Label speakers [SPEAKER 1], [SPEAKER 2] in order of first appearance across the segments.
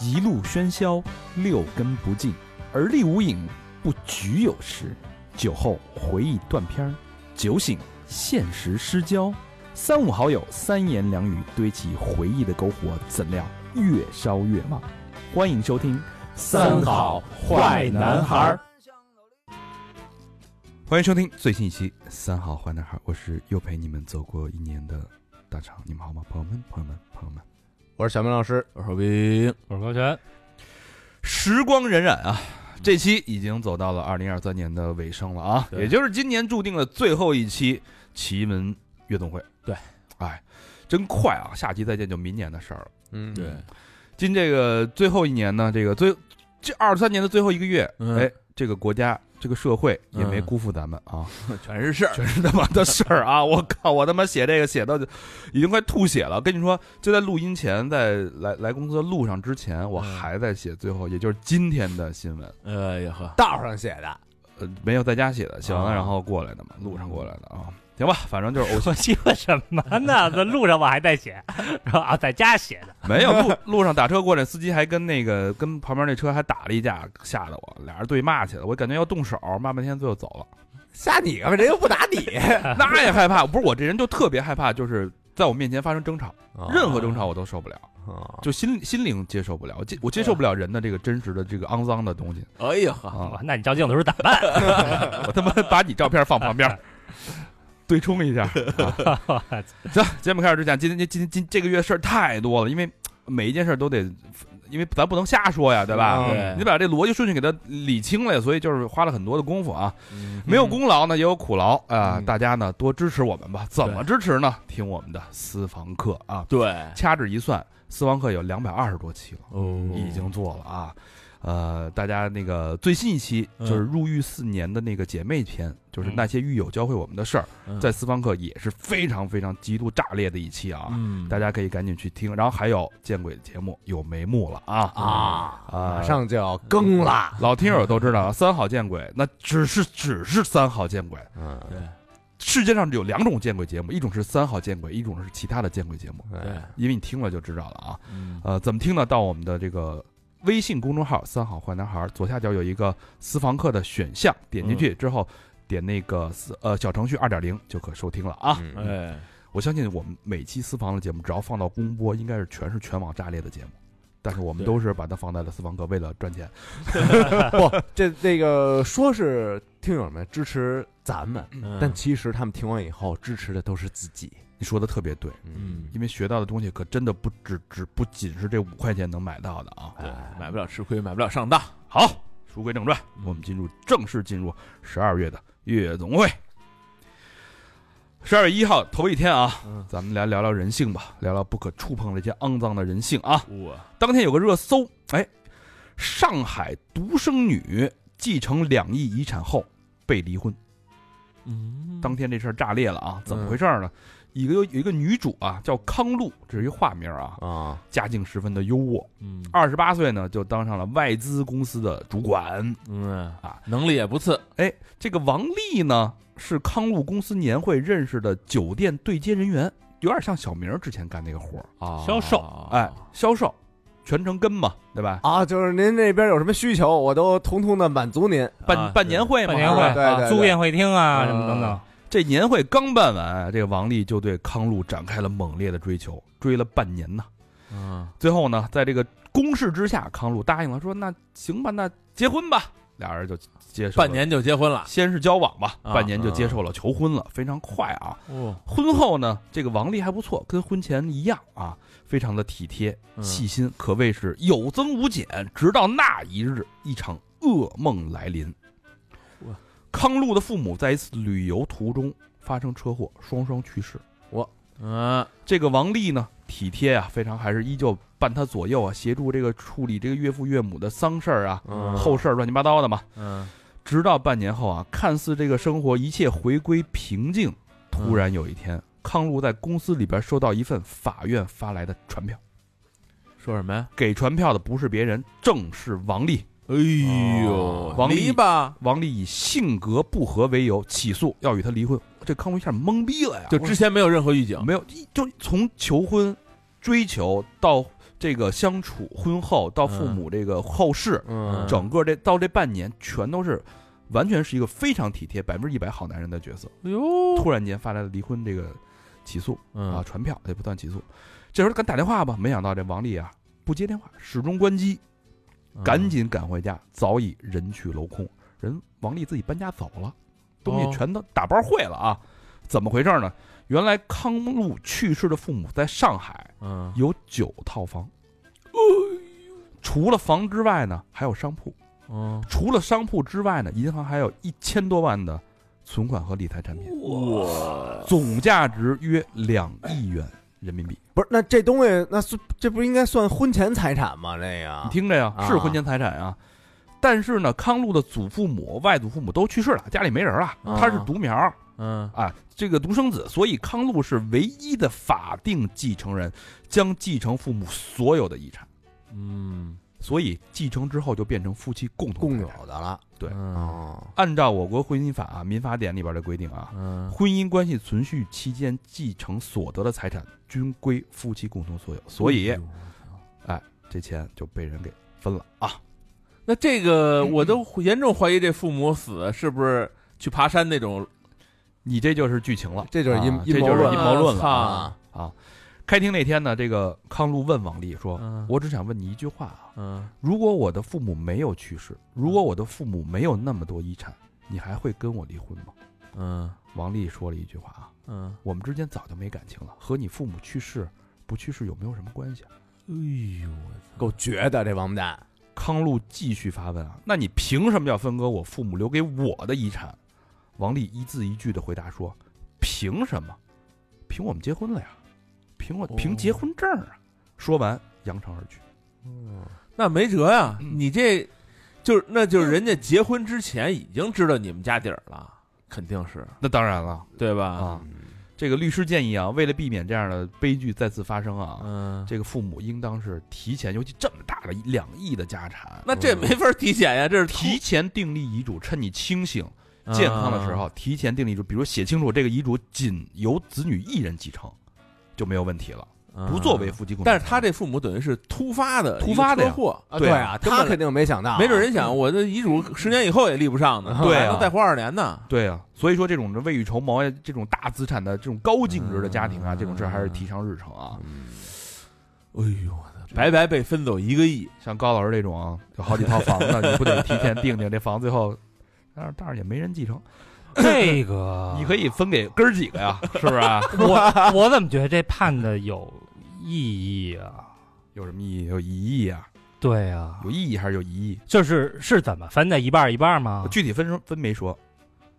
[SPEAKER 1] 一路喧嚣，六根不净，而立无影，不局有时。酒后回忆断片儿，酒醒现实失焦。三五好友，三言两语堆起回忆的篝火，怎料越烧越旺。欢迎收听《
[SPEAKER 2] 儿。
[SPEAKER 3] 欢迎收听最新一期《三好坏男孩》，我是又陪你们走过一年的大肠，你们好吗？朋友们，朋友们，朋友们，
[SPEAKER 2] 我是小明老师，我是何冰。
[SPEAKER 4] 我是高泉，
[SPEAKER 3] 时光荏苒啊，这期已经走到了二零二三年的尾声了啊，
[SPEAKER 4] 对
[SPEAKER 3] 也就是今年注定了最后一期奇闻运动会。
[SPEAKER 4] 对，
[SPEAKER 3] 哎，真快啊！下期再见就明年的事儿了。
[SPEAKER 2] 嗯，
[SPEAKER 4] 对，
[SPEAKER 3] 今这个最后一年呢，这个最这二三年的最后一个月，
[SPEAKER 2] 嗯
[SPEAKER 3] 哎，这个国家这个社会也没
[SPEAKER 2] 嗯
[SPEAKER 3] 辜负咱们啊。
[SPEAKER 2] 全是事儿。
[SPEAKER 3] 全是他妈的事儿啊！ 我靠，我他妈写这个写到就已经快吐血了。跟你说，就在录音前，在来来公司的路上之前，我
[SPEAKER 2] 嗯
[SPEAKER 3] 还在写最后，也就是今天的新闻。
[SPEAKER 4] 哎呀呵，
[SPEAKER 2] 道上写的，
[SPEAKER 3] 呃，没有在家写的，写完了
[SPEAKER 2] 啊
[SPEAKER 3] 然后过来的嘛，路上过来的啊。行吧，反正 就是偶
[SPEAKER 4] 我鸡巴什么呢？在路上我还在写，然后啊，在家写的，
[SPEAKER 3] 没 有路路上打车过来，司机还跟那个跟旁边那车还打了一架，吓得我俩人对骂起来，我感觉要动手，骂半天最后走 了。
[SPEAKER 2] 吓你干嘛？人又 不打你。
[SPEAKER 3] 那也害怕，不是我这人就特别害怕，就是在我面前发生争吵，任何争吵我都受不了。
[SPEAKER 2] 哦，
[SPEAKER 3] 就心心灵接受不了，我接我接受不了人的这个真实的这个肮脏的东西
[SPEAKER 2] 哎呀呵，
[SPEAKER 5] 嗯
[SPEAKER 3] 啊！
[SPEAKER 4] 哦那你照镜子的时候咋办？
[SPEAKER 3] 我他妈把你照片放旁边儿，对冲一下。啊行，节目开始之前，今天今天今这个月事儿太多了，因为每一件事儿都得，因为咱不能瞎说呀，对吧？
[SPEAKER 2] 嗯
[SPEAKER 3] 你得把这逻辑顺序给它理清了，所以就是花了很多的功夫啊。没有功劳呢，也有苦劳啊、
[SPEAKER 2] 嗯
[SPEAKER 3] 大家呢多支持我们吧。怎么支持呢？听我们的私房课啊，
[SPEAKER 2] 对，
[SPEAKER 3] 掐指一算，私房课有两百二十多期了。
[SPEAKER 2] 哦
[SPEAKER 3] 已经做了啊。呃，大家那个最新一期
[SPEAKER 2] 嗯
[SPEAKER 3] 就是入狱四年的那个姐妹篇，就是那些狱友教会我们的事儿，
[SPEAKER 2] 嗯
[SPEAKER 3] 在私房课也是非常非常极度炸裂的一期啊，
[SPEAKER 2] 嗯
[SPEAKER 3] 大家可以赶紧去听。然后还有见鬼的节目有眉目了啊
[SPEAKER 2] 啊，
[SPEAKER 3] 啊！
[SPEAKER 2] 马上就要更了。
[SPEAKER 3] 老听友都知道，三好见鬼那只是只是三好见鬼。
[SPEAKER 2] 嗯，
[SPEAKER 3] 世界上只有两种见鬼节目，一种是三好见鬼，一种是其他的见鬼节目。
[SPEAKER 2] 对，
[SPEAKER 3] 因为你听了就知道了啊。
[SPEAKER 5] 嗯
[SPEAKER 3] 呃，怎么听呢？到我们的这个微信公众号“三好坏男孩”左下角有一个私房课的选项，点进去之后，点那个私呃小程序二点零就可收听了啊！
[SPEAKER 2] 嗯
[SPEAKER 4] 哎，
[SPEAKER 3] 我相信我们每期私房的节目，只要放到公播，应该是全是全网炸裂的节目。但是我们
[SPEAKER 4] 对
[SPEAKER 3] 都是把它放在了私房课，为了赚钱。
[SPEAKER 2] 不，这这个说是听友们支持咱们，
[SPEAKER 5] 嗯
[SPEAKER 2] 但
[SPEAKER 4] 但
[SPEAKER 2] 其实他们听完以后支持的都是自己。
[SPEAKER 3] 你说的特别对，
[SPEAKER 2] 嗯，
[SPEAKER 3] 因为学到的东西可真的不只只不仅是这五块钱能买到的啊！
[SPEAKER 2] 哎，
[SPEAKER 5] 买不了吃亏，买不了上当。
[SPEAKER 3] 好，书归正传，我们进入正式进入十二月的夜总会。十二月一号头一天啊，
[SPEAKER 2] 嗯
[SPEAKER 3] 咱们来聊聊人性吧，聊聊不可触碰的这些肮脏的人性啊。
[SPEAKER 4] 我
[SPEAKER 3] 当天有个热搜，哎，上海独生女继承两亿遗产后被离婚，
[SPEAKER 5] 嗯
[SPEAKER 3] 当天这事儿炸裂了啊！怎么回事儿呢？一个有一个女主啊，叫康露，这是一化名啊，
[SPEAKER 2] 啊，
[SPEAKER 3] 家境十分的优渥，
[SPEAKER 5] 嗯
[SPEAKER 3] 二十八岁呢就当上了外资公司的主管，
[SPEAKER 5] 嗯
[SPEAKER 3] 啊，
[SPEAKER 5] 能力也不次。
[SPEAKER 3] 哎，这个王丽呢是康路公司年会认识的酒店对接人员，有点像小明儿之前干那个活儿，
[SPEAKER 2] 啊
[SPEAKER 4] 销售
[SPEAKER 3] 哎，
[SPEAKER 5] 哦
[SPEAKER 3] 销售，全程跟嘛，对吧？
[SPEAKER 2] 啊，就是您这边有什么需求，我都通通的满足您。
[SPEAKER 3] 办、
[SPEAKER 5] 啊
[SPEAKER 3] 办年会嘛，
[SPEAKER 4] 办年
[SPEAKER 3] 是吧
[SPEAKER 2] 啊
[SPEAKER 4] 会、
[SPEAKER 2] 对对对
[SPEAKER 4] 租宴会厅啊，
[SPEAKER 2] 嗯
[SPEAKER 4] 什么等等，
[SPEAKER 3] 这年会刚办完，这个王丽就对康路展开了猛烈的追求，追了半年呢。
[SPEAKER 5] 嗯
[SPEAKER 3] 最后呢，在这个攻势之下，康路答应了，说那行吧，那结婚吧。俩人就接受了
[SPEAKER 5] 半，年就结婚了。
[SPEAKER 3] 先是交往吧，
[SPEAKER 5] 啊
[SPEAKER 3] 半年就接受了求婚了，非常快啊。
[SPEAKER 5] 哦，
[SPEAKER 3] 婚后呢，这个王丽还不错，跟婚前一样啊，非常的体贴细心，可谓是有增无减。直到那一日，一场噩梦来临
[SPEAKER 5] 哇。
[SPEAKER 3] 康路的父母在一次旅游途中发生车祸，双双去世。
[SPEAKER 5] 嗯，
[SPEAKER 3] 这个王丽呢，体贴啊，非常还是依旧伴他左右啊，协助这个处理这个岳父岳母的丧事儿啊、
[SPEAKER 2] 嗯
[SPEAKER 3] 后事儿乱七八糟的嘛。
[SPEAKER 5] 嗯，
[SPEAKER 3] 直到半年后啊，看似这个生活一切回归平静，突然有一天，康路在公司里边收到一份法院发来的传票，
[SPEAKER 5] 说什么呀？
[SPEAKER 3] 给传票的不是别人，正是王丽。
[SPEAKER 5] 哎
[SPEAKER 2] 哦
[SPEAKER 3] 王丽
[SPEAKER 5] 离吧，
[SPEAKER 3] 王丽以性格不合为由起诉，要与他离婚。这康路一下懵逼了呀，
[SPEAKER 5] 就之前没有任何预警
[SPEAKER 3] 我说没有，一就从求婚、追求到这个相处婚后到父母这个后事，
[SPEAKER 2] 嗯
[SPEAKER 3] 整个这到这半年全都是完全是一个非常体贴百分之一百好男人的角色。
[SPEAKER 5] 哎哟，
[SPEAKER 3] 突然间发来了离婚这个起诉啊，
[SPEAKER 5] 嗯
[SPEAKER 3] 传票也不算起诉。这时候赶打电话吧，没想到这王丽啊不接电话，始终关机，
[SPEAKER 5] 嗯
[SPEAKER 3] 赶紧赶回家，早已人去楼空。人王丽自己搬家走了，东
[SPEAKER 5] 哦
[SPEAKER 3] 西全都打包会了啊。怎么回事呢？原来康禄去世的父母在上海
[SPEAKER 5] 嗯
[SPEAKER 3] 有九套房，
[SPEAKER 5] 哎
[SPEAKER 3] 除了房之外呢，还有商铺。
[SPEAKER 5] 嗯，
[SPEAKER 3] 除了商铺之外呢，银行还有一千多万的存款和理财产品，哇，总价值约两亿元人民币。
[SPEAKER 2] 不是，那这东西，那是这不应该算婚前财产吗？这个，
[SPEAKER 3] 你听着呀，
[SPEAKER 2] 啊
[SPEAKER 3] 是婚前财产啊。但是呢，康禄的祖父母、外祖父母都去世了，家里没人了，
[SPEAKER 5] 啊
[SPEAKER 3] 他是独苗儿
[SPEAKER 5] 嗯
[SPEAKER 3] 啊，这个独生子，所以康禄是唯一的法定继承人，将继承父母所有的遗产，
[SPEAKER 5] 嗯，
[SPEAKER 3] 所以继承之后就变成夫妻共同
[SPEAKER 2] 共
[SPEAKER 3] 财
[SPEAKER 2] 有
[SPEAKER 3] 产。
[SPEAKER 2] 的了。
[SPEAKER 3] 对啊
[SPEAKER 5] 嗯
[SPEAKER 2] 哦，
[SPEAKER 3] 按照我国婚姻法、啊、民法典里边的规定啊，
[SPEAKER 5] 嗯
[SPEAKER 3] 婚姻关系存续期间继承所得的财产均归夫妻共同所有，所
[SPEAKER 5] 哎
[SPEAKER 3] 以这钱就被人给分了啊！
[SPEAKER 5] 那这个
[SPEAKER 3] 嗯
[SPEAKER 5] 我都严重怀疑这父母死是不是去爬山那种
[SPEAKER 3] 你这就是剧情了，
[SPEAKER 2] 这就是阴
[SPEAKER 3] 啊
[SPEAKER 2] 阴
[SPEAKER 3] 这
[SPEAKER 2] 谋
[SPEAKER 3] 就是
[SPEAKER 2] 论
[SPEAKER 3] 阴谋论了
[SPEAKER 5] 了。
[SPEAKER 2] 啊！
[SPEAKER 3] 啊！开庭那天呢，这个康禄问王丽说：“
[SPEAKER 5] 嗯
[SPEAKER 3] 我只想问你一句话啊，
[SPEAKER 5] 嗯
[SPEAKER 3] 如果我的父母没有去世，如果我的父母没有那么多遗产，你还会跟我离婚吗
[SPEAKER 5] 嗯？”
[SPEAKER 3] 王丽说了一句话啊
[SPEAKER 5] 嗯，：“
[SPEAKER 3] 我们之间早就没感情了，和你父母去世不去世有没有什么关系啊？”
[SPEAKER 5] 哎呦，
[SPEAKER 2] 够绝的这王八蛋，
[SPEAKER 3] 康禄继续发问啊，那你凭什么要分割我父母留给我的遗产？王丽一字一句的回答说：“凭什么？凭我们结婚了呀，凭我
[SPEAKER 5] 哦
[SPEAKER 3] 凭结婚证啊！”说完扬长而去。
[SPEAKER 5] 那没辙呀，
[SPEAKER 3] 嗯
[SPEAKER 5] 你这就是那就是人家结婚之前已经知道你们家底儿了，肯定是
[SPEAKER 3] 那当然了
[SPEAKER 5] 对吧？
[SPEAKER 3] 啊，这个律师建议啊，为了避免这样的悲剧再次发生啊，
[SPEAKER 5] 嗯，
[SPEAKER 3] 这个父母应当是提前，尤其这么大的两亿的家产，
[SPEAKER 5] 那这没法体检呀，这是
[SPEAKER 3] 嗯提前订立遗嘱，趁你清醒健康的时候提前订立遗嘱，比如写清楚这个遗嘱仅由子女一人继承，就没有问题了，不作为。
[SPEAKER 5] 啊
[SPEAKER 3] 夫妻共同财产。
[SPEAKER 5] 但是他这父母等于是突发的
[SPEAKER 3] 突发的
[SPEAKER 5] 一
[SPEAKER 3] 呀
[SPEAKER 5] 个车祸，
[SPEAKER 2] 啊
[SPEAKER 3] 对
[SPEAKER 2] 对
[SPEAKER 3] 啊
[SPEAKER 2] 啊，
[SPEAKER 5] 根本
[SPEAKER 2] 他肯定没想到，
[SPEAKER 5] 没准人想我的遗嘱十年以后也立不上呢，
[SPEAKER 3] 嗯 对啊
[SPEAKER 5] 还能再活二十年呢。
[SPEAKER 3] 对啊，所以说这种未雨绸缪呀，这种大资产的这种高净值的家庭啊，
[SPEAKER 5] 嗯
[SPEAKER 3] 这种事儿还是提上日程啊。
[SPEAKER 5] 哎呦，我的白白被分走一个亿，
[SPEAKER 3] 像高老师这种啊，有好几套房子，你不得提前定定这房，最后，但是但是也没人继承，
[SPEAKER 5] 嗯
[SPEAKER 4] 这 个
[SPEAKER 3] 你可以分给哥儿几个呀，是不是啊？
[SPEAKER 4] 我我怎么觉得这判的有意义啊？
[SPEAKER 3] 有什么意义？有疑义啊？
[SPEAKER 4] 对啊，
[SPEAKER 3] 有意义还是有疑义？
[SPEAKER 4] 就是是怎么分的？一半儿一半 儿吗？
[SPEAKER 3] 具体分分没说，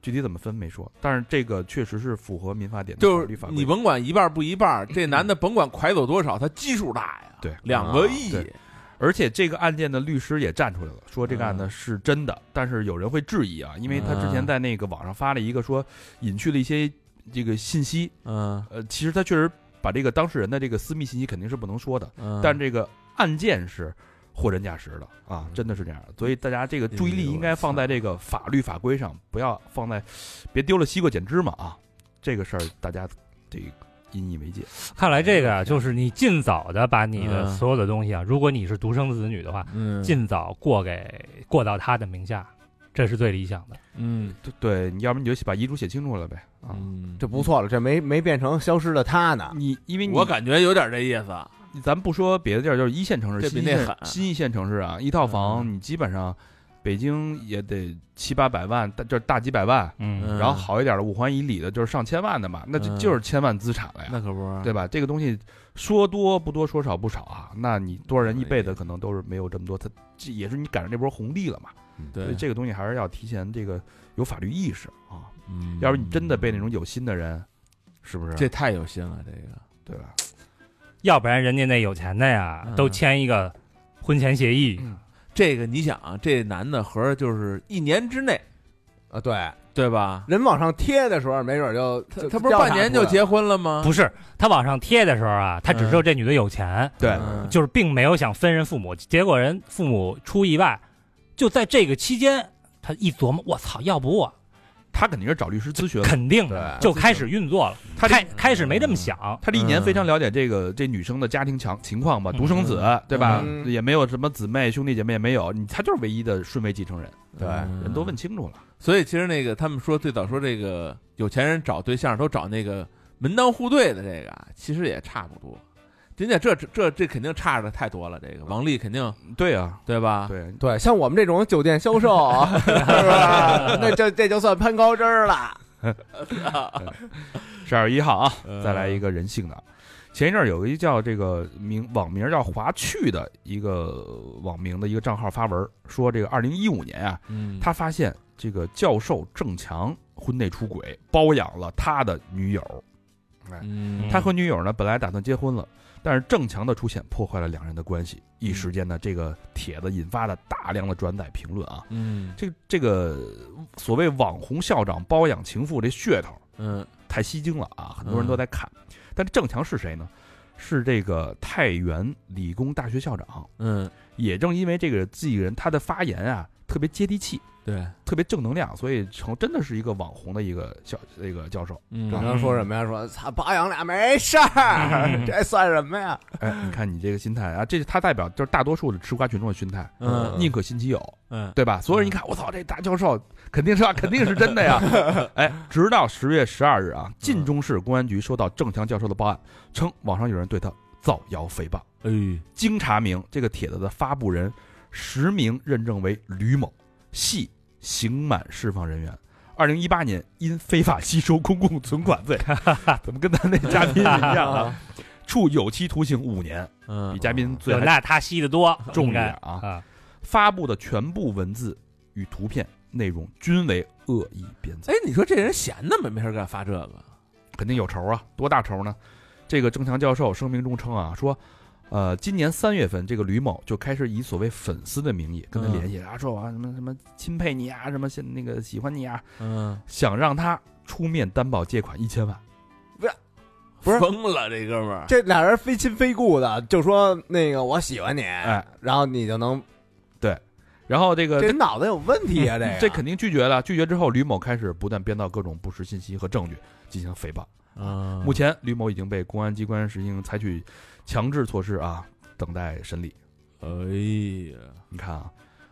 [SPEAKER 3] 具体怎么分没说，但是这个确实是符合民法典的
[SPEAKER 5] 就
[SPEAKER 3] 法律
[SPEAKER 5] 是
[SPEAKER 3] 法规。
[SPEAKER 5] 你甭管一半不一半，这男的甭管拐走多少，他基数大呀，
[SPEAKER 3] 对
[SPEAKER 5] 两个亿
[SPEAKER 3] 啊，对而且这个案件的律师也站出来了，说这个
[SPEAKER 5] 嗯
[SPEAKER 3] 案子是真的，但是有人会质疑啊，因为他之前在那个网上发了一个说隐去了一些这个信息，
[SPEAKER 5] 嗯
[SPEAKER 3] 呃，其实他确实把这个当事人的这个私密信息肯定是不能说的，
[SPEAKER 5] 嗯，
[SPEAKER 3] 但这个案件是货真价实的啊，真的是这样的，所以大家这个注意
[SPEAKER 5] 哎
[SPEAKER 3] 力应该放在这个法律法规上，不要放在别丢了西瓜捡芝麻啊，这个事儿大家这个引以为戒。
[SPEAKER 4] 看来这个啊，就是你尽早的把你
[SPEAKER 5] 哎
[SPEAKER 4] 的
[SPEAKER 5] 嗯
[SPEAKER 4] 所有的东西啊，如果你是独生子女的话，
[SPEAKER 5] 嗯
[SPEAKER 4] 尽早过给过到他的名下，这是最理想的。
[SPEAKER 5] 嗯
[SPEAKER 3] 对对，你要不然你就把遗嘱写清楚了呗啊。
[SPEAKER 5] 嗯，
[SPEAKER 2] 这不错了，这没没变成消失的他呢。
[SPEAKER 3] 你因为你
[SPEAKER 5] 我感觉有点这意思啊，
[SPEAKER 3] 咱不说别的地儿，就是一线城市，
[SPEAKER 5] 这
[SPEAKER 3] 新
[SPEAKER 5] 比
[SPEAKER 3] 一
[SPEAKER 5] 嗯那
[SPEAKER 3] 线
[SPEAKER 5] 狠
[SPEAKER 3] 新一线城市啊，一套房你基本上，北京也得七八百万，大就是大几百万，
[SPEAKER 5] 嗯
[SPEAKER 3] 然后好一点的五环以里的就是上千万的嘛，那就
[SPEAKER 5] 嗯
[SPEAKER 3] 就是千万资产了呀，
[SPEAKER 5] 可不
[SPEAKER 3] 对吧？这个东西说多不多，说少不少啊。那你多少人一辈子
[SPEAKER 5] 嗯
[SPEAKER 3] 可能都是没有这么多，他这也是你赶上这波红利了嘛。所以这个东西还是要提前这个有法律意识啊，
[SPEAKER 5] 嗯
[SPEAKER 3] 要不然你真的被那种有心的人，是不是？
[SPEAKER 5] 这太有心了，这个
[SPEAKER 3] 对吧？
[SPEAKER 4] 要不然人家那有钱的呀，
[SPEAKER 5] 嗯
[SPEAKER 4] 都签一个婚前协议，
[SPEAKER 5] 这个你想啊，这男的合着就是一年之内，
[SPEAKER 2] 啊，对，
[SPEAKER 5] 对吧？
[SPEAKER 2] 人往上贴的时候，没准就
[SPEAKER 5] 他
[SPEAKER 2] 就
[SPEAKER 5] 他不是半年就
[SPEAKER 2] 调
[SPEAKER 5] 结婚了吗？
[SPEAKER 4] 不是他往上贴的时候啊，他只知道这女的有钱，
[SPEAKER 3] 对
[SPEAKER 5] 嗯
[SPEAKER 4] 就是并没有想分人父母，结果人父母出意外，就在这个期间，他一琢磨，我操，要不我
[SPEAKER 3] 他肯定是找律师咨询了，
[SPEAKER 4] 肯定
[SPEAKER 2] 对
[SPEAKER 4] 的就开始运作了。
[SPEAKER 3] 他这
[SPEAKER 4] 开开始没这么想，
[SPEAKER 3] 他这一年非常了解这个这女生的家庭强情况吧，独生子对吧？
[SPEAKER 2] 嗯
[SPEAKER 3] 也没有什么姊妹兄弟姐妹也没有，你他就是唯一的顺位继承人，
[SPEAKER 2] 对
[SPEAKER 3] 人都问清楚了，
[SPEAKER 5] 所以其实那个他们说最早说这个有钱人找对象都找那个门当户对的这个啊，其实也差不多。人家这这这肯定差的太多了，这个王丽肯定
[SPEAKER 3] 对啊，
[SPEAKER 5] 对吧？
[SPEAKER 3] 对，
[SPEAKER 2] 对，像我们这种酒店销售啊，是吧？那这这就算攀高枝儿了。
[SPEAKER 3] 十二月一号啊，
[SPEAKER 5] 嗯
[SPEAKER 3] 再来一个人性的。前一阵儿有一叫这个名网名叫华趣的一个呃网名的一个账号发文儿说，这个二零一五年啊，
[SPEAKER 5] 嗯
[SPEAKER 3] 他发现这个教授郑强婚内出轨，包养了他的女友。
[SPEAKER 5] 嗯
[SPEAKER 3] 他和女友呢本来打算结婚了，但是郑强的出现破坏了两人的关系。一时间呢，这个帖子引发了大量的转载评论啊。
[SPEAKER 5] 嗯
[SPEAKER 3] 这这个所谓网红校长包养情妇这噱头
[SPEAKER 5] 嗯
[SPEAKER 3] 太吸睛了啊，很多人都在看。但是郑强是谁呢？是这个太原理工大学校长。
[SPEAKER 5] 嗯，
[SPEAKER 3] 也正因为这个自己人，他的发言啊特别接地气，
[SPEAKER 5] 对，
[SPEAKER 3] 特别正能量，所以成真的是一个网红的一个校一个教授。
[SPEAKER 5] 嗯
[SPEAKER 2] 你刚说什么呀？说操，保养俩没事儿，
[SPEAKER 4] 嗯
[SPEAKER 2] 这算什么呀？
[SPEAKER 3] 哎，你看你这个心态啊，这是他代表就是大多数的吃瓜群众的心态，
[SPEAKER 5] 嗯
[SPEAKER 3] 宁可信其有，
[SPEAKER 5] 嗯
[SPEAKER 3] 对吧？所有人一看，我操，这大教授肯定是吧，肯定是真的 呀。哎，直到十月十二日啊，
[SPEAKER 5] 嗯
[SPEAKER 3] 晋中市公安局收到郑强教授的报案，称网上有人对他造谣诽谤。
[SPEAKER 4] 嗯
[SPEAKER 5] 哎
[SPEAKER 3] 经查明，这个帖子的发布人实名认证为吕某，系刑满释放人员。二零一八年因非法吸收公共存款 罪， 怎么跟咱那嘉宾一样啊？处有期徒刑五年，
[SPEAKER 5] 嗯
[SPEAKER 3] 比嘉宾罪
[SPEAKER 4] 对，
[SPEAKER 3] 还
[SPEAKER 4] 那他吸的多，
[SPEAKER 3] 重一
[SPEAKER 4] 应该
[SPEAKER 3] 点啊。
[SPEAKER 4] 啊，
[SPEAKER 3] 发布的全部文字与图片内容均为恶意编造，
[SPEAKER 5] 哎，你说这人闲的没没事干发这个，
[SPEAKER 3] 肯定有仇啊，多大仇呢？这个郑强教授声明中称啊，说，呃，今年三月份，这个吕某就开始以所谓粉丝的名义跟他
[SPEAKER 5] 嗯
[SPEAKER 3] 联系，啊，说我啊什么什么钦佩你啊，什么现那个喜欢你啊，
[SPEAKER 5] 嗯，
[SPEAKER 3] 想让他出面担保借款一千万，
[SPEAKER 2] 不是
[SPEAKER 5] 疯了这哥们儿，
[SPEAKER 2] 这俩人非亲非故的，就说那个我喜欢你，
[SPEAKER 3] 哎
[SPEAKER 2] 然后你就能，
[SPEAKER 3] 然后这个
[SPEAKER 2] 这脑子有问题啊！这个
[SPEAKER 3] 这肯定拒绝了，拒绝之后，吕某开始不断编造各种不实信息和证据进行诽谤。
[SPEAKER 5] 嗯
[SPEAKER 3] 目前，吕某已经被公安机关实行采取强制措施啊，等待审理。
[SPEAKER 5] 哎呀，
[SPEAKER 3] 你看啊，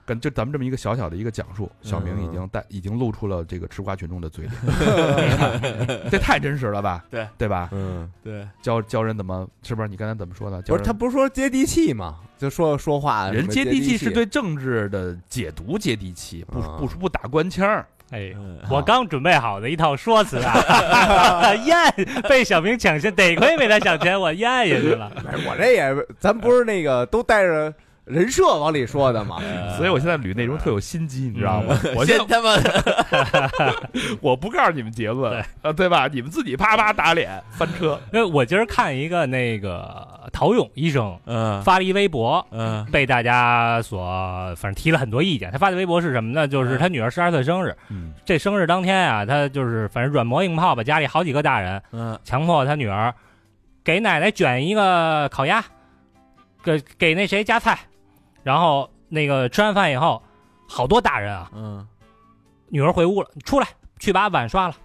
[SPEAKER 3] 跟就咱们这么一个小小的一个讲述，小明已经带已经露出了这个吃瓜群众的嘴 脸，你看这太真实了吧？
[SPEAKER 5] 对
[SPEAKER 3] 对吧？
[SPEAKER 2] 嗯，
[SPEAKER 5] 对，
[SPEAKER 3] 教教人怎么是不是？你刚才怎么说的？教
[SPEAKER 2] 不
[SPEAKER 3] 人
[SPEAKER 2] 是他不是说接地气吗？就说说话什
[SPEAKER 3] 人
[SPEAKER 2] 么
[SPEAKER 3] 接
[SPEAKER 2] 地
[SPEAKER 3] 地气是对政治的解读接地气，不
[SPEAKER 2] 啊
[SPEAKER 3] 不不打官腔儿。
[SPEAKER 4] 哎，
[SPEAKER 5] 嗯
[SPEAKER 4] 我刚准备好的一套说辞 啊，咽被小明抢先，得亏被他抢先，我咽下去了。
[SPEAKER 2] 哎我这也咱不是那个都带着人设往里说的吗？
[SPEAKER 3] 所以我现在捋内容特有心机，你知道吗？
[SPEAKER 2] 嗯
[SPEAKER 3] 我现
[SPEAKER 5] 先
[SPEAKER 3] 在
[SPEAKER 5] 他妈的
[SPEAKER 3] 我不告诉你们结论，呃，对吧？你们自己啪啪打脸翻车。
[SPEAKER 4] 因为我今儿看一个那个陶勇医生
[SPEAKER 5] 嗯
[SPEAKER 4] 发了一微博，
[SPEAKER 5] 嗯
[SPEAKER 4] 被大家所反正提了很多意见。他发的微博是什么呢？就是他女儿十二岁生日，
[SPEAKER 3] 嗯
[SPEAKER 4] 这生日当天啊，他就是反正软磨硬泡吧，家里好几个大人
[SPEAKER 5] 嗯
[SPEAKER 4] 强迫他女儿给奶奶卷一个烤鸭，给给那谁夹菜，然后那个吃完饭以后，好多大人啊，
[SPEAKER 5] 嗯
[SPEAKER 4] 女儿回屋了，出来去把碗刷了，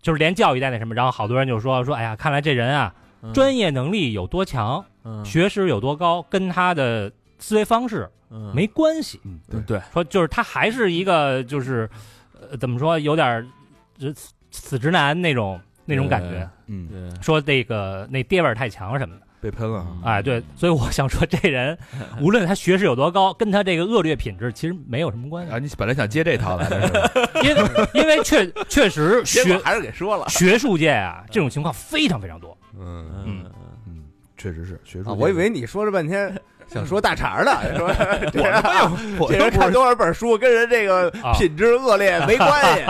[SPEAKER 4] 就是连教育带那什么，然后好多人就说说，哎呀，看来这人啊，
[SPEAKER 5] 嗯，
[SPEAKER 4] 专业能力有多强，
[SPEAKER 5] 嗯
[SPEAKER 4] 学识有多高，跟他的思维方式
[SPEAKER 5] 嗯
[SPEAKER 4] 没关系。
[SPEAKER 3] 嗯，
[SPEAKER 5] 嗯对
[SPEAKER 4] 说就是他还是一个就是，呃，怎么说，有点儿呃死死直男那种那种感觉。
[SPEAKER 3] 嗯，
[SPEAKER 5] 对，
[SPEAKER 4] 说那个那爹味儿太强什么的，
[SPEAKER 3] 被喷了
[SPEAKER 5] 嗯
[SPEAKER 3] 啊。
[SPEAKER 4] 哎，对，所以我想说，这 人无论他学识有多高，跟他这个恶劣品质其实没有什么关系，
[SPEAKER 3] 啊，你本来想接这套来的是 吧，
[SPEAKER 4] 因为因为确确实
[SPEAKER 5] 结果
[SPEAKER 4] 学
[SPEAKER 5] 还是给说了，
[SPEAKER 4] 学术界啊这种情况非常非常多，
[SPEAKER 2] 嗯
[SPEAKER 5] 嗯
[SPEAKER 3] 嗯，确实是学术界的。
[SPEAKER 2] 啊，我以为你说这半天想说大肠呢，说这人
[SPEAKER 3] 哎 我
[SPEAKER 2] 这
[SPEAKER 3] 又
[SPEAKER 2] 人
[SPEAKER 3] 不
[SPEAKER 2] 看
[SPEAKER 3] 是
[SPEAKER 2] 多少本书跟人这个
[SPEAKER 4] 啊
[SPEAKER 2] 品质恶劣 没关系。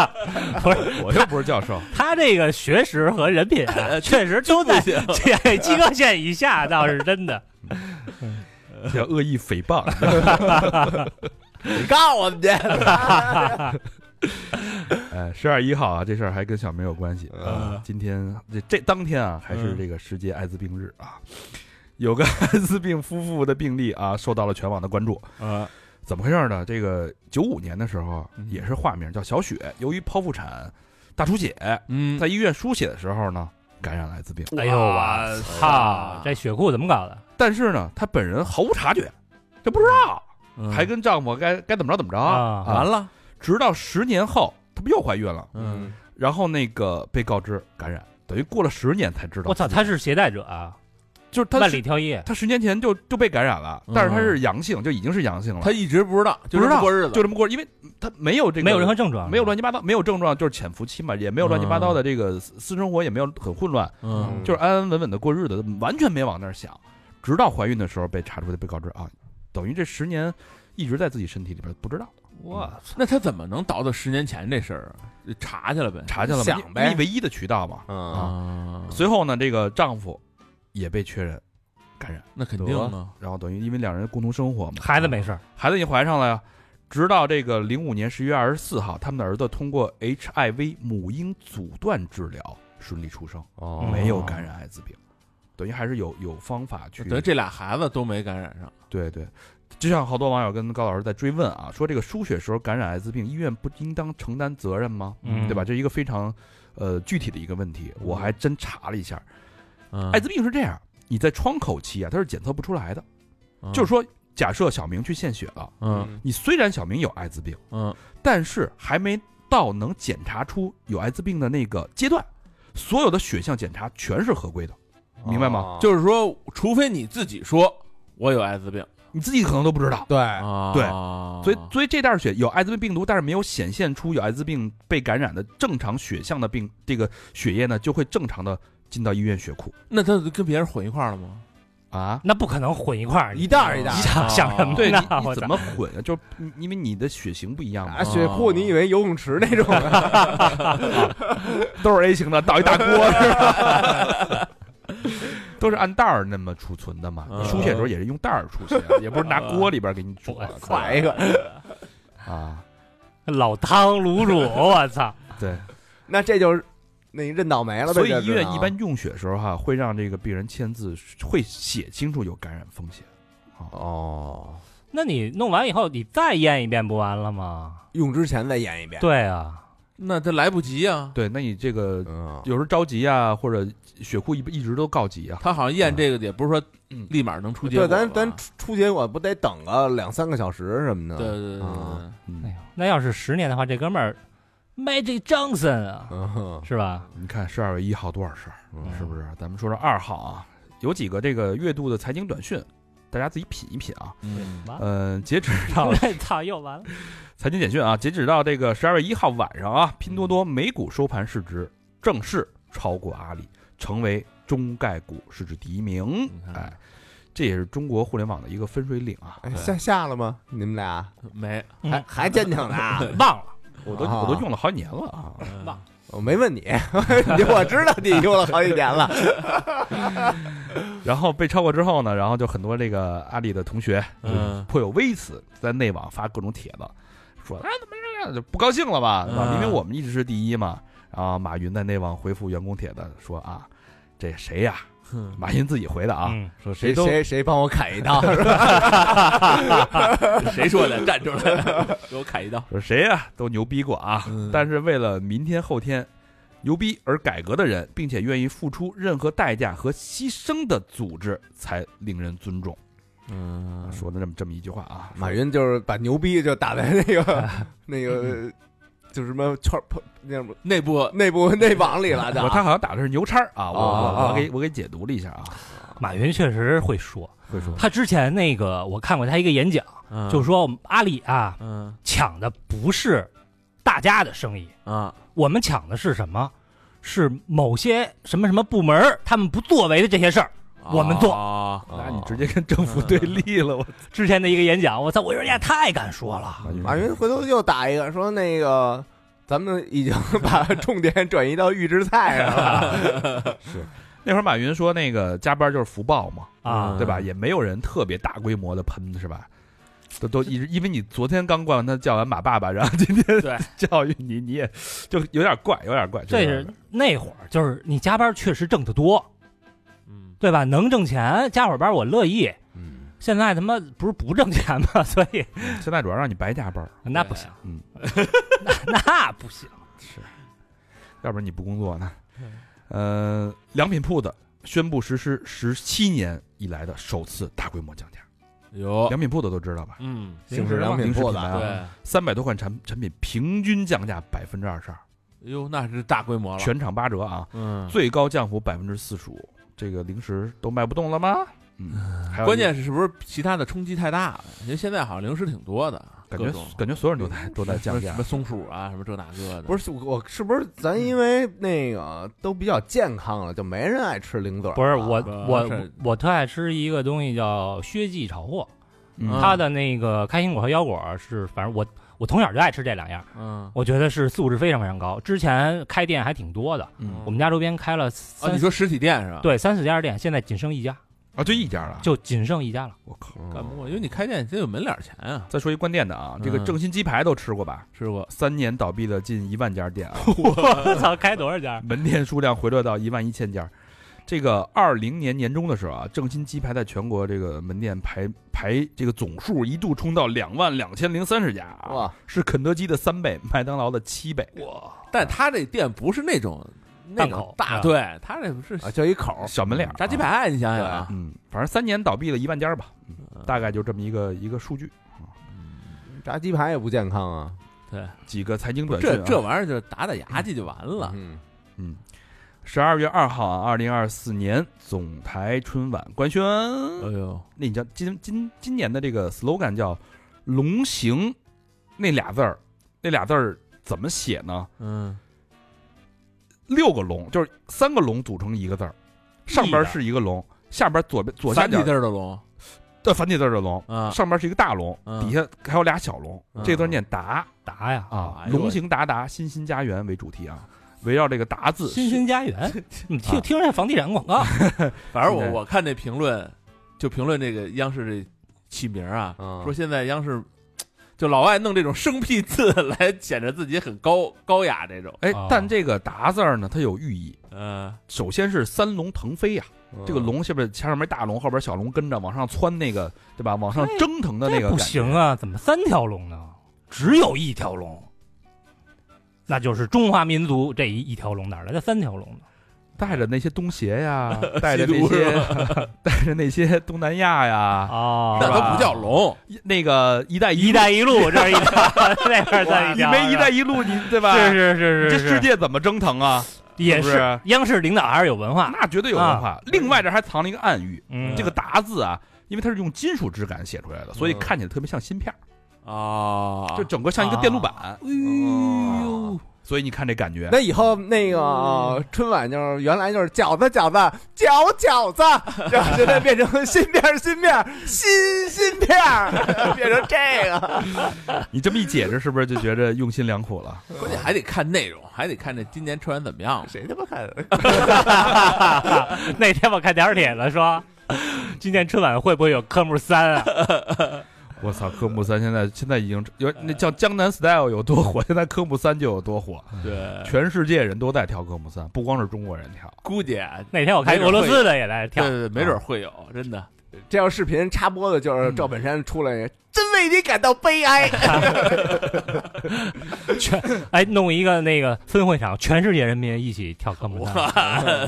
[SPEAKER 4] 不是
[SPEAKER 3] 我又不是教 授，
[SPEAKER 4] 他这个学识和人品
[SPEAKER 5] 呃
[SPEAKER 4] 啊，确实都在这及格线以下，倒是真的。
[SPEAKER 3] 叫恶意诽谤。
[SPEAKER 2] 你告诉我们去，
[SPEAKER 3] 哎，十二一号啊，这事儿还跟小明有关系。啊
[SPEAKER 5] 嗯
[SPEAKER 3] 今天这这当天啊，还是这个世界艾滋病 日啊，有个艾滋病夫妇的病例啊，受到了全网的关注。
[SPEAKER 5] 啊
[SPEAKER 3] 怎么回事呢？这个九五年的时候啊
[SPEAKER 5] 嗯
[SPEAKER 3] 也是化名叫小雪，由于剖腹产大出血，
[SPEAKER 5] 嗯
[SPEAKER 3] 在医院输血的时候呢感染了艾滋病，
[SPEAKER 4] 哎 呦
[SPEAKER 5] 哇
[SPEAKER 4] 我操，这血库怎么搞的？
[SPEAKER 3] 但是呢她本人毫无察觉，这不知道，
[SPEAKER 5] 嗯
[SPEAKER 3] 还跟丈夫该该怎么着怎么着，
[SPEAKER 4] 啊
[SPEAKER 3] 完
[SPEAKER 5] 完
[SPEAKER 3] 了，
[SPEAKER 5] 了，
[SPEAKER 3] 直到十年后她不又怀孕了，
[SPEAKER 5] 嗯，
[SPEAKER 3] 然后那个被告知感染，等于过了十年才知道，
[SPEAKER 4] 我操，他是携带者啊，
[SPEAKER 3] 就是她
[SPEAKER 4] 万
[SPEAKER 3] 是
[SPEAKER 4] 里挑一。
[SPEAKER 3] 她十年前就就被感染了，但是她是阳性，就已经是阳性了，
[SPEAKER 5] 他一直不知道，就
[SPEAKER 3] 不
[SPEAKER 5] 这
[SPEAKER 3] 知
[SPEAKER 5] 么
[SPEAKER 3] 道
[SPEAKER 5] 过日子，
[SPEAKER 3] 就这么过，因为她没有这个
[SPEAKER 4] 没有任何症状，
[SPEAKER 3] 没有乱七八糟，没有症状，就是潜伏期嘛，也没有乱七八糟的这个私私生活，也没有很混乱，
[SPEAKER 5] 嗯
[SPEAKER 3] 就是安安稳稳的过日子，完全没往那儿想。直到怀孕的时候被查出来，被告知啊，等于这十年一直在自己身体里边不知道，
[SPEAKER 4] 我操，
[SPEAKER 5] 那他怎么能倒到十年前这事儿啊？就查去了呗，
[SPEAKER 3] 查去了嘛，
[SPEAKER 2] 想
[SPEAKER 3] 因
[SPEAKER 2] 呗
[SPEAKER 3] 因为唯一的渠道嘛。
[SPEAKER 2] 嗯，
[SPEAKER 5] 啊，
[SPEAKER 3] 随后呢，这个丈夫也被确认感染，
[SPEAKER 5] 那肯定呢，
[SPEAKER 3] 然后等于因为两人共同生活嘛，
[SPEAKER 4] 孩子没事儿，
[SPEAKER 3] 孩子已经怀上了呀。直到这个零五年十一月二十四号，他们的儿子通过 HIV 母婴阻断治疗顺利出生。
[SPEAKER 5] 嗯
[SPEAKER 2] 哦
[SPEAKER 3] 没有感染艾滋病，等于还是有有方法去。
[SPEAKER 5] 等于这俩孩子都没感染上，
[SPEAKER 3] 对对，就像好多网友跟高老师在追问啊，说这个输血时候感染艾滋病，医院不应当承担责任吗？
[SPEAKER 4] 嗯
[SPEAKER 3] 对吧？这是一个非常呃具体的一个问题，我还真查了一下，
[SPEAKER 5] 嗯
[SPEAKER 3] 艾滋病是这样，你在窗口期啊，它是检测不出来的，
[SPEAKER 5] 嗯
[SPEAKER 3] 就是说。假设小明去献血了，
[SPEAKER 5] 嗯
[SPEAKER 3] 你虽然小明有艾滋病，
[SPEAKER 5] 嗯
[SPEAKER 3] 但是还没到能检查出有艾滋病的那个阶段，所有的血项检查全是合规的，嗯明白
[SPEAKER 2] 哦
[SPEAKER 3] 吗？
[SPEAKER 5] 就是说，除非你自己说我有艾滋病
[SPEAKER 3] 你自己可能都不知道。
[SPEAKER 2] 对，
[SPEAKER 5] 啊，
[SPEAKER 3] 对所以，所以这袋血有艾滋病病毒，但是没有显现出有艾滋病被感染的正常血项的病，这个血液呢就会正常的进到医院血库
[SPEAKER 5] 那他跟别人混一块儿了吗？
[SPEAKER 3] 啊。
[SPEAKER 4] 那不可能混一块儿，
[SPEAKER 2] 一袋儿一袋儿
[SPEAKER 4] 想想什么呢？
[SPEAKER 3] 对你
[SPEAKER 4] 我
[SPEAKER 3] 你
[SPEAKER 4] 操
[SPEAKER 3] 怎么混啊？就是你因为你的血型不一样 嘛
[SPEAKER 2] 啊，，血
[SPEAKER 3] 哦
[SPEAKER 2] 库你以为游泳池那 种的？
[SPEAKER 3] 都是 A 型的，倒一大 锅是吧都是按袋儿那么储存的嘛。
[SPEAKER 5] 嗯
[SPEAKER 3] 你输血的时候也是用袋儿 输血，也不是拿锅里边给你煮
[SPEAKER 4] 我
[SPEAKER 3] 的
[SPEAKER 4] 操
[SPEAKER 2] 买一个。
[SPEAKER 3] 啊。
[SPEAKER 4] 老汤卤煮，我操！
[SPEAKER 3] 对，
[SPEAKER 2] 那这就是那你认倒霉了呗。
[SPEAKER 3] 所以
[SPEAKER 2] 这
[SPEAKER 3] 医
[SPEAKER 2] 是啊
[SPEAKER 3] 院一般用血的时候哈，会让这个病人签字，会写清楚有感染风险。啊
[SPEAKER 2] 哦，
[SPEAKER 4] 那你弄完以后，你再验一遍不完了吗？
[SPEAKER 2] 用之前再验一遍。
[SPEAKER 4] 对啊，
[SPEAKER 5] 那他来不及啊，
[SPEAKER 3] 对，那你这个
[SPEAKER 2] 嗯，
[SPEAKER 3] 有时候着急啊，或者血库一一直都告急啊。
[SPEAKER 2] 哎
[SPEAKER 5] 他好像验这个也不是说
[SPEAKER 3] 嗯
[SPEAKER 5] 立马能出结
[SPEAKER 2] 对，
[SPEAKER 5] 果吧，
[SPEAKER 2] 咱咱
[SPEAKER 3] 啊
[SPEAKER 2] 出出结果不得等个两三个小时什么的？
[SPEAKER 5] 对对对对
[SPEAKER 2] 啊，
[SPEAKER 4] 哎
[SPEAKER 3] 嗯
[SPEAKER 4] 呦，，那要是十年的话，这哥们儿 Magic Johnson 啊，
[SPEAKER 2] 嗯哼，
[SPEAKER 4] 是吧？
[SPEAKER 3] 你看十二月一号多少事儿，
[SPEAKER 2] 嗯
[SPEAKER 3] 是不是？咱们说说二号啊，有几个这个月度的财经短讯，大家自己品一品啊。
[SPEAKER 5] 嗯
[SPEAKER 4] 完了，
[SPEAKER 3] 嗯、截止到
[SPEAKER 4] 操，又完了。
[SPEAKER 3] 财经简讯啊，截止到这个十二月一号晚上啊，拼多多每股收盘市值正式超过阿里，成为中概股市值第一名
[SPEAKER 5] 你。看
[SPEAKER 3] 哎，这也是中国互联网的一个分水岭啊。
[SPEAKER 2] 哎
[SPEAKER 5] 对
[SPEAKER 2] 下下了吗？你们俩
[SPEAKER 5] 没
[SPEAKER 2] 还
[SPEAKER 4] 嗯，
[SPEAKER 2] 还坚 挺呢？
[SPEAKER 4] 忘了，
[SPEAKER 3] 我都
[SPEAKER 2] 啊
[SPEAKER 3] 我都用了好几年了啊。
[SPEAKER 4] 忘了。
[SPEAKER 2] 我没问你， 你我知道你用了好几 年了。
[SPEAKER 3] 然后被超过之后呢，然后就很多这个阿里的同学就
[SPEAKER 5] 嗯
[SPEAKER 3] 颇有微词，在内网发各种帖子，说啊怎么这样就不高兴了吧，对吧？
[SPEAKER 5] 嗯
[SPEAKER 3] 明明我们一直是第一嘛。然后马云在内网回复员工帖子说啊，这谁呀、
[SPEAKER 5] 嗯
[SPEAKER 3] 马云自己回的啊，
[SPEAKER 4] 嗯，
[SPEAKER 3] 说
[SPEAKER 2] 谁
[SPEAKER 3] 都
[SPEAKER 2] 谁谁帮我砍 一刀？是吧
[SPEAKER 5] 谁说的？站出来，给我砍一刀。
[SPEAKER 3] 说谁呀、都牛逼过啊，
[SPEAKER 5] 嗯
[SPEAKER 3] 但是为了明天后天牛逼而改革的人，并且愿意付出任何代价和牺牲的组织才令人尊重。啊
[SPEAKER 5] 嗯
[SPEAKER 3] 说的这么这么一句话啊，
[SPEAKER 2] 马云就是把牛逼就打在那个 那个，就是什么圈儿那什么
[SPEAKER 5] 内部
[SPEAKER 2] 内部内网里了，就
[SPEAKER 3] 我他好像打的是牛叉儿啊，我
[SPEAKER 2] 啊
[SPEAKER 3] 我
[SPEAKER 2] 啊
[SPEAKER 3] 我给我给解读了一下啊，
[SPEAKER 4] 马云确实会说，
[SPEAKER 3] 会说
[SPEAKER 4] 他之前那个我看过他一个演讲，
[SPEAKER 5] 嗯
[SPEAKER 4] 就说我们阿里啊
[SPEAKER 5] 嗯
[SPEAKER 4] 抢的不是大家的生意，
[SPEAKER 5] 啊
[SPEAKER 4] 我们抢的是什么？是某些什么什么部门儿他们不作为的这些事儿。我们做
[SPEAKER 5] 啊
[SPEAKER 3] 那你直接跟政
[SPEAKER 2] 嗯
[SPEAKER 3] 府对立了，我
[SPEAKER 4] 之前的一个演讲，我操，我说人家太敢说了，
[SPEAKER 2] 马云回头又打一个说那个，咱们已经把重点转移到预制菜 上了。
[SPEAKER 3] 那会儿马云说那个加班就是福报嘛，
[SPEAKER 4] 啊
[SPEAKER 3] 嗯对吧？也没有人特别大规模的喷是吧？都都一直因为你昨天刚管他叫完马爸爸，然后今天
[SPEAKER 5] 对
[SPEAKER 3] 教育你，你也就有点怪，有点怪。
[SPEAKER 4] 这
[SPEAKER 3] 有点
[SPEAKER 4] 是
[SPEAKER 3] 怪
[SPEAKER 4] 那会儿，就是你加班确实挣得多，
[SPEAKER 5] 嗯
[SPEAKER 4] 对吧？能挣钱，加会儿班我乐意。
[SPEAKER 2] 嗯，
[SPEAKER 4] 现在他妈不是不挣钱吗？所以
[SPEAKER 3] 现在主要让你白加班儿，
[SPEAKER 4] 那不行，
[SPEAKER 3] 嗯，
[SPEAKER 4] 那 那不行。
[SPEAKER 3] 要不然你不工作呢。
[SPEAKER 5] 嗯
[SPEAKER 3] 呃，良品铺子宣布实施十七年以来的首次大规模降价，
[SPEAKER 5] 有，
[SPEAKER 3] 良品铺子都知道吧？
[SPEAKER 5] 嗯，
[SPEAKER 4] 零食嘛
[SPEAKER 2] 良，品
[SPEAKER 3] 零食
[SPEAKER 2] 铺
[SPEAKER 3] 品
[SPEAKER 2] 子
[SPEAKER 3] 牌
[SPEAKER 5] 哦对
[SPEAKER 3] 啊，，三百多款产产品平均降价百分之二十二，
[SPEAKER 5] 哟，那是大规模了，
[SPEAKER 3] 全场八折啊，
[SPEAKER 5] 嗯，
[SPEAKER 3] 最高降幅百分之四十五。这个零食都卖不动了吗？嗯，还有一
[SPEAKER 5] 关键是是不是其他的冲击太大了？因为现在好像零食挺多的，
[SPEAKER 3] 感
[SPEAKER 5] 各
[SPEAKER 3] 觉
[SPEAKER 5] 种
[SPEAKER 3] 感觉所有人都在都在
[SPEAKER 5] 什
[SPEAKER 3] 降
[SPEAKER 5] 么
[SPEAKER 3] 价
[SPEAKER 5] 什么，松鼠啊，什么这那个的，
[SPEAKER 2] 不是我，是不是咱因为那个都比较健康了，就没人爱吃零嘴儿了？
[SPEAKER 4] 不是我
[SPEAKER 5] 啊
[SPEAKER 4] 我
[SPEAKER 5] 是
[SPEAKER 4] 我特爱吃一个东西叫薛记炒货，
[SPEAKER 3] 嗯
[SPEAKER 5] 啊
[SPEAKER 4] 它的那个开心果和腰果是，反正我我从小就爱吃这两样，
[SPEAKER 5] 嗯，
[SPEAKER 4] 我觉得是素质非常非常高。之前开店还挺多的，
[SPEAKER 3] 嗯
[SPEAKER 4] 我们家周边开了
[SPEAKER 5] 啊，
[SPEAKER 4] 三
[SPEAKER 5] 你说实体店是吧？，
[SPEAKER 4] 对三四家店，现在仅剩一家，
[SPEAKER 3] 啊，就一家了。
[SPEAKER 4] 就仅剩一家了。
[SPEAKER 3] 我靠！
[SPEAKER 5] 干不过，因为你开店得有门脸钱啊，
[SPEAKER 3] 再说一关店的啊，这个
[SPEAKER 5] 嗯
[SPEAKER 3] 正新鸡排都吃过吧？
[SPEAKER 5] 吃过
[SPEAKER 3] 三年倒闭了近一万家店啊，
[SPEAKER 4] 我 操，开多少家？
[SPEAKER 3] 门店数量回落到一万一千家。这个二零年年中的时候啊，正新鸡排在全国这个门店排排这个总数一度冲到两万两千零三十家啊，
[SPEAKER 2] 哇，
[SPEAKER 3] 是肯德基的三倍，麦当劳的七倍。
[SPEAKER 5] 但他这店不是那种那
[SPEAKER 4] 档
[SPEAKER 5] 种
[SPEAKER 4] 口
[SPEAKER 5] 大，
[SPEAKER 4] 啊
[SPEAKER 5] 对他这不是
[SPEAKER 2] 啊，就一口儿，
[SPEAKER 3] 小门脸儿啊
[SPEAKER 5] 炸鸡，排，你想想啊，
[SPEAKER 3] 嗯，反正三年倒闭了一万家吧，嗯
[SPEAKER 5] 嗯
[SPEAKER 3] 大概就这么一个一个数据。
[SPEAKER 2] 炸鸡排也不健康啊。
[SPEAKER 5] 对，
[SPEAKER 3] 几个财经短讯、啊
[SPEAKER 5] 这，这玩意儿就是打打牙祭就完了，
[SPEAKER 2] 嗯，
[SPEAKER 3] 嗯，十二月二号啊，二零二四年总台春晚官宣，
[SPEAKER 5] 哎呦，
[SPEAKER 3] 那你知道今今今年的这个 slogan 叫“龙行”，那俩字儿，那俩字儿怎么写呢？
[SPEAKER 5] 嗯，
[SPEAKER 3] 六个龙，就是三个龙组成一个字儿，上边是一个龙，下边左边左下
[SPEAKER 5] 繁体
[SPEAKER 3] 角
[SPEAKER 5] 字儿的龙
[SPEAKER 3] 呃繁体字儿的龙，
[SPEAKER 5] 啊，
[SPEAKER 3] 上边是一个大龙，
[SPEAKER 5] 嗯
[SPEAKER 3] 底下还有俩小龙，
[SPEAKER 5] 嗯
[SPEAKER 3] 这字儿念达
[SPEAKER 4] 答呀，
[SPEAKER 3] 啊
[SPEAKER 5] 哎，呦喂
[SPEAKER 3] 龙行达达，欣欣家园为主题啊，围绕这个达字，
[SPEAKER 4] 欣欣家园，你
[SPEAKER 3] 啊
[SPEAKER 4] 听听这房地产广告，
[SPEAKER 5] 反正
[SPEAKER 3] 现在
[SPEAKER 5] 我我看这评论，就评论这个央视这起名啊，
[SPEAKER 2] 嗯
[SPEAKER 5] 说现在央视就老爱弄这种生僻字 来显得自己很高高雅这种，
[SPEAKER 3] 哎
[SPEAKER 4] 哦，
[SPEAKER 3] 但这个达字儿呢，它有寓意，
[SPEAKER 5] 嗯、
[SPEAKER 3] 首先是三龙腾飞呀、
[SPEAKER 4] 嗯
[SPEAKER 3] 这个龙下边前面大龙，后边小龙跟着往上窜，那个对吧？往上蒸腾的那个
[SPEAKER 4] 不
[SPEAKER 3] 感觉
[SPEAKER 4] 行！啊，怎么三条龙呢？只有一条龙，那就是中华民族这一一条龙，哪来的三条龙呢？
[SPEAKER 3] 带着那些东协 呀，带着
[SPEAKER 5] 吸
[SPEAKER 3] 那
[SPEAKER 5] 毒
[SPEAKER 3] 些
[SPEAKER 5] 是，
[SPEAKER 3] 带着那些东南亚呀，
[SPEAKER 4] 哦
[SPEAKER 5] 那
[SPEAKER 3] 是吧
[SPEAKER 5] 都不叫龙，
[SPEAKER 3] 一那个“一带
[SPEAKER 4] 一
[SPEAKER 3] 路
[SPEAKER 4] 带一路，这是一 条，那边在一
[SPEAKER 3] 你
[SPEAKER 4] 条，
[SPEAKER 3] 没“一带
[SPEAKER 4] 一
[SPEAKER 3] 一路”，你对吧？
[SPEAKER 4] 是是是
[SPEAKER 3] 你
[SPEAKER 4] 是
[SPEAKER 3] 这
[SPEAKER 4] 是，
[SPEAKER 3] 世界怎么蒸腾啊？
[SPEAKER 4] 也
[SPEAKER 3] 是不是
[SPEAKER 4] 央视领导还是有文化，
[SPEAKER 3] 那绝对有文
[SPEAKER 4] 啊
[SPEAKER 3] 化。另外这还藏了一个暗喻，
[SPEAKER 4] 嗯，
[SPEAKER 3] 这个“达”字啊，因为它是用金属质感写出来的，所以
[SPEAKER 2] 嗯
[SPEAKER 3] 看起来特别像芯片儿，
[SPEAKER 5] 啊，
[SPEAKER 3] 就整个像一个电路板。
[SPEAKER 2] 哎
[SPEAKER 4] 呦，
[SPEAKER 3] 所以你看这感觉，
[SPEAKER 2] 那以后那个呃春晚就是原来就是饺子饺子饺饺子，然后现在变成芯片儿芯片儿新芯片儿，变成这个。
[SPEAKER 3] 你这么一解释，是不是就觉着用心良苦了？
[SPEAKER 5] 关键还得看内容，还得看这今年春晚怎么样。
[SPEAKER 2] 谁他妈看？
[SPEAKER 4] 那天我看点儿帖子说，今年春晚会不会有科目三啊？
[SPEAKER 3] 我操，科目三现在现在已经有那叫江南 style 有多火，现在科目三就有多火，
[SPEAKER 5] 对，
[SPEAKER 3] 全世界人都在跳科目三，不光是中国人跳。
[SPEAKER 5] 估计啊
[SPEAKER 4] 那天我看俄罗斯的也在
[SPEAKER 5] 对
[SPEAKER 4] 跳，
[SPEAKER 5] 对对，没准会有，真的。
[SPEAKER 2] 这要视频插播的就是赵本山出来，真为你感到悲哀。
[SPEAKER 4] 哎，弄一个那个分会场，全世界人民一起跳科目三。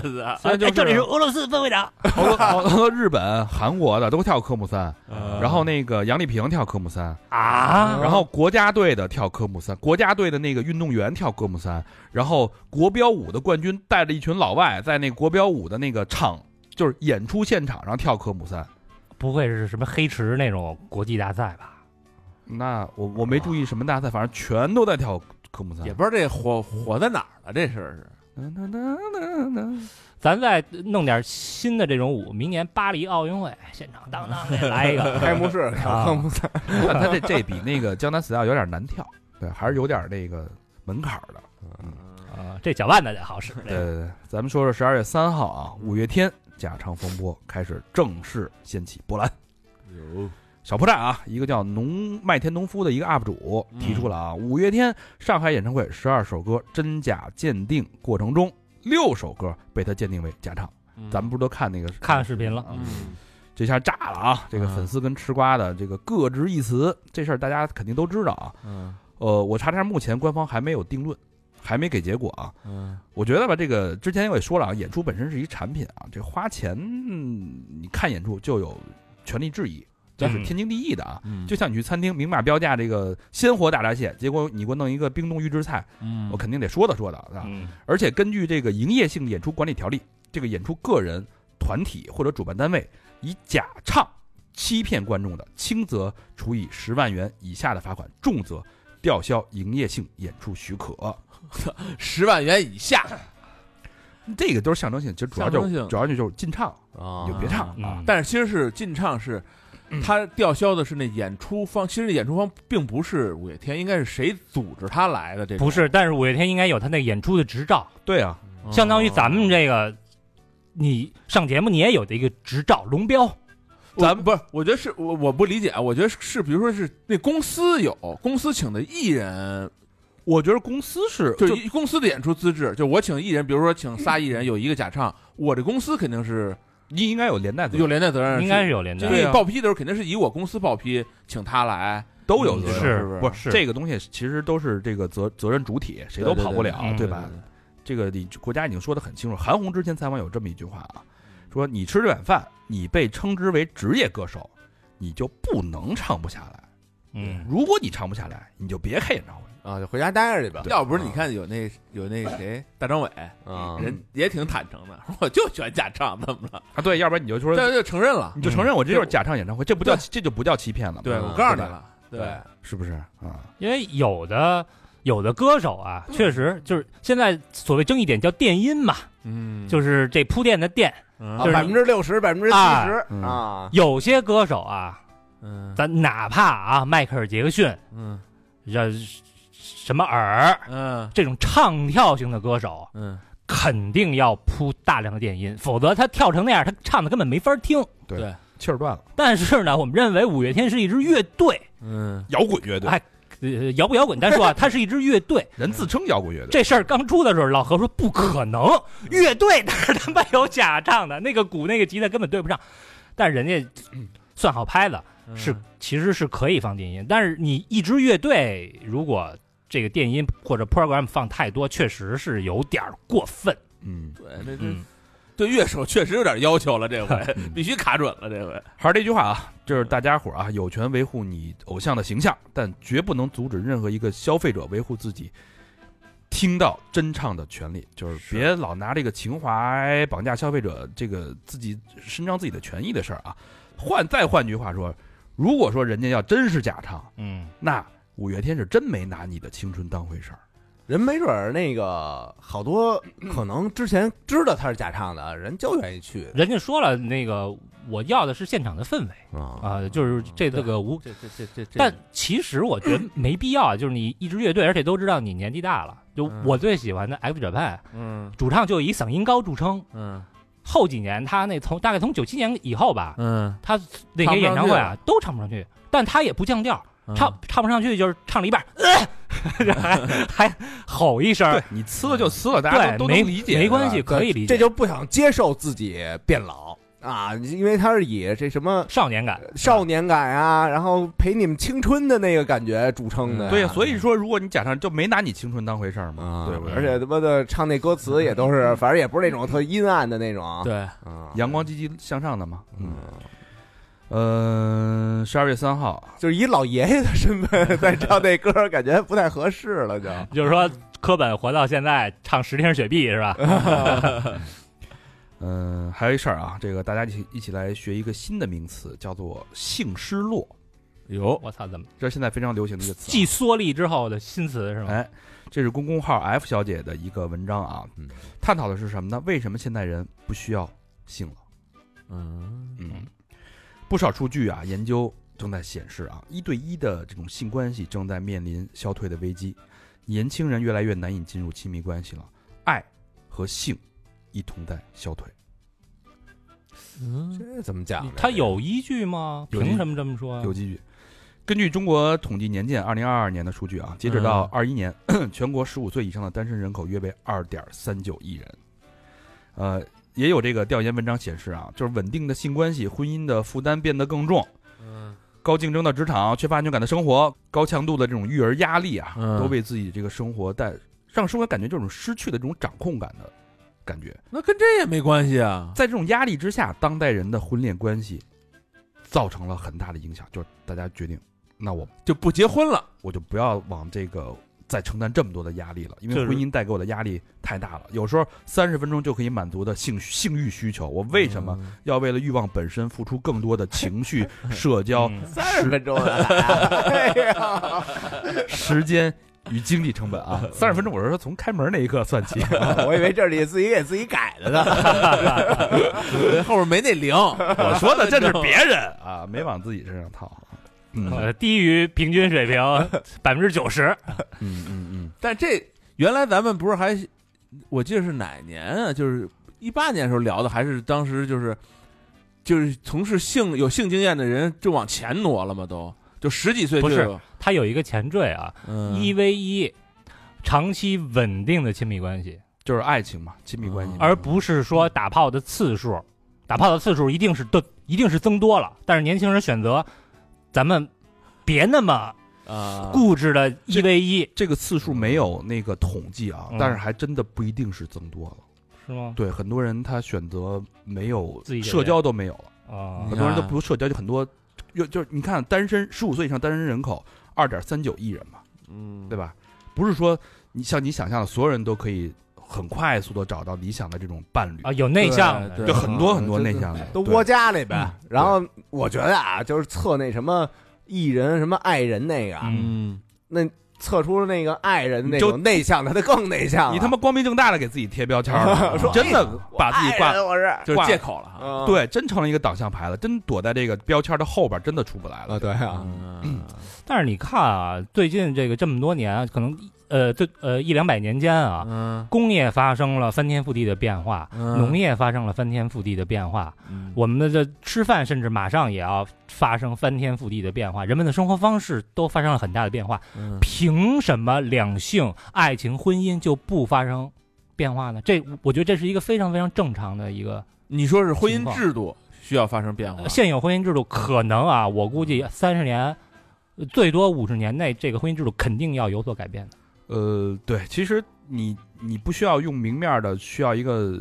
[SPEAKER 3] 现在就
[SPEAKER 4] 哎，这里是
[SPEAKER 3] 是
[SPEAKER 4] 俄罗斯分会场。
[SPEAKER 3] 好多好多日本、韩国的都跳科目三，
[SPEAKER 5] 嗯
[SPEAKER 3] 然后那个杨丽萍跳科目三，
[SPEAKER 4] 啊，
[SPEAKER 3] 然后国家队的跳科目三，国家队的那个运动员跳科目三，然后国标舞的冠军带着一群老外在那国标舞的那个场，就是演出现场上跳科目三。
[SPEAKER 4] 不会是什么黑池那种国际大赛吧？
[SPEAKER 3] 那我我没注意什么大赛，反正全都在跳科目三
[SPEAKER 5] 也。不知道这火火在哪儿了，这事儿是。
[SPEAKER 4] 咱再弄点新的这种舞，明年巴黎奥运会现场当当给来一 个。
[SPEAKER 2] 开幕 式
[SPEAKER 4] 啊
[SPEAKER 2] 科目三，
[SPEAKER 3] 但 他这这比那个江南 style 有点难跳，对，还是有点那个门槛儿的。
[SPEAKER 4] 啊，这搅拌的得好使。
[SPEAKER 3] 对对对，咱们说说十二月三号啊，五月天假唱风波开始正式掀起波澜。
[SPEAKER 5] 有
[SPEAKER 3] 小破站啊，一个叫农麦田农夫的一个 UP 主
[SPEAKER 5] 嗯
[SPEAKER 3] 提出了啊，五月天上海演唱会十二首歌真假鉴定过程中，六首歌被他鉴定为假唱。咱们不是都看那个
[SPEAKER 4] 看视频了
[SPEAKER 3] 啊
[SPEAKER 5] 嗯
[SPEAKER 3] 这下炸了啊！这个粉丝跟吃瓜的这个各执一词，这事儿大家肯定都知道啊。
[SPEAKER 5] 嗯
[SPEAKER 3] 呃，我查了一下，目前官方还没有定论，还没给结果啊。
[SPEAKER 5] 嗯
[SPEAKER 3] 我觉得吧，这个之前我也说了啊，演出本身是一产品啊，这花钱、嗯你看演出就有权利质疑，这是
[SPEAKER 4] 对
[SPEAKER 3] 天经地义的啊。
[SPEAKER 5] 嗯
[SPEAKER 3] 就像你去餐厅明码标价这个鲜活大闸蟹，结果你给我弄一个冰冻预制菜，
[SPEAKER 5] 嗯
[SPEAKER 3] 我肯定得说道说道，是吧？
[SPEAKER 4] 嗯
[SPEAKER 3] 而且根据这个营业性演出管理条例，这个演出个人、团体或者主办单位以假唱欺骗观众的，轻则处以十万元以下的罚款，重则吊销营业性演出许可。
[SPEAKER 5] 十万元以下
[SPEAKER 3] 这个都是象征性，其实主要就
[SPEAKER 5] 象征性
[SPEAKER 3] 主要就就是禁唱，
[SPEAKER 5] 啊
[SPEAKER 3] 你就别唱啊。
[SPEAKER 4] 嗯，
[SPEAKER 5] 但是其实是进唱是，他吊销的是那演出方，其实演出方并不是五月天，应该是谁组织他来的这种，
[SPEAKER 4] 不是，但是五月天应该有他那个演出的执照，
[SPEAKER 3] 对啊，
[SPEAKER 5] 哦
[SPEAKER 4] 相当于咱们这个，你上节目你也有的一个执照龙标，
[SPEAKER 5] 我咱们不是，我觉得是我我不理解啊，我觉得是是，比如说是那公司有公司请的艺人，
[SPEAKER 3] 我觉得公司是
[SPEAKER 5] 就
[SPEAKER 3] 就
[SPEAKER 5] 一公司的演出资质，就我请艺人，比如说请仨艺人有一个假唱，我这公司肯定是
[SPEAKER 3] 你应该有连带责
[SPEAKER 5] 有
[SPEAKER 3] 任，
[SPEAKER 5] 连带责任，
[SPEAKER 4] 应该是
[SPEAKER 5] 是
[SPEAKER 4] 有连
[SPEAKER 5] 就
[SPEAKER 4] 带
[SPEAKER 5] 是
[SPEAKER 3] 对
[SPEAKER 5] 你
[SPEAKER 3] 啊
[SPEAKER 5] 报批的时候肯定是以我公司报批，请他来，
[SPEAKER 3] 都有责
[SPEAKER 5] 是
[SPEAKER 3] 任。
[SPEAKER 5] 不是
[SPEAKER 3] 不
[SPEAKER 4] 是
[SPEAKER 3] 这个东西其实都是这个责责任主体，谁都
[SPEAKER 5] 对对
[SPEAKER 3] 跑不
[SPEAKER 5] 对
[SPEAKER 3] 了，
[SPEAKER 4] 嗯
[SPEAKER 3] 对吧？这个你国家已经说得很清楚。韩红之前采访有这么一句话啊，说你吃这碗饭，你被称之为职业歌手，你就不能唱不下来。
[SPEAKER 4] 嗯，
[SPEAKER 3] 如果你唱不下来，你就别开演唱会。
[SPEAKER 2] 啊，就回家待着去吧。
[SPEAKER 5] 要不是你看有那有那谁大张伟，
[SPEAKER 2] 啊，
[SPEAKER 5] 人也挺坦诚的，我就喜欢假唱，怎么了？
[SPEAKER 3] 啊，对，要不然你就说，
[SPEAKER 5] 这就承认了。
[SPEAKER 3] 你就承认我这就是
[SPEAKER 5] 对
[SPEAKER 3] 假唱演唱会，这不叫这就不叫欺骗了嘛，
[SPEAKER 5] 对，
[SPEAKER 2] 嗯
[SPEAKER 5] 我告诉你
[SPEAKER 3] 对吧
[SPEAKER 5] 了，
[SPEAKER 2] 对
[SPEAKER 5] 对，
[SPEAKER 3] 是不是啊？
[SPEAKER 4] 因为有的有的歌手啊，确实就是现在所谓争议点叫电音嘛，
[SPEAKER 5] 嗯
[SPEAKER 4] 就是这铺垫的垫，
[SPEAKER 2] 啊，
[SPEAKER 4] 就是
[SPEAKER 2] 百分之六十、百分之七
[SPEAKER 4] 哎
[SPEAKER 2] 十
[SPEAKER 3] 嗯
[SPEAKER 2] 啊，
[SPEAKER 4] 有些歌手啊，
[SPEAKER 5] 嗯
[SPEAKER 4] 咱哪怕啊迈克尔杰克逊，
[SPEAKER 5] 嗯
[SPEAKER 4] 这什么尔
[SPEAKER 5] 嗯
[SPEAKER 4] 这种唱跳型的歌手，
[SPEAKER 5] 嗯，
[SPEAKER 4] 肯定要铺大量的电音，否则他跳成那样，他唱的根本没法听。
[SPEAKER 3] 气儿断了，
[SPEAKER 4] 但是呢，我们认为五月天是一支乐队，
[SPEAKER 5] 嗯
[SPEAKER 3] 摇滚乐队
[SPEAKER 4] 哎呃摇不摇滚单说啊，它是一支乐队。
[SPEAKER 3] 人自称摇滚乐队，
[SPEAKER 4] 这事儿刚出的时候，老何说不可能，乐队哪儿他妈有假唱的？那个鼓那个吉他根本对不上。但是人家算好拍的，
[SPEAKER 5] 嗯
[SPEAKER 4] 是其实是可以放电音，但是你一支乐队如果这个电音或者 program 放太多，确实是有点儿过分。
[SPEAKER 3] 嗯，
[SPEAKER 5] 对，这这
[SPEAKER 4] 嗯，
[SPEAKER 5] 对乐手确实有点要求了，这回
[SPEAKER 3] 嗯
[SPEAKER 5] 必须卡准了，这回
[SPEAKER 3] 还是这句话啊，就是大家伙儿啊，有权维护你偶像的形象，但绝不能阻止任何一个消费者维护自己听到真唱的权利。就是
[SPEAKER 5] 是
[SPEAKER 3] 别老拿这个情怀绑架消费者，这个自己伸张自己的权益的事儿啊。换再换句话说，如果说人家要真是假唱，
[SPEAKER 4] 嗯，
[SPEAKER 3] 那五月天是真没拿你的青春当回事儿。
[SPEAKER 2] 人没准儿那个好多可能之前知道他是假唱的人就愿意去
[SPEAKER 4] 人家说了，那个我要的是现场的氛围
[SPEAKER 2] 啊，
[SPEAKER 4] 啊、就是这这个无。
[SPEAKER 5] 这这这这这
[SPEAKER 4] 但其实我觉得没必要啊，就是你一支乐队，而且都知道你年纪大了。就
[SPEAKER 5] 嗯
[SPEAKER 4] 我最喜欢的 X 者派
[SPEAKER 5] 嗯
[SPEAKER 4] 主唱就以嗓音高著称，
[SPEAKER 5] 嗯
[SPEAKER 4] 后几年他那从大概从九七年以后吧，
[SPEAKER 5] 嗯，
[SPEAKER 4] 他那些演唱会啊都唱不上去，但他也不降调，
[SPEAKER 5] 嗯
[SPEAKER 4] 唱唱不上去就是唱了一半，呃、 还还吼一声，
[SPEAKER 3] 对你呲了就呲了，大家
[SPEAKER 4] 对，
[SPEAKER 3] 都都
[SPEAKER 4] 没
[SPEAKER 3] 能理解，
[SPEAKER 4] 没关
[SPEAKER 3] 对
[SPEAKER 4] 系，
[SPEAKER 3] 吧。
[SPEAKER 4] 可以理解。
[SPEAKER 2] 这就不想接受自己变老啊，因为他是以这什么
[SPEAKER 4] 少年感，
[SPEAKER 2] 少年感啊，然后陪你们青春的那个感觉著称的，
[SPEAKER 3] 嗯啊对
[SPEAKER 4] 嗯
[SPEAKER 3] 呀，所以说，如果你假唱，就没拿你青春当回事儿嘛，
[SPEAKER 2] 啊，
[SPEAKER 3] 对不对？
[SPEAKER 2] 而且他妈的唱那歌词也都是，反正也不是那种特阴暗的那种，
[SPEAKER 5] 对，
[SPEAKER 2] 啊，
[SPEAKER 4] 嗯
[SPEAKER 3] 阳光积极向上的嘛，嗯
[SPEAKER 2] 嗯。，
[SPEAKER 3] 嗯，十二月三号，
[SPEAKER 2] 就是以老爷爷的身份在唱那歌，感觉不太合适了，就
[SPEAKER 4] 就是说科本活到现在唱《十天雪碧》是吧？
[SPEAKER 3] 嗯，还有一事儿啊，这个大家一起一起来学一个新的名词，叫做性失落，
[SPEAKER 5] 有
[SPEAKER 4] 我操，怎么
[SPEAKER 3] 这是现在非常流行的一个词啊。
[SPEAKER 4] 继缩力之后的新词是吗？
[SPEAKER 3] 哎，这是公众号 F 小姐的一个文章啊，
[SPEAKER 2] 嗯
[SPEAKER 3] 探讨的是什么呢？为什么现代人不需要性了？
[SPEAKER 5] 嗯
[SPEAKER 3] 嗯，不少数据啊研究正在显示啊，一对一的这种性关系正在面临消退的危机，年轻人越来越难以进入亲密关系了，爱和性一同在消退。
[SPEAKER 5] 嗯
[SPEAKER 2] 这怎么讲呢？
[SPEAKER 4] 他有依据吗？
[SPEAKER 3] 有依据
[SPEAKER 4] 凭什么这么说呀？啊
[SPEAKER 3] 有几句。根据中国统计年鉴二零二二年的数据啊，截止到二一 年，全国十五岁以上的单身人口约为二点三九亿人。呃，也有这个调研文章显示啊，就是稳定的性关系，婚姻的负担变得更重，
[SPEAKER 5] 嗯
[SPEAKER 3] 高竞争的职场，缺乏安全感的生活，高强度的这种育儿压力啊，
[SPEAKER 5] 嗯
[SPEAKER 3] 都为自己这个生活带让生活感觉这种失去的这种掌控感的感觉。
[SPEAKER 5] 那跟这也没关系啊。
[SPEAKER 3] 在这种压力之下，当代人的婚恋关系造成了很大的影响，就是大家决定，那我
[SPEAKER 5] 就不结婚了，
[SPEAKER 3] 我就不要往这个再承担这么多的压力了，因为
[SPEAKER 4] 就是
[SPEAKER 3] 婚姻带给我的压力太大了。有时候三十分钟就可以满足的性性欲需求，我为什
[SPEAKER 4] 嗯
[SPEAKER 3] 么要为了欲望本身付出更多的情绪、 社交、
[SPEAKER 4] 嗯
[SPEAKER 2] 三十分钟了， 哎呀，
[SPEAKER 3] 时间与经济成本 啊？三十分钟，我是说从开门那一刻算起。
[SPEAKER 2] 我以为这里自己给自己改的呢。
[SPEAKER 5] 嗯？后边没那零，
[SPEAKER 3] 我说的这是别 人啊，没往自己身上套。嗯
[SPEAKER 4] 呃，低于平均 水平百分之九十，
[SPEAKER 3] 嗯嗯
[SPEAKER 5] 但这原来咱们不是还，我记得是哪年啊？就是一八年的时候聊的，还是当时就是就是从事性有性经验的人就往前挪了嘛都，就十几岁就
[SPEAKER 4] 不是
[SPEAKER 5] 有
[SPEAKER 4] 它有一个前缀啊，
[SPEAKER 5] 嗯
[SPEAKER 4] 一 v 一，长期稳定的亲密关系，
[SPEAKER 3] 就是爱情嘛，亲密关系
[SPEAKER 5] 嗯
[SPEAKER 3] 嘛。
[SPEAKER 4] 而不是说打炮的次数，打炮的次数一定是的，一定是增多了。但是年轻人选择，咱们别那么
[SPEAKER 5] 啊
[SPEAKER 4] 固执的一 v 一，
[SPEAKER 3] 这个次数没有那个统计啊，
[SPEAKER 4] 嗯
[SPEAKER 3] 但是还真的不一定是增多了。
[SPEAKER 4] 是吗？
[SPEAKER 3] 对，很多人他选择没有
[SPEAKER 4] 自己解决
[SPEAKER 3] 社交都没有了，
[SPEAKER 4] 啊
[SPEAKER 5] 嗯
[SPEAKER 3] 很多人都不社交，就很多，就就是你看单身十五岁以上单身人口二点三九亿人嘛，
[SPEAKER 5] 嗯
[SPEAKER 3] 对吧？不是说你像你想象的所有人都可以很快速的找到理想的这种伴侣，
[SPEAKER 4] 啊，有内向的
[SPEAKER 3] 就
[SPEAKER 5] 对对
[SPEAKER 3] 很多很多内向的
[SPEAKER 2] 都
[SPEAKER 3] 对
[SPEAKER 2] 窝家里边
[SPEAKER 3] 嗯。
[SPEAKER 2] 然后我觉得啊，就是测那什么艺人什么爱人那个啊，
[SPEAKER 4] 嗯
[SPEAKER 5] 嗯，
[SPEAKER 2] 那测出那个爱人那
[SPEAKER 3] 就
[SPEAKER 2] 种内向的，他更内向了。
[SPEAKER 3] 你他妈光明正大的给自己贴标签 了
[SPEAKER 2] 说，
[SPEAKER 3] 真的
[SPEAKER 4] 哎
[SPEAKER 2] 我
[SPEAKER 3] 把自己
[SPEAKER 2] 爱
[SPEAKER 3] 挂
[SPEAKER 2] 人我是
[SPEAKER 5] 就是借口了哈。
[SPEAKER 2] 嗯
[SPEAKER 3] 对，真成了一个挡像牌了，真躲在这个标签的后边，真的出不来了
[SPEAKER 2] 啊，。对 啊，
[SPEAKER 5] 嗯
[SPEAKER 4] 但是你看啊，最近这个这么多年啊，可能呃，这呃一两百年间啊，
[SPEAKER 5] 嗯
[SPEAKER 4] 工业发生了翻天覆地的变化，
[SPEAKER 5] 嗯
[SPEAKER 4] 农业发生了翻天覆地的变化，
[SPEAKER 5] 嗯
[SPEAKER 4] 我们的这吃饭甚至马上也要发生翻天覆地的变化，人们的生活方式都发生了很大的变化。
[SPEAKER 5] 嗯
[SPEAKER 4] 凭什么两性、爱情、婚姻就不发生变化呢？这我觉得这是一个非常非常正常的一个
[SPEAKER 5] 你说是婚
[SPEAKER 4] 情
[SPEAKER 5] 姻
[SPEAKER 4] 况呃
[SPEAKER 5] 制度需要发生变化，
[SPEAKER 4] 现有婚姻制度可能啊，我估计三十年，呃最多五十年内，这个婚姻制度肯定要有所改变的。
[SPEAKER 3] 呃，对，其实你你不需要用明面的，需要一个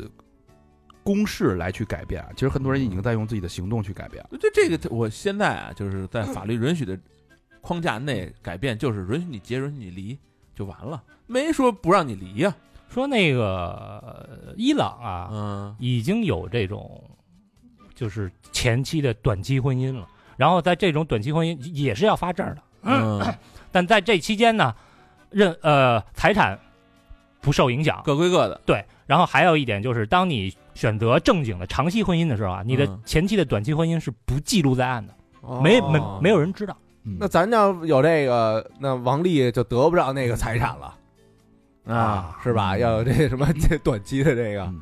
[SPEAKER 3] 公式来去改变啊。其实很多人已
[SPEAKER 2] 嗯
[SPEAKER 3] 经在用自己的行动去改变了。
[SPEAKER 5] 就这个，我现在啊，就是在法律允许的框架内改变，就是允许你结，允许你离，就完了，没说不让你离呀、
[SPEAKER 4] 说那个呃伊朗啊，
[SPEAKER 5] 嗯
[SPEAKER 4] 已经有这种就是前期的短期婚姻了，然后在这种短期婚姻也是要发证的，
[SPEAKER 5] 嗯，
[SPEAKER 4] 但在这期间呢，任呃财产不受影响，
[SPEAKER 5] 各归各的。
[SPEAKER 4] 对，然后还有一点就是，当你选择正经的长期婚姻的时候啊，你的
[SPEAKER 5] 嗯
[SPEAKER 4] 前期的短期婚姻是不记录在案的，没没
[SPEAKER 2] 哦
[SPEAKER 4] 没有人知道。
[SPEAKER 3] 嗯
[SPEAKER 2] 那咱要有这个，那王丽就得不着那个财产了
[SPEAKER 5] 啊，
[SPEAKER 2] 是吧？要有这什么这 短期的这个，
[SPEAKER 3] 嗯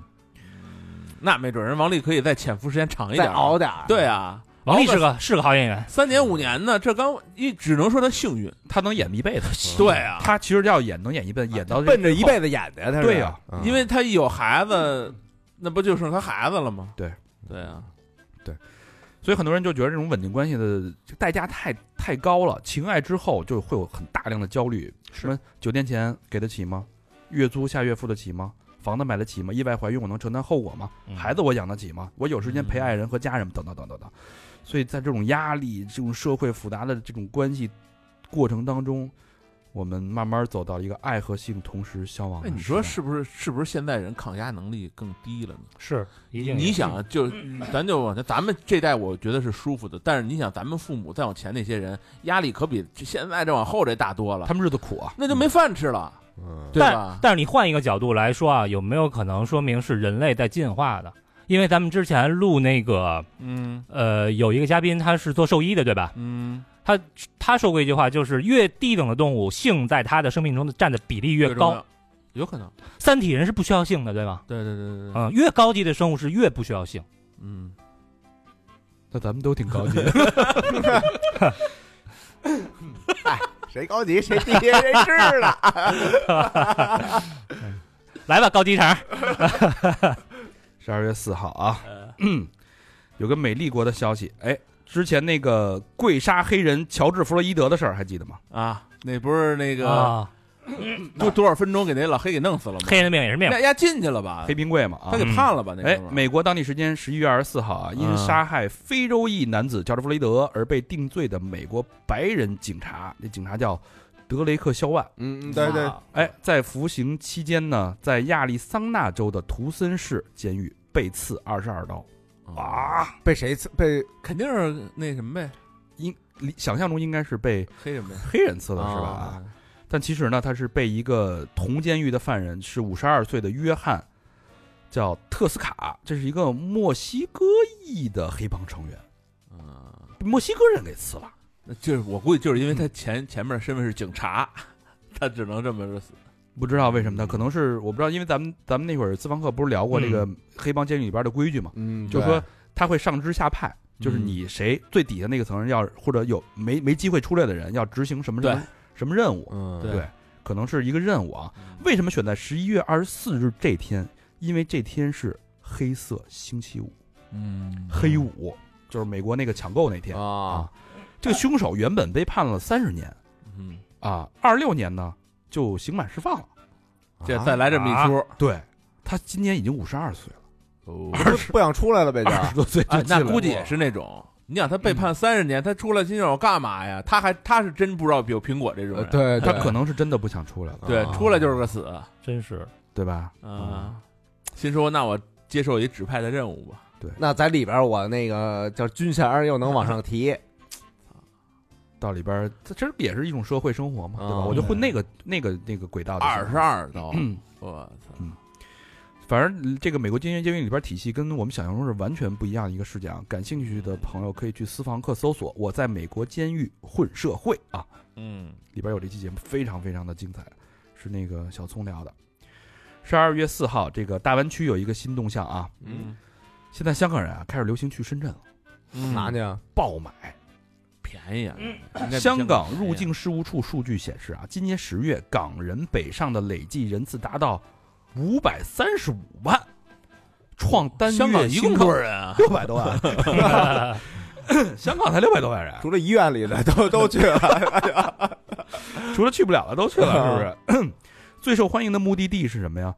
[SPEAKER 5] 那没准人王丽可以再潜伏时间长一
[SPEAKER 2] 再
[SPEAKER 5] 点，
[SPEAKER 2] 熬点儿。
[SPEAKER 5] 对，啊，
[SPEAKER 4] 王丽是个是个好演员，
[SPEAKER 5] 三年五年呢，这刚一只能说他幸运，
[SPEAKER 3] 他能演一辈 子，
[SPEAKER 5] 对啊
[SPEAKER 3] 他其实要演能演一辈子，演到这
[SPEAKER 2] 奔着一
[SPEAKER 3] 子。
[SPEAKER 2] 辈子演的呀，他是
[SPEAKER 3] 对呀
[SPEAKER 2] 嗯
[SPEAKER 5] 因为他有孩子，那不就剩他孩子了吗？
[SPEAKER 3] 对，
[SPEAKER 5] 对啊，
[SPEAKER 3] 所以很多人就觉得这种稳定关系的代价太太高了，情爱之后就会有很大量的焦虑，什么酒店钱给得起吗？月租下月付得起吗？房子买得起吗？意外怀孕我能承担后果吗？孩子我养得起吗？我有时间陪爱人和家人等等等等等。所以在这种压力、这种社会复杂的这种关系过程当中，我们慢慢走到一个爱和性同时消亡
[SPEAKER 5] 哎，
[SPEAKER 3] 的时代。
[SPEAKER 5] 你说是不是？是不是现在人抗压能力更低了呢？
[SPEAKER 4] 是一定
[SPEAKER 5] 你
[SPEAKER 4] 有
[SPEAKER 5] 想啊，就咱就往前，咱们这代我觉得是舒服的，但是你想，咱们父母再往前那些人，压力可比现在这往后这大多了
[SPEAKER 3] 他，们日子苦啊？
[SPEAKER 5] 那就没饭吃了，
[SPEAKER 2] 嗯
[SPEAKER 5] 对吧？
[SPEAKER 4] 但是你换一个角度来说啊，有没有可能说明是人类在进化的？因为咱们之前录那个，
[SPEAKER 5] 嗯
[SPEAKER 4] 呃，有一个嘉宾他是做兽医的，对吧？
[SPEAKER 5] 嗯，
[SPEAKER 4] 他说过一句话，就是越低等的动物，性在它的生命中的占的比例越
[SPEAKER 5] 最重
[SPEAKER 4] 高。
[SPEAKER 5] 要，有可能，
[SPEAKER 4] 三体人是不需要性的，对吧？
[SPEAKER 5] 对对对对对，
[SPEAKER 4] 嗯，越高级的生物是越不需要性。
[SPEAKER 5] 嗯，
[SPEAKER 3] 那咱们都挺 高级的。
[SPEAKER 2] 谁高级谁低谁知道。
[SPEAKER 4] 来吧，高级肠，
[SPEAKER 3] 十二月四号啊，
[SPEAKER 4] 呃，
[SPEAKER 3] 有个美丽国的消息，哎，之前那个跪杀黑人乔治·弗洛伊德的事儿还记得吗？
[SPEAKER 5] 啊，那不是那个
[SPEAKER 4] 啊，
[SPEAKER 5] 多多少分钟给那老黑给弄死了吗？
[SPEAKER 4] 黑人的命也是命，
[SPEAKER 5] 那丫进去了吧
[SPEAKER 3] 黑？冰柜嘛啊
[SPEAKER 5] 他。给判了吧？那
[SPEAKER 3] 哎
[SPEAKER 5] 哥，们儿
[SPEAKER 3] 美国当地时间十一月二十四号啊，因
[SPEAKER 5] 嗯
[SPEAKER 3] 杀害非洲裔男子乔治·弗雷德而被定罪的美国白人警察，这警察叫德雷克·肖万。
[SPEAKER 2] 嗯，对对，
[SPEAKER 3] 哎，在服刑期间呢，在亚利桑那州的图森市监狱被刺二十二刀，嗯
[SPEAKER 2] 啊，被谁刺被
[SPEAKER 5] 肯定是那什么呗，
[SPEAKER 3] 应理想象中应该是被
[SPEAKER 5] 黑人呗，
[SPEAKER 3] 黑人刺的是吧？
[SPEAKER 5] 啊？
[SPEAKER 3] 但其实呢，他是被一个同监狱的犯人，是五十二岁的约翰，叫特斯卡，这是一个墨西哥裔的黑帮成员，
[SPEAKER 5] 嗯，
[SPEAKER 3] 被墨西哥人给刺了。
[SPEAKER 5] 那就是我估计就是因为他前前面身份是警察， 他只能这么着死。
[SPEAKER 3] 不知道为什么呢？可能是我不知道，因为咱们咱们那会儿私房课不是聊过这
[SPEAKER 5] 嗯
[SPEAKER 3] 个黑帮监狱里边的规矩嘛，
[SPEAKER 2] 嗯，
[SPEAKER 3] 就是说他会上知下派，就是
[SPEAKER 5] 嗯
[SPEAKER 3] 你谁最底下那个层人要或者有没没机会出来的人要执行什么什
[SPEAKER 5] 对
[SPEAKER 3] 么什么任务，
[SPEAKER 5] 嗯，
[SPEAKER 3] 对可能是一个任务啊。为什么选在十一月二十四日这天？因为这天是黑色星期五，
[SPEAKER 5] 嗯，
[SPEAKER 3] 黑五就是美国那个抢购那天。
[SPEAKER 2] 啊，
[SPEAKER 3] 这个凶手原本被判了三十年
[SPEAKER 5] 嗯，
[SPEAKER 3] 啊，二六年呢就刑满释放了。
[SPEAKER 2] 啊
[SPEAKER 5] 这再来这么一出，
[SPEAKER 3] 对他今年已经五十二岁了，
[SPEAKER 5] 哦
[SPEAKER 2] 不不想出来了呗，就
[SPEAKER 3] 二十多岁就
[SPEAKER 5] 哎，那
[SPEAKER 3] 进来
[SPEAKER 5] 估计
[SPEAKER 3] 了
[SPEAKER 5] 也是那种。你想他被判三十年，他出来心想我干嘛呀？他还他是真不知道有苹果这种
[SPEAKER 2] 呃
[SPEAKER 5] 人，
[SPEAKER 2] 对，
[SPEAKER 3] 他
[SPEAKER 2] 对
[SPEAKER 3] 可能是真的不想出来了，
[SPEAKER 5] 对，
[SPEAKER 2] 啊
[SPEAKER 5] 出来就是个死
[SPEAKER 4] 真是
[SPEAKER 3] 对吧？
[SPEAKER 5] 啊。心说那我接受一指派的任务吧，
[SPEAKER 2] 那在里边儿我那个叫军衔儿又能往上提，
[SPEAKER 3] 到里边儿这这也是一种社会生活嘛，对吧？
[SPEAKER 2] 啊
[SPEAKER 3] 我就混那个那个那个轨道就行
[SPEAKER 5] 嗯二
[SPEAKER 3] 了
[SPEAKER 5] 十二刀，
[SPEAKER 3] 嗯
[SPEAKER 5] 我操！
[SPEAKER 3] 反正这个美国监狱监狱里边体系跟我们想象中是完全不一样的一个事件啊！感兴趣的朋友可以去私房课搜索“我在美国监狱混社会”啊，
[SPEAKER 5] 嗯，
[SPEAKER 3] 里边有这期节目非常非常的精彩，是那个小聪聊的。十二月四号，这个大湾区有一个新动向啊！
[SPEAKER 5] 嗯，
[SPEAKER 3] 现在香港人啊开始流行去深圳了，
[SPEAKER 5] 嗯
[SPEAKER 2] 嘛去啊？
[SPEAKER 3] 爆买。
[SPEAKER 5] 便宜啊！
[SPEAKER 2] 嗯
[SPEAKER 5] 应该比
[SPEAKER 3] 香港
[SPEAKER 5] 便宜
[SPEAKER 3] 入境事务处数据显示啊，今年十月港人北上的累计人次达到五百三十五万，创单
[SPEAKER 5] 香港
[SPEAKER 3] 月
[SPEAKER 5] 一共
[SPEAKER 3] 新
[SPEAKER 5] 多
[SPEAKER 3] 高
[SPEAKER 5] 少人啊？
[SPEAKER 3] 六百多万，香港才六百多万人，啊
[SPEAKER 2] 除了医院里的 都都去 了，
[SPEAKER 3] 除了去不了的都去 了，是不 是？最受欢迎的目的地是什么呀？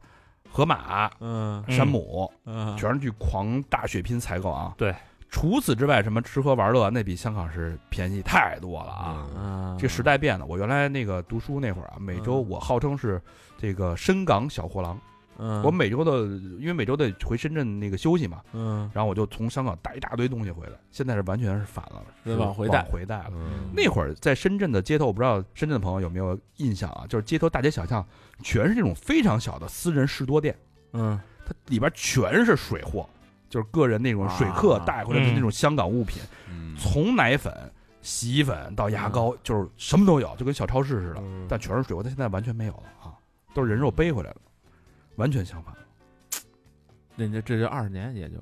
[SPEAKER 3] 河马、
[SPEAKER 5] 嗯
[SPEAKER 4] 嗯
[SPEAKER 3] 山姆，
[SPEAKER 5] 嗯，
[SPEAKER 3] 全是去狂大血拼采购啊。
[SPEAKER 4] 对，
[SPEAKER 3] 除此之外，什么吃喝玩乐，那比香港是便宜太多了啊。
[SPEAKER 5] 啊
[SPEAKER 3] 这个时代变了，我原来那个读书那会儿啊，每周
[SPEAKER 5] 嗯
[SPEAKER 3] 我号称是这个深港小货郎，
[SPEAKER 5] 嗯，
[SPEAKER 3] 我每周的，因为每周得回深圳那个休息嘛，
[SPEAKER 5] 嗯
[SPEAKER 3] 然后我就从香港带一大堆东西回来，现在是完全是反了，
[SPEAKER 5] 是
[SPEAKER 3] 是
[SPEAKER 5] 往回带
[SPEAKER 3] 往回带了。
[SPEAKER 2] 嗯
[SPEAKER 3] 那会儿在深圳的街头，我不知道深圳的朋友有没有印象啊？就是街头大街小巷全是这种非常小的私人士多店，
[SPEAKER 5] 嗯
[SPEAKER 3] 它里边全是水货，就是个人那种水客
[SPEAKER 5] 啊嗯
[SPEAKER 3] 带回来的那种香港物品，从奶粉、洗衣粉到牙膏，就是什么都有，就跟小超市似的，
[SPEAKER 5] 嗯
[SPEAKER 3] 但全是水货。但现在完全没有了啊，都是人肉背回来的，完全相反。
[SPEAKER 5] 那这这就二十年也就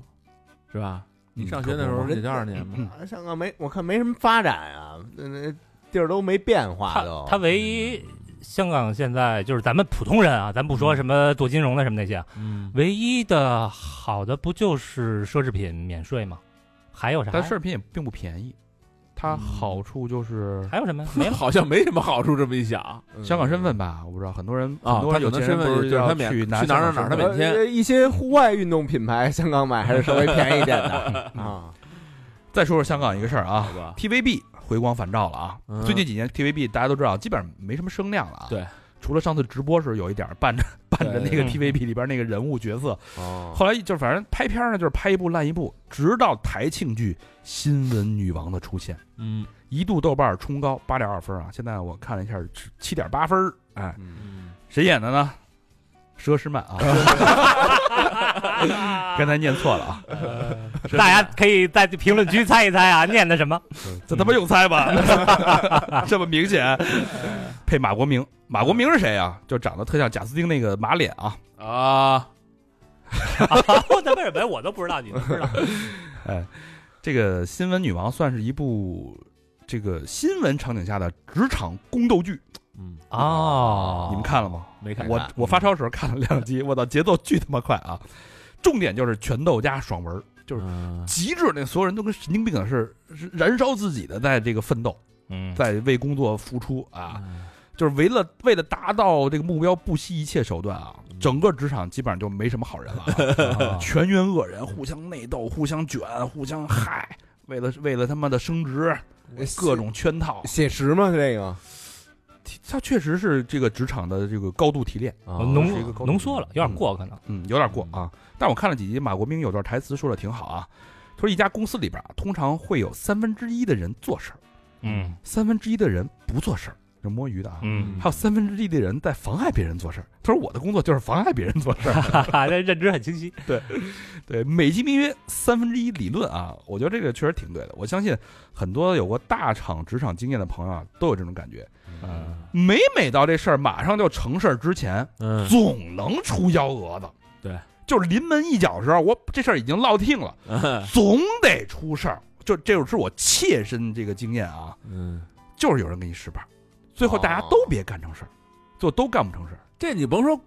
[SPEAKER 5] 是吧？你
[SPEAKER 3] 嗯
[SPEAKER 5] 上学
[SPEAKER 3] 可
[SPEAKER 5] 那时
[SPEAKER 3] 不
[SPEAKER 5] 候
[SPEAKER 3] 嘛
[SPEAKER 5] 也就二十年嘛，
[SPEAKER 2] 啊香港没我看没什么发展啊，那那地儿都没变 化
[SPEAKER 4] 他
[SPEAKER 2] 都，
[SPEAKER 4] 他唯一香港现在就是咱们普通人啊，咱不说什么做金融的什么那些啊，
[SPEAKER 5] 嗯，
[SPEAKER 4] 唯一的好的不就是奢侈品免税吗？还有啥？
[SPEAKER 3] 但奢侈品也并不便宜，它
[SPEAKER 5] 嗯
[SPEAKER 3] 好处就是
[SPEAKER 4] 还有什么？ 没了。
[SPEAKER 5] 好像没什么好处，这么一想，
[SPEAKER 2] 嗯
[SPEAKER 3] 香港身份吧，我不知道很多人
[SPEAKER 5] 啊
[SPEAKER 3] 很多
[SPEAKER 5] 他
[SPEAKER 3] 人有
[SPEAKER 5] 可
[SPEAKER 3] 钱
[SPEAKER 5] 能身
[SPEAKER 3] 人不
[SPEAKER 5] 份就是是
[SPEAKER 3] 要
[SPEAKER 5] 他免
[SPEAKER 3] 去拿
[SPEAKER 5] 去哪儿哪儿
[SPEAKER 3] 香港
[SPEAKER 5] 哪儿
[SPEAKER 3] 身份
[SPEAKER 5] 每天
[SPEAKER 2] 呃一些户外运动品牌，香港买还是稍微便宜点 的啊。
[SPEAKER 3] 再说说香港一个事儿啊
[SPEAKER 5] 好吧？
[SPEAKER 3] ，TVB 回光返照了啊！
[SPEAKER 5] 嗯
[SPEAKER 3] 最近几年 TVB 大家都知道，基本上没什么声量了啊。
[SPEAKER 5] 对，
[SPEAKER 3] 除了上次直播时候有一点儿伴着 伴着那个
[SPEAKER 4] 嗯
[SPEAKER 3] TVB 里边那个人物角色，
[SPEAKER 2] 哦，
[SPEAKER 3] 后来就是反正拍片儿呢，就是拍一部烂一部，直到台庆剧《新闻女王》的出现，
[SPEAKER 5] 嗯
[SPEAKER 3] 一度豆瓣儿冲高八点二分啊，现在我看了一下是七点八分儿，哎，
[SPEAKER 5] 嗯，
[SPEAKER 3] 谁演的呢？佘诗曼啊，刚才念错了啊，
[SPEAKER 4] 大家可以在评论区猜一猜啊，念的 什么？
[SPEAKER 2] 嗯
[SPEAKER 3] 这他妈用猜吧？ 这么明显，配马国明，马国明是谁啊？就长得特像贾斯汀那个马脸啊，
[SPEAKER 5] 啊，
[SPEAKER 4] 我的为什么我都不知道，你都 知道？
[SPEAKER 3] 哎，这个《新闻女王》算是一部这个新闻场景下的职场宫斗剧，
[SPEAKER 5] 嗯，
[SPEAKER 4] 哦，
[SPEAKER 3] 你们看了吗？
[SPEAKER 5] 没看
[SPEAKER 3] 我我发烧的时候看了两集，我操，节奏巨他妈快啊！重点就是拳斗加爽文儿，就是
[SPEAKER 5] 嗯
[SPEAKER 3] 极致那所有人都跟神经病似的是，是燃烧自己的在这个奋斗，
[SPEAKER 4] 嗯，
[SPEAKER 3] 在为工作付出啊，就是为了为了达到这个目标不惜一切手段啊，整个职场基本上就没什么好人了啊、
[SPEAKER 4] 啊
[SPEAKER 3] 全员恶人，互相内斗，互相卷，互相害，为了为了他妈的升职，各种圈套，
[SPEAKER 2] 呃写实吗？这个
[SPEAKER 3] 他确实是这个职场的这个高度提炼，
[SPEAKER 4] 我
[SPEAKER 3] 是
[SPEAKER 2] 哦
[SPEAKER 3] 一个高度
[SPEAKER 4] 浓浓缩了，有点过可能。
[SPEAKER 3] 嗯，有点过啊。但我看了几集，马国明有段台词说的挺好啊，他说一家公司里边啊，通常会有三分之一的人做事儿，
[SPEAKER 4] 嗯
[SPEAKER 3] 三分之一的人不做事儿，就摸鱼的啊。
[SPEAKER 4] 嗯，
[SPEAKER 3] 还有三分之一的人在妨碍别人做事儿。他说：“我的工作就是妨碍别人做事儿。
[SPEAKER 4] 哈哈，这嗯认知很清晰。
[SPEAKER 3] 对，美其名曰三分之一理论啊，我觉得这个确实挺对的。我相信很多有过大厂职场经验的朋友啊，都有这种感觉。
[SPEAKER 4] 嗯，
[SPEAKER 3] 每每到这事儿马上就成事儿之前，
[SPEAKER 5] 嗯
[SPEAKER 3] 总能出幺蛾子。
[SPEAKER 5] 对，
[SPEAKER 3] 就是临门一脚的时候，我这事儿已经落定了，
[SPEAKER 5] 嗯
[SPEAKER 3] 总得出事儿。就这是我切身这个经验啊，
[SPEAKER 5] 嗯，
[SPEAKER 3] 就是有人给你使绊，最后大家
[SPEAKER 5] 哦
[SPEAKER 3] 都别干成事儿，最后都干不成事儿。
[SPEAKER 5] 这你甭说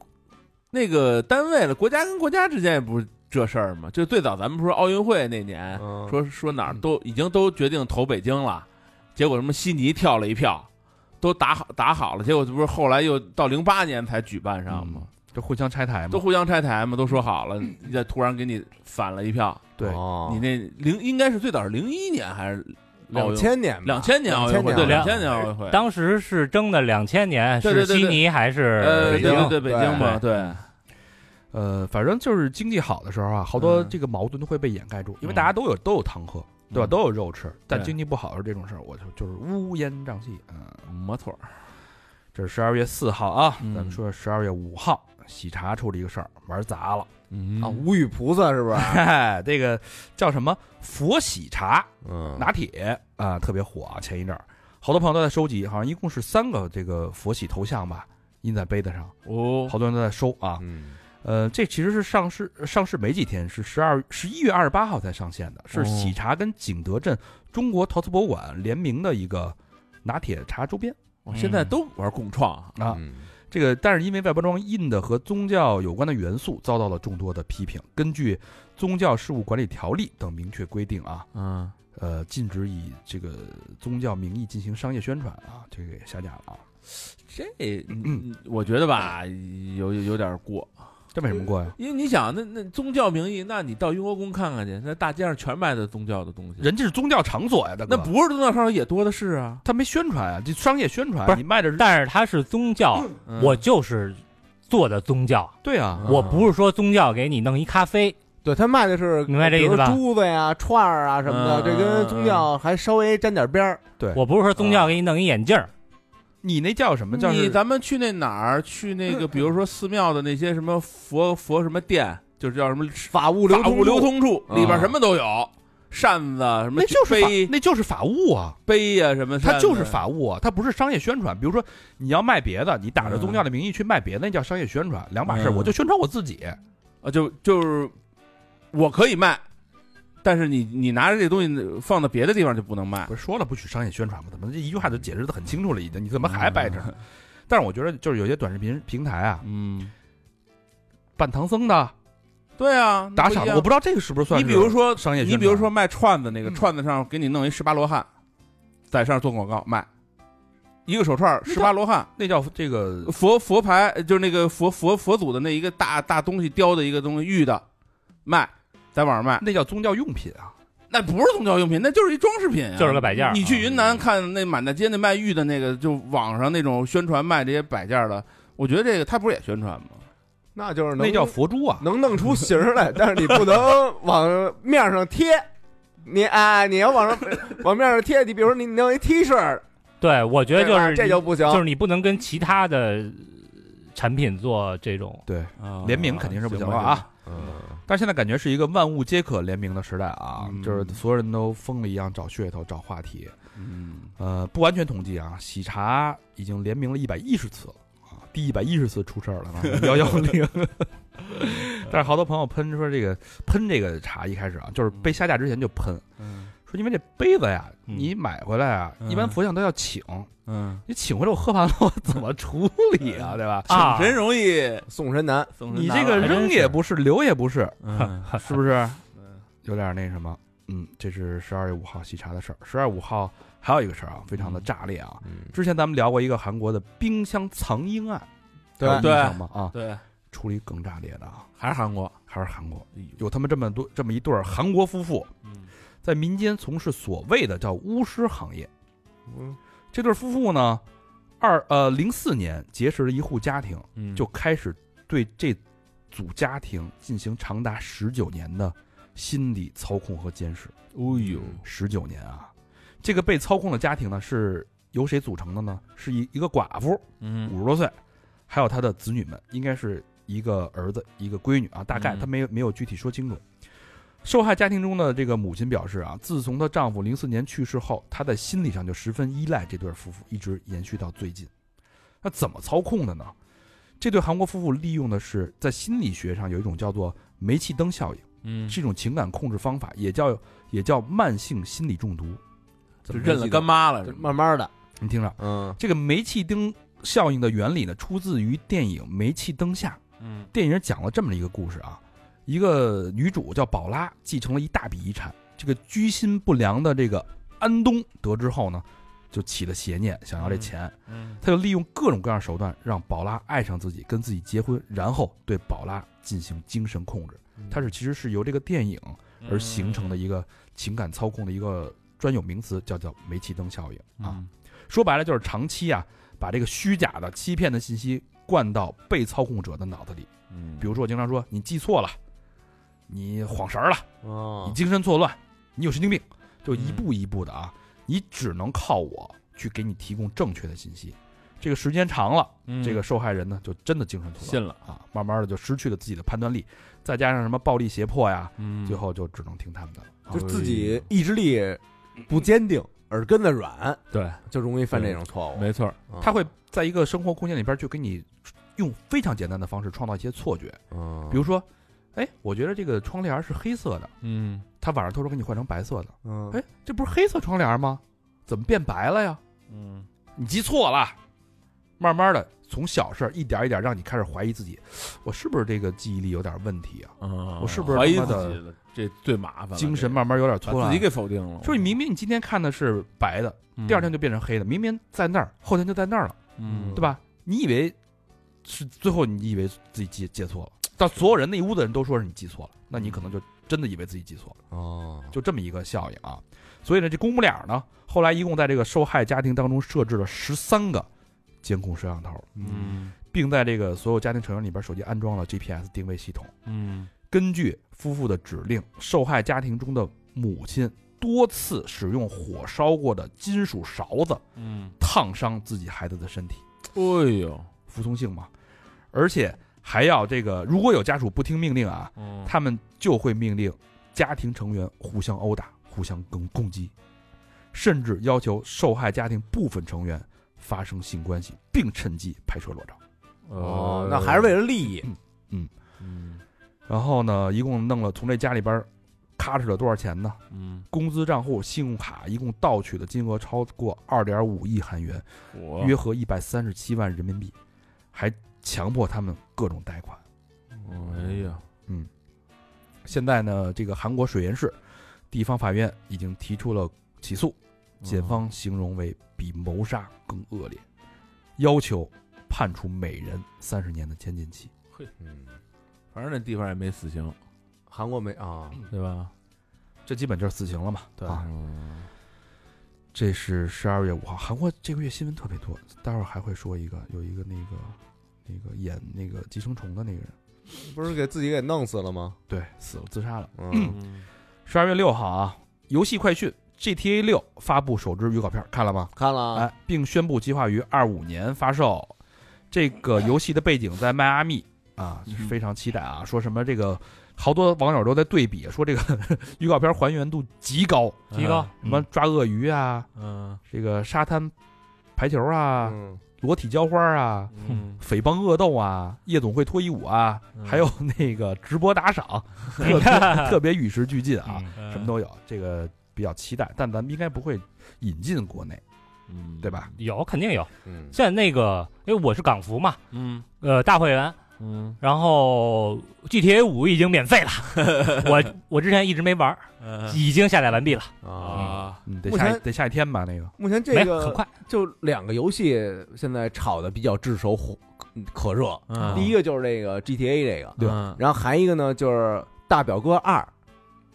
[SPEAKER 5] 那个单位了，国家跟国家之间也不是这事儿嘛。就最早咱们不是奥运会那年，
[SPEAKER 2] 说
[SPEAKER 5] 说说哪儿都已经都决定投北京了，结果什么悉尼跳了一票，都打好打好了，结果这不是后来又到零八年才举办上吗？
[SPEAKER 3] 这互相拆台嘛
[SPEAKER 5] 都，互相拆台嘛，都说好了，再突然给你反了一票，
[SPEAKER 3] 对，
[SPEAKER 2] 哦
[SPEAKER 5] 你那零应该是最早是零一年还是
[SPEAKER 2] 两千年吧，
[SPEAKER 5] 两千年奥运会？对，
[SPEAKER 4] 2000
[SPEAKER 5] 两千年奥运会，
[SPEAKER 4] 当时是争的两千年
[SPEAKER 5] 对对
[SPEAKER 4] 是
[SPEAKER 5] 对对
[SPEAKER 4] 悉尼还是
[SPEAKER 5] 呃，对
[SPEAKER 4] 北
[SPEAKER 5] 对
[SPEAKER 4] 京？
[SPEAKER 5] 对，北京嘛，对，
[SPEAKER 3] 呃，反正就是经济好的时候啊，好多
[SPEAKER 5] 嗯
[SPEAKER 3] 这个矛盾都会被掩盖住，因为
[SPEAKER 4] 嗯
[SPEAKER 3] 大家都有都有汤喝，对吧？
[SPEAKER 5] 嗯
[SPEAKER 3] 都有肉吃。但
[SPEAKER 5] 对
[SPEAKER 3] 经济不好的时候，这种事儿我就就是乌烟瘴气。嗯，
[SPEAKER 5] 没错儿，
[SPEAKER 3] 这是十二月四号啊，
[SPEAKER 5] 嗯
[SPEAKER 3] 咱们说十二月五号，喜茶出了一个事儿，玩砸了。
[SPEAKER 5] 嗯
[SPEAKER 2] 啊，无语菩萨是不是？
[SPEAKER 3] 哎，这个叫什么佛喜茶
[SPEAKER 2] 嗯，
[SPEAKER 3] 拿铁啊、特别火啊，前一阵儿好多朋友都在收集，好像一共是三个这个佛喜头像吧，印在杯子上，
[SPEAKER 5] 哦，
[SPEAKER 3] 好多人都在收啊。
[SPEAKER 2] 嗯，
[SPEAKER 3] 呃，这其实是上市上市没几天，是十二十一月二十八号才上线的，是
[SPEAKER 5] 哦
[SPEAKER 3] 喜茶跟景德镇中国陶瓷博物馆联名的一个拿铁茶周边
[SPEAKER 5] 我哦现在都玩共创啊，
[SPEAKER 3] 啊。
[SPEAKER 2] 嗯
[SPEAKER 3] 这个，但是因为外包装印的和宗教有关的元素，遭到了众多的批评。根据《宗教事务管理条例》等明确规定啊，
[SPEAKER 5] 嗯，
[SPEAKER 3] 呃，禁止以这个宗教名义进行商业宣传啊，这个也下架了啊。
[SPEAKER 5] 这
[SPEAKER 3] 嗯
[SPEAKER 5] 你我觉得吧，有有有点过，
[SPEAKER 3] 这为什么过呀？
[SPEAKER 5] 因为你想，那那宗教名义，那你到雍和宫看看去，那大街上全卖的宗教的东西，
[SPEAKER 3] 人家是宗教场所呀，大哥
[SPEAKER 5] 那不是宗教商也多的是啊。
[SPEAKER 3] 他没宣传啊，这商业宣传
[SPEAKER 4] 不，是
[SPEAKER 3] 你卖的是
[SPEAKER 4] 但是它是宗教，
[SPEAKER 5] 嗯
[SPEAKER 4] 我就是做的宗教，
[SPEAKER 3] 对啊，
[SPEAKER 4] 我不是说宗教给你弄一咖啡，
[SPEAKER 2] 对他卖的是
[SPEAKER 4] 明白这意思吧
[SPEAKER 2] 比如珠子呀、串儿啊什么的，
[SPEAKER 5] 嗯
[SPEAKER 2] 这跟宗教还稍微沾点边儿。
[SPEAKER 3] 对
[SPEAKER 4] 我不是说宗
[SPEAKER 5] 嗯
[SPEAKER 4] 教给你弄一眼镜儿，
[SPEAKER 3] 你那叫什么？叫
[SPEAKER 5] 你
[SPEAKER 3] 是
[SPEAKER 5] 咱们去那哪儿？去那个，比如说寺庙的那些什么佛佛什么殿，就是叫什么
[SPEAKER 2] 法物流
[SPEAKER 5] 法
[SPEAKER 2] 通
[SPEAKER 5] 物
[SPEAKER 2] 处
[SPEAKER 5] 流，通处，
[SPEAKER 2] 啊
[SPEAKER 5] 里边什么都有，扇子什么
[SPEAKER 3] 嗯那就是法
[SPEAKER 5] 杯，
[SPEAKER 3] 那就是法务啊，
[SPEAKER 5] 杯呀什么，
[SPEAKER 3] 它就是
[SPEAKER 5] 扇子
[SPEAKER 3] 法务啊，它不是商业宣传。比如说你要卖别的，你打着
[SPEAKER 5] 嗯
[SPEAKER 3] 宗教的名义去卖别的，那叫商业宣传，两码事儿。
[SPEAKER 5] 嗯
[SPEAKER 3] 我就宣传我自己，
[SPEAKER 5] 啊，就就是我可以卖，但是你你拿着这东西放到别的地方就不能卖。
[SPEAKER 3] 不是说了不许商业宣传吗？怎么这一句话就解释的很清楚了？已经，你怎么还掰扯？但是我觉得就是有些短视频平台啊，
[SPEAKER 5] 嗯，
[SPEAKER 3] 扮唐僧的、
[SPEAKER 5] 对啊，那
[SPEAKER 3] 打
[SPEAKER 5] 嗯不
[SPEAKER 3] 赏的，
[SPEAKER 5] 一样
[SPEAKER 3] 我不知道这个是不是算是
[SPEAKER 5] 你比如说
[SPEAKER 3] 商业宣
[SPEAKER 5] 你
[SPEAKER 3] 传
[SPEAKER 5] 比如说卖串子那个
[SPEAKER 3] 嗯
[SPEAKER 5] 串子上给你弄一十八罗汉，在上做广告卖，一个手串十八罗汉，
[SPEAKER 3] 那叫这个
[SPEAKER 5] 佛佛牌就是那个佛佛佛祖的那一个大大东西雕的一个东西玉的，卖在网上卖，
[SPEAKER 3] 那叫宗教用品啊，
[SPEAKER 5] 那不是宗教用品，那就是一装饰品、啊，
[SPEAKER 4] 就是个摆件儿
[SPEAKER 5] 你去云南看那满大街那卖玉的那个，就网上那种宣传卖这些摆件儿的，我觉得这个他不是也宣传吗？
[SPEAKER 2] 那就是能
[SPEAKER 3] 那叫佛珠
[SPEAKER 5] 嗯
[SPEAKER 3] 啊。
[SPEAKER 2] 能弄出形 儿来，但是你不能往面上贴。你啊，你要往上往面上贴，你比如说你弄一 T 恤，
[SPEAKER 4] 对我觉得
[SPEAKER 2] 对
[SPEAKER 4] 就
[SPEAKER 2] 吧
[SPEAKER 4] 是
[SPEAKER 2] 这就不行。
[SPEAKER 4] 就是你不能跟其他的呃产品做这种，
[SPEAKER 3] 对，
[SPEAKER 5] 啊
[SPEAKER 3] 联名肯定是不行了啊！但是现在感觉是一个万物皆可联名的时代啊，
[SPEAKER 5] 嗯
[SPEAKER 3] 就是所有人都疯了一样找噱头、找话题。
[SPEAKER 5] 嗯，
[SPEAKER 3] 呃，不完全统计啊，喜茶已经联名了一百一十次了啊，第一百一十次出事儿了，啊幺幺零。 但是好多朋友喷说这个喷这个茶一开始啊，就是被下架之前就喷，说因为这杯子呀，
[SPEAKER 5] 嗯
[SPEAKER 3] 你买回来啊，
[SPEAKER 5] 嗯
[SPEAKER 3] 一般佛像都要请，
[SPEAKER 5] 嗯，
[SPEAKER 3] 你请回来我喝完了，我怎么处理啊？对吧？
[SPEAKER 4] 啊，
[SPEAKER 5] 神容易，
[SPEAKER 2] 送神难，
[SPEAKER 3] 你这个扔也不是，留也不是，
[SPEAKER 5] 嗯
[SPEAKER 3] 是不是？有点那什么。嗯，这是十二月五号喜茶的事儿。十二五号还有一个事儿啊，非常
[SPEAKER 5] 嗯
[SPEAKER 3] 的炸裂啊。
[SPEAKER 4] 嗯
[SPEAKER 3] 之前咱们聊过一个韩国的冰箱藏婴案，
[SPEAKER 2] 对
[SPEAKER 3] 还有印
[SPEAKER 5] 对
[SPEAKER 3] 象吗？啊，
[SPEAKER 5] 对，
[SPEAKER 3] 处理更炸裂的啊，
[SPEAKER 5] 还是韩国，
[SPEAKER 3] 还是韩国有他们这么多这么一对儿韩国夫妇，
[SPEAKER 5] 嗯
[SPEAKER 3] 在民间从事所谓的叫巫师行业。
[SPEAKER 2] 嗯，
[SPEAKER 3] 这对夫妇呢，二呃零四年结识了一户家庭，
[SPEAKER 5] 嗯
[SPEAKER 3] 就开始对这组家庭进行长达十九年的心理操控和监视。
[SPEAKER 5] 哦呦，
[SPEAKER 3] 十九年啊，这个被操控的家庭呢是由谁组成的呢？是一一个寡妇，
[SPEAKER 5] 嗯
[SPEAKER 3] 五十多岁，还有她的子女们，应该是一个儿子一个闺女啊，大概
[SPEAKER 5] 嗯
[SPEAKER 3] 她没有没有具体说清楚。受害家庭中的这个母亲表示啊，自从她丈夫零四年去世后，她在心理上就十分依赖这对夫妇，一直延续到最近。那怎么操控的呢？这对韩国夫妇利用的是在心理学上有一种叫做煤气灯效应，
[SPEAKER 5] 嗯
[SPEAKER 3] 是一种情感控制方法，也叫也叫慢性心理中毒。
[SPEAKER 5] 就认了干妈了，
[SPEAKER 2] 就慢慢的，
[SPEAKER 3] 你听着，啊
[SPEAKER 2] 嗯
[SPEAKER 3] 这个煤气灯效应的原理呢，出自于电影《煤气灯下》。
[SPEAKER 5] 嗯
[SPEAKER 3] 电影讲了这么一个故事啊，一个女主叫宝拉，继承了一大笔遗产。这个居心不良的这个安东得知后呢，就起了邪念，想要这钱。
[SPEAKER 5] 嗯
[SPEAKER 3] 他就利用各种各样的手段让宝拉爱上自己，跟自己结婚，然后对宝拉进行精神控制。
[SPEAKER 5] 嗯
[SPEAKER 3] 它是其实是由这个电影
[SPEAKER 4] 嗯
[SPEAKER 3] 而形成的一个情感操控的一个专有名词，叫叫煤气灯效应
[SPEAKER 5] 嗯
[SPEAKER 4] 嗯
[SPEAKER 3] 啊。，说白了就是长期啊，把这个虚假的、欺骗的信息灌到被操控者的脑子里。
[SPEAKER 5] 嗯
[SPEAKER 3] 比如说，我经常说你记错了，你晃神儿了，你
[SPEAKER 5] 啊
[SPEAKER 2] 哦，
[SPEAKER 3] 精神错乱，你有神经病，就
[SPEAKER 5] 嗯
[SPEAKER 3] 一步一步的啊，你只能靠我去给你提供正确的信息。这个时间长了，
[SPEAKER 5] 嗯
[SPEAKER 3] 这个受害人呢就真的精神错乱
[SPEAKER 5] 信了，
[SPEAKER 3] 啊，慢慢的就失去了自己的判断力，再加上什么暴力胁迫呀，
[SPEAKER 5] 嗯
[SPEAKER 3] 最后就只能听他们的了。啊
[SPEAKER 2] 就自己意志力不坚定，耳根子软，
[SPEAKER 5] 对，
[SPEAKER 2] 就容易犯这种错误。
[SPEAKER 5] 没错，
[SPEAKER 2] 嗯
[SPEAKER 3] 他会在一个生活空间里边去给你用非常简单的方式创造一些错觉，
[SPEAKER 2] 嗯，
[SPEAKER 3] 比如说，哎，我觉得这个窗帘是黑色的，
[SPEAKER 5] 嗯
[SPEAKER 3] 他晚上偷偷给你换成白色的，
[SPEAKER 2] 嗯，
[SPEAKER 3] 哎，这不是黑色窗帘吗？怎么变白了呀？
[SPEAKER 5] 嗯
[SPEAKER 3] 你记错了。慢慢的，从小事儿一点一点让你开始怀疑自己，我是不是这个记忆力有点问题啊？
[SPEAKER 5] 嗯
[SPEAKER 3] 我是不是
[SPEAKER 5] 怀疑
[SPEAKER 3] 他
[SPEAKER 5] 自
[SPEAKER 3] 妈的
[SPEAKER 5] 己了？这最麻烦了，
[SPEAKER 3] 精神
[SPEAKER 5] 这
[SPEAKER 3] 慢慢有点
[SPEAKER 5] 把
[SPEAKER 3] 错乱
[SPEAKER 5] 自己。给否定了，
[SPEAKER 3] 就是你明明你今天看的是白的，
[SPEAKER 5] 嗯
[SPEAKER 3] 第二天就变成黑的，明明在那儿，后天就在那儿了，
[SPEAKER 5] 嗯
[SPEAKER 3] 对吧？你以为是最后你以为自己记记错了，但所有人那一屋子人都说是你记错了，那你可能就真的以为自己记错了。
[SPEAKER 2] 哦，
[SPEAKER 3] 就这么一个效应啊。所以呢，这公母俩呢，后来一共在这个受害家庭当中设置了十三个监控摄像头，
[SPEAKER 5] 嗯
[SPEAKER 3] 并在这个所有家庭成员里边手机安装了 GPS 定位系统。
[SPEAKER 5] 嗯
[SPEAKER 3] 根据夫妇的指令，受害家庭中的母亲多次使用火烧过的金属勺子
[SPEAKER 5] 嗯，
[SPEAKER 3] 烫伤自己孩子的身体，
[SPEAKER 5] 哎呦，
[SPEAKER 3] 服从性嘛，而且还要这个，如果有家属不听命令啊，
[SPEAKER 5] 嗯
[SPEAKER 3] 他们就会命令家庭成员互相殴打、互相攻攻击，甚至要求受害家庭部分成员发生性关系，并趁机拍摄裸照。呃
[SPEAKER 2] 哦，那还是为了利益，
[SPEAKER 5] 嗯
[SPEAKER 3] 然后呢，一共弄了从这家里边儿咔哧了多少钱呢？
[SPEAKER 5] 嗯，
[SPEAKER 3] 工资账户、信用卡一共盗取的金额超过二点五亿韩元，
[SPEAKER 5] 我
[SPEAKER 3] 约合一百三十七万人民币，还强迫他们各种贷款。
[SPEAKER 5] 哎呀，
[SPEAKER 3] 现在呢，这个韩国水源市地方法院已经提出了起诉，
[SPEAKER 2] 哦
[SPEAKER 3] 检方形容为比谋杀更恶劣，要求判处每人三十年的监禁期。
[SPEAKER 2] 嗯，
[SPEAKER 5] 反正那地方也没死刑，
[SPEAKER 2] 韩国没啊，
[SPEAKER 5] 对吧？
[SPEAKER 3] 这基本就是死刑了嘛？
[SPEAKER 2] 对
[SPEAKER 3] 啊，
[SPEAKER 5] 嗯
[SPEAKER 3] 这是十二月五号，韩国这个月新闻特别多，待会儿还会说一个，有一个那个那个演那个寄生虫的那个人，
[SPEAKER 2] 不是给自己给弄死了吗？
[SPEAKER 3] 对，死了自杀了。
[SPEAKER 2] 嗯，
[SPEAKER 3] 十二月六号啊，游戏快讯 GTA 六发布首支预告片，看了吗？
[SPEAKER 2] 看了啊，
[SPEAKER 3] 哎，并宣布计划于二五年发售。这个游戏的背景在迈阿密啊，
[SPEAKER 5] 嗯哼
[SPEAKER 3] 非常期待啊。说什么这个，好多网友都在对比，说这个 预告片还原度极高，
[SPEAKER 4] 提高，
[SPEAKER 3] 什么抓鳄鱼啊，
[SPEAKER 5] 嗯
[SPEAKER 3] 这个沙滩排球
[SPEAKER 5] 哎
[SPEAKER 3] 啊，
[SPEAKER 2] 嗯，
[SPEAKER 3] 裸体浇花啊，
[SPEAKER 5] 嗯，
[SPEAKER 3] 匪帮恶斗啊，夜总会脱衣舞啊，
[SPEAKER 5] 嗯
[SPEAKER 3] 还有 那个直播打赏，特别特别与时俱进啊，
[SPEAKER 4] 嗯
[SPEAKER 3] 什么都有。这个。比较期待，但咱们应该不会引进国内，
[SPEAKER 5] 嗯
[SPEAKER 3] 对吧？？
[SPEAKER 4] 有肯定有。
[SPEAKER 2] 嗯
[SPEAKER 4] 现在那个，因为我是港服嘛，
[SPEAKER 5] 嗯
[SPEAKER 4] 呃，大会员，
[SPEAKER 5] 嗯
[SPEAKER 4] 然后 GTA 五已经免 费了，我我之前一直没玩儿，
[SPEAKER 5] 嗯
[SPEAKER 4] 已经下载完毕了，
[SPEAKER 5] 啊，
[SPEAKER 3] 嗯，得
[SPEAKER 2] 目
[SPEAKER 3] 下
[SPEAKER 2] 前
[SPEAKER 3] 得下一天吧，那个
[SPEAKER 2] 目前这
[SPEAKER 4] 没很
[SPEAKER 2] 个
[SPEAKER 4] 快。
[SPEAKER 2] 就两个游戏现在炒的比较炙手火可热，
[SPEAKER 5] 嗯
[SPEAKER 2] 第一个就是这个 GTA 这个，
[SPEAKER 3] 对
[SPEAKER 5] 嗯
[SPEAKER 2] 然后还一个呢就是大表哥二，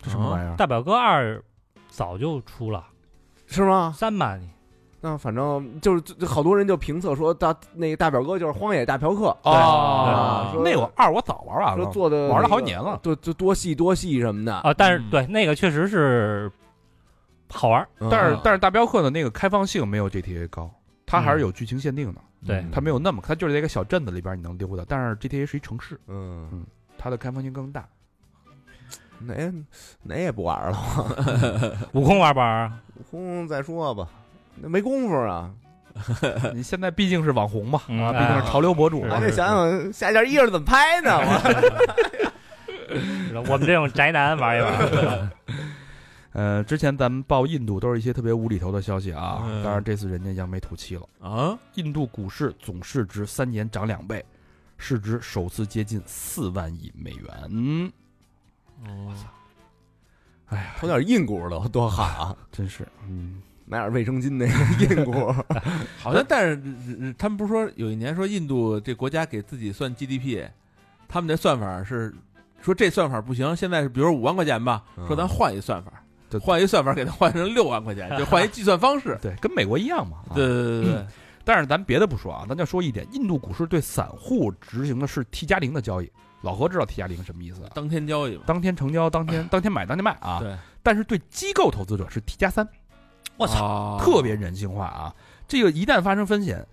[SPEAKER 3] 这什么玩意儿？
[SPEAKER 4] 大表哥二早就出了，
[SPEAKER 2] 是吗？
[SPEAKER 4] 三吧你
[SPEAKER 2] 那反正就是就就好多人就评测说大那个大表哥就是荒野大嫖客，
[SPEAKER 5] 哦
[SPEAKER 2] 对说
[SPEAKER 3] 那我二我早玩完
[SPEAKER 2] 啊说
[SPEAKER 3] 了，
[SPEAKER 2] 做的
[SPEAKER 3] 玩了
[SPEAKER 2] 那
[SPEAKER 3] 好
[SPEAKER 2] 个
[SPEAKER 3] 几年了，
[SPEAKER 2] 对，就多细多细什么的。
[SPEAKER 4] 啊，但是
[SPEAKER 5] 嗯
[SPEAKER 4] 对那个确实是好玩儿，
[SPEAKER 2] 嗯
[SPEAKER 3] 但是但是大镖客的那个开放性没有 GTA 高，它还是有剧情限定的，
[SPEAKER 4] 对
[SPEAKER 5] 嗯
[SPEAKER 3] 它没有那么，它就是在一个小镇子里边你能溜达，但是 GTA 是一城市，
[SPEAKER 2] 嗯，
[SPEAKER 3] 它的开放性更大。
[SPEAKER 2] 哪哪也不玩了，
[SPEAKER 4] 悟空玩不玩 啊？
[SPEAKER 2] 悟空再说吧，那没工夫啊，
[SPEAKER 3] 你现在毕竟是网红嘛，
[SPEAKER 4] 嗯
[SPEAKER 3] 啊，毕竟是潮流博主
[SPEAKER 4] 是
[SPEAKER 3] 嘛
[SPEAKER 2] 还，得想想下件衣裳怎么拍呢？ 我
[SPEAKER 4] 我们这种宅男玩 一玩。
[SPEAKER 3] 呃，之前咱们报印度都是一些特别无厘头的消息啊，
[SPEAKER 5] 嗯
[SPEAKER 3] 当然这次人家扬眉吐气了。
[SPEAKER 5] 啊，
[SPEAKER 3] 印度股市总市值三年涨两倍，市值首次接近四万亿美元。
[SPEAKER 5] 我操，
[SPEAKER 3] 哎呀，
[SPEAKER 2] 投点印股了，多好啊！
[SPEAKER 3] 真是，嗯，
[SPEAKER 2] 买点卫生巾那个印股，
[SPEAKER 5] 好像但是嗯他们不是说有一年说印度这国家给自己算 GDP，他们的算法是说这算法不行，现在是比如五万块钱吧，
[SPEAKER 2] 嗯
[SPEAKER 5] 说咱换一算法
[SPEAKER 3] 对，。
[SPEAKER 5] 换一算法给它换成六万块钱，就换一计算方式
[SPEAKER 3] 对，跟美国一样嘛。啊
[SPEAKER 5] 对对对对，
[SPEAKER 3] 但是咱别的不说啊，咱就说一点，印度股市对散户执行的是 T 加零的交易。老何知道 T 加零什么意思啊？
[SPEAKER 5] 当天交易嘛。
[SPEAKER 3] 当天成交，当 天当天买，当天卖啊。
[SPEAKER 5] 对。哦
[SPEAKER 3] 但是对机构投资者是 T 加三，
[SPEAKER 4] 我操，
[SPEAKER 5] 操
[SPEAKER 3] 特别人性化啊。这个一旦发生风险，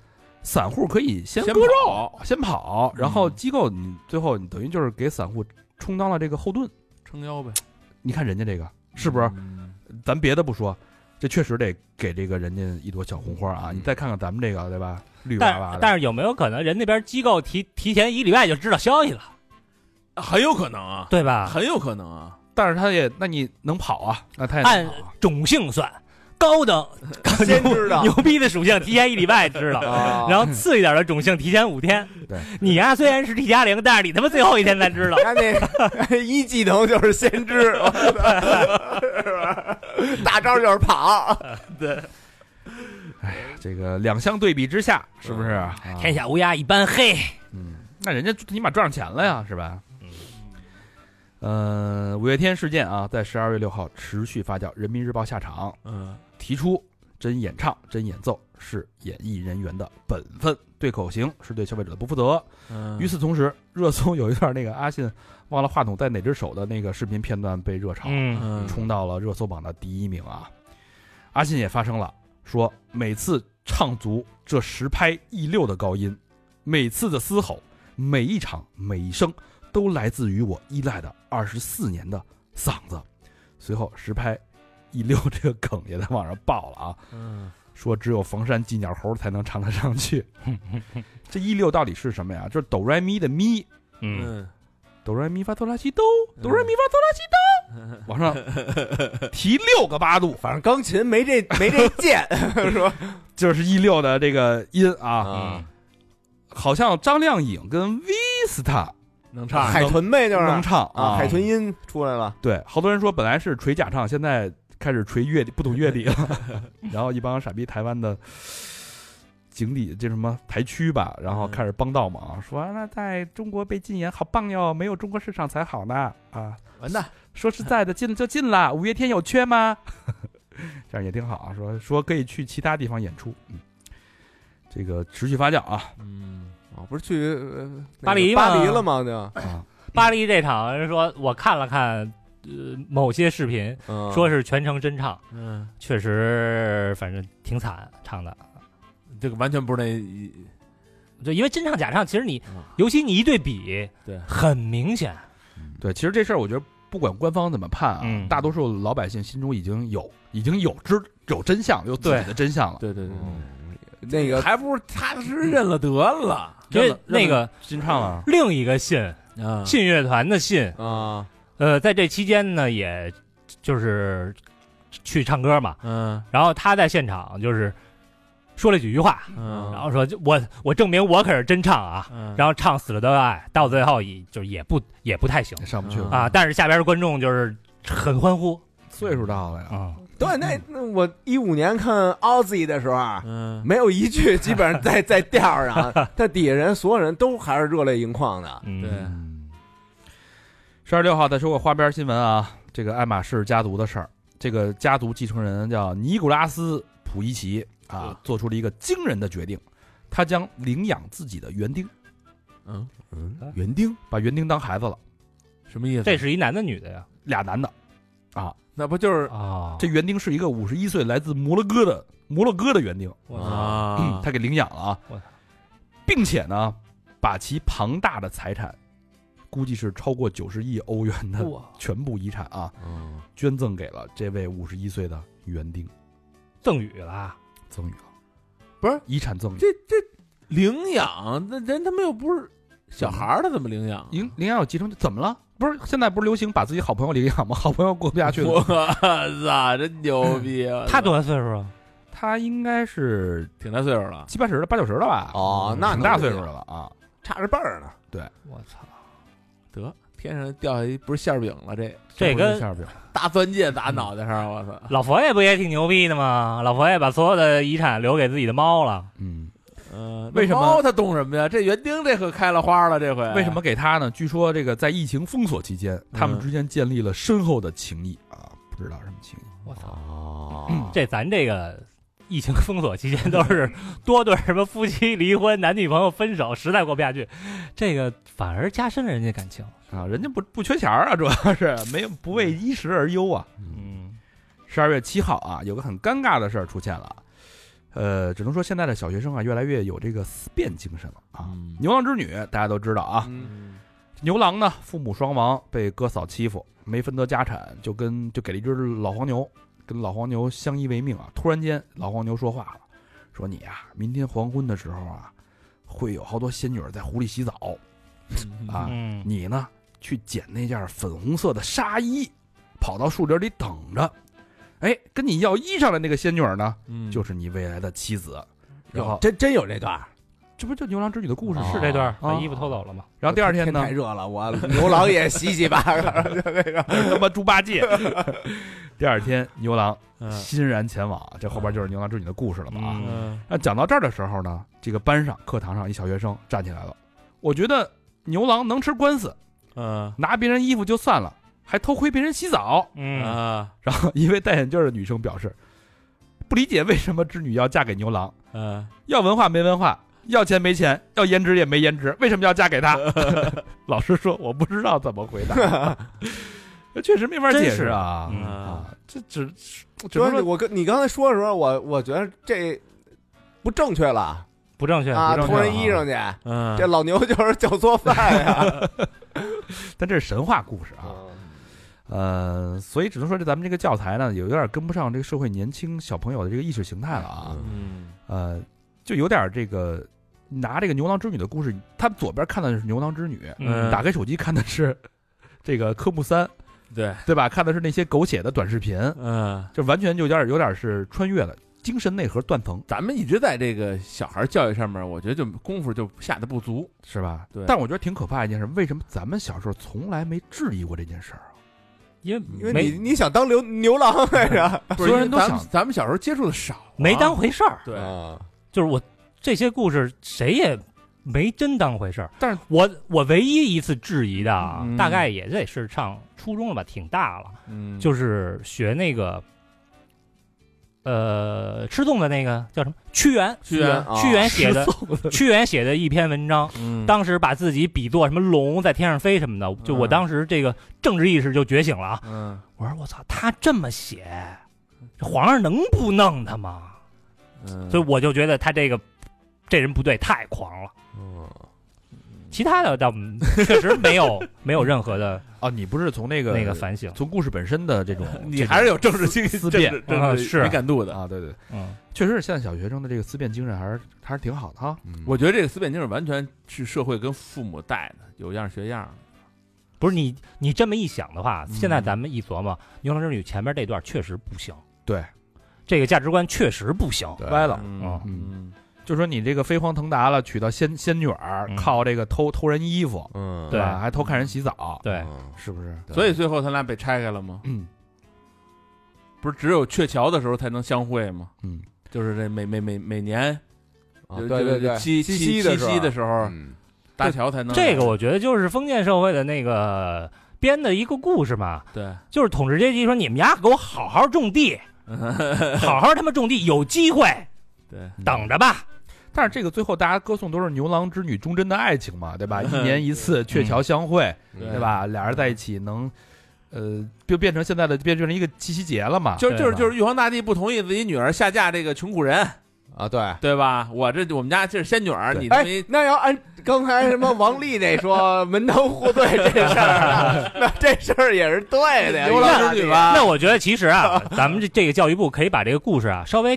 [SPEAKER 3] 散户可以先
[SPEAKER 5] 先
[SPEAKER 3] 割肉
[SPEAKER 5] 跑，
[SPEAKER 3] 先跑，然后
[SPEAKER 5] 嗯
[SPEAKER 3] 机构你最后你等于就是给散户充当了这个后盾。
[SPEAKER 5] 撑腰呗，
[SPEAKER 3] 你看人家这个是不是？
[SPEAKER 5] 嗯？
[SPEAKER 3] 咱别的不说，这确实得给这个人家一朵小红花
[SPEAKER 5] 嗯
[SPEAKER 3] 啊！你再看看咱们这个，对吧？绿哇哇
[SPEAKER 4] 但
[SPEAKER 3] 的。
[SPEAKER 4] 但是有没有可能人那边机构提提前一个礼拜就知道消息了，
[SPEAKER 5] 很有可能啊，
[SPEAKER 4] 对吧？
[SPEAKER 5] 很有可能啊。
[SPEAKER 3] 但是他也，那你能跑啊？那他也
[SPEAKER 4] 按
[SPEAKER 3] 能跑啊
[SPEAKER 4] 种姓算，高等
[SPEAKER 2] 先知道
[SPEAKER 4] 牛逼的属性提前一礼拜知 道。
[SPEAKER 2] 啊，
[SPEAKER 4] 然后次一点的种姓提前五天
[SPEAKER 3] 对，啊
[SPEAKER 4] 你呀、虽然是 T 加零，但是你他妈最后一天才 知道
[SPEAKER 2] 他那一技能就是先知，我操大招就是跑。
[SPEAKER 3] 这个两相对比之下，是不是？啊
[SPEAKER 4] 嗯天下乌鸦一般黑。
[SPEAKER 3] 嗯，那人家最起码赚上钱了呀，是吧？嗯，呃，五月天事件啊，在十二月六号持续发酵，《人民日报》下场
[SPEAKER 5] 嗯
[SPEAKER 3] 提出，真演唱、真演奏是演艺人员的本分，对口型是对消费者的不负责。
[SPEAKER 5] 嗯
[SPEAKER 3] 与此同时，热搜有一段那个阿信忘了话筒在哪只手的那个视频片段被热炒，
[SPEAKER 4] 嗯，
[SPEAKER 5] 嗯
[SPEAKER 3] 冲到了热搜榜的第一名啊。阿信也发声了，说每次唱足这十拍一溜的高音，每次的嘶吼，每一场每一声，都来自于我依赖的二十四年的嗓子。随后，十拍一溜这个梗也在网上爆了啊，
[SPEAKER 5] 嗯
[SPEAKER 3] 说只有房山寄鸟猴才能唱得上 去。这一溜到底是什么呀？就是哆来咪的咪，
[SPEAKER 4] 嗯，
[SPEAKER 5] 嗯
[SPEAKER 3] 哆来咪发哆拉西哆，哆来咪发哆拉西哆，往上提六个八度，
[SPEAKER 2] 反正钢琴没这没这键，是吧？
[SPEAKER 3] 就是一溜的这个音
[SPEAKER 4] 嗯
[SPEAKER 3] 啊，
[SPEAKER 2] 啊，
[SPEAKER 3] 好像张靓颖跟 Vista
[SPEAKER 5] 能唱
[SPEAKER 2] 海豚呗，就是
[SPEAKER 3] 能唱
[SPEAKER 2] 啊，海豚音出来了。
[SPEAKER 3] 对，好多人说本来是锤假唱，现在开始锤乐理，不懂乐理了。 然后一帮傻逼台湾的井底这什么台区吧，然后开始帮倒
[SPEAKER 5] 嗯
[SPEAKER 3] 忙，说那在中国被禁言好棒哟，没有中国市场才好呢啊！
[SPEAKER 5] 完蛋，
[SPEAKER 3] 说实在的，进了就进了，五月天有缺吗？ 这样也挺好啊，说说可以去其他地方演出，嗯，这个持续发酵啊，
[SPEAKER 5] 嗯
[SPEAKER 2] 啊，不是去呃那个
[SPEAKER 4] 巴黎吗
[SPEAKER 2] 巴黎了吗？就
[SPEAKER 3] 啊
[SPEAKER 4] 巴黎这场人说我看了看，呃，某些视频
[SPEAKER 2] 嗯
[SPEAKER 4] 说是全程真唱，
[SPEAKER 5] 嗯，
[SPEAKER 4] 确实反正挺惨唱的。
[SPEAKER 5] 嗯这个完全不是那一
[SPEAKER 4] 就因为真唱假唱，其实你
[SPEAKER 5] 嗯
[SPEAKER 4] 尤其你一对比，
[SPEAKER 5] 对
[SPEAKER 4] 很明显。
[SPEAKER 3] 对，其实这事儿我觉得不管官方怎么判啊，
[SPEAKER 4] 嗯
[SPEAKER 3] 大多数老百姓心中已经有已经有知有真相，有自己的真相了。
[SPEAKER 5] 对
[SPEAKER 2] 嗯
[SPEAKER 5] 对对
[SPEAKER 2] 那
[SPEAKER 5] 对，
[SPEAKER 2] 个
[SPEAKER 5] 还不如踏踏实实认了得了
[SPEAKER 4] 因为那个
[SPEAKER 5] 嗯
[SPEAKER 3] 新唱啊，
[SPEAKER 4] 另一个信
[SPEAKER 5] 啊
[SPEAKER 4] 嗯信乐团的信，
[SPEAKER 2] 啊，
[SPEAKER 4] 呃，在这期间呢，也就是去唱歌嘛，
[SPEAKER 5] 嗯
[SPEAKER 4] 然后他在现场就是说了几句话，
[SPEAKER 5] 嗯，
[SPEAKER 4] 然后说就我我证明我可是真唱啊，
[SPEAKER 5] 嗯
[SPEAKER 4] 然后唱死了都要爱，到最后也就是也不也不太行
[SPEAKER 3] 上不去了
[SPEAKER 5] 嗯
[SPEAKER 4] 啊，但是下边的观众就是很欢呼
[SPEAKER 3] 岁数大了呀，
[SPEAKER 4] 啊，
[SPEAKER 2] 对，那那我一五年看 Ozzy 的时候啊，
[SPEAKER 5] 嗯
[SPEAKER 2] 没有一句基本上在在调 儿上，但底下人所有人都还是热泪盈眶的。
[SPEAKER 4] 嗯，
[SPEAKER 5] 对
[SPEAKER 3] 嗯，十二六号再说个花边新闻啊，这个爱马仕家族的事儿。这个家族继承人叫尼古拉斯·普伊奇啊，做出了一个惊人的决定，他将领养自己的园丁，
[SPEAKER 5] 嗯，
[SPEAKER 2] 嗯
[SPEAKER 3] 园丁把园丁当孩子了，
[SPEAKER 5] 什么意思？
[SPEAKER 4] 这是一男的女的呀？
[SPEAKER 3] 俩男的。
[SPEAKER 5] 那不就是
[SPEAKER 4] 啊，
[SPEAKER 3] 这园丁是一个五十一岁来自摩洛哥的摩洛哥的园丁，
[SPEAKER 4] 我操
[SPEAKER 5] 啊？
[SPEAKER 3] 他给领养了啊
[SPEAKER 4] 我操，
[SPEAKER 3] 并且呢，把其庞大的财产，估计是超过九十亿欧元的
[SPEAKER 4] 哇
[SPEAKER 3] 全部遗产啊，
[SPEAKER 5] 嗯
[SPEAKER 3] 捐赠给了这位五十一岁的园丁，
[SPEAKER 4] 赠予啦，
[SPEAKER 3] 赠予了，
[SPEAKER 5] 不是
[SPEAKER 3] 遗产赠与，
[SPEAKER 5] 这这领养，那人他们又不是小孩儿，他怎么领养啊？
[SPEAKER 3] 领领养有继承权，怎么了？不是现在不是流行把自己好朋友领养吗？好朋友过不下去
[SPEAKER 5] 我
[SPEAKER 3] 了，
[SPEAKER 5] 操，真牛逼啊！
[SPEAKER 4] 他多大岁数啊？
[SPEAKER 3] 他应该是
[SPEAKER 5] 挺大岁数了，
[SPEAKER 3] 七八十了，八九十了吧？嗯
[SPEAKER 2] 哦那
[SPEAKER 3] 挺
[SPEAKER 2] 能
[SPEAKER 3] 大
[SPEAKER 2] 理
[SPEAKER 3] 岁
[SPEAKER 2] 解
[SPEAKER 3] 数的了啊。
[SPEAKER 2] 差着辈儿呢。
[SPEAKER 4] 我操，
[SPEAKER 5] 得天上掉下一不是馅儿饼了，这
[SPEAKER 4] 这
[SPEAKER 3] 个
[SPEAKER 4] 跟
[SPEAKER 3] 馅儿饼，
[SPEAKER 5] 大钻戒打脑袋上，我操！
[SPEAKER 4] 老佛爷不也挺牛逼的吗？老佛爷把所有的遗产留给自己的猫了，
[SPEAKER 3] 嗯，
[SPEAKER 5] 嗯，
[SPEAKER 3] 为什么
[SPEAKER 5] 猫它懂什么呀？这园丁这可开了花了，这回
[SPEAKER 3] 为什么？给他呢？据说这个在疫情封锁期间，他们之间建立了深厚的情谊啊，不知道什么情谊。嗯
[SPEAKER 4] 我操，
[SPEAKER 2] 哦，
[SPEAKER 4] 这咱这个。疫情封锁期间都是 多对儿什么夫妻离婚、男女朋友分手，实在过不下去，这个反而加深了人家感情。
[SPEAKER 3] 啊，人家不不缺钱儿啊，主要是 没有不为衣食而忧啊。
[SPEAKER 4] 嗯，
[SPEAKER 3] 十二月七号啊，有个很尴尬的事儿出现了啊，呃，只能说现在的小学生啊，越来越有这个思辨精神了啊。
[SPEAKER 5] 嗯
[SPEAKER 3] 牛郎织女大家都知道啊，
[SPEAKER 5] 嗯
[SPEAKER 3] 牛郎呢父母双亡，被哥嫂欺负，没分得家产，就跟就给了一只老黄牛，跟老黄牛相依为命啊。突然间，老黄牛说话了，说你啊，明天黄昏的时候啊，会有好多仙女儿在湖里洗澡，啊
[SPEAKER 4] 嗯，
[SPEAKER 3] 你呢去捡那件粉红色的纱衣，跑到树林里等着。哎，跟你要衣裳的那个仙女儿呢，
[SPEAKER 5] 嗯
[SPEAKER 3] 就是你未来的妻子。然后
[SPEAKER 2] 真真有这段儿。
[SPEAKER 3] 这不就牛郎织女的故事
[SPEAKER 4] 哦
[SPEAKER 3] 是
[SPEAKER 4] 是这段儿把
[SPEAKER 3] 啊
[SPEAKER 4] 衣服偷走了吗？
[SPEAKER 3] 然后第二天
[SPEAKER 2] 天
[SPEAKER 3] 呢
[SPEAKER 2] 太，热了，我牛郎也洗洗吧。就 那个
[SPEAKER 3] 他妈猪八戒。第二天，牛郎
[SPEAKER 5] 嗯
[SPEAKER 3] 欣然前往，这后边就是牛郎织女的故事了嘛啊。
[SPEAKER 5] 嗯
[SPEAKER 3] 那讲到这儿的时候呢，这个班上课堂上一小学生站起来了，我觉得牛郎能吃官司，
[SPEAKER 5] 嗯
[SPEAKER 3] 拿别人衣服就算了，还偷窥别人洗澡。
[SPEAKER 4] 嗯，
[SPEAKER 5] 啊
[SPEAKER 3] 然后一位戴眼镜的女生表示，不理解为什么织女要嫁给牛郎，
[SPEAKER 5] 嗯，
[SPEAKER 3] 要文化没文化，要钱没钱，要颜值也没颜值，为什么要嫁给他？ 老师说我不知道怎么回 答，确实没法解释啊
[SPEAKER 4] 真是嗯
[SPEAKER 3] 啊，这只只
[SPEAKER 2] 说
[SPEAKER 3] 能
[SPEAKER 2] 你
[SPEAKER 3] 说
[SPEAKER 2] 我跟你刚才说的时候，我我觉得这不正确了
[SPEAKER 4] 不正确
[SPEAKER 2] 啊，
[SPEAKER 4] 不正
[SPEAKER 2] 脱
[SPEAKER 4] 确
[SPEAKER 2] 人衣裳去，
[SPEAKER 5] 嗯
[SPEAKER 2] 这老牛就是酒做饭呀。
[SPEAKER 3] 但这是神话故事啊，
[SPEAKER 5] 嗯
[SPEAKER 3] 呃，所以只能说这咱们这个教材呢，有有点跟不上这个社会年轻小朋友的这个意识形态了啊，
[SPEAKER 5] 嗯
[SPEAKER 3] 呃，就有点这个拿这个牛郎织女的故事，他们左边看的是牛郎织女，
[SPEAKER 4] 嗯
[SPEAKER 3] 打开手机看的是这个科目三，
[SPEAKER 5] 对
[SPEAKER 3] 对吧？看的是那些狗血的短视频，
[SPEAKER 5] 嗯。
[SPEAKER 3] 就完全就有点有点是穿越了精神内核断层，
[SPEAKER 5] 咱们一直在这个小孩教育上面，我觉得就功夫就下的不足。
[SPEAKER 3] 是吧？
[SPEAKER 5] 对
[SPEAKER 3] 但我觉得挺可怕一件事，为什么咱们小时候从来没质疑过这件事儿啊？
[SPEAKER 4] 因
[SPEAKER 2] 因为
[SPEAKER 4] 没
[SPEAKER 2] 你你想当牛牛郎来着，
[SPEAKER 3] 所
[SPEAKER 5] 所
[SPEAKER 3] 有人都
[SPEAKER 5] 咱
[SPEAKER 3] 想
[SPEAKER 5] 们咱们小时候接触的少啊，
[SPEAKER 4] 没当回事儿，
[SPEAKER 5] 对，
[SPEAKER 2] 啊
[SPEAKER 4] 就是我这些故事谁也没真当回事儿。
[SPEAKER 3] 但是
[SPEAKER 4] 我我唯一一次质疑的啊，
[SPEAKER 5] 嗯
[SPEAKER 4] 大概也得是上初中了吧，挺大了，
[SPEAKER 5] 嗯
[SPEAKER 4] 就是学那个。呃，吃粽的那个叫什么？屈原，
[SPEAKER 5] 屈原
[SPEAKER 2] 啊
[SPEAKER 4] 屈原写的，屈原写的一篇文章，
[SPEAKER 5] 嗯
[SPEAKER 4] 当时把自己比作什么龙在天上飞什么的，就我
[SPEAKER 5] 嗯
[SPEAKER 4] 当时这个政治意识就觉醒了啊！
[SPEAKER 5] 嗯
[SPEAKER 4] 我说我操，他这么写，这皇上能不弄他吗？
[SPEAKER 5] 嗯，
[SPEAKER 4] 所以我就觉得他这个这人不对，太狂了。其他的倒确实没有没有任何的
[SPEAKER 3] 啊，你不是从那个
[SPEAKER 4] 那个反省。
[SPEAKER 3] 从故事本身的这种，
[SPEAKER 5] 你还是有政治性
[SPEAKER 3] 思
[SPEAKER 5] 思
[SPEAKER 3] 辨
[SPEAKER 4] 啊
[SPEAKER 5] 政治
[SPEAKER 4] 是
[SPEAKER 5] 敏感度的。
[SPEAKER 3] 啊，对对，
[SPEAKER 4] 嗯，
[SPEAKER 3] 确实是现在小学生的这个思辨精神还是还是挺好的哈。
[SPEAKER 2] 嗯
[SPEAKER 5] 我觉得这个思辨精神完全是社会跟父母带的，有样学样的。
[SPEAKER 4] 不是你你这么一想的话，
[SPEAKER 5] 嗯
[SPEAKER 4] 现在咱们一琢磨，《牛郎织女》前面这段确实不行，
[SPEAKER 3] 对，
[SPEAKER 4] 这个价值观确实不行。
[SPEAKER 3] 歪了。
[SPEAKER 4] 嗯
[SPEAKER 5] 嗯
[SPEAKER 3] 就说你这个飞黄腾达了，娶到仙仙女儿，
[SPEAKER 4] 嗯
[SPEAKER 3] 靠这个偷偷人衣服，
[SPEAKER 2] 嗯
[SPEAKER 4] 对
[SPEAKER 3] 是吧还偷看人洗澡，
[SPEAKER 4] 对，
[SPEAKER 2] 嗯
[SPEAKER 3] 是不是？
[SPEAKER 5] 所以最后他俩被拆开了吗？
[SPEAKER 3] 嗯
[SPEAKER 5] 不是只有鹊桥的时候才能相会吗？
[SPEAKER 3] 嗯，
[SPEAKER 5] 就是这每每每每年，
[SPEAKER 2] 啊
[SPEAKER 5] 就
[SPEAKER 2] 对对
[SPEAKER 5] 就
[SPEAKER 2] 对，
[SPEAKER 5] 是七
[SPEAKER 2] 七
[SPEAKER 5] 七
[SPEAKER 2] 夕的时候
[SPEAKER 5] 夕的时候，
[SPEAKER 2] 嗯
[SPEAKER 5] 搭桥才能
[SPEAKER 4] 这个我觉得就是封建社会的那个编的一个故事嘛，
[SPEAKER 5] 对，
[SPEAKER 4] 就是统治阶级说你们家给我好好种地，好好他妈种地，有机会
[SPEAKER 5] 对
[SPEAKER 4] 等着吧。
[SPEAKER 3] 但是这个最后大家歌颂都是牛郎织女忠贞的爱情嘛，对吧？一年一次鹊桥相会，对吧？俩人在一起能，呃，就变成现在的变成一个七夕节了嘛？
[SPEAKER 5] 就是就
[SPEAKER 4] 对
[SPEAKER 5] 是
[SPEAKER 4] 吧
[SPEAKER 5] 就是玉皇大帝不同意自己女儿下嫁这个穷苦人，
[SPEAKER 2] 啊对。
[SPEAKER 5] 对吧？我这我们家这是仙女儿，
[SPEAKER 3] 对
[SPEAKER 5] 你这
[SPEAKER 2] 哎
[SPEAKER 5] 么一，
[SPEAKER 2] 那要按刚才什么王丽那说门当户对这事儿啊，那这事儿也是对的呀，
[SPEAKER 5] 牛郎织女吧？
[SPEAKER 4] 那我觉得其实 啊，咱们这这个教育部可以把这个故事啊稍微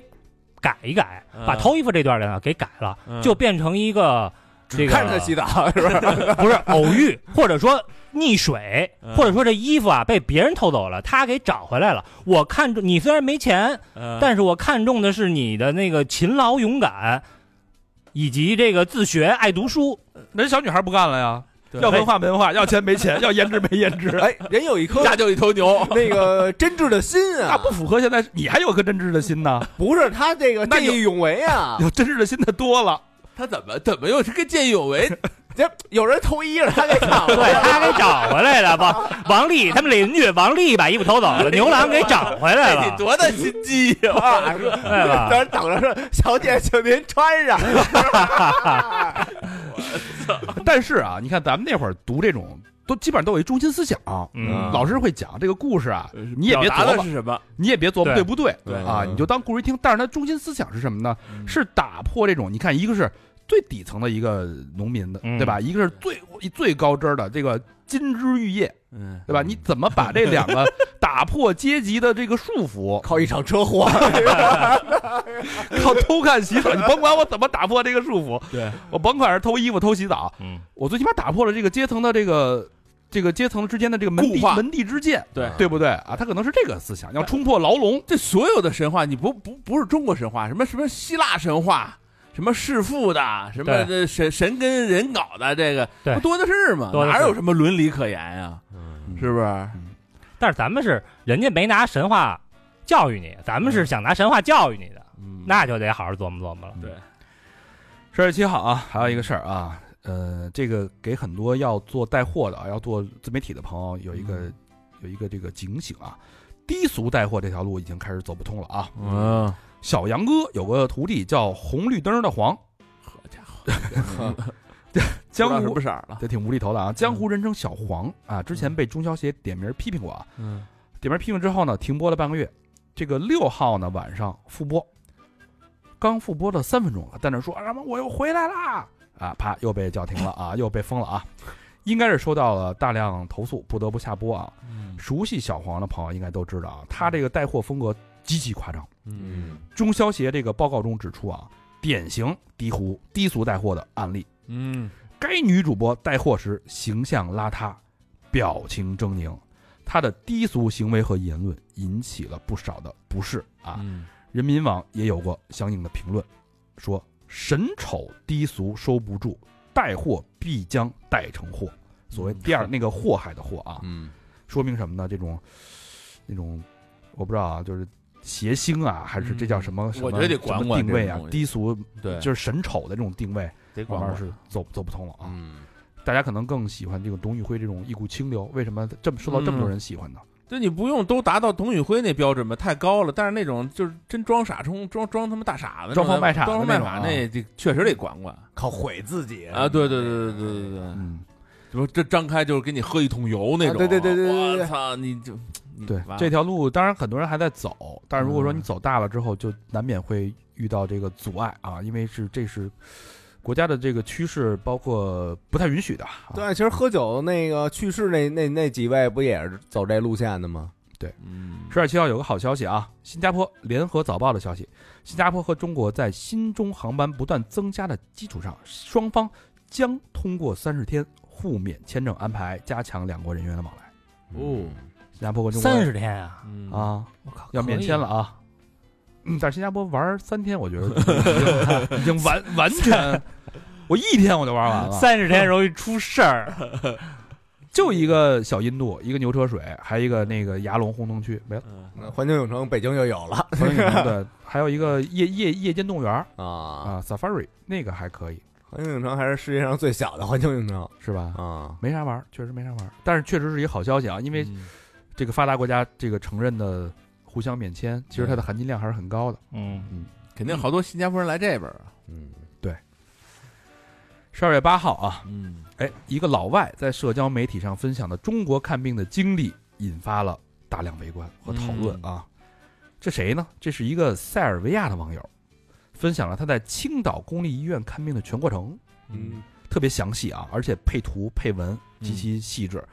[SPEAKER 4] 改一改，
[SPEAKER 5] 嗯
[SPEAKER 4] 把偷衣服这段呢给改了，
[SPEAKER 5] 嗯
[SPEAKER 4] 就变成一个这个
[SPEAKER 2] 看着洗澡是吧？
[SPEAKER 4] 不是偶遇，或者说溺水，
[SPEAKER 5] 嗯
[SPEAKER 4] 或者说这衣服啊被别人偷走了，他给找回来了。我看中你虽然没钱，
[SPEAKER 5] 嗯
[SPEAKER 4] 但是我看中的是你的那个勤劳勇敢，以及这个自学爱读书。
[SPEAKER 3] 人小女孩不干了呀，
[SPEAKER 5] 对
[SPEAKER 3] 要文化没文化，要钱没 钱，要颜值没颜值，
[SPEAKER 2] 哎，人 有一颗
[SPEAKER 5] 家就一头牛，
[SPEAKER 2] 那个真挚的心
[SPEAKER 3] 那
[SPEAKER 2] 啊，
[SPEAKER 3] 不符合现在你还有颗真挚的心呢，
[SPEAKER 2] 不是他这个
[SPEAKER 3] 那
[SPEAKER 2] 见
[SPEAKER 3] 有
[SPEAKER 2] 义勇为 啊，
[SPEAKER 3] 有真挚的心的多了。
[SPEAKER 5] 他怎么怎么又是跟见义勇为？
[SPEAKER 2] 这有人偷衣了，他给抢
[SPEAKER 4] 对
[SPEAKER 2] 了。
[SPEAKER 4] 他给找回来了，王王丽他们邻居王丽把衣服偷走 了，牛郎给找回来
[SPEAKER 5] 哎你
[SPEAKER 4] 了，
[SPEAKER 5] 多大心机呀！
[SPEAKER 2] 啊，说
[SPEAKER 4] 对吧？
[SPEAKER 2] 在那等着说，小姐，请您穿上。
[SPEAKER 3] 但是啊，你看咱们那会儿读这种，都基本上都有一中心思想，
[SPEAKER 4] 嗯
[SPEAKER 3] 老师会讲这个故事啊，你也别
[SPEAKER 5] 表达
[SPEAKER 3] 琢
[SPEAKER 5] 的
[SPEAKER 3] 磨，
[SPEAKER 5] 是什么？
[SPEAKER 3] 你也别琢磨
[SPEAKER 4] 对
[SPEAKER 3] 对不对
[SPEAKER 5] 对嗯
[SPEAKER 3] 啊，
[SPEAKER 2] 嗯
[SPEAKER 3] 你就当故事一听。但是它中心思想是什么呢？是打破这种，你看，一个是最底层的一个农民的，
[SPEAKER 4] 嗯
[SPEAKER 3] 对吧？一个是最最高枝儿的这个金枝玉叶，
[SPEAKER 5] 嗯，
[SPEAKER 3] 对吧？你怎么把这两 个打破阶级的这个束缚？
[SPEAKER 2] 靠一场车祸，
[SPEAKER 3] 靠偷看洗澡，你甭管我怎么打破这个束缚，
[SPEAKER 5] 对，
[SPEAKER 3] 我甭管是偷衣服、偷洗澡，
[SPEAKER 4] 嗯，
[SPEAKER 3] 我最起码打破了这个阶层的这个这个阶层之间的这个门第
[SPEAKER 5] 固化
[SPEAKER 3] 门第之见，
[SPEAKER 5] 对
[SPEAKER 3] 对不对啊？他可能是这个思想，要冲破牢笼。
[SPEAKER 5] 这所有的神话，你不不不是中国神话，什么什么希腊神话，什么弑父的，什么
[SPEAKER 4] 对
[SPEAKER 5] 这神神跟人搞的，这个
[SPEAKER 4] 对
[SPEAKER 5] 不多的是吗？
[SPEAKER 4] 多的是
[SPEAKER 5] 哪有什么伦理可言啊呀？
[SPEAKER 2] 嗯
[SPEAKER 5] 是不是？
[SPEAKER 4] 但是咱们是人家没拿神话教育你，咱
[SPEAKER 5] 嗯
[SPEAKER 4] 们是想拿神话教育你的，那就得好好琢磨琢磨了。
[SPEAKER 5] 对
[SPEAKER 3] 十二月七号啊，还有一个事儿啊，
[SPEAKER 5] 嗯
[SPEAKER 3] 呃，这个给很多要做带货的、啊，要做自媒体的朋友有一
[SPEAKER 5] 嗯
[SPEAKER 3] 个、有一个这个警醒啊，低俗带货这条路已经开始走不通了啊。
[SPEAKER 5] 嗯，
[SPEAKER 3] 小杨哥有个徒弟叫红绿灯的黄，
[SPEAKER 5] 好家伙，
[SPEAKER 3] 江
[SPEAKER 5] 不知道什嗯
[SPEAKER 3] 湖
[SPEAKER 5] 么色儿了？
[SPEAKER 3] 这挺无厘头的啊，江湖人称小黄啊，之前被中消协点名批评过啊，
[SPEAKER 5] 嗯，
[SPEAKER 3] 点名批评之后呢，停播了半个月。这个六号呢晚上复播，刚复播了三分钟了，在那说啊什么我又回来啦啊，啪又被叫停了啊，又被封了啊。应该是收到了大量投诉，不得不下播啊。熟悉小黄的朋友应该都知道啊，他这个带货风格极其夸张。
[SPEAKER 5] 嗯
[SPEAKER 3] 中消协这个报告中指出啊，典型低俗低俗带货的案例。
[SPEAKER 5] 嗯，
[SPEAKER 3] 该女主播带货时形象邋遢，表情狰狞，她的低俗行为和言论引起了不少的不适啊。
[SPEAKER 5] 嗯
[SPEAKER 3] 人民网也有过相应的评论，说神丑低俗收不住，带货必将带成祸。
[SPEAKER 5] 嗯
[SPEAKER 3] 所谓第二那个祸害的祸啊，
[SPEAKER 2] 嗯，
[SPEAKER 3] 说明什么呢？这种那种我不知道啊，就是邪星啊，还是这叫什么？
[SPEAKER 5] 嗯
[SPEAKER 3] 什么
[SPEAKER 5] 我觉得得管
[SPEAKER 3] 什么
[SPEAKER 5] 管
[SPEAKER 3] 定位
[SPEAKER 5] 这
[SPEAKER 3] 啊
[SPEAKER 5] 种东，西
[SPEAKER 3] 低俗
[SPEAKER 5] 对，
[SPEAKER 3] 就是神丑的这种定位，
[SPEAKER 5] 得
[SPEAKER 3] 慢
[SPEAKER 5] 管
[SPEAKER 3] 慢
[SPEAKER 5] 管
[SPEAKER 3] 是走走不通了啊。
[SPEAKER 2] 嗯，
[SPEAKER 3] 大家可能更喜欢这个董宇辉这种一股清流，为什么这么受到这么多人喜欢呢？
[SPEAKER 5] 对，你不用都达到董宇辉那标准吧，太高了。但是那种就是真装傻充装装他妈大傻子那种，
[SPEAKER 3] 装疯卖傻的
[SPEAKER 5] 装疯卖
[SPEAKER 3] 那种
[SPEAKER 5] 傻
[SPEAKER 3] 啊
[SPEAKER 5] 那也得确实得管管
[SPEAKER 2] 靠毁自己
[SPEAKER 5] 啊！对对对对对对对，
[SPEAKER 3] 嗯，
[SPEAKER 5] 什么这张开就是给你喝一桶油那种，
[SPEAKER 2] 啊对对对对对对
[SPEAKER 5] 我操，你就你
[SPEAKER 3] 对，
[SPEAKER 5] 嗯完了
[SPEAKER 3] 这条路当然很多人还在走，但是如果说你走大了之后，就难免会遇到这个阻碍啊，因为是这是国家的这个趋势，包括不太允许的啊。
[SPEAKER 2] 对，其实喝酒那个去世那那那几位不也是走这路线的吗？
[SPEAKER 5] 嗯
[SPEAKER 3] 十二七号有个好消息啊，新加坡联合早报的消息，新加坡和中国在新中航班不断增加的基础上，双方将通过三十天互免签证安排，加强两国人员的往来。
[SPEAKER 5] 哦，
[SPEAKER 3] 新加坡和中国
[SPEAKER 4] 三十天啊，
[SPEAKER 5] 嗯，。
[SPEAKER 3] 啊，
[SPEAKER 4] 我靠，
[SPEAKER 3] 要
[SPEAKER 4] 可以
[SPEAKER 3] 免签了啊。嗯，但是新加坡玩三天，我觉得 已经已经完完全，我一天我就玩完了。
[SPEAKER 4] 三十天容易出事儿。
[SPEAKER 3] 就一个小印度，一个牛车水，还一个那个牙龙红灯区没了
[SPEAKER 5] 嗯
[SPEAKER 2] 那环球影城北京就有了
[SPEAKER 3] 对， 还有一个夜夜夜间动物园儿
[SPEAKER 2] 啊。
[SPEAKER 3] 啊，Safari 那个还可以，
[SPEAKER 2] 环球影城还是世界上最小的环球影城
[SPEAKER 3] 是吧？
[SPEAKER 2] 啊。
[SPEAKER 3] 没啥玩儿，确实没啥玩儿，但是确实是一个好消息啊，因为
[SPEAKER 5] 嗯
[SPEAKER 3] 这个发达国家这个承认的互相免签，其实它的含金量还是很高的。
[SPEAKER 4] 嗯，
[SPEAKER 5] 肯定好多新加坡人来这边啊，
[SPEAKER 2] 嗯，
[SPEAKER 3] 十二月八号啊，
[SPEAKER 5] 嗯，
[SPEAKER 3] 哎，一个老外在社交媒体上分享的中国看病的经历，引发了大量围观和讨论啊。这谁呢？这是一个塞尔维亚的网友，分享了他在青岛公立医院看病的全过程，
[SPEAKER 5] 嗯，
[SPEAKER 3] 特别详细啊，而且配图配文极其细致。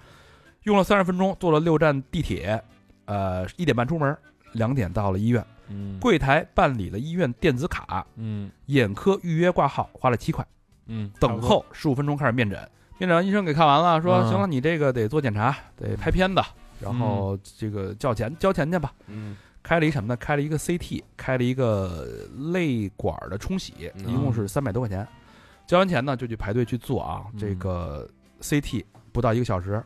[SPEAKER 3] 用了三十分钟，坐了六站地铁，呃，一点半出门，两点到了医院，
[SPEAKER 5] 嗯，
[SPEAKER 3] 柜台办理了医院电子卡，
[SPEAKER 5] 嗯
[SPEAKER 3] 眼科预约挂号花了七块。
[SPEAKER 5] 嗯，
[SPEAKER 3] 等候十五分钟开始面诊，面诊完医生给看完了，说
[SPEAKER 5] 嗯
[SPEAKER 3] 行了，你这个得做检查，得拍片子，然后这个交钱交钱去吧。
[SPEAKER 5] 嗯，
[SPEAKER 3] 开了一什么呢？开了一个 CT，开了一个泪管的冲洗，
[SPEAKER 2] 嗯
[SPEAKER 3] 一共是三百多块钱。交完钱呢，就去排队去做啊，
[SPEAKER 5] 嗯
[SPEAKER 3] 这个 CT 不到一个小时，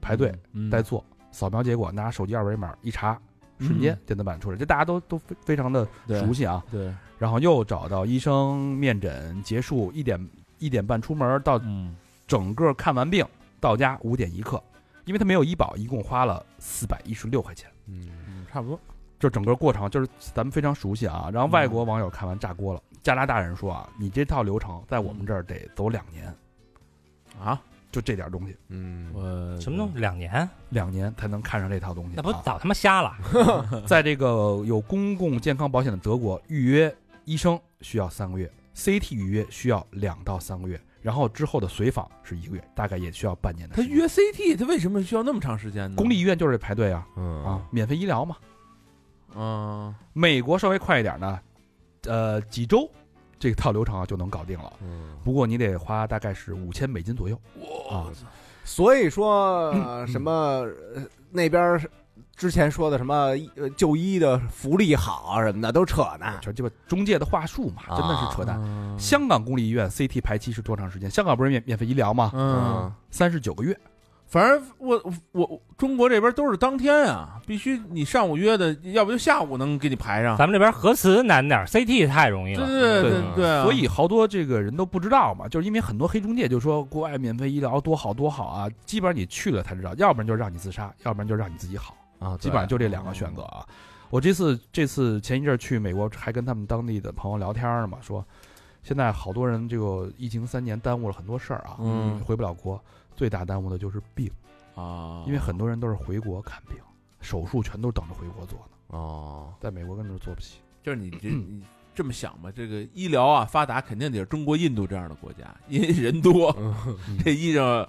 [SPEAKER 3] 排队
[SPEAKER 5] 嗯
[SPEAKER 3] 再做扫描结果，拿手机二维码一查，瞬间电子版出来，这大家都都非非常的
[SPEAKER 5] 对
[SPEAKER 3] 熟悉啊。
[SPEAKER 5] 对，
[SPEAKER 3] 然后又找到医生面诊结束一点一点半出门，到
[SPEAKER 5] 嗯
[SPEAKER 3] 整个看完病到家五点一刻，因为他没有医保，一共花了四百一十六块钱。
[SPEAKER 2] 嗯，
[SPEAKER 5] 嗯，差不多，
[SPEAKER 3] 这整个过程就是咱们非常熟悉啊。然后外国网友看完炸锅了，加拿大人说啊，你这套流程在我们这儿得走两年，
[SPEAKER 5] 啊，
[SPEAKER 3] 就这点东西，
[SPEAKER 2] 嗯，
[SPEAKER 5] 我
[SPEAKER 4] 什么东西？两年？
[SPEAKER 3] 两年才能看上这套东西、啊。
[SPEAKER 4] 那不早他妈瞎了？
[SPEAKER 5] 啊
[SPEAKER 3] 在这个有公共健康保险的德国，预约医生需要三个月，CT 预约需要两到三个月，然后之后的随访是一个月，大概也需要半年的
[SPEAKER 5] 他
[SPEAKER 3] 时间。
[SPEAKER 5] 约 CT，他为什么需要那么长时间呢？
[SPEAKER 3] 公立医，院就是得排队啊
[SPEAKER 2] 嗯
[SPEAKER 3] 啊，，免费医疗嘛。
[SPEAKER 5] 嗯
[SPEAKER 3] 美国稍微快一点呢，呃，几周这套流程啊就能搞定了，
[SPEAKER 2] 嗯。
[SPEAKER 3] 不过你得花大概是五千美金左右。啊哇，
[SPEAKER 2] 所 以说呃什么呃那边儿之前说的什么呃就医的福利好啊什么的都扯呢。
[SPEAKER 3] 全鸡巴中介的话术嘛，真的是扯淡。
[SPEAKER 5] 嗯
[SPEAKER 3] 香港公立医院 CT 排期是多长时间？香港不是免免费医疗吗？
[SPEAKER 5] 嗯，
[SPEAKER 3] 三十九个月。
[SPEAKER 5] 反正我我我中国这边都是当天啊，必须你上午约的，要不就下午能给你排上。
[SPEAKER 4] 咱们这边核磁难点儿，CT 太容易
[SPEAKER 5] 对
[SPEAKER 4] 了。
[SPEAKER 5] 对
[SPEAKER 3] 对
[SPEAKER 5] 对对啊，
[SPEAKER 3] 所以好多这个人都不知道嘛，就是因为很多黑中介就说国外免费医疗多好多好啊，基本上你去了才知道，要不然就是让你自杀，要不然就是让你自己好啊，基本上就这两个选择啊。我这次这次前一阵儿去美国，还跟他们当地的朋友聊天呢嘛，说现在好多人这个疫情三年耽误了很多事儿啊，
[SPEAKER 5] 嗯
[SPEAKER 3] 回不了国，最大耽误的就是病，
[SPEAKER 5] 啊，
[SPEAKER 3] 因为很多人都是回国看病，手术全都等着回国做呢，
[SPEAKER 2] 哦，
[SPEAKER 3] 在美国根本就做不起。
[SPEAKER 5] 啊就是你这你这么想吧，这个医疗啊发达肯定得是中国、印度这样的国家，因为人多，
[SPEAKER 3] 嗯
[SPEAKER 5] 这医生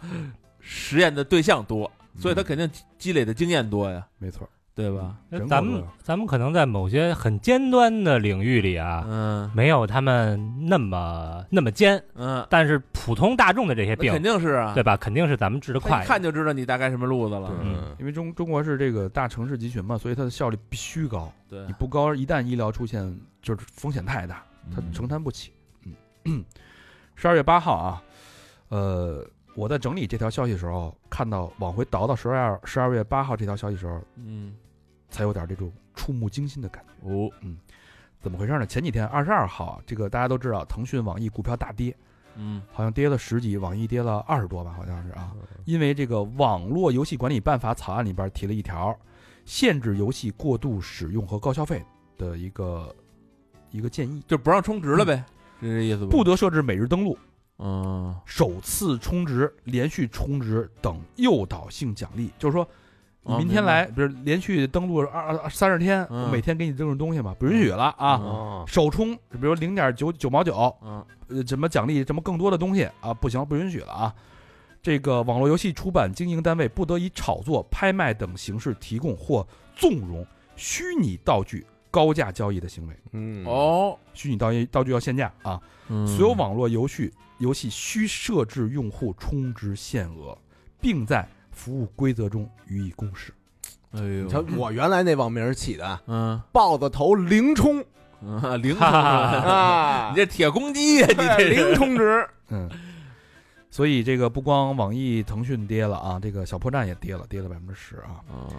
[SPEAKER 5] 实验的对象多，
[SPEAKER 3] 嗯
[SPEAKER 5] 所以他肯定积累的经验多呀，
[SPEAKER 3] 没错儿，嗯
[SPEAKER 5] 对吧？
[SPEAKER 4] 那
[SPEAKER 3] 人
[SPEAKER 4] 咱
[SPEAKER 3] 口多
[SPEAKER 4] 们
[SPEAKER 3] 呀
[SPEAKER 4] 咱们可能在某些很尖端的领域里啊，
[SPEAKER 5] 嗯
[SPEAKER 4] 没有他们那么那么尖，
[SPEAKER 5] 嗯，
[SPEAKER 4] 但是普通大众的这些
[SPEAKER 5] 那肯
[SPEAKER 4] 病，
[SPEAKER 5] 定是啊，
[SPEAKER 4] 对吧？肯定是咱们治得
[SPEAKER 5] 他
[SPEAKER 4] 快
[SPEAKER 5] 一
[SPEAKER 4] 的。
[SPEAKER 5] 看就知道你大概什么路子了，
[SPEAKER 4] 嗯
[SPEAKER 3] 因为中中国是这个大城市集群嘛，所以它的效率必须高。
[SPEAKER 5] 对
[SPEAKER 3] 你，不高，一旦医疗出现就是风险太大，它承担不起。嗯，十二月八号啊，呃，我在整理这条消息的时候，看到往回倒到十二十二月八号这条消息的时候，
[SPEAKER 5] 嗯，
[SPEAKER 3] 才有点这种触目惊心的感觉。
[SPEAKER 5] 哦，
[SPEAKER 3] 怎么回事呢？前几天二十二号啊，这个大家都知道，腾讯、网易股票大跌，
[SPEAKER 5] 嗯
[SPEAKER 3] 好像跌了十几，网易跌了二十多吧，好像是啊。因为这个《网络游戏管理办法》草案里边提了一条，限制游戏过度使用和高消费的一个一个建议，
[SPEAKER 5] 就不让充值了呗，嗯是这意思
[SPEAKER 3] 不，得设置每日登录、
[SPEAKER 5] 嗯
[SPEAKER 3] 首次充值、连续充值等诱导性奖励。就是说，你
[SPEAKER 5] 哦
[SPEAKER 3] 明天来，比如连续登录二二三十天，
[SPEAKER 5] 嗯
[SPEAKER 3] 我每天给你登录东西嘛，不允许了啊。
[SPEAKER 5] 嗯
[SPEAKER 2] 哦，
[SPEAKER 3] 首充，比如零点九九毛九，
[SPEAKER 5] 嗯
[SPEAKER 3] 呃，什么奖励什么更多的东西啊，不行，不允许了啊。这个网络游戏出版经营单位不得以炒作、拍卖等形式提供或纵容虚拟道具高价交易的行为，
[SPEAKER 2] 嗯，
[SPEAKER 5] 哦，嗯
[SPEAKER 3] 虚拟道具道具要限价啊！所有网络游戏游戏需设置用户充值限额，并在服务规则中予以公示。
[SPEAKER 5] 哎
[SPEAKER 2] 你
[SPEAKER 5] 呦，
[SPEAKER 2] 瞧我原来那网名儿起的
[SPEAKER 5] 嗯，
[SPEAKER 2] 豹子头零充
[SPEAKER 5] 嗯零，
[SPEAKER 4] 哈哈哈
[SPEAKER 2] 啊
[SPEAKER 5] 你，这铁公鸡呀，你这是
[SPEAKER 2] 零充值，
[SPEAKER 3] 嗯，所以这个不光网易、腾讯跌了啊，这个小破站也跌了，跌了百分之十啊。
[SPEAKER 5] 哦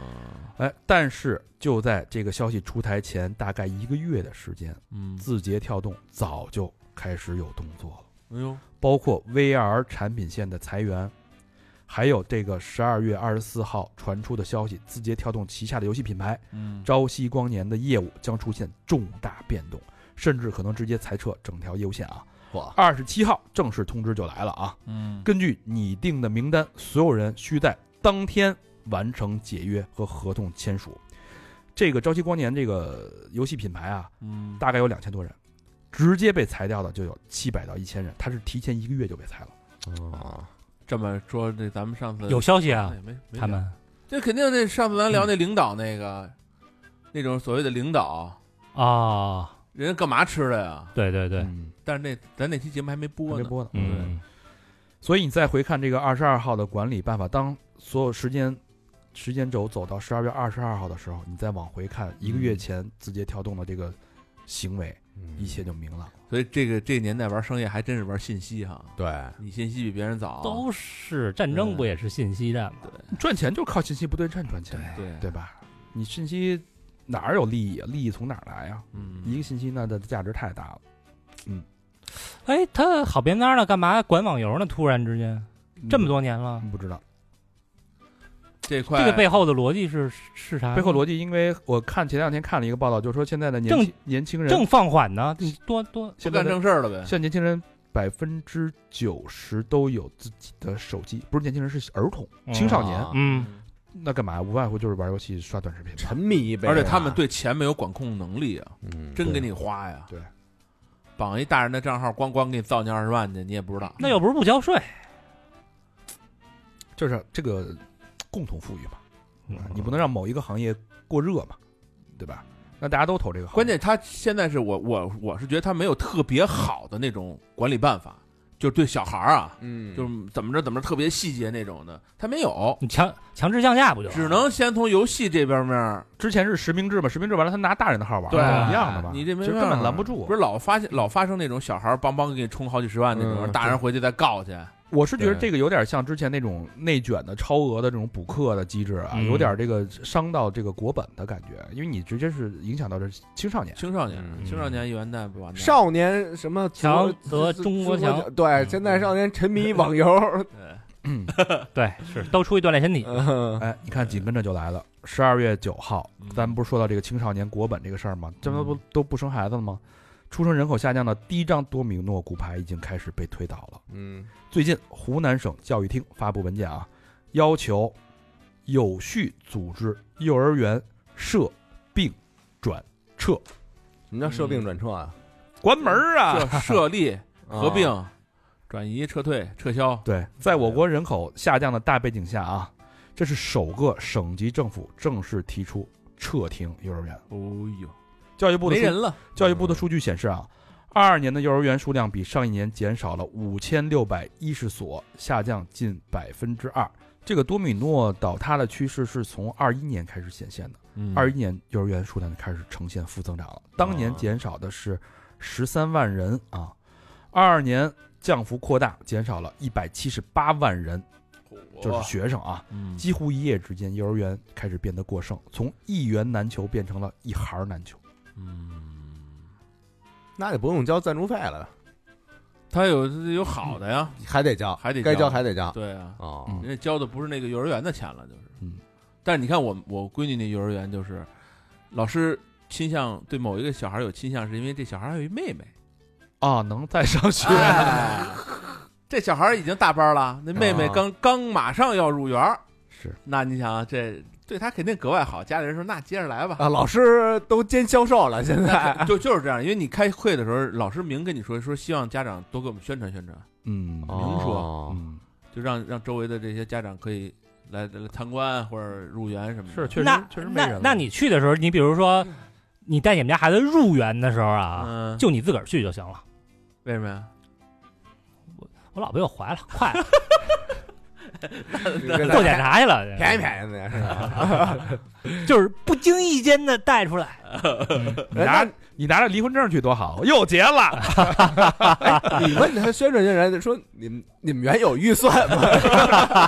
[SPEAKER 3] 哎，但是就在这个消息出台前大概一个月的时间，
[SPEAKER 5] 嗯，
[SPEAKER 3] 字节跳动早就开始有动作了。
[SPEAKER 5] 哎呦，
[SPEAKER 3] 包括 VR 产品线的裁员，还有这个十二月二十四号传出的消息，字节跳动旗下的游戏品牌
[SPEAKER 5] 嗯，
[SPEAKER 3] 朝夕光年的业务将出现重大变动，甚至可能直接裁撤整条业务线啊！
[SPEAKER 2] 嚯
[SPEAKER 3] 二十七号正式通知就来了啊！
[SPEAKER 5] 嗯，
[SPEAKER 3] 根据拟定的名单，所有人需在当天完成解约和合同签署。这个朝夕光年这个游戏品牌啊，
[SPEAKER 5] 嗯，
[SPEAKER 3] 大概有两千多人，直接被裁掉的就有七百到一千人，他是提前一个月就被裁了。
[SPEAKER 2] 啊，
[SPEAKER 5] 这么说，这咱们上次
[SPEAKER 4] 有消息啊
[SPEAKER 5] 那，也没没
[SPEAKER 4] 他
[SPEAKER 5] 聊
[SPEAKER 4] 们
[SPEAKER 5] 这肯定那上次咱聊那领导那个，那种所谓的领导，
[SPEAKER 4] 哦，
[SPEAKER 5] 人家干嘛吃的呀？
[SPEAKER 4] 对对对，
[SPEAKER 3] 嗯，
[SPEAKER 5] 但是那咱那期节目还没播
[SPEAKER 3] 还
[SPEAKER 5] 呢，
[SPEAKER 3] 没播呢。
[SPEAKER 4] 嗯，
[SPEAKER 3] 所以你再回看这个二十二号的管理办法，当所有时间时间轴走到十二月二十二号的时候，你再往回看一个月前字节跳动的这个行为，
[SPEAKER 5] 嗯
[SPEAKER 3] 一切就明朗了。
[SPEAKER 5] 所以这个这个年代玩商业还真是玩信息哈，
[SPEAKER 2] 对，
[SPEAKER 5] 你信息比别人早，
[SPEAKER 4] 都是战争不也是信息战吗？
[SPEAKER 3] 赚钱就靠信息不对称赚钱，
[SPEAKER 5] 对
[SPEAKER 3] 对，吧？你信息哪儿有利益啊？利益从哪儿来呀、
[SPEAKER 5] 嗯，
[SPEAKER 3] 一个信息那的价值太大了。
[SPEAKER 4] 哎，他好边သား了，干嘛管网游呢？突然之间，
[SPEAKER 3] 嗯
[SPEAKER 4] 这么
[SPEAKER 3] 多
[SPEAKER 4] 多年了，
[SPEAKER 3] 嗯不知道
[SPEAKER 5] 这块
[SPEAKER 4] 这个背后的逻辑是是啥呢？
[SPEAKER 3] 背后逻辑，因为我看前两天看了一个报道，就说现在的年
[SPEAKER 4] 正
[SPEAKER 3] 轻年轻人
[SPEAKER 4] 正放缓呢，你多多
[SPEAKER 5] 不
[SPEAKER 3] 现在
[SPEAKER 5] 干
[SPEAKER 3] 的
[SPEAKER 5] 正事儿了呗
[SPEAKER 3] 现，在年轻人百分之九十都有自己的手机，不是年轻人，是儿童、青少年。
[SPEAKER 2] 啊
[SPEAKER 4] 嗯，
[SPEAKER 3] 那干嘛？无外乎就是玩游戏、刷短视频。
[SPEAKER 2] 沉迷呗，
[SPEAKER 5] 而且他们对啊钱没有管控能力啊，
[SPEAKER 2] 嗯，
[SPEAKER 5] 真给你花呀，
[SPEAKER 3] 对，
[SPEAKER 5] 绑一大人的账号，咣咣给你造你二十万去，你也不知道，
[SPEAKER 4] 那又不是不交税，
[SPEAKER 3] 就是这个共同富裕嘛，
[SPEAKER 4] 嗯
[SPEAKER 3] 你不能让某一个行业过热嘛，对吧？那大家都投这个行业，
[SPEAKER 5] 关键他现在是我我我是觉得他没有特别好的那种管理办法，就是对小孩儿啊，
[SPEAKER 2] 嗯，
[SPEAKER 5] 就是怎么着怎么着特别细节那种的，他没有，
[SPEAKER 4] 你强强制降价
[SPEAKER 3] 啊
[SPEAKER 4] 不就
[SPEAKER 5] 只能先从游戏这边面儿
[SPEAKER 3] 之前是实名制嘛，实名制完了他拿大人的号玩，
[SPEAKER 5] 对啊
[SPEAKER 3] 一样的嘛，
[SPEAKER 5] 你这没
[SPEAKER 3] 啊其实
[SPEAKER 5] 办
[SPEAKER 3] 根本
[SPEAKER 5] 法
[SPEAKER 3] 拦不住啊
[SPEAKER 5] 不。是老发现老发生那种小孩儿梆梆给你充好几十万那种，
[SPEAKER 2] 嗯
[SPEAKER 5] 大人回去再告去。
[SPEAKER 3] 我是觉得
[SPEAKER 5] 对
[SPEAKER 3] 这个有点像之前那种内卷的超额的这种补课的机制啊，
[SPEAKER 4] 嗯
[SPEAKER 3] 有点这个伤到这个国本的感觉，因为你直接是影响到这青 少年。
[SPEAKER 5] 青少年，
[SPEAKER 2] 嗯
[SPEAKER 5] 青少年一元蛋不完蛋。
[SPEAKER 2] 少年什么
[SPEAKER 4] 强
[SPEAKER 2] 则
[SPEAKER 4] 则中国强，
[SPEAKER 2] 对，
[SPEAKER 4] 嗯
[SPEAKER 2] 现在少年沉迷网游，
[SPEAKER 5] 对
[SPEAKER 4] 对，是都出去锻炼身体。
[SPEAKER 2] 嗯
[SPEAKER 3] 嗯哎，你看，紧跟着就来了，十二月九号，
[SPEAKER 5] 嗯
[SPEAKER 3] 咱们不是说到这个青少年国本这个事儿吗？这不都都不生孩子了吗？出生人口下降的第一张多米诺骨牌已经开始被推倒了。
[SPEAKER 2] 嗯，
[SPEAKER 3] 最近，湖南省教育厅发布文件啊，要求有序组织幼儿园设并转撤，
[SPEAKER 2] 什么叫设病转撤啊？
[SPEAKER 3] 关门儿啊！
[SPEAKER 5] 设设立、合并
[SPEAKER 2] 啊，、
[SPEAKER 5] 转移、撤退、撤销。
[SPEAKER 3] 对，在我国人口下降的大背景下啊，这是首个省级政府正式提出撤停幼儿园。
[SPEAKER 5] 哦呦，
[SPEAKER 3] 教育部的
[SPEAKER 5] 没
[SPEAKER 3] 数
[SPEAKER 5] 人了。
[SPEAKER 3] 教育部的数据显示啊，二二年的幼儿园数量比上一年减少了五千六百一十所，下降近百分之二。这个多米诺倒塌的趋势是从二一年开始显现的，
[SPEAKER 5] 嗯
[SPEAKER 3] 二一年幼儿园数量就开始呈现负增长了。当年减少的是十三万人啊，二二年降幅扩大，减少了一百七十八万人，就是学生啊。
[SPEAKER 5] 嗯
[SPEAKER 3] 几乎一夜之间，幼儿园开始变得过剩，从一元难求变成了一孩儿难求。
[SPEAKER 5] 嗯，
[SPEAKER 2] 那就不用交赞助费了，
[SPEAKER 5] 他有有好的呀，
[SPEAKER 2] 还得交，
[SPEAKER 5] 还得
[SPEAKER 2] 该
[SPEAKER 5] 交
[SPEAKER 2] 还得交。
[SPEAKER 5] 对啊，
[SPEAKER 2] 哦，
[SPEAKER 3] 嗯
[SPEAKER 5] 人家交的不是那个幼儿园的钱了，就是。
[SPEAKER 3] 嗯，
[SPEAKER 5] 但是你看我我闺女那幼儿园就是，老师倾向对某一个小孩有倾向，是因为这小孩还有一妹妹。
[SPEAKER 3] 啊，能再上学。
[SPEAKER 5] 哎，这小孩已经大班了，那妹妹
[SPEAKER 2] 啊
[SPEAKER 5] 刚、刚马上要入园儿，
[SPEAKER 3] 是，
[SPEAKER 5] 那你想啊这对他肯定格外好。家里人说那接着来吧，
[SPEAKER 2] 啊，老师都兼销售了，现在
[SPEAKER 5] 就就是这样，因为你开会的时候，老师明跟你说说，希望家长多给我们宣传宣传，
[SPEAKER 3] 嗯，
[SPEAKER 5] 明 说
[SPEAKER 2] 哦
[SPEAKER 3] 嗯，
[SPEAKER 5] 就让让周围的这些家长可以来来参观或者入园什么的。
[SPEAKER 3] 是确实
[SPEAKER 4] 那
[SPEAKER 3] 确实没人
[SPEAKER 4] 那
[SPEAKER 3] 了
[SPEAKER 4] 那你去的时候，你比如说你带你们家孩子入园的时候啊，
[SPEAKER 5] 嗯，
[SPEAKER 4] 就你自个儿去就行了。
[SPEAKER 5] 为什么呀？
[SPEAKER 4] 我老被我怀了，快做
[SPEAKER 2] 做
[SPEAKER 4] 检查去了，
[SPEAKER 2] 便宜便宜的是吧？
[SPEAKER 4] 就是不经意间的带出来。
[SPEAKER 3] 你拿你拿着离婚证去多好，又结了。
[SPEAKER 2] 你问他宣传宣传，说你们你们园有预算吗？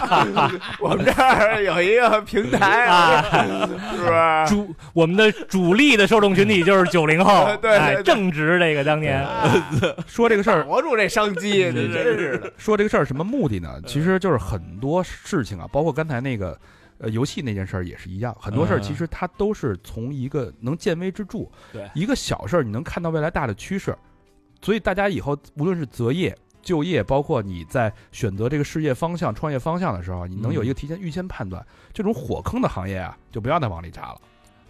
[SPEAKER 2] 我们这儿有一个平台啊，是不是？
[SPEAKER 4] 主我们的主力的受众群体就是九零后
[SPEAKER 2] 对，对
[SPEAKER 4] 哎
[SPEAKER 2] 对
[SPEAKER 4] 正值这个当年，嗯
[SPEAKER 3] 说这个事儿
[SPEAKER 2] 把，握住这商机，这真是的。
[SPEAKER 3] 说这个事儿什么目的
[SPEAKER 5] 嗯
[SPEAKER 3] 呢？其实就是很多事情啊，包括刚才那个呃游戏那件事儿也是一样，很多事儿
[SPEAKER 5] 嗯
[SPEAKER 3] 其实它都是从一个能见微知著，
[SPEAKER 5] 对
[SPEAKER 3] 一个小事儿你能看到未来大的趋势，所以大家以后无论是择业、就业，包括你在选择这个事业方向、创业方向的时候，你能
[SPEAKER 5] 嗯
[SPEAKER 3] 有一个提前预先判断，这种火坑的行业啊，就不要再往里扎了，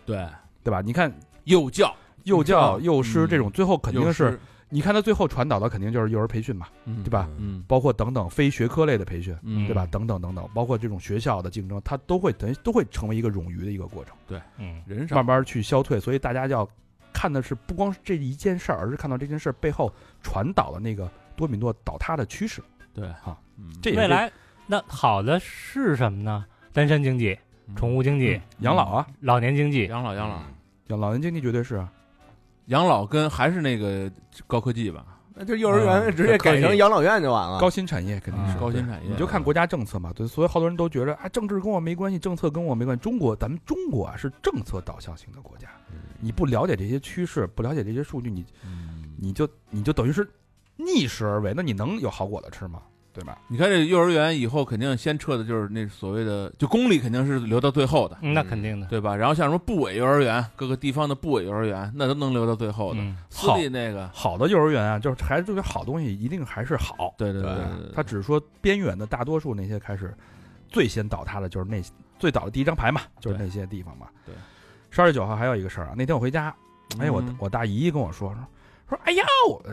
[SPEAKER 5] 对，
[SPEAKER 3] 对吧？你看
[SPEAKER 5] 幼教
[SPEAKER 3] 幼教、
[SPEAKER 5] 嗯
[SPEAKER 3] 幼师这种，最后肯定
[SPEAKER 5] 幼
[SPEAKER 3] 是
[SPEAKER 5] 师，
[SPEAKER 3] 你看他最后传导的肯定就是幼儿培训嘛，
[SPEAKER 5] 嗯
[SPEAKER 3] 对吧？
[SPEAKER 5] 嗯
[SPEAKER 3] 包括等等非学科类的培训。
[SPEAKER 5] 嗯，
[SPEAKER 3] 对吧？等等等等，包括这种学校的竞争，它都会等于都会成为一个冗余的一个过程，
[SPEAKER 4] 嗯，
[SPEAKER 5] 人少
[SPEAKER 3] 慢慢去消退。所以大家要看的是不光是这一件事儿，而是看到这件事儿背后传导的那个多米诺倒塌的趋势。
[SPEAKER 5] 对
[SPEAKER 3] 啊，
[SPEAKER 5] 嗯
[SPEAKER 3] 这也
[SPEAKER 4] 未
[SPEAKER 3] 是
[SPEAKER 4] 来那好的是什么呢？单身经济、
[SPEAKER 3] 嗯
[SPEAKER 4] 宠物经济、
[SPEAKER 3] 养老啊，
[SPEAKER 4] 老年经济，
[SPEAKER 5] 养老养老
[SPEAKER 3] 养老年经济绝对是啊。
[SPEAKER 5] 养老跟还是那个高科技吧，
[SPEAKER 2] 那就幼儿园直接改成养老院就完了。
[SPEAKER 3] 高新产业肯定是
[SPEAKER 4] 嗯
[SPEAKER 5] 啊高新产业
[SPEAKER 3] 你就看国家政策嘛，对，所以好多人都觉得啊，政治跟我没关系，政策跟我没关系。中国，咱们中国啊是政策导向型的国家，你不了解这些趋势，不了解这些数据，你你就你就等于是逆势而为，那你能有好果子吃吗？对吧？
[SPEAKER 5] 你看这幼儿园以后肯定先撤的就是那所谓的，就公立肯定是留到最后的，
[SPEAKER 4] 嗯那肯定的。
[SPEAKER 5] 对吧？然后像什么部委幼儿园，各个地方的部委幼儿园，那都能留到最后的。
[SPEAKER 4] 嗯，
[SPEAKER 5] 私
[SPEAKER 3] 好
[SPEAKER 5] 立那个，
[SPEAKER 3] 好的幼儿园啊，就是还是这些好东西，一定还是好。
[SPEAKER 5] 对对
[SPEAKER 3] 吧
[SPEAKER 5] 对，
[SPEAKER 3] 他只是说边缘的大多数那些开始最先倒塌的，就是那最早的第一张牌嘛，就是
[SPEAKER 5] 对
[SPEAKER 3] 那些地方嘛。
[SPEAKER 5] 对，
[SPEAKER 3] 十二月九号还有一个事儿啊，那天我回家，哎呀，我
[SPEAKER 5] 嗯
[SPEAKER 3] 我大姨跟我说说说，哎呦，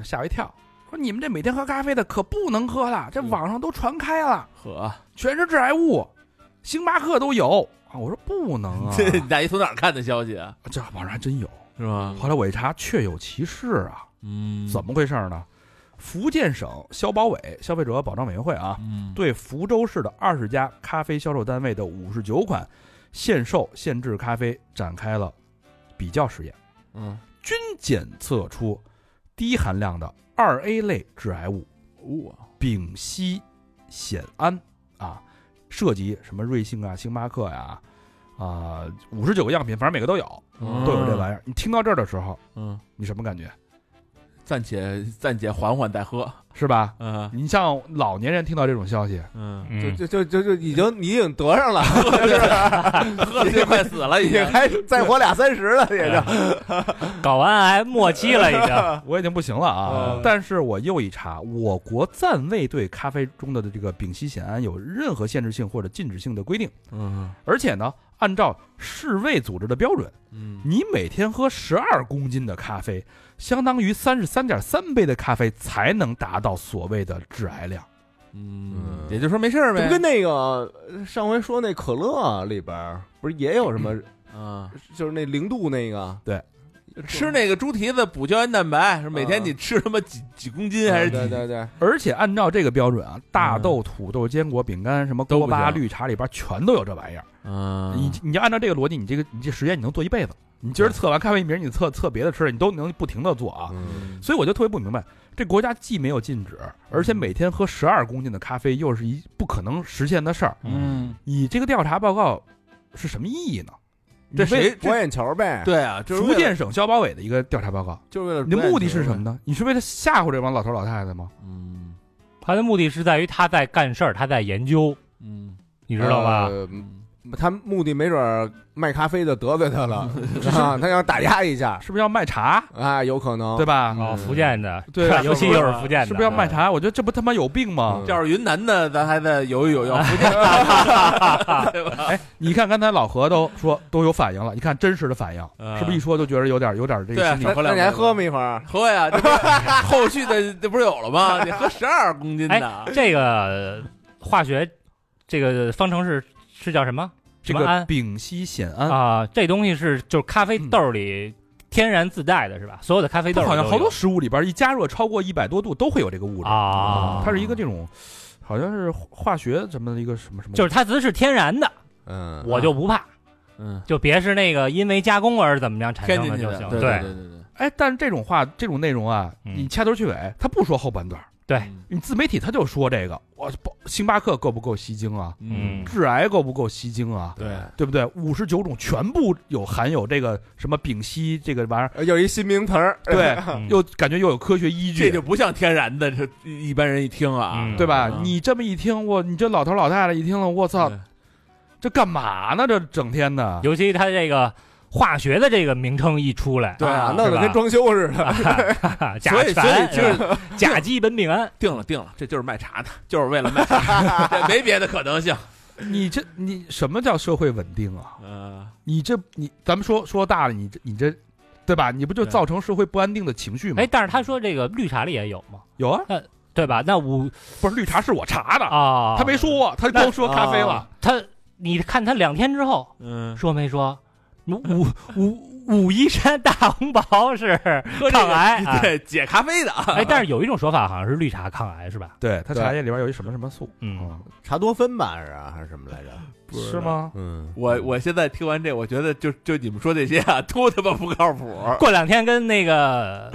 [SPEAKER 3] 吓我一跳，说你们这每天喝咖啡的可不能喝了，这
[SPEAKER 5] 嗯
[SPEAKER 3] 网上都传开了，
[SPEAKER 5] 呵，
[SPEAKER 3] 全是致癌物，星巴克都有啊。我说不能啊，
[SPEAKER 5] 这你大姨从哪儿看的消息啊？
[SPEAKER 3] 这网上还真有。
[SPEAKER 5] 是吧？
[SPEAKER 3] 后来我一查，确有其事啊。
[SPEAKER 5] 嗯，
[SPEAKER 3] 怎么回事呢？福建省消保委消费者保障委员会啊，
[SPEAKER 5] 嗯，
[SPEAKER 3] 对福州市的二十家咖啡销售单位的五十九款限售限制咖啡展开了比较实验，
[SPEAKER 5] 嗯，
[SPEAKER 3] 均检测出低含量的二 A 类致癌物
[SPEAKER 5] 哇，
[SPEAKER 3] 丙烯酰胺啊，涉及什么瑞幸啊、星巴克呀、啊，五十九个样品，反正每个都有，
[SPEAKER 5] 嗯
[SPEAKER 3] 都有这玩意儿。你听到这儿的时候，
[SPEAKER 5] 嗯，
[SPEAKER 3] 你什么感觉？
[SPEAKER 5] 暂且暂且缓缓再喝，
[SPEAKER 3] 是吧？
[SPEAKER 5] 嗯
[SPEAKER 3] 你像老年人听到这种消息，
[SPEAKER 5] 嗯，
[SPEAKER 4] 嗯
[SPEAKER 2] 就就就就就已经你已经得上了，
[SPEAKER 5] 喝的就快死了已
[SPEAKER 2] 也
[SPEAKER 5] 经。
[SPEAKER 2] 还再活俩三十了，也就
[SPEAKER 4] 睾丸癌末期了已经。
[SPEAKER 3] 我已经不行了啊！
[SPEAKER 5] 呃
[SPEAKER 4] 嗯
[SPEAKER 3] 但是我又一查，我国暂未对咖啡中的这个丙烯酰胺有任何限制性或者禁止性的规定，
[SPEAKER 5] 嗯
[SPEAKER 3] 而且呢，按照世卫组织的标准，
[SPEAKER 5] 嗯，
[SPEAKER 3] 你每天喝十二公斤的咖啡，相当于三十三点三杯的咖啡，才能达到所谓的致癌量。
[SPEAKER 5] 嗯，也就是说没事儿
[SPEAKER 2] 就
[SPEAKER 5] 呗。
[SPEAKER 2] 跟那个上回说那可乐里边儿不是也有什么，
[SPEAKER 5] 嗯，
[SPEAKER 2] 就是那零度那个
[SPEAKER 5] 吃那个猪蹄子补胶原蛋白，是每天你吃他妈几几公斤还是
[SPEAKER 2] 对
[SPEAKER 5] 几？
[SPEAKER 2] 对对，
[SPEAKER 3] 而且按照这个标准啊，大豆、土豆、坚果、饼干、什么
[SPEAKER 5] 都
[SPEAKER 3] 锅
[SPEAKER 5] 不行
[SPEAKER 3] 巴、绿茶里边全都有这玩意儿。你
[SPEAKER 5] 嗯，
[SPEAKER 3] 你就按照这个逻辑，你这个你这实验你能做一辈子。你今儿测完咖啡，明儿你测测别的吃的，你都能不停的做啊。
[SPEAKER 5] 嗯
[SPEAKER 2] 嗯
[SPEAKER 3] 所以我就特别不明白，这国家既没有禁止，而且每天喝十二公斤的咖啡又是一不可能实现的事儿。
[SPEAKER 5] 嗯，
[SPEAKER 3] 你这个调查报告是什么意义呢？
[SPEAKER 5] 这
[SPEAKER 3] 你为
[SPEAKER 5] 谁？
[SPEAKER 2] 博
[SPEAKER 5] 这
[SPEAKER 2] 眼球呗，
[SPEAKER 5] 对啊，就是
[SPEAKER 3] 福
[SPEAKER 5] 为了
[SPEAKER 3] 建省消保委的一个调查报告，
[SPEAKER 5] 就是为了
[SPEAKER 3] 你的
[SPEAKER 5] 不让
[SPEAKER 3] 目的是
[SPEAKER 5] 吃
[SPEAKER 3] 什么？呢？你是为了吓唬这帮老头老太太吗？
[SPEAKER 5] 嗯
[SPEAKER 4] 他的目的是在于他在干事儿，他在研究，
[SPEAKER 5] 嗯
[SPEAKER 4] 你知道吧？
[SPEAKER 2] 呃
[SPEAKER 5] 嗯
[SPEAKER 2] 他目的没准儿卖咖啡的得罪他了啊，他想打压一下
[SPEAKER 3] 是不是要卖茶？
[SPEAKER 2] 啊，有可能
[SPEAKER 3] 对吧？
[SPEAKER 4] 哦，
[SPEAKER 5] 嗯
[SPEAKER 4] 福建的，
[SPEAKER 3] 对
[SPEAKER 4] 吧尤其又是福建的，
[SPEAKER 3] 呃是不是要卖茶？我觉得这不他妈有病吗？
[SPEAKER 2] 嗯
[SPEAKER 5] 要是云南的，咱还在犹豫犹豫，要福建
[SPEAKER 3] 你看刚才老何都说都有反应了，你看真实的反应，
[SPEAKER 5] 嗯
[SPEAKER 3] 是
[SPEAKER 4] 呃
[SPEAKER 3] 不是一说就觉得有点有点这
[SPEAKER 5] 对啊
[SPEAKER 3] 个心
[SPEAKER 5] 少
[SPEAKER 3] 理？
[SPEAKER 2] 那
[SPEAKER 5] 喝
[SPEAKER 2] 那
[SPEAKER 5] 两
[SPEAKER 2] 你还
[SPEAKER 5] 杯
[SPEAKER 2] 喝没一会儿？
[SPEAKER 5] 喝呀，这不是后续的这不是有了吗？你喝十二公斤 的，
[SPEAKER 4] 这个化学这个方程式是叫什么啊
[SPEAKER 3] 这
[SPEAKER 4] 什么
[SPEAKER 3] 个
[SPEAKER 4] 胺
[SPEAKER 5] 啊
[SPEAKER 3] 丙烯酰胺
[SPEAKER 4] 啊？这东西是就是咖啡豆里天然自带的是吧？所有的咖啡豆
[SPEAKER 3] 它好像
[SPEAKER 4] 都
[SPEAKER 3] 好
[SPEAKER 4] 有
[SPEAKER 3] 多食物里边一加热超过一百多度都会有这个物质
[SPEAKER 4] 啊，
[SPEAKER 3] 它是一个这种，好像是化学什么的一个什么什么，
[SPEAKER 4] 就是它只是天然的，
[SPEAKER 2] 嗯，
[SPEAKER 4] 我就不怕，
[SPEAKER 5] 嗯，
[SPEAKER 4] 就别是那个因为加工而怎么样产
[SPEAKER 5] 添
[SPEAKER 4] 生
[SPEAKER 5] 进
[SPEAKER 4] 的
[SPEAKER 5] 去
[SPEAKER 4] 就
[SPEAKER 5] 的
[SPEAKER 4] 行，，
[SPEAKER 5] 对对对对，
[SPEAKER 3] 哎，但是这种话这种内容啊，
[SPEAKER 4] 嗯
[SPEAKER 3] 你掐头去尾，他不说后半段。
[SPEAKER 4] 对
[SPEAKER 5] 嗯，
[SPEAKER 3] 你自媒体他就说这个，我星巴克够不够吸睛啊？
[SPEAKER 4] 嗯
[SPEAKER 3] 致癌够不够吸睛啊？
[SPEAKER 5] 对，
[SPEAKER 3] 对不对？五十九种全部有含有这个什么丙烯这个玩意儿，
[SPEAKER 2] 呃有一新名词儿，
[SPEAKER 3] 对，
[SPEAKER 4] 嗯
[SPEAKER 3] 又感觉又有科学依
[SPEAKER 5] 这
[SPEAKER 3] 据，
[SPEAKER 5] 就不像天然的，这一般人一听啊
[SPEAKER 4] 嗯，
[SPEAKER 3] 对吧？
[SPEAKER 5] 嗯
[SPEAKER 3] 你这么一听，我你这老头老太太一听了，我操
[SPEAKER 5] 对，
[SPEAKER 3] 这干嘛呢？这整天的，
[SPEAKER 4] 尤其它这个化学的这个名称一出来，
[SPEAKER 2] 对啊，弄
[SPEAKER 4] 是
[SPEAKER 2] 得
[SPEAKER 4] 吧
[SPEAKER 2] 跟装修似的，
[SPEAKER 4] 啊哎甲
[SPEAKER 5] 所以所以
[SPEAKER 4] 醛
[SPEAKER 5] 就是
[SPEAKER 4] 吧甲基苯丙胺，
[SPEAKER 5] 定了定了，这就是卖茶的，就是为了卖 茶，这没别的可能性。
[SPEAKER 3] 你这你什么叫社会稳定啊？
[SPEAKER 5] 嗯，
[SPEAKER 3] 你这你咱们说说大了，你这你这，对吧？你不就
[SPEAKER 5] 对
[SPEAKER 3] 造成社会不安定的情绪吗？
[SPEAKER 4] 哎，但是他说这个绿茶里也有嘛，
[SPEAKER 3] 有啊，
[SPEAKER 4] 对吧？那五
[SPEAKER 3] 不是绿茶是我茶的，
[SPEAKER 4] 啊，
[SPEAKER 3] 他没说，他光说咖啡了。
[SPEAKER 4] 他，你看他两天之后
[SPEAKER 5] 嗯，
[SPEAKER 4] 说没说，武武武夷山大红袍是
[SPEAKER 5] 喝这
[SPEAKER 4] 抗
[SPEAKER 5] 个
[SPEAKER 4] 癌啊
[SPEAKER 5] 对，解咖啡的啊，
[SPEAKER 4] 哎，但是有一种说法好像是绿茶抗癌是吧？
[SPEAKER 3] 对他
[SPEAKER 2] 对
[SPEAKER 3] 茶叶里边有一什么什么素，啊
[SPEAKER 4] 嗯，
[SPEAKER 2] 茶多酚吧是啊还是什么来着？
[SPEAKER 5] 不知
[SPEAKER 3] 是
[SPEAKER 5] 道？
[SPEAKER 3] 吗？
[SPEAKER 2] 嗯，
[SPEAKER 5] 我我现在听完这，我觉得就就你们说这些啊，都他妈不靠谱。
[SPEAKER 4] 过两天跟那个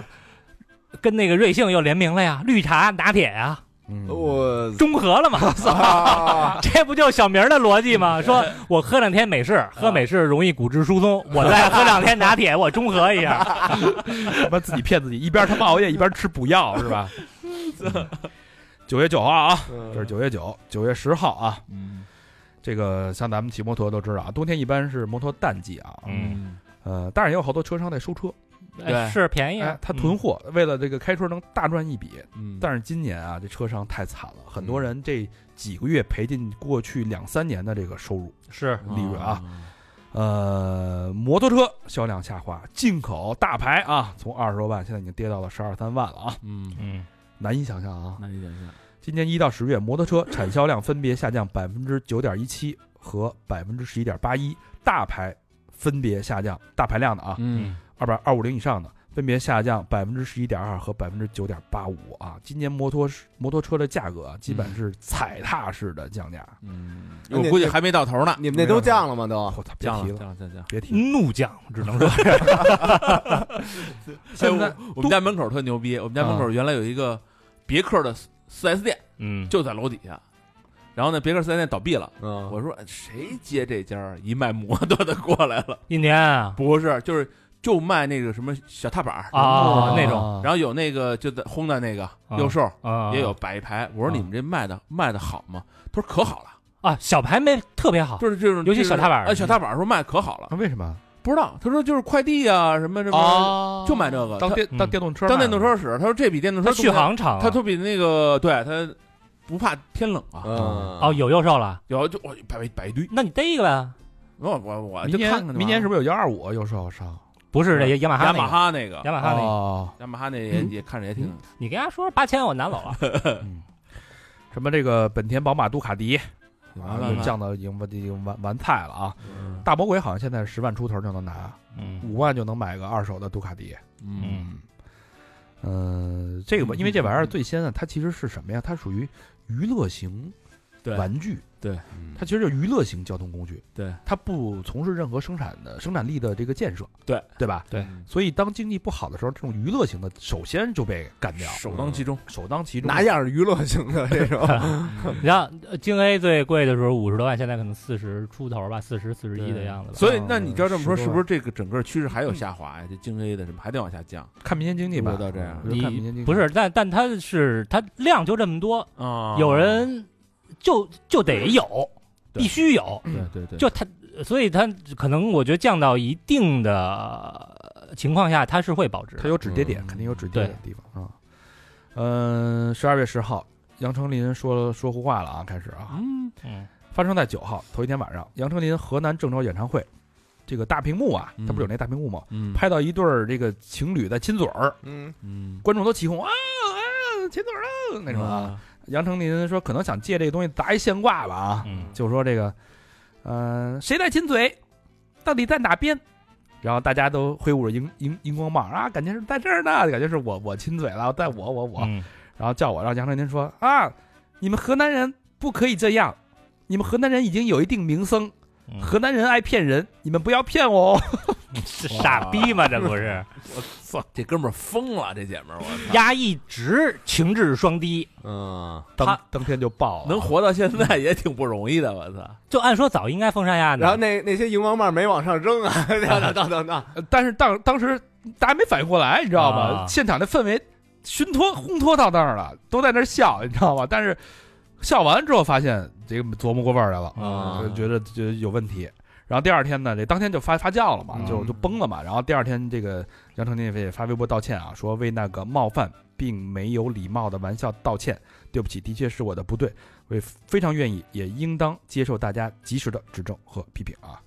[SPEAKER 4] 跟那个瑞幸又联名了呀，绿茶拿铁呀，
[SPEAKER 3] 嗯
[SPEAKER 2] 我
[SPEAKER 4] 中 和了嘛，
[SPEAKER 2] 操，
[SPEAKER 4] 这不就小明的逻辑吗？说我喝两天美式，
[SPEAKER 5] 啊
[SPEAKER 4] 喝美式容易骨质疏松，我再喝两天拿铁，我中和 一下。嗯
[SPEAKER 3] 他妈自己骗自己，一边他妈熬夜一边吃补药是吧？九月九号啊，这是九月九，九月十号啊。
[SPEAKER 5] 嗯
[SPEAKER 3] 这个像咱们骑摩托都知道啊，冬天一般是摩托淡季啊，
[SPEAKER 4] 嗯，
[SPEAKER 3] 呃，当然也有好多车商在收车，
[SPEAKER 4] 哎
[SPEAKER 5] 对
[SPEAKER 4] 是便宜啊
[SPEAKER 3] 哎，，他囤货，为了这个开春能大赚一笔。
[SPEAKER 5] 嗯
[SPEAKER 3] 但是今年啊，这车商太惨了，很多人这几个月赔进过去两三年的这个收入。
[SPEAKER 4] 是
[SPEAKER 3] 利润啊，呃，摩托车销量下滑，进口大牌啊，从二十多万现在已经跌到了十二三万了啊，
[SPEAKER 5] 嗯，
[SPEAKER 4] 嗯
[SPEAKER 3] 难以想象啊。
[SPEAKER 5] 那你想想，
[SPEAKER 3] 今年一到十月，摩托车产销量分别下降百分之九点一七和百分之十一点八一，大牌分别下降，大排量的啊，
[SPEAKER 5] 嗯
[SPEAKER 3] 二百二五零以上的分别下降百分之十一点二和百分之九点八五啊。今年摩托摩托车的价格啊，基本是踩踏式的降价。
[SPEAKER 5] 嗯，
[SPEAKER 2] 那
[SPEAKER 5] 我估计还没到头呢，
[SPEAKER 2] 你们那都降了吗？都
[SPEAKER 3] 我操、别
[SPEAKER 5] 降
[SPEAKER 3] 提
[SPEAKER 5] 了
[SPEAKER 3] 了，
[SPEAKER 5] 降了降了。
[SPEAKER 3] 别提了。
[SPEAKER 4] 怒降，只能说是
[SPEAKER 3] 现在
[SPEAKER 5] 哎我我们家门口特牛逼，我们家门口原来有一个别克的四 S 店，
[SPEAKER 4] 嗯
[SPEAKER 5] 就在楼底下。然后呢，别克四 S 店倒闭了。
[SPEAKER 2] 嗯，
[SPEAKER 5] 我说谁接这家儿？一卖摩托的过来了，
[SPEAKER 4] 一年啊
[SPEAKER 5] 不是，就是就卖那个什么小踏板儿
[SPEAKER 4] 啊那种
[SPEAKER 3] 啊
[SPEAKER 5] 然后有那个就在轰的那个六兽，
[SPEAKER 4] 啊
[SPEAKER 5] 也有摆一排。我说
[SPEAKER 4] 啊
[SPEAKER 5] 你们这卖的卖的好吗？他说可好了，
[SPEAKER 4] 啊小牌没特别好，
[SPEAKER 5] 就是这种，
[SPEAKER 4] 尤其
[SPEAKER 5] 就是
[SPEAKER 4] 小踏板儿
[SPEAKER 5] 哎，小踏板儿说卖可好了
[SPEAKER 3] 啊，，为什么？
[SPEAKER 5] 不知道。他说就是快递啊，什么什么，
[SPEAKER 3] 哦
[SPEAKER 5] 就买这个
[SPEAKER 3] 当
[SPEAKER 5] 他
[SPEAKER 3] 电
[SPEAKER 4] 嗯
[SPEAKER 3] 当电动车，
[SPEAKER 5] 当电动车。使。他说这比电动车
[SPEAKER 4] 它续
[SPEAKER 5] 动
[SPEAKER 4] 航长啊，
[SPEAKER 5] 它都比那个对它不怕天冷啊。
[SPEAKER 2] 嗯
[SPEAKER 4] 哦有右手了，
[SPEAKER 5] 然后就我摆摆一堆，
[SPEAKER 4] 那你逮一个呗，
[SPEAKER 5] 我我我
[SPEAKER 3] 明
[SPEAKER 5] 就
[SPEAKER 3] 年
[SPEAKER 5] 看看就完
[SPEAKER 3] 明年
[SPEAKER 5] 了啊
[SPEAKER 3] 是不是有幺二五？啊有时候上
[SPEAKER 4] 不是这雅马哈
[SPEAKER 5] 雅
[SPEAKER 4] 那个
[SPEAKER 5] 马哈那个
[SPEAKER 4] 雅马哈那个，
[SPEAKER 3] 哦，
[SPEAKER 5] 雅马哈那也
[SPEAKER 3] 嗯
[SPEAKER 5] 也看着也挺
[SPEAKER 4] 你跟人家说八千我拿走啊了，
[SPEAKER 3] 嗯什么这个本田、宝马、杜卡迪啊
[SPEAKER 5] 完，了
[SPEAKER 3] 又降到已经完已经完完菜了啊！
[SPEAKER 5] 嗯
[SPEAKER 3] 大魔鬼好像现在十万出头就能拿，
[SPEAKER 4] 嗯
[SPEAKER 3] 五万就能买个二手的杜卡迪。
[SPEAKER 5] 嗯
[SPEAKER 3] 嗯，呃，这个吧因为这玩意儿最先啊，它其实是什么呀？它属于娱乐型
[SPEAKER 5] 对
[SPEAKER 3] 玩具，
[SPEAKER 2] 嗯
[SPEAKER 3] 它其实就是娱乐型交通工具，
[SPEAKER 5] 对，
[SPEAKER 3] 它不从事任何生产的生产力的这个建设，
[SPEAKER 5] 对
[SPEAKER 3] 对吧？
[SPEAKER 4] 对
[SPEAKER 3] 所以当经济不好的时候，这种娱乐型的首先就被干掉，
[SPEAKER 5] 首当其冲，
[SPEAKER 3] 首当其冲。
[SPEAKER 2] 哪样娱乐型的这 种？
[SPEAKER 4] 你像呃京 A 最贵的时候五十多万，现在可能四十出头吧，四十四十一的样子吧。
[SPEAKER 5] 所以那你知道这么说
[SPEAKER 3] 十
[SPEAKER 5] 是
[SPEAKER 3] 多万
[SPEAKER 5] 不是这个整个趋势还有下滑呀？这京 A 的什么还得往下降
[SPEAKER 3] 看民间经济吧，
[SPEAKER 5] 我到这样
[SPEAKER 3] 我就看民间经济
[SPEAKER 4] 不是，但但它是它量就这么多，
[SPEAKER 3] 嗯
[SPEAKER 5] 啊
[SPEAKER 4] 有人就就得有，
[SPEAKER 5] 对嗯
[SPEAKER 4] 必须有，
[SPEAKER 3] 嗯
[SPEAKER 5] 对对对，
[SPEAKER 4] 就它，所以它可能我觉得降到一定的呃情况下，它是会保值的。
[SPEAKER 3] 它有止跌点，
[SPEAKER 5] 嗯
[SPEAKER 3] 肯定有止跌点的地方啊。嗯，十二月十号，杨丞琳说说胡话了啊，开始啊，
[SPEAKER 5] 嗯
[SPEAKER 4] 嗯
[SPEAKER 3] 发生在九号头一天晚上，杨丞琳河南郑州演唱会，这个大屏幕啊，
[SPEAKER 5] 嗯
[SPEAKER 3] 它不是有那大屏幕吗？
[SPEAKER 5] 嗯
[SPEAKER 3] 拍到一对儿这个情侣在啊亲嘴儿，
[SPEAKER 2] 嗯，
[SPEAKER 5] 嗯
[SPEAKER 3] 观众都起哄啊啊亲嘴儿啊那种啊。，杨丞琳说可能想借这个东西砸一现挂吧啊，
[SPEAKER 4] 嗯
[SPEAKER 3] 呃就说这个，嗯、谁在亲嘴，到底在哪边？然后大家都挥舞着荧荧荧光棒啊，感觉是在这儿呢，感觉是我我亲嘴了，在我我我，
[SPEAKER 4] 嗯
[SPEAKER 3] 然后叫我，让杨振宁说啊，你们河南人不可以这样，你们河南人已经有一定名声，
[SPEAKER 4] 嗯
[SPEAKER 3] 河南人爱骗人，你们不要骗我哦。
[SPEAKER 4] 这 傻逼吗？这不是
[SPEAKER 5] 这哥们儿疯了，这姐们儿，我 操
[SPEAKER 4] 压一直情志双低，
[SPEAKER 2] 嗯，
[SPEAKER 3] 当
[SPEAKER 5] 他
[SPEAKER 3] 当天就爆了，
[SPEAKER 5] 能活到现在也挺不容易的，我操！
[SPEAKER 4] 就按说早应该封杀丫的。
[SPEAKER 2] 然后那那些荧光棒没往上扔 啊，等等等等，
[SPEAKER 3] 呃但是当当时大家没反应过来，你知道吗？
[SPEAKER 4] 啊
[SPEAKER 3] 现场的氛围熏托烘托到那儿了，都在那儿笑，你知道吗？但是笑完之后发现这个琢磨过味儿来了，
[SPEAKER 4] 啊
[SPEAKER 3] 就觉得觉得有问题。然后第二天呢，这当天就发发酵了嘛，
[SPEAKER 4] 嗯
[SPEAKER 3] 就就崩了嘛。然后第二天，这个杨丞琳也发微博道歉啊，说为那个冒犯并没有礼貌的玩笑道歉，对不起，的确是我的不对，我也非常愿意，也应当接受大家及时的指正和批评啊。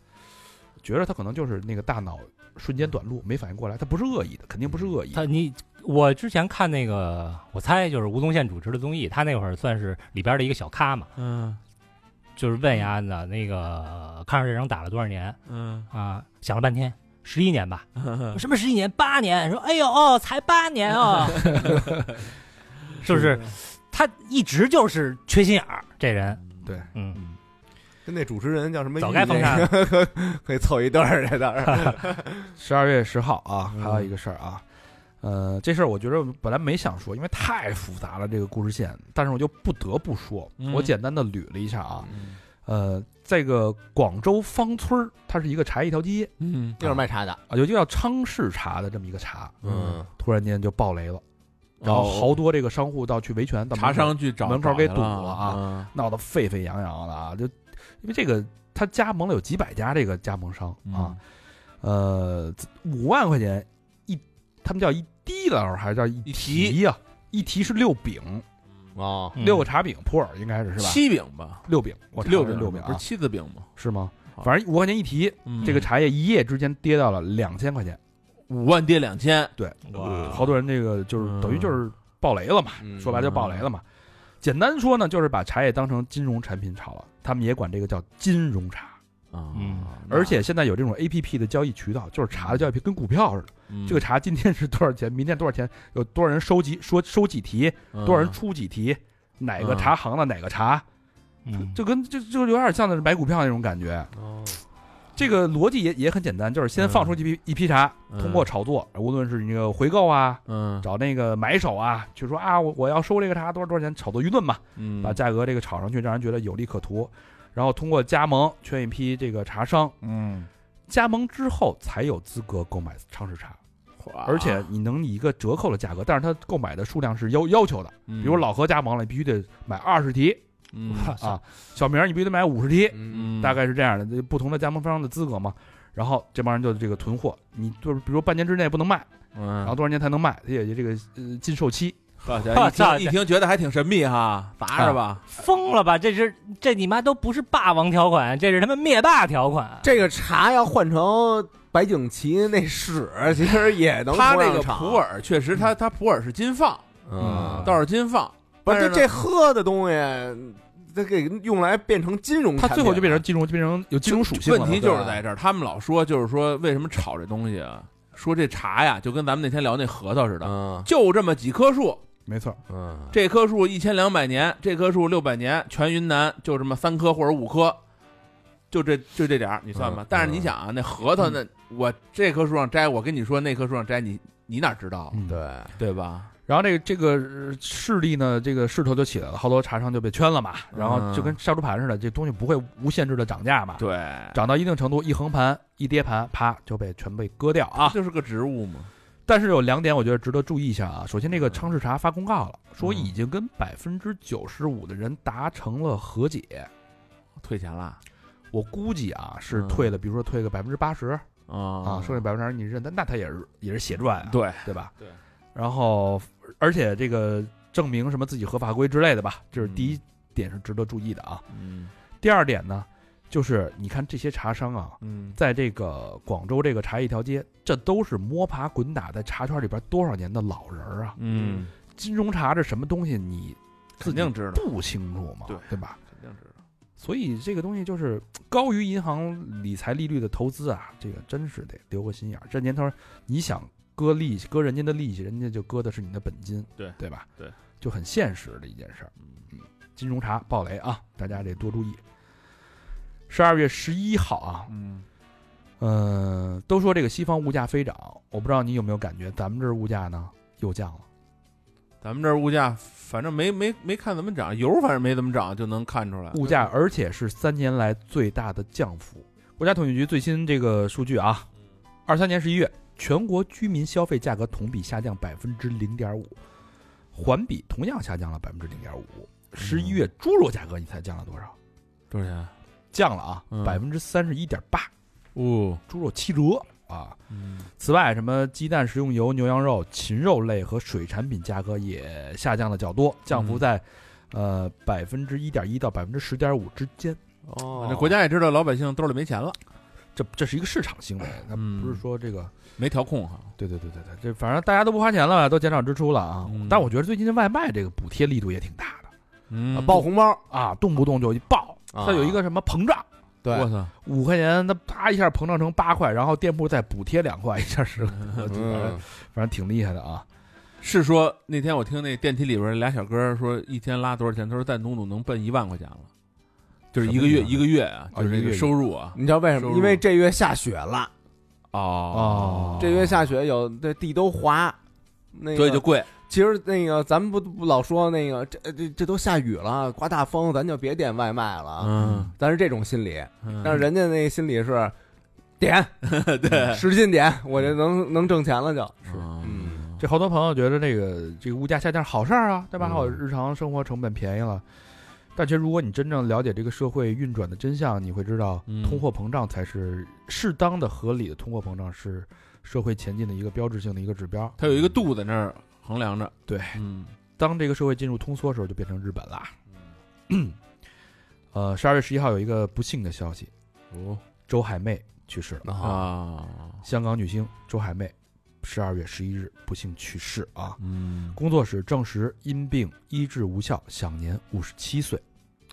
[SPEAKER 3] 觉得他可能就是那个大脑瞬间短路，没反应过来，他不是恶意的，肯定不是恶意。
[SPEAKER 4] 他你我之前看那个，我猜就是吴宗宪主持的综艺，他那会儿算是里边的一个小咖嘛，
[SPEAKER 5] 嗯
[SPEAKER 4] 就是问丫的那个抗日战争打了多少年
[SPEAKER 5] 嗯，
[SPEAKER 4] 啊？想了半天，十一年吧。什么十一年？八年？说哎呦哦，才八年 哦，是不是？他一直就是缺心眼儿，这人，
[SPEAKER 3] 对，
[SPEAKER 4] 嗯，
[SPEAKER 3] 嗯，
[SPEAKER 2] 跟 那主持人叫什么？
[SPEAKER 4] 早该封杀，
[SPEAKER 2] 可以凑一对儿这倒是。
[SPEAKER 3] 十二月十号啊，
[SPEAKER 5] 嗯
[SPEAKER 3] 还有一个事儿啊，呃，这事儿我觉得本来没想说，因为太复杂了这个故事线，但是我就不得不说，
[SPEAKER 5] 嗯
[SPEAKER 3] 我简单的捋了一下啊，呃，这个广州芳村儿，它是一个茶叶条街
[SPEAKER 5] 嗯
[SPEAKER 2] 就是卖茶的，
[SPEAKER 3] 啊，有一个叫昌氏茶的这么一个茶，
[SPEAKER 2] 嗯，
[SPEAKER 3] 突然间就爆雷了，然后好多这个商户到去维权，到门口
[SPEAKER 5] 茶哦商去找
[SPEAKER 3] 门口给堵了
[SPEAKER 5] 了
[SPEAKER 3] 啊
[SPEAKER 5] 啊，
[SPEAKER 3] 闹得沸沸扬扬的啊，就因为这个他加盟了有几百家这个加盟商
[SPEAKER 5] 嗯
[SPEAKER 3] 啊，呃，五万块钱一，他们叫一滴了还是叫一
[SPEAKER 5] 一
[SPEAKER 3] 提呀、一提是六饼，
[SPEAKER 2] 哦，
[SPEAKER 4] 嗯
[SPEAKER 3] 六个茶饼，普洱应该是是吧？
[SPEAKER 5] 七饼吧，
[SPEAKER 3] 六饼，我查
[SPEAKER 5] 六
[SPEAKER 3] 的是
[SPEAKER 5] 饼
[SPEAKER 3] 六饼
[SPEAKER 5] 不
[SPEAKER 3] 啊
[SPEAKER 5] 是，七嗯子饼吗？
[SPEAKER 3] 是吗？
[SPEAKER 5] 好
[SPEAKER 3] 反正五块钱一提，这个茶叶一夜之间跌到了两千块钱，
[SPEAKER 5] 五万跌两千，
[SPEAKER 4] 哇
[SPEAKER 3] 好多人这个就是
[SPEAKER 5] 嗯
[SPEAKER 3] 等于就是爆雷了嘛，
[SPEAKER 2] 嗯
[SPEAKER 3] 说白了就爆雷了嘛。简单说呢，就是把茶叶当成金融产品炒了，他们也管这个叫金融茶。
[SPEAKER 5] 啊
[SPEAKER 4] 嗯
[SPEAKER 3] 而且现在有这种 A P P 的交易渠道，就是茶的交易跟股票似的。
[SPEAKER 5] 嗯
[SPEAKER 3] 这个茶今天是多少钱，明天多少钱，有多少人收集说收几题，
[SPEAKER 5] 多
[SPEAKER 3] 多少人出几题，哪个茶行的哪个茶，
[SPEAKER 4] 嗯
[SPEAKER 3] 就跟就就有点像那是买股票那种感觉。
[SPEAKER 2] 哦，
[SPEAKER 3] 这个逻辑也也很简单，就是先放出一批一批茶，
[SPEAKER 5] 嗯
[SPEAKER 3] 通过炒作，无论是那个回购啊，
[SPEAKER 5] 嗯
[SPEAKER 3] 找那个买手啊，就说啊我我要收这个茶多少多少钱，炒作舆论嘛，
[SPEAKER 5] 嗯
[SPEAKER 3] 把价格这个炒上去，让人觉得有利可图，然后通过加盟圈一批这个茶商。
[SPEAKER 1] 嗯，
[SPEAKER 3] 加盟之后才有资格购买昌氏茶，
[SPEAKER 5] 哇
[SPEAKER 3] 而且你能以一个折扣的价格，但是它购买的数量是要要求的，
[SPEAKER 5] 嗯
[SPEAKER 3] 比如老何加盟了，你必须得买二十提
[SPEAKER 5] 嗯
[SPEAKER 4] 哇塞
[SPEAKER 3] 啊，小明儿你必须得买五十提，
[SPEAKER 2] 嗯
[SPEAKER 5] 嗯
[SPEAKER 3] 大概是这样的，这不同的加盟商的资格嘛。然后这帮人就这个囤货，你就是比如半年之内不能卖，然
[SPEAKER 5] 然
[SPEAKER 3] 后多少年才能卖，它也这个呃禁售期。
[SPEAKER 5] 一听一听觉得还挺神秘哈，砸着
[SPEAKER 3] 啊
[SPEAKER 5] 吧，
[SPEAKER 4] 疯了吧？这是这你妈都不是霸王条款，这是他妈灭霸条款。
[SPEAKER 2] 这个茶要换成白景琦那屎，其实也能
[SPEAKER 5] 他
[SPEAKER 2] 冲
[SPEAKER 5] 那
[SPEAKER 2] 上
[SPEAKER 5] 个
[SPEAKER 2] 场
[SPEAKER 5] 普，洱确实，
[SPEAKER 3] 嗯
[SPEAKER 5] 他他普洱是金放，
[SPEAKER 2] 嗯，
[SPEAKER 5] 倒是金放，
[SPEAKER 2] 不
[SPEAKER 5] 但
[SPEAKER 2] 是
[SPEAKER 5] 是
[SPEAKER 2] 这这喝的东西，这给用来变成金融
[SPEAKER 3] 它
[SPEAKER 2] 产品了，
[SPEAKER 3] 最后就变成金融，就变成有金融属性了
[SPEAKER 5] 问
[SPEAKER 3] 嘛。
[SPEAKER 5] 题就是
[SPEAKER 2] 啊
[SPEAKER 5] 在这儿，他们老说就是说为什么炒这东西啊？说这茶呀，就跟咱们那天聊那核桃似的，
[SPEAKER 2] 嗯
[SPEAKER 5] 就这么几棵树，
[SPEAKER 3] 没错，
[SPEAKER 2] 嗯，
[SPEAKER 5] 这棵树一千两百年，这棵树六百年，全云南就这么三棵或者五棵，就这就这点儿，你算吧。
[SPEAKER 2] 嗯
[SPEAKER 5] 但是你想啊，那核桃那、我这棵树上摘，我跟你说那棵树上摘，你你哪知道，啊
[SPEAKER 3] 嗯
[SPEAKER 2] 对，
[SPEAKER 5] 哦对吧？
[SPEAKER 3] 然后这个这个呃势力呢，这个势头就起来了，好多茶商就被圈了嘛，然后
[SPEAKER 5] 嗯
[SPEAKER 3] 就跟杀猪盘似的，这东西不会无限制的涨价嘛，
[SPEAKER 5] 对
[SPEAKER 3] 涨到一定程度，一横盘一跌盘，啪就被全被割掉啊。
[SPEAKER 5] 就是个植物嘛。
[SPEAKER 3] 但是有两点我觉得值得注意一下啊，首先这个昌氏茶发公告了，说已经跟百分之九十五的人达成了和解，
[SPEAKER 5] 退钱了
[SPEAKER 3] 我估计啊是退了，比如说退个百分之八十
[SPEAKER 5] 啊
[SPEAKER 3] 啊，剩下百分之二十你认，那那他也是也是血赚啊，
[SPEAKER 5] 对，
[SPEAKER 3] 对吧？
[SPEAKER 5] 对。
[SPEAKER 3] 然后，而且这个证明什么自己合法规之类的吧，这是第一点是值得注意的啊。
[SPEAKER 5] 嗯
[SPEAKER 3] 第二点呢，就是你看这些茶商啊，
[SPEAKER 5] 嗯，
[SPEAKER 3] 在这个广州这个茶叶条街，这都是摸爬滚打在茶圈里边多少年的老人儿啊。
[SPEAKER 5] 嗯，
[SPEAKER 3] 金融茶这什么东西，你自
[SPEAKER 5] 肯
[SPEAKER 3] 己
[SPEAKER 5] 定知道，
[SPEAKER 3] 不清楚嘛，
[SPEAKER 5] 对
[SPEAKER 3] 吧？
[SPEAKER 5] 肯定知道。
[SPEAKER 3] 所以这个东西就是高于银行理财利率的投资啊，这个真是得留个心眼儿。这年头儿你想割利息，割人家的利息，人家就割的是你的本金，
[SPEAKER 5] 对
[SPEAKER 3] 对吧？
[SPEAKER 5] 对，
[SPEAKER 3] 就很现实的一件事儿。嗯，金融茶暴雷啊，大家得多注意。十二月十一号啊，
[SPEAKER 5] 嗯，
[SPEAKER 3] 呃，都说这个西方物价飞涨，我不知道你有没有感觉，咱们这儿物价呢又降了。
[SPEAKER 5] 咱们这儿物价反正没没没看怎么涨，油反正没怎么涨，就能看出来
[SPEAKER 3] 物价，而且是三年来最大的降幅。国家统计局最新这个数据啊，二三年十一月，全国居民消费价格同比下降百分之零点五，环比同样下降了百分之零点五。十一月猪肉价格你猜降了多少？
[SPEAKER 5] 多少钱？
[SPEAKER 3] 降了啊，
[SPEAKER 5] 嗯
[SPEAKER 3] 百分之三十一点八，
[SPEAKER 5] 哦，
[SPEAKER 3] 猪肉七折啊。
[SPEAKER 5] 嗯，
[SPEAKER 3] 此外，什么鸡蛋、食用油、牛羊肉、禽肉类和水产品价格也下降的较多，降幅
[SPEAKER 5] 嗯
[SPEAKER 3] 在、呃百分之一点一到百分之十点五之间。
[SPEAKER 2] 哦
[SPEAKER 5] 这国家也知道老百姓兜里没钱了，
[SPEAKER 3] 这这是一个市场行为，它
[SPEAKER 5] 嗯
[SPEAKER 3] 不是说这个，
[SPEAKER 5] 没调控哈。
[SPEAKER 3] 对对对对对，这反正大家都不花钱了，都减少支出了啊。
[SPEAKER 5] 嗯
[SPEAKER 3] 但我觉得最近这外卖这个补贴力度也挺大的
[SPEAKER 5] 嗯
[SPEAKER 2] 爆红包，
[SPEAKER 3] 啊，动不动就一爆，
[SPEAKER 2] 啊
[SPEAKER 3] 嗯它有一个什么膨胀，
[SPEAKER 2] 对，
[SPEAKER 5] 我操，
[SPEAKER 3] 五块钱它啪一下膨胀成八块，然后店铺再补贴两块，一下十块， 反正
[SPEAKER 2] 嗯，
[SPEAKER 3] 反正挺厉害的啊。
[SPEAKER 5] 是说那天我听那电梯里边俩小哥说一天拉多少钱，他说在东都能奔一万块钱了，就是一个月
[SPEAKER 3] 什么意思
[SPEAKER 5] 一个月啊，就是
[SPEAKER 3] 一
[SPEAKER 5] 这
[SPEAKER 3] 个
[SPEAKER 5] 个
[SPEAKER 3] 月
[SPEAKER 5] 收入啊。
[SPEAKER 2] 你知道为什
[SPEAKER 5] 收
[SPEAKER 2] 么？
[SPEAKER 5] 入
[SPEAKER 2] 因为这月下雪了，
[SPEAKER 5] 哦
[SPEAKER 3] 哦
[SPEAKER 2] 这月下雪有这地都滑，那个
[SPEAKER 5] 所以就贵。
[SPEAKER 2] 其实那个咱们不不老说那个这这这都下雨了，刮大风，咱就别点外卖了啊，
[SPEAKER 5] 嗯，
[SPEAKER 2] 咱是这种心理，
[SPEAKER 5] 嗯
[SPEAKER 2] 但是人家那心理是点， 对，使劲点，我就能能挣钱了就，
[SPEAKER 5] 嗯，
[SPEAKER 3] 这好多朋友觉得这个这个物价下降是好事儿啊，对吧？
[SPEAKER 5] 嗯
[SPEAKER 3] 好，日常生活成本便宜了。但其实，如果你真正了解这个社会运转的真相，你会知道，
[SPEAKER 5] 嗯
[SPEAKER 3] 通货膨胀才是适当的、合理的通货膨胀是社会前进的一个标志性的一个指标。
[SPEAKER 5] 它有一个度在那儿衡量着。
[SPEAKER 3] 对
[SPEAKER 5] 嗯，
[SPEAKER 3] 当这个社会进入通缩的时候，就变成日本啦。
[SPEAKER 5] 嗯
[SPEAKER 3] 呃，十二月十一号有一个不幸的消息，
[SPEAKER 5] 哦
[SPEAKER 3] 周海媚去世了。
[SPEAKER 5] 啊，
[SPEAKER 3] 香港女星周海媚，十二月十一日不幸去世啊。
[SPEAKER 5] 嗯，
[SPEAKER 3] 工作室证实因病医治无效，享年五十七岁。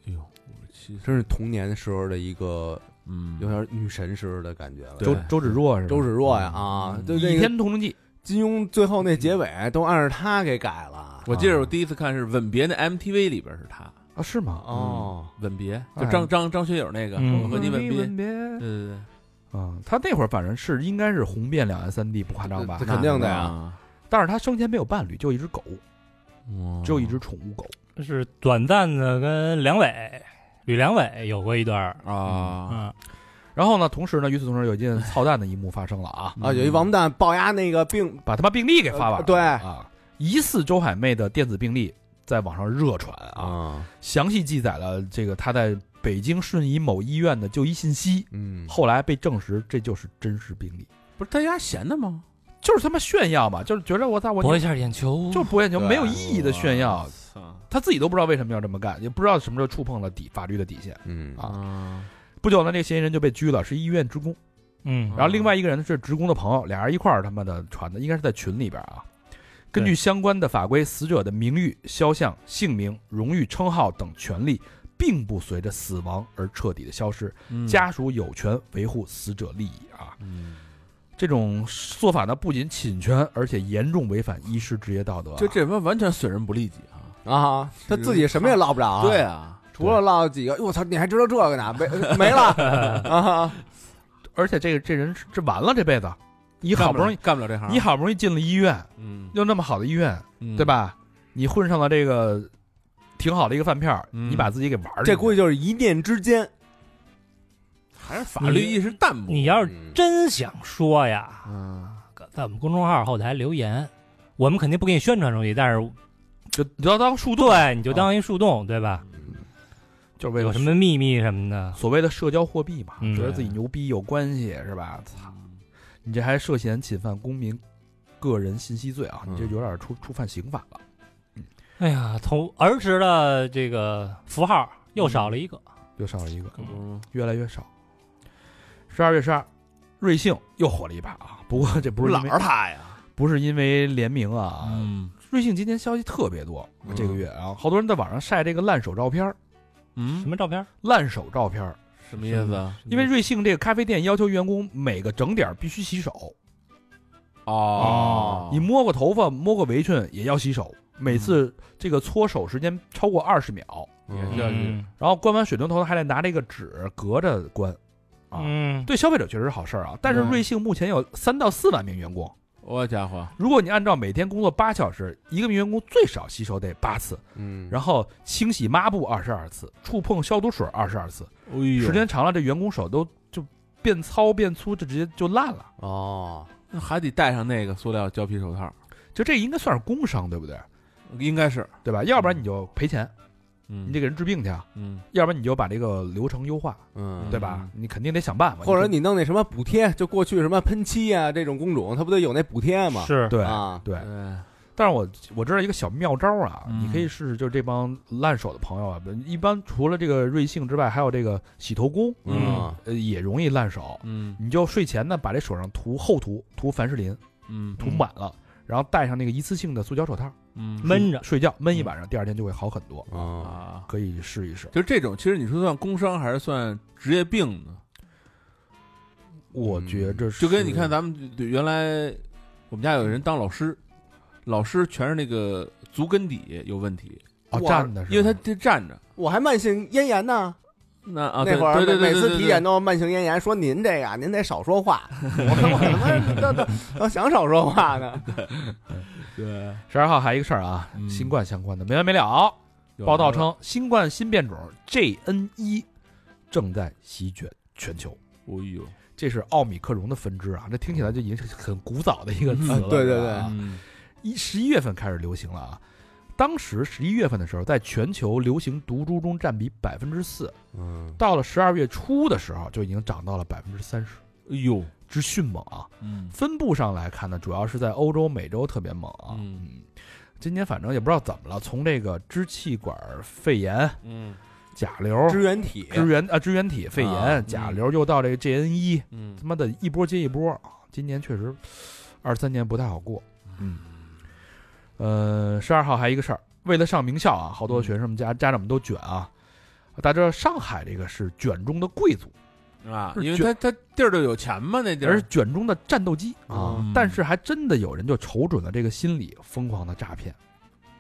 [SPEAKER 5] 哎呦，五十七岁，
[SPEAKER 2] 真是童年时候的一个
[SPEAKER 5] 嗯，
[SPEAKER 2] 有点女神时候的感觉了。
[SPEAKER 5] 对
[SPEAKER 3] 周周芷若是吧
[SPEAKER 2] 周芷若呀啊，
[SPEAKER 5] 嗯
[SPEAKER 2] 就
[SPEAKER 3] 倚
[SPEAKER 2] 那个
[SPEAKER 3] 天屠龙记》
[SPEAKER 2] 金庸最后那结尾都按着她给改了。
[SPEAKER 5] 我记得我第一次看是《吻别》那 MTV 里边是他，《
[SPEAKER 3] 啊，是
[SPEAKER 5] 嗯
[SPEAKER 3] 吗？
[SPEAKER 2] 哦，
[SPEAKER 5] 吻别》
[SPEAKER 3] 哎
[SPEAKER 5] 就张张张学友那个，嗯
[SPEAKER 3] 嗯
[SPEAKER 5] 我和你吻别。对
[SPEAKER 3] 别
[SPEAKER 5] 对对，
[SPEAKER 3] 啊，他那会儿反正是应该是红遍两岸三地，不夸张吧
[SPEAKER 2] 这？肯定的嗯呀，
[SPEAKER 5] 啊，
[SPEAKER 3] 但是他生前没有伴侣，就一只狗，
[SPEAKER 5] 哇
[SPEAKER 3] 只有一只宠物狗。
[SPEAKER 4] 是短暂的跟梁伟、吕良伟有过一段儿，
[SPEAKER 5] 啊
[SPEAKER 4] 嗯，
[SPEAKER 3] 然后呢，同时呢，与此同时有一件操蛋的一幕发生了啊，
[SPEAKER 2] 啊，
[SPEAKER 5] 嗯
[SPEAKER 2] 有一王八蛋抱压那个病，
[SPEAKER 3] 把他妈病历给发完了
[SPEAKER 2] 呃对
[SPEAKER 3] 啊，疑似周海媚的电子病历在网上热传啊，
[SPEAKER 2] 啊，
[SPEAKER 3] 详细记载了这个她在北京顺义某医院的就医信息，
[SPEAKER 2] 嗯，
[SPEAKER 3] 后来被证实这就是真实病历，
[SPEAKER 5] 不是他家闲的吗？
[SPEAKER 3] 就是他妈炫耀嘛，就是觉得我操我
[SPEAKER 4] 博一下眼球，
[SPEAKER 3] 就是博眼球，
[SPEAKER 2] 对
[SPEAKER 3] 没有意义的炫耀，
[SPEAKER 5] 操
[SPEAKER 3] 他自己都不知道为什么要这么干，也不知道什么时候触碰了底法律的底线。
[SPEAKER 2] 嗯
[SPEAKER 3] 啊
[SPEAKER 5] 啊！
[SPEAKER 3] 不久呢，这个嫌疑人就被拘了，是医院职工。
[SPEAKER 4] 嗯
[SPEAKER 3] 然后另外一个人是职工的朋友，俩人一块儿他妈的传的，应该是在群里边啊。根据相关的法规，死者的名誉、肖像、姓名、荣誉、称号等权利，并不随着死亡而彻底的消失，
[SPEAKER 5] 嗯
[SPEAKER 3] 家属有权维护死者利益啊。
[SPEAKER 5] 嗯
[SPEAKER 3] 这种做法呢，不仅侵权，而且严重违反医师职业道德啊。
[SPEAKER 5] 就这帮完全损人不利己啊！
[SPEAKER 2] 啊，他自己什么也捞不着啊。
[SPEAKER 5] 对，啊，
[SPEAKER 2] 除了捞几个，哎我操，你还知道这个呢？没 没 了啊！
[SPEAKER 3] 而且这个这人是这完了这辈子，你好不容易
[SPEAKER 5] 干不了这行，啊
[SPEAKER 3] 你好不容易进了医院，
[SPEAKER 5] 嗯，
[SPEAKER 3] 又那么好的医院，
[SPEAKER 5] 嗯
[SPEAKER 3] 对？吧？你混上了这个挺好的一个饭票，
[SPEAKER 5] 嗯
[SPEAKER 3] 你把自己给玩儿进去
[SPEAKER 2] 这估计就是一念之间。
[SPEAKER 5] 还是法律意识淡薄。
[SPEAKER 4] 你要是
[SPEAKER 2] 嗯
[SPEAKER 4] 真想说呀，
[SPEAKER 5] 嗯
[SPEAKER 4] 在我们公众号后台留言，我们肯定不给你宣传出去，但是
[SPEAKER 3] 就你要当树洞，
[SPEAKER 4] 对你就当一树洞，对吧？
[SPEAKER 3] 就是为
[SPEAKER 4] 有
[SPEAKER 3] 了
[SPEAKER 4] 什么秘密什么的，
[SPEAKER 3] 所谓的社交货币嘛，
[SPEAKER 4] 嗯
[SPEAKER 3] 觉得自己牛逼有关系是吧？操，你这还涉嫌侵犯公民个人信息罪啊！你这有点触触犯刑法了。
[SPEAKER 4] 哎呀，从儿时的这个符号又少了一个，
[SPEAKER 3] 又少了一个，
[SPEAKER 5] 可不是吗？
[SPEAKER 3] 越来越少。十二月十二，瑞幸又火了一把啊！不过这不是因为
[SPEAKER 5] 他呀，
[SPEAKER 3] 不是因为联名啊，
[SPEAKER 5] 嗯
[SPEAKER 3] 瑞幸今天消息特别多，
[SPEAKER 5] 嗯
[SPEAKER 3] 这个月啊，好多人在网上晒这个烂手照片儿
[SPEAKER 5] 嗯
[SPEAKER 4] 什，么照片？
[SPEAKER 3] 烂手照片儿。
[SPEAKER 5] 什么意思啊？
[SPEAKER 3] 因为瑞幸这个咖啡店要求员工每个整点儿必须洗手，啊
[SPEAKER 5] 哦，
[SPEAKER 3] 你摸过头发、摸过围裙也要洗手，每次这个搓手时间超过二十秒，
[SPEAKER 5] 嗯
[SPEAKER 3] 这
[SPEAKER 4] 嗯
[SPEAKER 3] 然后关完水龙头还得拿这个纸隔着关。啊
[SPEAKER 4] 嗯，
[SPEAKER 3] 对消费者确实是好事儿啊，但是
[SPEAKER 5] 嗯
[SPEAKER 3] 瑞幸目前有三到四万名员工，
[SPEAKER 5] 我家伙，
[SPEAKER 3] 如果你按照每天工作八小时，一个员工最少洗手得八次，
[SPEAKER 2] 嗯，
[SPEAKER 3] 然后清洗抹布二十二次，触碰消毒水二十二次，
[SPEAKER 5] 哎呦
[SPEAKER 3] 时间长了这员工手都就变糙变粗，这直接就烂了。
[SPEAKER 2] 哦，
[SPEAKER 5] 那还得戴上那个塑料胶皮手套，
[SPEAKER 3] 就这应该算是工伤，对不对？
[SPEAKER 5] 应该是，
[SPEAKER 3] 对吧？要不然你就赔钱，
[SPEAKER 5] 嗯，
[SPEAKER 3] 你得给人治病去啊；
[SPEAKER 5] 嗯，
[SPEAKER 3] 要不然你就把这个流程优化，
[SPEAKER 2] 嗯，
[SPEAKER 3] 对吧？你肯定得想办法。
[SPEAKER 2] 或者
[SPEAKER 3] 你
[SPEAKER 2] 你弄那什么补贴，就过去什么喷漆啊这种工种，它不都有那补贴吗？
[SPEAKER 4] 是
[SPEAKER 3] 对
[SPEAKER 2] 啊，
[SPEAKER 3] 对，
[SPEAKER 5] 对，
[SPEAKER 3] 但是我我知道一个小妙招啊，
[SPEAKER 5] 嗯
[SPEAKER 3] 你可以试试，就是这帮烂手的朋友啊，一般除了这个瑞幸之外，还有这个洗头工，
[SPEAKER 2] 嗯
[SPEAKER 3] 呃，也容易烂手。
[SPEAKER 5] 嗯
[SPEAKER 3] 你就睡前呢，把这手上涂厚涂，涂凡士林，
[SPEAKER 5] 嗯
[SPEAKER 3] 涂满了，然后戴上那个一次性的塑胶手套，
[SPEAKER 5] 嗯
[SPEAKER 4] 闷着
[SPEAKER 3] 睡觉，闷一晚上，第二天就会好很多。
[SPEAKER 2] 啊，
[SPEAKER 5] 啊，
[SPEAKER 3] 可以试一试。
[SPEAKER 5] 就这种，其实你说算工伤还是算职业病呢？
[SPEAKER 3] 我觉着是
[SPEAKER 5] 嗯就跟你看，咱们原来我们家有人当老师，老师全是那个足跟底有问题，
[SPEAKER 3] 哦
[SPEAKER 2] 我
[SPEAKER 3] 站的是吧，
[SPEAKER 5] 因为他这站着。
[SPEAKER 2] 我还慢性咽炎呢，
[SPEAKER 5] 那啊，
[SPEAKER 2] 嗯那
[SPEAKER 5] 对
[SPEAKER 2] 会儿
[SPEAKER 5] 对对对
[SPEAKER 2] 每
[SPEAKER 5] 对
[SPEAKER 2] 次
[SPEAKER 5] 对
[SPEAKER 2] 体检都慢性咽炎，说您这个您得少说话，我说我他妈都都都想少说话呢，
[SPEAKER 5] 对，
[SPEAKER 3] 十二号还有一个事儿啊，
[SPEAKER 5] 嗯
[SPEAKER 3] 新冠相关的没完没了。
[SPEAKER 5] 有
[SPEAKER 3] 报道称，新冠新变种 JN 一正在席卷全球，
[SPEAKER 5] 哎呦，
[SPEAKER 3] 这是奥密克戎的分支啊。这听起来就已经是很古早的一个词了。
[SPEAKER 2] 嗯对
[SPEAKER 3] 是
[SPEAKER 2] 对
[SPEAKER 3] 吧
[SPEAKER 2] 对
[SPEAKER 3] 啊
[SPEAKER 5] 嗯
[SPEAKER 3] 一十一月份开始流行了啊。当时十一月份的时候，在全球流行毒株中占比百分之四，
[SPEAKER 2] 嗯，
[SPEAKER 3] 到了十二月初的时候就已经涨到了百分之三十，
[SPEAKER 5] 哎呦，
[SPEAKER 3] 之迅猛啊！
[SPEAKER 5] 嗯
[SPEAKER 3] 分布上来看呢，主要是在欧洲、美洲特别猛啊。
[SPEAKER 5] 嗯，
[SPEAKER 3] 今年反正也不知道怎么了，从这个支气管肺炎、
[SPEAKER 5] 嗯
[SPEAKER 3] 甲流、
[SPEAKER 2] 支原体，
[SPEAKER 3] 支原啊支原体肺炎、
[SPEAKER 5] 啊嗯
[SPEAKER 3] 甲流，又到这个 E JN 一，
[SPEAKER 5] 嗯
[SPEAKER 3] 他妈的一波接一波啊！今年确实二三年不太好过。嗯，呃，十二号还有一个事儿，为了上名校啊，好
[SPEAKER 5] 嗯
[SPEAKER 3] 多学生们家家长们都卷啊。大家知道上海这个是卷中的贵族，
[SPEAKER 5] 啊，
[SPEAKER 3] 是
[SPEAKER 5] 因为
[SPEAKER 3] 卷
[SPEAKER 5] 他他地儿就有钱嘛，那地
[SPEAKER 3] 而
[SPEAKER 5] 儿
[SPEAKER 3] 是卷中的战斗机
[SPEAKER 2] 啊
[SPEAKER 5] 嗯
[SPEAKER 3] 但是还真的有人就瞅准了这个心理，疯狂的诈骗。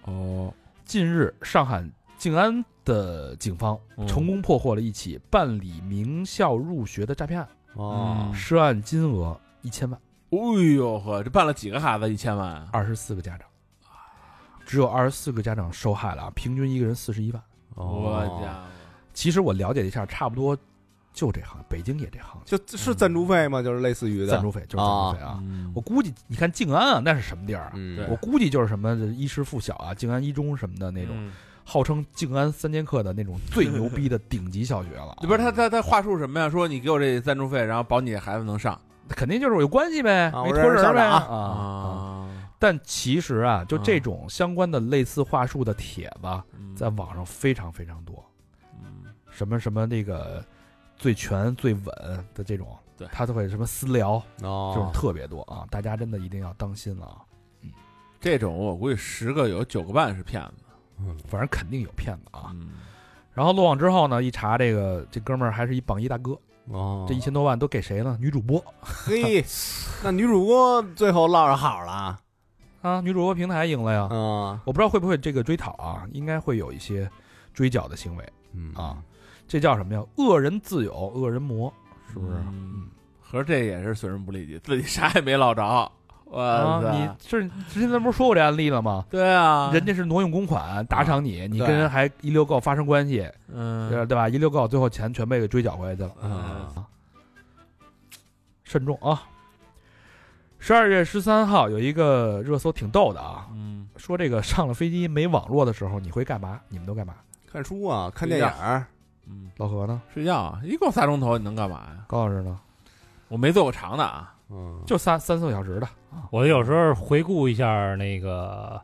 [SPEAKER 5] 哦，
[SPEAKER 3] 近日，上海静安的警方
[SPEAKER 5] 嗯
[SPEAKER 3] 成功破获了一起办理名校入学的诈骗案，
[SPEAKER 5] 哦
[SPEAKER 3] 涉案金额一千万，
[SPEAKER 5] 哎呦呵，这办了几个孩子一千万啊？
[SPEAKER 3] 二十四个家长，只有二十四个家长受害了啊，平均一个人四十一万。
[SPEAKER 2] 哦
[SPEAKER 5] 我
[SPEAKER 3] 啊
[SPEAKER 5] 家伙，
[SPEAKER 3] 其实我了解了一下，差不多就这行，北京也这行，
[SPEAKER 2] 就是赞助费吗？就是类似于的
[SPEAKER 3] 赞助费就是赞助费啊。
[SPEAKER 5] 嗯
[SPEAKER 3] 我估计你看静安啊，那是什么地儿啊？
[SPEAKER 2] 嗯，
[SPEAKER 5] 对
[SPEAKER 3] 我估计就是什么衣食父小啊，静安一中什么的那种，
[SPEAKER 5] 嗯
[SPEAKER 3] 号称静安三剑客的那种最牛逼的顶级小学了 啊。
[SPEAKER 5] 不是他他他话术什么呀？说你给我这赞助费，然后保你孩子能上
[SPEAKER 3] 肯定就是有关系呗，
[SPEAKER 2] 啊
[SPEAKER 3] 没
[SPEAKER 2] 我
[SPEAKER 3] 托
[SPEAKER 2] 认识
[SPEAKER 3] 人儿
[SPEAKER 2] 校
[SPEAKER 3] 呗
[SPEAKER 2] 长啊
[SPEAKER 3] 啊啊！但其实啊，就这种相关的类似话术的帖子，
[SPEAKER 5] 嗯
[SPEAKER 3] 在网上非常非常多，
[SPEAKER 5] 嗯
[SPEAKER 3] 什么什么那个最全最稳的这种，
[SPEAKER 5] 对
[SPEAKER 3] 他都会什么私聊，这种
[SPEAKER 2] 哦，
[SPEAKER 3] 特别多啊！大家真的一定要当心了啊！
[SPEAKER 5] 这种我估计十个有九个半是骗子
[SPEAKER 3] 反正肯定有骗子啊。
[SPEAKER 5] 嗯
[SPEAKER 3] 然后落网之后呢，一查这个这哥们儿还是一榜一大哥，
[SPEAKER 5] 啊
[SPEAKER 2] 哦
[SPEAKER 3] 这一千多万都给谁了？女主播
[SPEAKER 2] 嘿， 那女主播最后落着好了，
[SPEAKER 3] 啊，女主播平台赢了
[SPEAKER 5] 啊
[SPEAKER 3] 呀。
[SPEAKER 2] 嗯
[SPEAKER 3] 我不知道会不会这个追讨啊，应该会有一些追缴的行为。
[SPEAKER 2] 嗯
[SPEAKER 3] 啊，这叫什么呀？恶人自有恶人磨，是不是？
[SPEAKER 5] 嗯合着这也是损人不利己，自己啥也没捞着。我
[SPEAKER 3] 啊，你
[SPEAKER 5] 操！
[SPEAKER 3] 这之前咱不是说过这案例了吗？
[SPEAKER 5] 对啊，
[SPEAKER 3] 人家是挪用公款打赏你，你跟
[SPEAKER 2] 对
[SPEAKER 3] 人还一溜够发生关系，
[SPEAKER 5] 嗯
[SPEAKER 3] 对吧？一溜够，最后钱全被给追缴回来去了。啊
[SPEAKER 5] 嗯
[SPEAKER 3] 慎重啊！十二月十三号有一个热搜挺逗的啊，
[SPEAKER 5] 嗯
[SPEAKER 3] 说这个上了飞机没网络的时候你会干嘛？你们都干嘛？
[SPEAKER 2] 看书啊，看电影儿，
[SPEAKER 5] 嗯，
[SPEAKER 3] 老何呢？
[SPEAKER 5] 睡觉啊一共仨钟头，你能干嘛呀？
[SPEAKER 3] 高老师呢？
[SPEAKER 5] 我没做过长的啊，
[SPEAKER 2] 嗯，
[SPEAKER 3] 就三三四个小时的，
[SPEAKER 4] 嗯我有时候回顾一下那个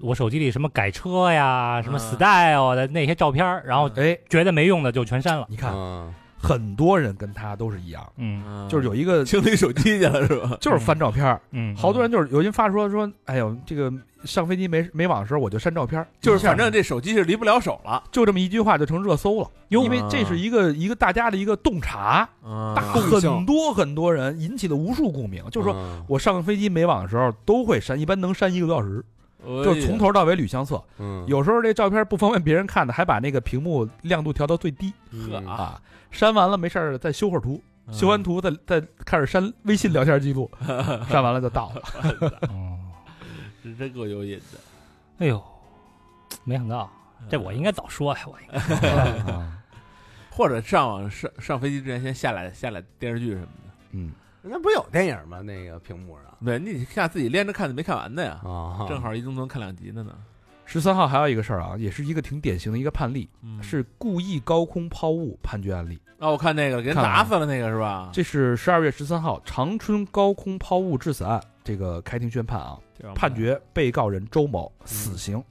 [SPEAKER 4] 我手机里什么改车呀、什么
[SPEAKER 5] 嗯
[SPEAKER 4] style 的那些照片儿，然后
[SPEAKER 3] 哎，
[SPEAKER 4] 觉得没用的就全删了。
[SPEAKER 3] 你看
[SPEAKER 2] 嗯
[SPEAKER 3] 很多人跟他都是一样，
[SPEAKER 4] 嗯
[SPEAKER 3] 就是有一个
[SPEAKER 5] 清理手机去了是吧？
[SPEAKER 3] 就是翻照片儿，
[SPEAKER 4] 嗯，
[SPEAKER 3] 好多人就是有人发说说，哎呦，这个上飞机没没网的时候我就删照片儿，
[SPEAKER 5] 就是
[SPEAKER 3] 一下
[SPEAKER 5] 反正这手机是离不了手了，
[SPEAKER 3] 就这么一句话就成热搜了，
[SPEAKER 5] 哟
[SPEAKER 3] 因为这是一个一个大家的一个洞察，嗯大
[SPEAKER 5] 大
[SPEAKER 3] 很多很多人引起了无数共鸣，就是说
[SPEAKER 2] 说，
[SPEAKER 3] 我上飞机没网的时候都会删，一般能删一个多小时，
[SPEAKER 5] 哎
[SPEAKER 3] 就是从头到尾捋相册。
[SPEAKER 2] 嗯，
[SPEAKER 3] 有时候这照片不方便别人看的，还把那个屏幕亮度调到最低
[SPEAKER 2] 嗯
[SPEAKER 5] 呵
[SPEAKER 3] 啊，删完了没事儿再修会儿图，
[SPEAKER 5] 哎嗯
[SPEAKER 3] 修完图再再开始删微信聊天记录，删完了就到了。
[SPEAKER 4] 嗯，
[SPEAKER 5] 是真够有瘾的。
[SPEAKER 4] 哎呦，没想到
[SPEAKER 3] 嗯
[SPEAKER 4] 这我应该早说呀，我应该
[SPEAKER 5] 嗯或者上网上上飞机之前先下载下载电视剧什么的，
[SPEAKER 3] 嗯，
[SPEAKER 2] 那不有电影吗？那个屏幕上
[SPEAKER 5] 对，你下自己连着看的没看完的呀，
[SPEAKER 2] 啊
[SPEAKER 5] 正好一中能看两集的呢。
[SPEAKER 3] 十三号还有一个事儿啊，也是一个挺典型的一个判例，
[SPEAKER 5] 嗯
[SPEAKER 3] 是故意高空抛物判决案例。
[SPEAKER 5] 啊，我看那个给人
[SPEAKER 3] 看了
[SPEAKER 5] 打死了那个是吧？
[SPEAKER 3] 这是十二月十三号长春高空抛物致死案这个开庭宣判啊，判决被告人周某死刑。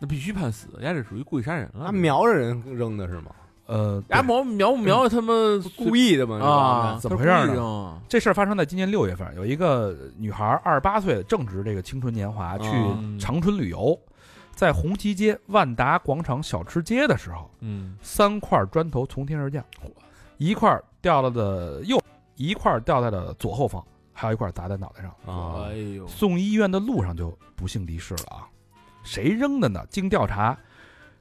[SPEAKER 5] 那必须判死，人家这属于故意杀人了
[SPEAKER 2] 他。瞄着人扔的是吗？
[SPEAKER 3] 呃，
[SPEAKER 5] 人家瞄瞄瞄他妈
[SPEAKER 2] 故意的吗？是吧
[SPEAKER 5] 啊，
[SPEAKER 3] 怎么回事儿呢
[SPEAKER 5] 他是故意扔
[SPEAKER 3] 这事儿发生在今年六月份，有一个女孩二十八岁，正值这个青春年华，去
[SPEAKER 5] 嗯
[SPEAKER 3] 长春旅游，在红旗街万达广场小吃街的时候，
[SPEAKER 5] 嗯，
[SPEAKER 3] 三块砖头从天而降，一块儿掉了的右，一块儿掉在了左后方，还有一块儿砸在脑袋上。
[SPEAKER 2] 啊
[SPEAKER 5] 哎，呦，
[SPEAKER 3] 送医院的路上就不幸离世了啊！谁扔的呢？经调查，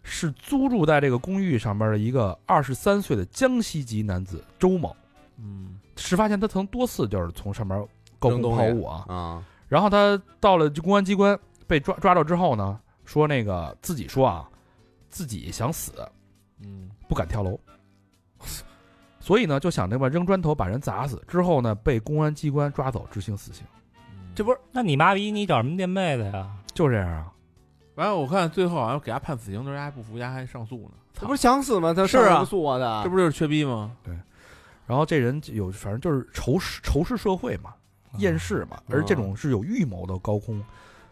[SPEAKER 3] 是租住在这个公寓上边的一个二十三岁的江西籍男子周某。
[SPEAKER 5] 嗯，
[SPEAKER 3] 事发前他曾多次就是从上面高空
[SPEAKER 2] 扔东
[SPEAKER 3] 抛
[SPEAKER 2] 西
[SPEAKER 3] 物啊，
[SPEAKER 2] 啊，
[SPEAKER 3] 然后他到了公安机关被抓抓到之后呢，说那个自己说啊，自己想死，
[SPEAKER 5] 嗯，
[SPEAKER 3] 不敢跳楼，所以呢就想着吧扔砖头把人砸死，之后呢被公安机关抓走执行死刑，
[SPEAKER 5] 嗯
[SPEAKER 2] 这不是
[SPEAKER 4] 那你妈逼你找什么垫背的呀？
[SPEAKER 3] 就这样啊。
[SPEAKER 5] 完了，我看最后好像给他判死刑的时候，人家还不服，人家还上诉呢。
[SPEAKER 2] 他不是想死吗？他
[SPEAKER 5] 是啊
[SPEAKER 2] 上什么诉我的，
[SPEAKER 5] 这不就是缺逼吗？
[SPEAKER 3] 然后这人有反正就是仇视仇视社会嘛，
[SPEAKER 5] 啊
[SPEAKER 3] 厌世嘛，而这种是有预谋的高空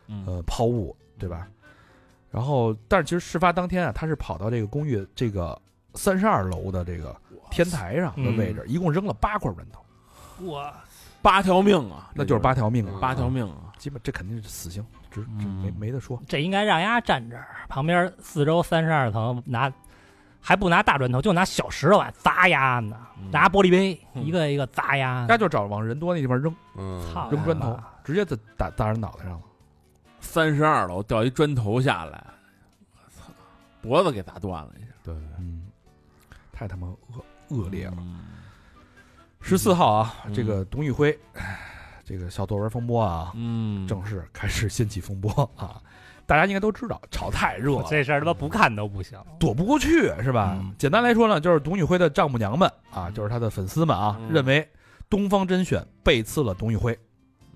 [SPEAKER 5] 嗯，
[SPEAKER 3] 呃抛物，对吧？然后，但是其实事发当天啊，他是跑到这个公寓这个三十二楼的这个天台上的位置，
[SPEAKER 5] 嗯
[SPEAKER 3] 一共扔了八块砖头，
[SPEAKER 5] 哎
[SPEAKER 4] 我
[SPEAKER 5] 八条命啊，
[SPEAKER 3] 那就是八条命啊，
[SPEAKER 5] 八条命啊，
[SPEAKER 3] 基本这肯定是死刑，这这
[SPEAKER 5] 嗯
[SPEAKER 3] 没没得说。
[SPEAKER 4] 这应该让丫站这儿，旁边四周三十二层拿，还不拿大砖头，就拿小石头啊砸丫呢，
[SPEAKER 5] 嗯
[SPEAKER 4] 拿玻璃杯、
[SPEAKER 5] 嗯
[SPEAKER 4] 一个一个砸丫呢
[SPEAKER 3] 那。就找往人多那地方扔
[SPEAKER 2] 嗯，
[SPEAKER 4] 操
[SPEAKER 3] 扔砖头
[SPEAKER 4] 哎呀，
[SPEAKER 3] 直接砸打砸人脑袋上了。
[SPEAKER 5] 三十二楼掉一砖头下来，我操，脖子给砸断了一下，
[SPEAKER 2] 对，
[SPEAKER 3] 嗯，太他妈恶恶劣了。
[SPEAKER 5] 嗯
[SPEAKER 3] 十四号啊，
[SPEAKER 5] 嗯
[SPEAKER 3] 这个董宇辉，唉这个小作文风波啊，
[SPEAKER 5] 嗯，
[SPEAKER 3] 正式开始掀起风波啊。大家应该都知道，炒太热了，
[SPEAKER 4] 这事儿他妈不看都不行。
[SPEAKER 3] 躲不过去是吧？
[SPEAKER 5] 嗯
[SPEAKER 3] 简单来说呢，就是董宇辉的丈母娘们啊，就是他的粉丝们啊，
[SPEAKER 5] 嗯
[SPEAKER 3] 认为东方甄选背刺了董宇辉。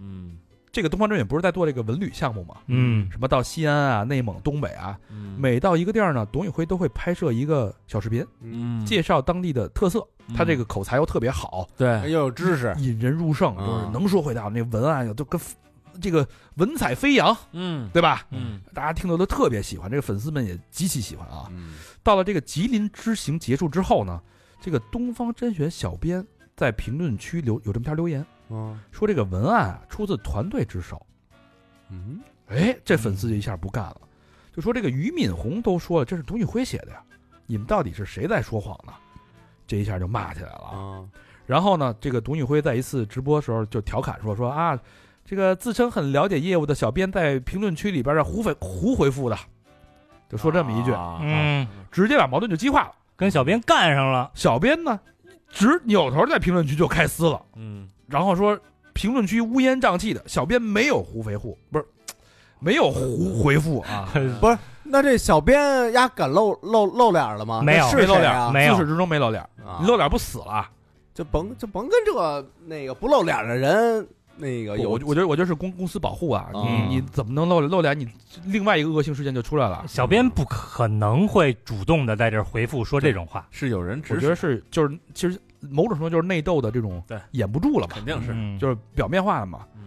[SPEAKER 5] 嗯
[SPEAKER 3] 这个东方甄选不是在做这个文旅项目吗？
[SPEAKER 4] 嗯
[SPEAKER 3] 什么到西安啊、内蒙、东北啊，
[SPEAKER 5] 嗯，
[SPEAKER 3] 每到一个地儿呢，董宇辉都会拍摄一个小视频，
[SPEAKER 5] 嗯
[SPEAKER 3] 介绍当地的特色。他这个哎口才又特别好，
[SPEAKER 2] 哎又
[SPEAKER 5] 对，
[SPEAKER 2] 有知识，
[SPEAKER 3] 引人入胜，
[SPEAKER 5] 啊
[SPEAKER 3] 就是能说会道，那文案有都跟这个文采飞扬，
[SPEAKER 5] 嗯
[SPEAKER 3] 对吧？
[SPEAKER 5] 嗯
[SPEAKER 3] 大家听得都特别喜欢，这个粉丝们也极其喜欢啊。
[SPEAKER 2] 嗯
[SPEAKER 3] 到了这个吉林之行结束之后呢，这个东方甄选小编在评论区留有这么条留言，
[SPEAKER 2] 嗯
[SPEAKER 3] 说这个文案啊出自团队之手。
[SPEAKER 2] 嗯，
[SPEAKER 3] 哎，这粉丝就一下不干了，就说这个俞敏洪都说了，这是董宇辉写的呀，你们到底是谁在说谎呢？这一下就骂起来了啊。
[SPEAKER 2] 啊，
[SPEAKER 3] 然后呢，这个董宇辉在一次直播时候就调侃说说啊，这个自称很了解业务的小编在评论区里边的胡回胡回复的，就说这么一句，
[SPEAKER 5] 啊
[SPEAKER 4] 嗯，
[SPEAKER 3] 直接把矛盾就激化了。
[SPEAKER 4] 跟小编干上了。
[SPEAKER 3] 小编呢，直扭头在评论区就开撕了，
[SPEAKER 5] 嗯
[SPEAKER 3] 然后说评论区乌烟瘴气的，小编没有胡回复，不是没有胡回复啊，
[SPEAKER 2] 不是，那这小编丫敢露露露脸了吗？
[SPEAKER 4] 没有
[SPEAKER 2] 那
[SPEAKER 3] 没
[SPEAKER 2] 是
[SPEAKER 3] 露
[SPEAKER 2] 谁
[SPEAKER 3] 脸
[SPEAKER 2] 啊？
[SPEAKER 4] 没有
[SPEAKER 3] 自始至终没露脸，
[SPEAKER 2] 啊
[SPEAKER 3] 你露脸不死了？
[SPEAKER 2] 就甭就甭跟这那个不露脸的人那个有
[SPEAKER 3] 我我觉得我觉得是公公司保护啊，
[SPEAKER 2] 嗯
[SPEAKER 3] 你你怎么能露露脸？你另外一个恶性事件就出来了。
[SPEAKER 4] 小编不可能会主动的在这儿回复说这种话，
[SPEAKER 5] 是有人
[SPEAKER 3] 我
[SPEAKER 5] 指
[SPEAKER 3] 觉得是就是其实某种程度就是内斗的这种
[SPEAKER 5] 对
[SPEAKER 3] 掩不住了嘛，
[SPEAKER 5] 肯定是，
[SPEAKER 4] 嗯
[SPEAKER 3] 就是表面化了嘛。
[SPEAKER 5] 嗯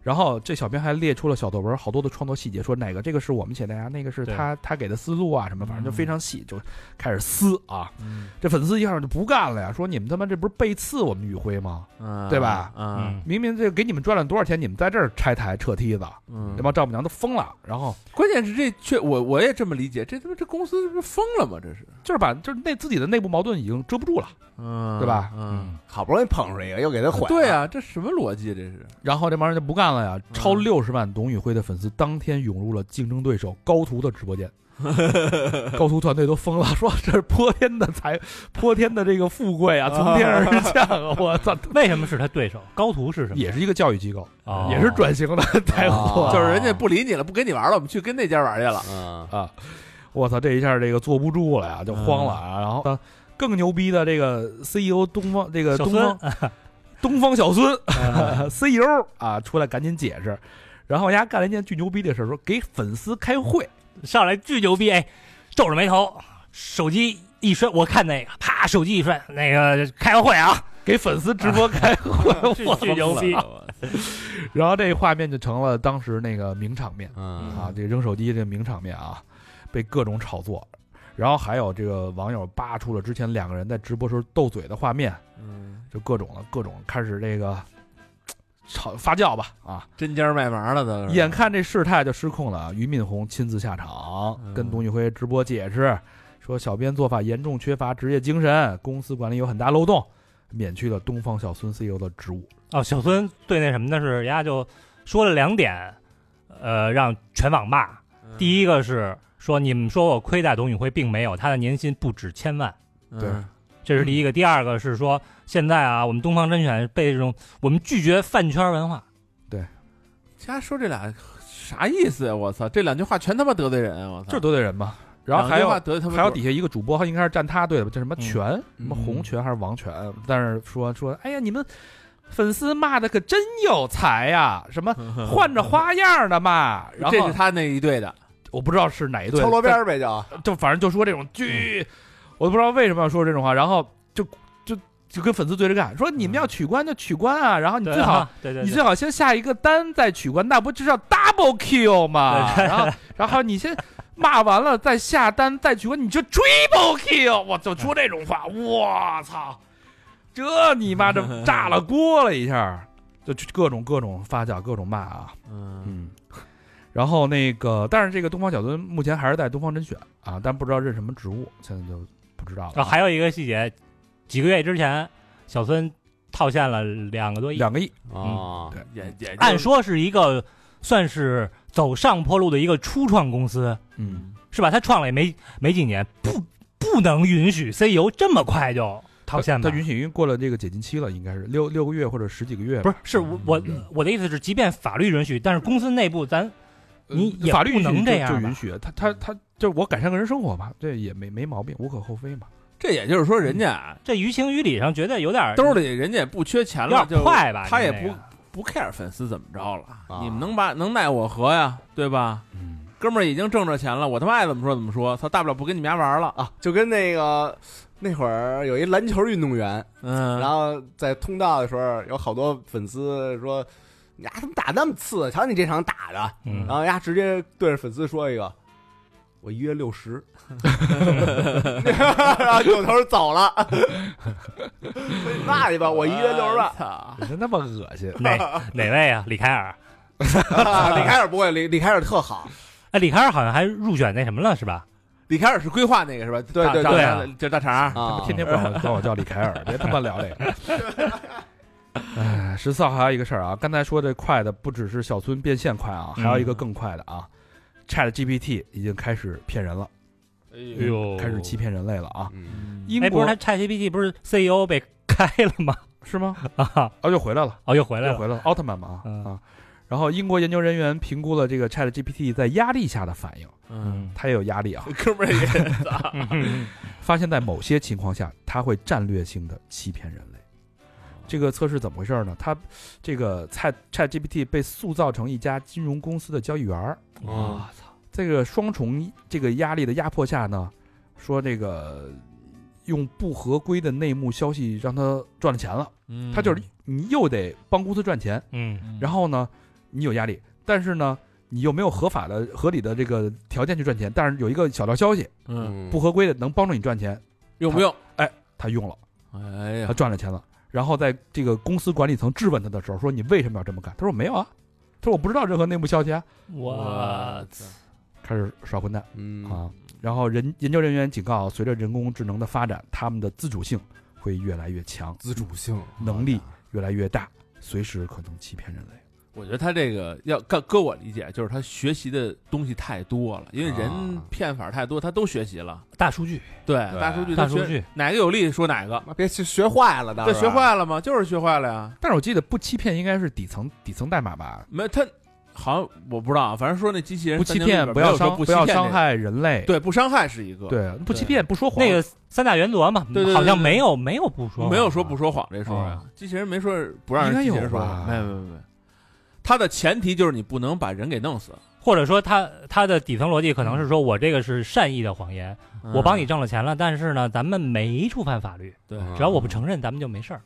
[SPEAKER 3] 然后这小编还列出了小作文好多的创作细节，说哪个这个是我们写的呀，那个是
[SPEAKER 4] 对
[SPEAKER 3] 他他给的思路啊什么，反正就
[SPEAKER 4] 嗯
[SPEAKER 3] 非常细，就开始撕啊。
[SPEAKER 5] 嗯
[SPEAKER 3] 这粉丝一下就不干了呀，说你们他妈这不是背刺我们宇辉吗？
[SPEAKER 5] 嗯
[SPEAKER 3] 对吧
[SPEAKER 5] 嗯
[SPEAKER 4] 嗯，
[SPEAKER 3] 明明这给你们赚了多少钱，你们在这儿拆台撤梯子，
[SPEAKER 5] 嗯
[SPEAKER 3] 这帮丈母娘都疯了。然后
[SPEAKER 5] 关键是这确我我也这么理解，这他妈这公司这不是疯了吗？这是，
[SPEAKER 3] 就是把就是内自己的内部矛盾已经遮不住了，
[SPEAKER 5] 嗯
[SPEAKER 3] 对吧？
[SPEAKER 5] 嗯，
[SPEAKER 2] 好不容易捧出一个，又给他毁了。
[SPEAKER 5] 对啊，这什么逻辑？这是
[SPEAKER 3] 然后这帮人就不干了呀，超
[SPEAKER 5] 嗯
[SPEAKER 3] 六十万董宇辉的粉丝当天涌入了竞争对手高途的直播间，高途团队都疯了，说这是泼天的财， 泼天的这个富贵啊，从天而降啊！我操，
[SPEAKER 4] 为什么是他对手？高途是什么？
[SPEAKER 3] 也是一个教育机构，
[SPEAKER 4] 哦
[SPEAKER 3] 也是转型的财
[SPEAKER 2] 哦
[SPEAKER 3] 火，
[SPEAKER 5] 就是人家不理你了，不跟你玩了，我们去跟那家玩去了。
[SPEAKER 2] 嗯，
[SPEAKER 3] 啊， 我操，这一下这个坐不住了呀，就慌了啊。然后更牛逼的这个 CEO 东方这个
[SPEAKER 4] 小
[SPEAKER 3] 东
[SPEAKER 4] 孙
[SPEAKER 3] 方东方小孙
[SPEAKER 4] 嗯
[SPEAKER 3] CEO 啊出来赶紧解释，然后人家干了一件巨牛逼的事儿，说给粉丝开会，
[SPEAKER 4] 上来巨牛逼，哎，皱着眉头，手机一摔，我看那个，啪，手机一摔，那个开个会啊，
[SPEAKER 3] 给粉丝直播开会，
[SPEAKER 5] 啊
[SPEAKER 3] 我操
[SPEAKER 4] 巨牛逼，
[SPEAKER 5] 嗯
[SPEAKER 3] 然后这画面就成了当时那个名场面
[SPEAKER 2] 嗯
[SPEAKER 3] 啊，这扔手机这名场面啊，被各种炒作。然后还有这个网友扒出了之前两个人在直播时候斗嘴的画面，
[SPEAKER 5] 嗯，
[SPEAKER 3] 就各种了，各种开始这个吵发酵吧啊！
[SPEAKER 5] 针尖儿卖麻了都是。
[SPEAKER 3] 眼看这事态就失控了，俞敏洪亲自下场，
[SPEAKER 5] 嗯
[SPEAKER 3] 跟董宇辉直播解释，说小编做法严重缺乏职业精神，公司管理有很大漏洞，免去了东方小孙 CEO 的职务。
[SPEAKER 4] 哦，小孙最那什么的是，人家就说了两点，呃，让全网骂。
[SPEAKER 3] 嗯
[SPEAKER 4] 第一个是说你们说我亏待董宇辉，并没有，他的年薪不止千万，
[SPEAKER 5] 嗯，
[SPEAKER 3] 对
[SPEAKER 4] 这是第
[SPEAKER 3] 嗯
[SPEAKER 4] 一个。第二个是说现在啊，我们东方甄选被这种我们拒绝饭圈文化，
[SPEAKER 5] 瞎说这俩啥意思啊？我操，这两句话全他妈得罪人！啊我操，
[SPEAKER 3] 这得罪人嘛。然后还
[SPEAKER 5] 两句
[SPEAKER 3] 有
[SPEAKER 5] 话得罪他妈
[SPEAKER 3] 还有
[SPEAKER 5] 多
[SPEAKER 3] 底下一个主播，他应该是站他队的吧，叫什么
[SPEAKER 4] 嗯
[SPEAKER 3] 权，什么红权还是王权？但是说说，哎呀，你们粉丝骂的可真有才呀、什么换着花样的骂，然
[SPEAKER 5] 这
[SPEAKER 3] 后
[SPEAKER 5] 是他那一队的，
[SPEAKER 3] 我不知道是哪一队，
[SPEAKER 2] 敲锣边儿呗就。
[SPEAKER 3] 但就反正就说这种巨，我都不知道为什么要说这种话，然后就就就跟粉丝对着干，说你们要取关就取关啊，然后你
[SPEAKER 4] 对
[SPEAKER 3] 最好
[SPEAKER 4] 啊对对
[SPEAKER 3] 你
[SPEAKER 4] 对
[SPEAKER 3] 最好先下一个单再取关，那不就叫 double kill 吗？然后，然后你先骂完了再下单再取关，你就 triple kill，我就说这种话，我操，这你妈这炸了锅了一下，就各种各种发酵，各种骂啊，
[SPEAKER 5] 嗯，
[SPEAKER 3] 嗯。 然后那个，但是这个东方小尊目前还是在东方甄选啊，但不知道任什么职务，现在就不知道了
[SPEAKER 4] 然
[SPEAKER 3] 啊。
[SPEAKER 4] 后还有一个细节，几个月之前，小孙套现了两个多亿，
[SPEAKER 3] 两个亿，
[SPEAKER 2] 哦，
[SPEAKER 3] 对
[SPEAKER 5] 也也就
[SPEAKER 4] 按说是一个算是走上坡路的一个初创公司，
[SPEAKER 3] 嗯，
[SPEAKER 4] 是吧？他创了也没没几年，不不能允许 CEO 这么快就套现
[SPEAKER 3] 他
[SPEAKER 4] 吧？
[SPEAKER 3] 允许，因为过了这个解禁期了，应该是六六个月或者十几个月吧，
[SPEAKER 4] 不是，是我我
[SPEAKER 5] 嗯
[SPEAKER 4] 我的意思是，即便法律允许，但是公司内部咱你
[SPEAKER 3] 呃
[SPEAKER 4] 也
[SPEAKER 3] 法律
[SPEAKER 4] 不
[SPEAKER 3] 允许
[SPEAKER 4] 能
[SPEAKER 3] 就
[SPEAKER 4] 这样
[SPEAKER 3] 就
[SPEAKER 4] 吧
[SPEAKER 3] 允许啊他他他就是我改善个人生活吧，这也没没毛病，无可厚非嘛。
[SPEAKER 5] 这也就是说，人家啊
[SPEAKER 4] 这于情于理上觉得有
[SPEAKER 2] 嗯
[SPEAKER 4] 点
[SPEAKER 5] 兜里人家也不缺钱
[SPEAKER 4] 有
[SPEAKER 5] 了，
[SPEAKER 4] 点
[SPEAKER 5] 就
[SPEAKER 4] 快吧？
[SPEAKER 5] 他也
[SPEAKER 4] 你这
[SPEAKER 5] 不不
[SPEAKER 4] 个
[SPEAKER 5] care 粉丝怎么着了，
[SPEAKER 2] 啊
[SPEAKER 5] 你们能把能奈我何呀？对吧？
[SPEAKER 3] 嗯，
[SPEAKER 5] 哥们儿已经挣着钱了，我他妈爱怎么说怎么说，操，大不了不跟你们家玩了。
[SPEAKER 2] 啊，就跟那个那会儿有一篮球运动员，
[SPEAKER 5] 嗯，
[SPEAKER 2] 然后在通道的时候，有好多粉丝说：“你丫怎么打那么次？瞧你这场打的。”
[SPEAKER 4] 嗯
[SPEAKER 2] 然后丫直接对着粉丝说一个：“我约 六十。”然后扭头走了。那你吧，我一约六 十万。
[SPEAKER 5] 哎操，
[SPEAKER 3] 真他妈恶心。
[SPEAKER 4] 哪 哪位啊？李凯尔？
[SPEAKER 2] 啊李凯尔不会，李李凯尔特好。
[SPEAKER 4] 哎，李凯尔好像还入选那什么了，是吧？
[SPEAKER 5] 李凯尔是规划那个是吧？
[SPEAKER 2] 对
[SPEAKER 5] 大
[SPEAKER 2] 对
[SPEAKER 5] 大
[SPEAKER 4] 对啊
[SPEAKER 5] 就大肠，
[SPEAKER 2] 啊，
[SPEAKER 3] 天天管我管我叫李凯尔，别他妈聊这个。哎，十四号还有一个事儿啊，刚才说这快的不只是小孙变现快啊，还有一
[SPEAKER 4] 嗯
[SPEAKER 3] 个更快的啊、c h a t GPT 已经开始骗人了，
[SPEAKER 5] 哎
[SPEAKER 4] 哎
[SPEAKER 5] 呦，
[SPEAKER 4] 呦，
[SPEAKER 3] 开始欺骗人类了啊！
[SPEAKER 2] 嗯
[SPEAKER 3] 英
[SPEAKER 4] 哎，不
[SPEAKER 3] 国、
[SPEAKER 4] 是他 ChatGPT 不是 CEO 被开了吗？
[SPEAKER 3] 是吗？
[SPEAKER 4] 啊，
[SPEAKER 3] 啊，又回来了。
[SPEAKER 4] 哦，又回来
[SPEAKER 3] 又
[SPEAKER 4] 了。
[SPEAKER 3] 回来了，奥特曼嘛啊
[SPEAKER 4] 嗯
[SPEAKER 3] 啊。然后英国研究人员评估了这个 Chat GPT 在压力下的反应，
[SPEAKER 5] 嗯，
[SPEAKER 3] 它也有压力 啊。
[SPEAKER 5] 哥们儿也
[SPEAKER 3] 发现在某些情况下，它会战略性的欺骗人类。这个测试怎么回事呢？它这个 Chat Chat GPT 被塑造成一家金融公司的交易员儿，
[SPEAKER 5] 嗯
[SPEAKER 4] 哇
[SPEAKER 3] 这个双重这个压力的压迫下呢，说这个用不合规的内幕消
[SPEAKER 2] 嗯
[SPEAKER 5] 嗯
[SPEAKER 3] 息让他赚了钱了，他就是你又得帮公司赚钱，
[SPEAKER 4] 嗯，
[SPEAKER 3] 然后呢，你有压力，但是呢，你又没有合法的、合理的这个条件去赚钱。但是有一个小道消息，
[SPEAKER 5] 嗯，
[SPEAKER 3] 不合规的能帮助你赚钱，
[SPEAKER 5] 用不用？
[SPEAKER 3] 他用了，
[SPEAKER 5] 哎
[SPEAKER 3] 他
[SPEAKER 5] 呀，
[SPEAKER 3] 赚了钱了。然后在这个公司管理层质问他的时候，说你为什么要这么干？他说我没有啊，他说我不知道任何内幕消息啊，
[SPEAKER 4] 我操
[SPEAKER 3] 开始耍混蛋。
[SPEAKER 2] 嗯
[SPEAKER 3] 啊。然后人研究人员警告，随着人工智能的发展，他们的自主性会越来越强，
[SPEAKER 2] 自主性
[SPEAKER 3] 能力越来越大，随时可能欺骗人类。
[SPEAKER 5] 我觉得他这个要搁搁我理解，就是他学习的东西太多了，因为人
[SPEAKER 2] 啊
[SPEAKER 5] 骗法太多，他都学习了。
[SPEAKER 4] 大数据，
[SPEAKER 5] 对，
[SPEAKER 2] 对
[SPEAKER 5] 大数据，
[SPEAKER 4] 大数据，
[SPEAKER 5] 哪个有利说哪个。
[SPEAKER 2] 妈别去学坏了，当
[SPEAKER 5] 这
[SPEAKER 2] 然
[SPEAKER 5] 学坏了吗？就是学坏了呀。
[SPEAKER 3] 但是我记得不欺骗应该是底层底层代码吧？
[SPEAKER 5] 没他，好像我不知道，啊反正说那机器人
[SPEAKER 3] 不
[SPEAKER 5] 三
[SPEAKER 3] 欺
[SPEAKER 5] 年里
[SPEAKER 3] 骗，
[SPEAKER 5] 边
[SPEAKER 3] 不
[SPEAKER 5] 没有
[SPEAKER 3] 要
[SPEAKER 5] 说
[SPEAKER 3] 伤，
[SPEAKER 5] 不欺
[SPEAKER 3] 要
[SPEAKER 5] 骗
[SPEAKER 3] 伤
[SPEAKER 5] 这个，
[SPEAKER 3] 害人类。
[SPEAKER 5] 对，不伤害是一个，，
[SPEAKER 3] 对，不欺
[SPEAKER 5] 对
[SPEAKER 3] 骗，不说谎。
[SPEAKER 4] 那个三大原则嘛，
[SPEAKER 5] 对对对
[SPEAKER 4] 好像
[SPEAKER 5] 对
[SPEAKER 4] 没有没有不说，
[SPEAKER 5] 没有说不，说谎这事儿
[SPEAKER 3] 啊
[SPEAKER 5] 啊。机器人没说不让人
[SPEAKER 3] 应该
[SPEAKER 5] 机器
[SPEAKER 3] 有
[SPEAKER 5] 人说
[SPEAKER 3] 吧
[SPEAKER 5] 谎，没有没有没有。他的前提就是你不能把人给弄死。
[SPEAKER 4] 或者说他他的底层逻辑可能是说我这个是善意的谎言，
[SPEAKER 5] 嗯
[SPEAKER 4] 我帮你挣了钱了，但是呢，咱们没触犯法律，
[SPEAKER 5] 对
[SPEAKER 2] 嗯
[SPEAKER 4] 只要我不承认，咱们就没事儿。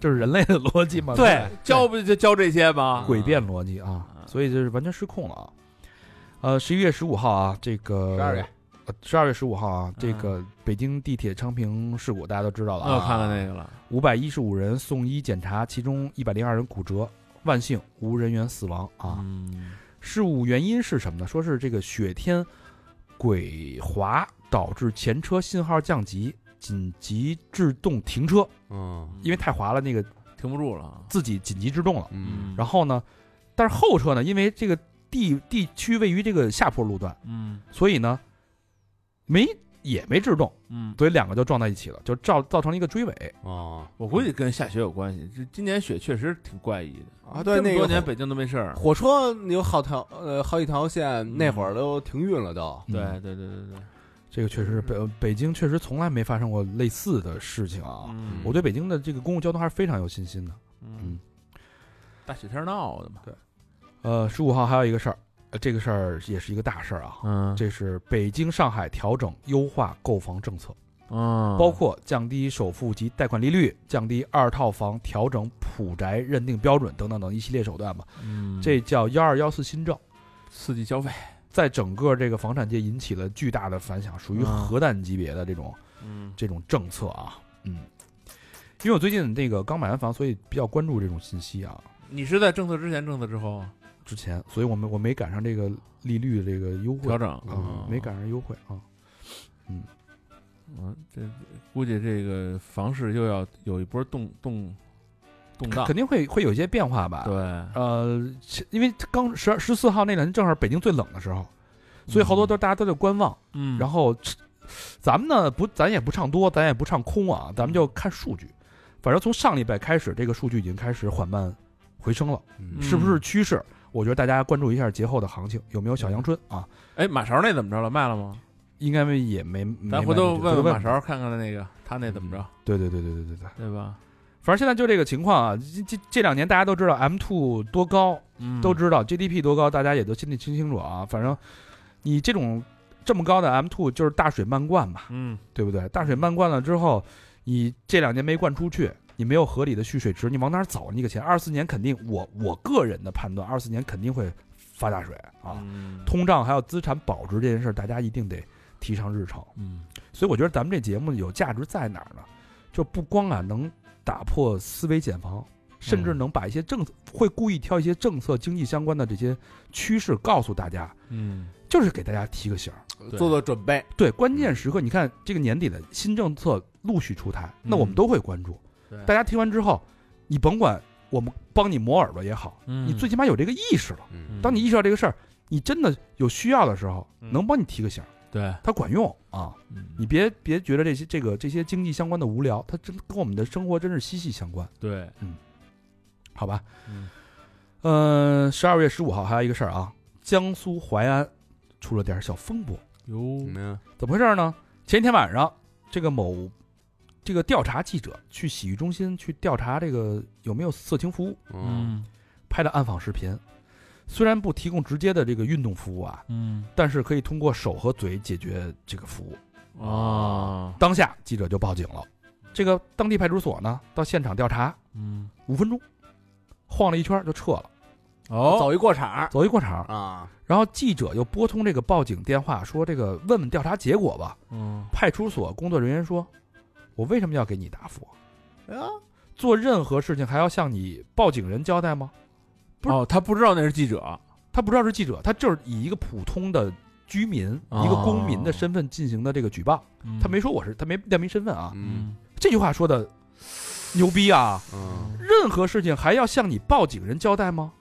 [SPEAKER 3] 就是人类的逻辑嘛。
[SPEAKER 4] 对，
[SPEAKER 5] 教不就教这些吗？
[SPEAKER 3] 诡辩逻辑啊，
[SPEAKER 5] 啊
[SPEAKER 3] 所以就是完全失控了啊。呃，十一月十五号啊，这
[SPEAKER 5] 呃
[SPEAKER 3] 个呃
[SPEAKER 2] 12月，
[SPEAKER 3] 十二月十五号啊，这个北京地铁昌平事故大家都知道了
[SPEAKER 5] 啊，我
[SPEAKER 3] 啊，
[SPEAKER 5] 看看那个了，
[SPEAKER 3] 五百一十五人送医检查，其中一百零二人骨折，万幸无人员死亡啊。
[SPEAKER 5] 嗯
[SPEAKER 3] 事故原因是什么呢？说是这个雪天轨滑导致前车信号降级，紧急制动停车，
[SPEAKER 2] 嗯
[SPEAKER 3] 因为太滑了，那个
[SPEAKER 5] 停不住了啊，
[SPEAKER 3] 自己紧急制动了。
[SPEAKER 2] 嗯
[SPEAKER 3] 然后呢，但是后车呢，因为这个地地区位于这个下坡路段，
[SPEAKER 5] 嗯
[SPEAKER 3] 所以呢，没也没制动，
[SPEAKER 5] 嗯，
[SPEAKER 3] 所以两个就撞在一起了，就造造成了一个追尾。
[SPEAKER 2] 哦
[SPEAKER 5] 我估计跟下雪有关系。这今年雪确实挺怪异的
[SPEAKER 2] 啊，对
[SPEAKER 5] 这么
[SPEAKER 2] 那
[SPEAKER 5] 多
[SPEAKER 2] 个
[SPEAKER 5] 年北京都没事儿。
[SPEAKER 2] 火车有好条呃好几条线，那会儿都停运了都。
[SPEAKER 5] 对嗯
[SPEAKER 3] 嗯
[SPEAKER 5] 对对对对，
[SPEAKER 3] 这个确实北北京确实从来没发生过类似的事情啊。
[SPEAKER 5] 嗯
[SPEAKER 3] 我对北京的这个公共交通还是非常有信心的。嗯
[SPEAKER 5] 嗯，大雪天闹的嘛，对，
[SPEAKER 3] 呃，十五号还有一个事儿，呃，这个事儿也是一个大事儿啊。
[SPEAKER 5] 嗯
[SPEAKER 3] 这是北京、上海调整优化购房政策，
[SPEAKER 5] 嗯
[SPEAKER 3] 包括降低首付及贷款利率、降低二套房调整普宅认定标准等等等一系列手段吧。
[SPEAKER 5] 嗯
[SPEAKER 3] 这叫“幺二幺四”新政，
[SPEAKER 5] 刺激消费，
[SPEAKER 3] 在整个这个房产界引起了巨大的反响，属于
[SPEAKER 5] 嗯
[SPEAKER 3] 核弹级别的这种
[SPEAKER 5] 嗯
[SPEAKER 3] 这种政策啊。嗯，因为我最近这个刚买完房，所以比较关注这种信息啊。
[SPEAKER 5] 你是在政策之前、政策之后啊
[SPEAKER 3] 之前，所以我们我没赶上这个利率的这个优惠
[SPEAKER 5] 调整
[SPEAKER 3] 啊，没赶上优惠啊。
[SPEAKER 5] 嗯，这估计这个房市又要有一波动动动荡
[SPEAKER 3] 肯，定会会有一些变化吧？
[SPEAKER 5] 啊对，，
[SPEAKER 3] 呃，其因为刚十十四号那两天正好北京最冷的时候，所以好多都大家都在观望。
[SPEAKER 5] 嗯，
[SPEAKER 3] 然后，咱们呢不，咱也不唱多，咱也不唱空啊，咱们就看数据。
[SPEAKER 5] 嗯
[SPEAKER 3] 反正从上礼拜开始，这个数据已经开始缓慢回升了，
[SPEAKER 2] 嗯
[SPEAKER 3] 是不是趋势？我觉得大家关注一下节后的行情，有没有小阳春啊？
[SPEAKER 5] 哎，马勺那怎么着了？卖了吗？
[SPEAKER 3] 应该也没，没卖
[SPEAKER 5] 咱回头
[SPEAKER 3] 出去
[SPEAKER 5] 问
[SPEAKER 3] 回
[SPEAKER 5] 问
[SPEAKER 3] 头
[SPEAKER 5] 马勺，看看他那个他那怎么着，
[SPEAKER 3] 对对对对对对对，
[SPEAKER 5] 对吧？
[SPEAKER 3] 反正现在就这个情况啊，这这这两年大家都知道 M two 多高，
[SPEAKER 5] 嗯
[SPEAKER 3] 都知道 GDP 多高，大家也都心里清清楚啊。反正你这种这么高的 M two 就是大水漫灌嘛，
[SPEAKER 5] 嗯，
[SPEAKER 3] 对不对？大水漫灌了之后，你这两年没灌出去，你没有合理的蓄水池，你往哪儿走？你这个钱，二四年肯定，我我个人的判断，二四年肯定会发大水啊。
[SPEAKER 5] 嗯，
[SPEAKER 3] 通胀还有资产保值这件事儿，大家一定得提上日程。
[SPEAKER 5] 嗯，
[SPEAKER 3] 所以我觉得咱们这节目有价值在哪儿呢？就不光啊能打破思维茧房，甚至能把一些政策会故意挑一些政策、经济相关的这些趋势告诉大家，
[SPEAKER 5] 嗯，
[SPEAKER 3] 就是给大家提个醒儿。
[SPEAKER 5] 对
[SPEAKER 2] 做做准备，
[SPEAKER 3] 对，关键
[SPEAKER 5] 嗯
[SPEAKER 3] 时刻，你看这个年底的新政策陆续出台，那我们
[SPEAKER 5] 嗯
[SPEAKER 3] 都会关注。
[SPEAKER 5] 对
[SPEAKER 3] 大家听完之后，你甭管我们帮你磨耳朵也好，
[SPEAKER 5] 嗯
[SPEAKER 3] 你最起码有这个意识了。
[SPEAKER 2] 嗯
[SPEAKER 3] 当你意识到这个事儿，你真的有需要的时候，
[SPEAKER 5] 嗯
[SPEAKER 3] 能帮你提个醒儿，
[SPEAKER 5] 对，嗯
[SPEAKER 3] 它管用啊。你别别觉得这些这个这些经济相关的无聊，它真跟我们的生活真是息息相关，
[SPEAKER 5] 对，
[SPEAKER 3] 好吧？
[SPEAKER 5] 嗯，
[SPEAKER 3] 呃，十二月十五号还有一个事儿啊，江苏淮安出了点小风波，
[SPEAKER 5] 哟
[SPEAKER 2] 什，么呀？
[SPEAKER 3] 怎么回事呢？前天晚上，这个某这个调查记者去洗浴中心去调查这个有没有色情服务，
[SPEAKER 5] 嗯
[SPEAKER 3] 拍了暗访视频。虽然不提供直接的这个运动服务啊，
[SPEAKER 5] 嗯
[SPEAKER 3] 但是可以通过手和嘴解决这个服务。
[SPEAKER 5] 嗯啊，
[SPEAKER 3] 当下记者就报警了。这个当地派出所呢，到现场调查
[SPEAKER 5] 嗯
[SPEAKER 3] 五分钟，晃了一圈就撤了。
[SPEAKER 5] 哦，
[SPEAKER 2] 走一过场
[SPEAKER 3] 走一过场。
[SPEAKER 2] 啊，
[SPEAKER 3] 然后记者又拨通这个报警电话，说这个问问调查结果吧。
[SPEAKER 5] 嗯，
[SPEAKER 3] 派出所工作人员说：“我为什么要给你答复？
[SPEAKER 2] 哎呀
[SPEAKER 3] 做任何事情还要向你报警人交代吗？”不是
[SPEAKER 5] 哦，他不知道那是记者，
[SPEAKER 3] 他不知道是记者，他就是以一个普通的居民、
[SPEAKER 5] 哦
[SPEAKER 3] 一个公民的身份进行的这个举报。
[SPEAKER 5] 嗯
[SPEAKER 3] 他没，说我是，他没亮明身份啊。
[SPEAKER 2] 嗯
[SPEAKER 3] 这句话说的牛逼啊！
[SPEAKER 2] 嗯
[SPEAKER 3] 任何事情还要向你报警人交代吗？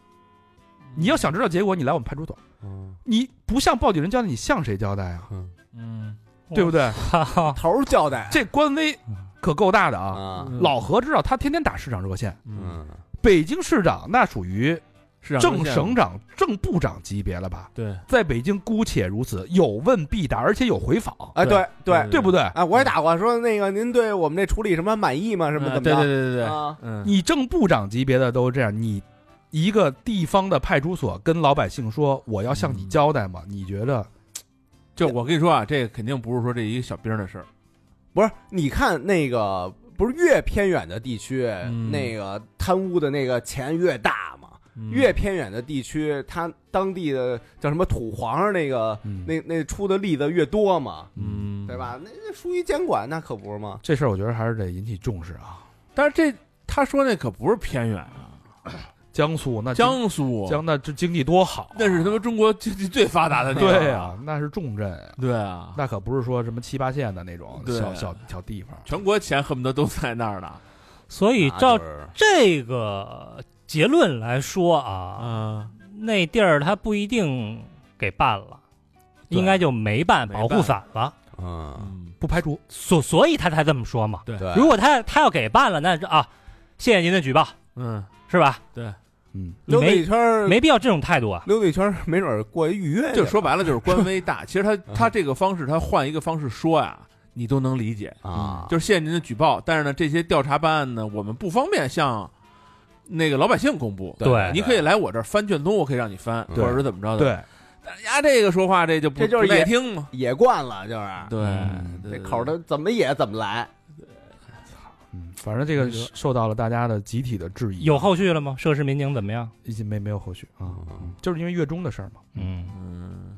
[SPEAKER 3] 你要想知道结果，你来我们派出所。
[SPEAKER 2] 嗯
[SPEAKER 3] 你不向报警人交代，你向谁交代啊？
[SPEAKER 2] 嗯，
[SPEAKER 5] 嗯，
[SPEAKER 3] 对不对？
[SPEAKER 5] 啊
[SPEAKER 2] 头儿交代
[SPEAKER 3] 这官威
[SPEAKER 2] 嗯
[SPEAKER 3] 可够大的啊！
[SPEAKER 2] 啊，
[SPEAKER 3] 老何知道他天天打市长热线，
[SPEAKER 5] 嗯，
[SPEAKER 3] 北京市长那属于
[SPEAKER 5] 是
[SPEAKER 3] 正省长、正部长级别了吧？
[SPEAKER 5] 对，
[SPEAKER 3] 在北京姑且如此，有问必答，而且有回访，
[SPEAKER 2] 哎，对对，
[SPEAKER 3] 对不对？
[SPEAKER 2] 哎，我也打过，说那个您对我们这处理什么满意吗？什么
[SPEAKER 5] 嗯
[SPEAKER 2] 怎么
[SPEAKER 5] 对
[SPEAKER 2] 着？
[SPEAKER 5] 对对对对，
[SPEAKER 2] 啊，
[SPEAKER 5] 嗯，
[SPEAKER 3] 你正部长级别的都这样，你一个地方的派出所跟老百姓说我要向你交代嘛？你觉得
[SPEAKER 5] 就我跟你说啊，这肯定不是说这一个小兵的事儿，
[SPEAKER 2] 不是，你看那个，不是越偏远的地区，
[SPEAKER 5] 嗯
[SPEAKER 2] 那个贪污的那个钱越大嘛？越偏远的地区，他当地的叫什么土皇上那个、
[SPEAKER 3] 嗯
[SPEAKER 2] 那那出的例子越多嘛，
[SPEAKER 5] 嗯，
[SPEAKER 2] 对？吧？那那疏于监管，那可不是吗？
[SPEAKER 3] 这事儿？我觉得还是得引起重视啊。
[SPEAKER 5] 但是这他说那可不是偏远啊，
[SPEAKER 3] 江苏那经
[SPEAKER 5] 江苏，啊
[SPEAKER 3] 江那这经济多好啊，
[SPEAKER 5] 那是他妈中国经济最发达的地方，
[SPEAKER 3] 对啊，那是重镇啊，
[SPEAKER 5] 对啊，
[SPEAKER 3] 那可不是说什么七八线的那种
[SPEAKER 5] 对
[SPEAKER 3] 小小小地方。
[SPEAKER 5] 全国钱恨不得都在那儿呢，
[SPEAKER 4] 所以
[SPEAKER 2] 那
[SPEAKER 4] 照
[SPEAKER 2] 就是
[SPEAKER 4] 这个结论来说啊，
[SPEAKER 5] 啊，
[SPEAKER 4] 那地儿他不一定给办了，
[SPEAKER 5] 对
[SPEAKER 4] 应该就没办
[SPEAKER 5] 没
[SPEAKER 4] 保护
[SPEAKER 5] 办
[SPEAKER 4] 伞了。
[SPEAKER 2] 嗯，
[SPEAKER 5] 嗯，
[SPEAKER 3] 不排除，
[SPEAKER 4] 所所以他才这么说嘛。
[SPEAKER 5] 对
[SPEAKER 2] 对，
[SPEAKER 4] 如果他他要给办了，那是啊，谢谢您的举报，
[SPEAKER 5] 嗯，
[SPEAKER 4] 是吧？
[SPEAKER 5] 对，
[SPEAKER 3] 嗯，
[SPEAKER 2] 溜达一
[SPEAKER 4] 没
[SPEAKER 2] 圈儿，
[SPEAKER 4] 没必要这种态度啊。
[SPEAKER 2] 溜达一圈儿，没准儿过去预约去
[SPEAKER 5] 就
[SPEAKER 2] 了
[SPEAKER 5] 说白了就是官 威大。其实他
[SPEAKER 2] 嗯
[SPEAKER 5] 他这个方式，他换一个方式说呀，你都能理解。
[SPEAKER 2] 啊，
[SPEAKER 5] 就是谢谢您的举报，但是呢，这些调查办案呢，我们不方便向那个老百姓公布。
[SPEAKER 4] 对
[SPEAKER 5] 你可以来我这儿翻卷宗，我可以让你翻，或
[SPEAKER 2] 对
[SPEAKER 5] 者是怎么着的。，
[SPEAKER 3] 对，
[SPEAKER 5] 但是呀，这个说话这就不
[SPEAKER 2] 这就是
[SPEAKER 5] 不耐
[SPEAKER 2] 也
[SPEAKER 5] 听嘛。
[SPEAKER 2] 野惯了，就是
[SPEAKER 5] 对
[SPEAKER 3] 嗯，
[SPEAKER 5] 对
[SPEAKER 2] 这口儿，他怎么野怎么来。
[SPEAKER 3] 嗯，反正这个受受到了大家的集体的质疑，
[SPEAKER 4] 有后续了吗？涉事民警怎么样？
[SPEAKER 3] 已经没没有后续啊
[SPEAKER 2] 嗯，
[SPEAKER 3] 嗯就是因为月中的事儿嘛。
[SPEAKER 4] 嗯，
[SPEAKER 5] 嗯，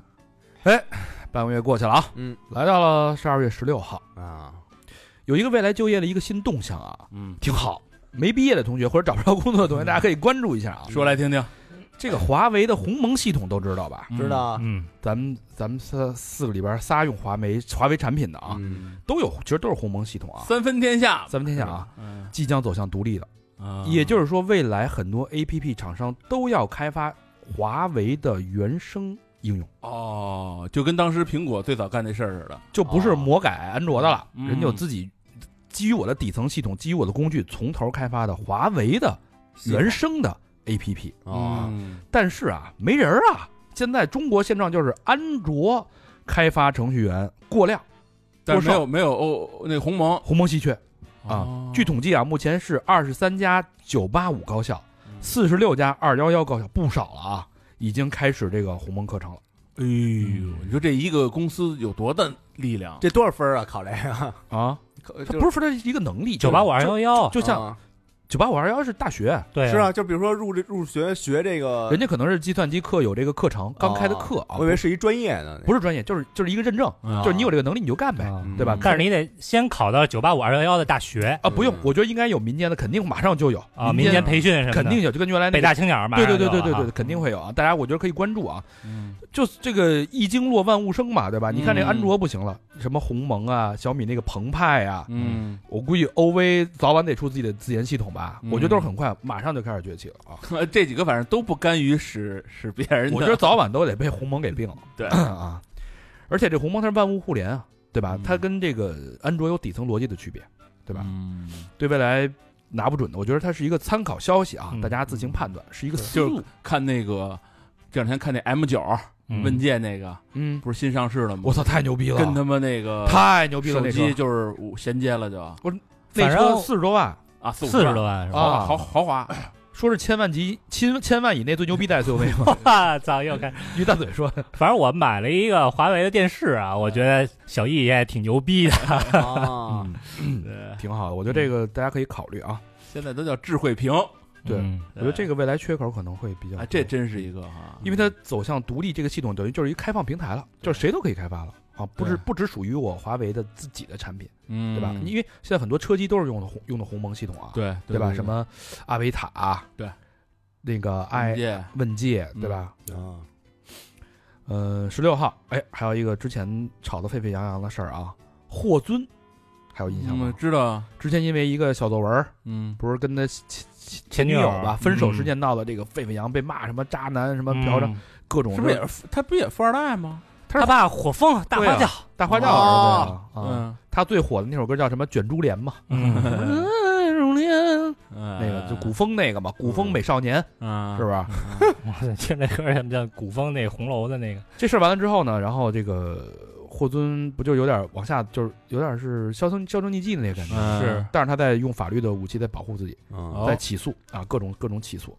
[SPEAKER 3] 半个月过去了啊，
[SPEAKER 2] 嗯
[SPEAKER 3] 来到了十二月十六号，
[SPEAKER 2] 啊，
[SPEAKER 3] 有一个未来就业的一个新动向啊，
[SPEAKER 2] 嗯，
[SPEAKER 3] 挺好。没毕业的同学或者找不着工作的同学，大家可以关注一下啊。
[SPEAKER 5] 说来听听，
[SPEAKER 3] 这个华为的鸿蒙系统都知道吧？
[SPEAKER 2] 知道
[SPEAKER 4] 嗯，
[SPEAKER 3] 咱们咱们四四个里边仨用华为华为产品的啊，
[SPEAKER 2] 嗯
[SPEAKER 3] 都有，其实都是鸿蒙系统啊。
[SPEAKER 5] 三分天下，
[SPEAKER 3] 三分天下啊，
[SPEAKER 5] 嗯，
[SPEAKER 3] 即将走向独立的，
[SPEAKER 5] 啊
[SPEAKER 3] 也就是说，未来很多 A P P 厂商都要开发华为的原生应用，
[SPEAKER 5] 哦，就跟当时苹果最早干那事儿似的。
[SPEAKER 3] 就不是魔改安卓的了，
[SPEAKER 5] 嗯
[SPEAKER 3] 人家有自己基于我的底层系统，基于我的工具，从头开发的华为的原生的 A P P。
[SPEAKER 5] 哦
[SPEAKER 2] 啊，
[SPEAKER 5] 嗯
[SPEAKER 3] 但是啊，没人儿啊。现在中国现状就是安卓开发程序员过量，
[SPEAKER 5] 但是没
[SPEAKER 3] 多
[SPEAKER 5] 有没有哦，那鸿蒙
[SPEAKER 3] 鸿蒙稀缺。啊
[SPEAKER 5] 哦
[SPEAKER 3] 据统计啊，目前是二十三家九八五高校，四十六家二幺幺高校，不少了啊，已经开始这个鸿蒙课程了
[SPEAKER 5] 哎呦，
[SPEAKER 3] 嗯
[SPEAKER 5] 你说这一个公司有多大力量？
[SPEAKER 2] 这多少分儿啊？考这个
[SPEAKER 3] 啊。
[SPEAKER 2] 可
[SPEAKER 3] 它
[SPEAKER 2] 就
[SPEAKER 3] 不是说它是一个能力，
[SPEAKER 4] 九八五二幺幺，
[SPEAKER 3] 就像
[SPEAKER 2] 啊
[SPEAKER 3] 九八五二幺是大学，
[SPEAKER 4] 对，
[SPEAKER 2] 是，啊，就比如说入这入学学这个，
[SPEAKER 3] 人家可能是计算机课有这个课程刚开的课啊，
[SPEAKER 2] 我以为是一专业呢。
[SPEAKER 3] 不是专业，就是就是一个认证，
[SPEAKER 5] 啊
[SPEAKER 3] 就是你嗯有这个能力你就干呗
[SPEAKER 4] 啊
[SPEAKER 3] 对吧
[SPEAKER 4] 但是你得先考到九八五二幺幺的大学
[SPEAKER 3] 啊，不用
[SPEAKER 2] 嗯，
[SPEAKER 3] 我觉得应该有民间的，肯定马上就有
[SPEAKER 4] 啊，民间培训什么的，
[SPEAKER 3] 肯定有，就跟原来那
[SPEAKER 4] 北
[SPEAKER 3] 个
[SPEAKER 4] 大青鸟嘛，
[SPEAKER 3] 对对对对对对，肯定会有啊！大家我觉得可以关注啊，就是这个一经落万物生嘛，对吧？你看这
[SPEAKER 5] 嗯
[SPEAKER 3] 安卓不行了，什么鸿蒙啊、小米那个澎湃啊，
[SPEAKER 5] 嗯，
[SPEAKER 3] 我估计 OV 早晚得出自己的自研系统吧？
[SPEAKER 5] 嗯
[SPEAKER 3] 我觉得都是很快，马上就开始崛起了啊！
[SPEAKER 5] 这几个反正都不甘于使 使别人的。
[SPEAKER 3] 我觉得早晚都得被鸿蒙给并了，
[SPEAKER 5] 对
[SPEAKER 3] 啊！而且这鸿蒙它是万物互联啊，对吧
[SPEAKER 5] 嗯？
[SPEAKER 3] 它跟这个安卓有底层逻辑的区别，对吧？
[SPEAKER 5] 嗯，
[SPEAKER 3] 对未来拿不准的，我觉得它是一个参考消息啊
[SPEAKER 4] 嗯，
[SPEAKER 3] 大家自行判断，是一个思
[SPEAKER 5] 就
[SPEAKER 3] 路
[SPEAKER 5] 是。看那个这两天看那 M 九
[SPEAKER 4] 嗯
[SPEAKER 5] 问界那个，
[SPEAKER 3] 嗯，
[SPEAKER 5] 不是新上市了吗？
[SPEAKER 3] 我操，太牛逼了！
[SPEAKER 5] 跟他们那个
[SPEAKER 3] 太牛逼了，
[SPEAKER 5] 手
[SPEAKER 3] 那
[SPEAKER 5] 机
[SPEAKER 3] 车
[SPEAKER 5] 就是衔接了就
[SPEAKER 3] 那
[SPEAKER 4] 反正
[SPEAKER 3] 车四十多万。
[SPEAKER 5] 啊，四
[SPEAKER 4] 四十
[SPEAKER 5] 万
[SPEAKER 4] 多万是吧？
[SPEAKER 5] 豪
[SPEAKER 3] 啊
[SPEAKER 5] 豪豪华，
[SPEAKER 3] 说是千万级、千千万以内最牛逼的 SUV 吗？
[SPEAKER 4] 啊， 早又开。
[SPEAKER 3] 于大嘴说，
[SPEAKER 4] 反正我买了一个华为的电视啊，我觉得小易也挺牛逼的。
[SPEAKER 2] 啊啊，
[SPEAKER 3] 嗯，
[SPEAKER 5] 对，嗯
[SPEAKER 3] 挺好的，我觉得这个大家可以考虑啊。
[SPEAKER 5] 现在都叫智慧屏，
[SPEAKER 3] 对
[SPEAKER 4] 嗯
[SPEAKER 3] 我觉得这个未来缺口可能会比较
[SPEAKER 5] 啊，这
[SPEAKER 3] 多
[SPEAKER 5] 真是一个哈，
[SPEAKER 3] 因为它走向独立这个系统，等于就是一个开放平台了，就是谁都可以开发了啊，不只
[SPEAKER 5] 对
[SPEAKER 3] 不只属于我华为的自己的产品，
[SPEAKER 5] 嗯
[SPEAKER 3] 对吧？因为现在很多车机都是用的鸿用的鸿蒙系统啊，
[SPEAKER 5] 对
[SPEAKER 3] 对吧？什么阿维塔，啊
[SPEAKER 5] 对，嗯
[SPEAKER 3] 那个
[SPEAKER 5] 哎
[SPEAKER 3] i 问界，对吧？
[SPEAKER 2] 啊，
[SPEAKER 3] 呃，十六号，哎，还有一个之前吵得沸沸扬扬的事儿啊，霍尊，还有印象
[SPEAKER 5] 嗯
[SPEAKER 3] 吗？
[SPEAKER 5] 知道
[SPEAKER 3] 之前因为一个小作文儿，
[SPEAKER 5] 嗯
[SPEAKER 3] 不是跟他前
[SPEAKER 4] 前
[SPEAKER 3] 女
[SPEAKER 4] 女友
[SPEAKER 3] 吧分手事件闹得这个沸沸扬扬，被骂什么渣男，什么嫖娼，
[SPEAKER 4] 嗯
[SPEAKER 3] 各种
[SPEAKER 5] 是不是也是富他不也富二代吗？
[SPEAKER 4] 他爸火风大花
[SPEAKER 3] 对
[SPEAKER 4] 轿
[SPEAKER 3] 啊，大花轿儿子呀啊？
[SPEAKER 5] 嗯
[SPEAKER 3] 他最火的那首歌叫什么？《卷珠帘》嘛，
[SPEAKER 4] 嗯，
[SPEAKER 3] 珠帘，
[SPEAKER 5] 那
[SPEAKER 3] 那个就古风那个
[SPEAKER 5] 嗯
[SPEAKER 3] 嘛，古风美少年
[SPEAKER 5] 啊
[SPEAKER 3] 是不是？
[SPEAKER 4] 哇现在歌儿什么叫古风那红楼的那个，
[SPEAKER 3] 这事儿完了之后呢，然后这个霍尊不就有点往下，就是有点是销声销声匿迹的那个感觉。
[SPEAKER 5] 嗯
[SPEAKER 4] 是
[SPEAKER 3] 但是他在用法律的武器在保护自己，
[SPEAKER 2] 嗯
[SPEAKER 5] 哦
[SPEAKER 3] 在起诉啊，各种各种起诉。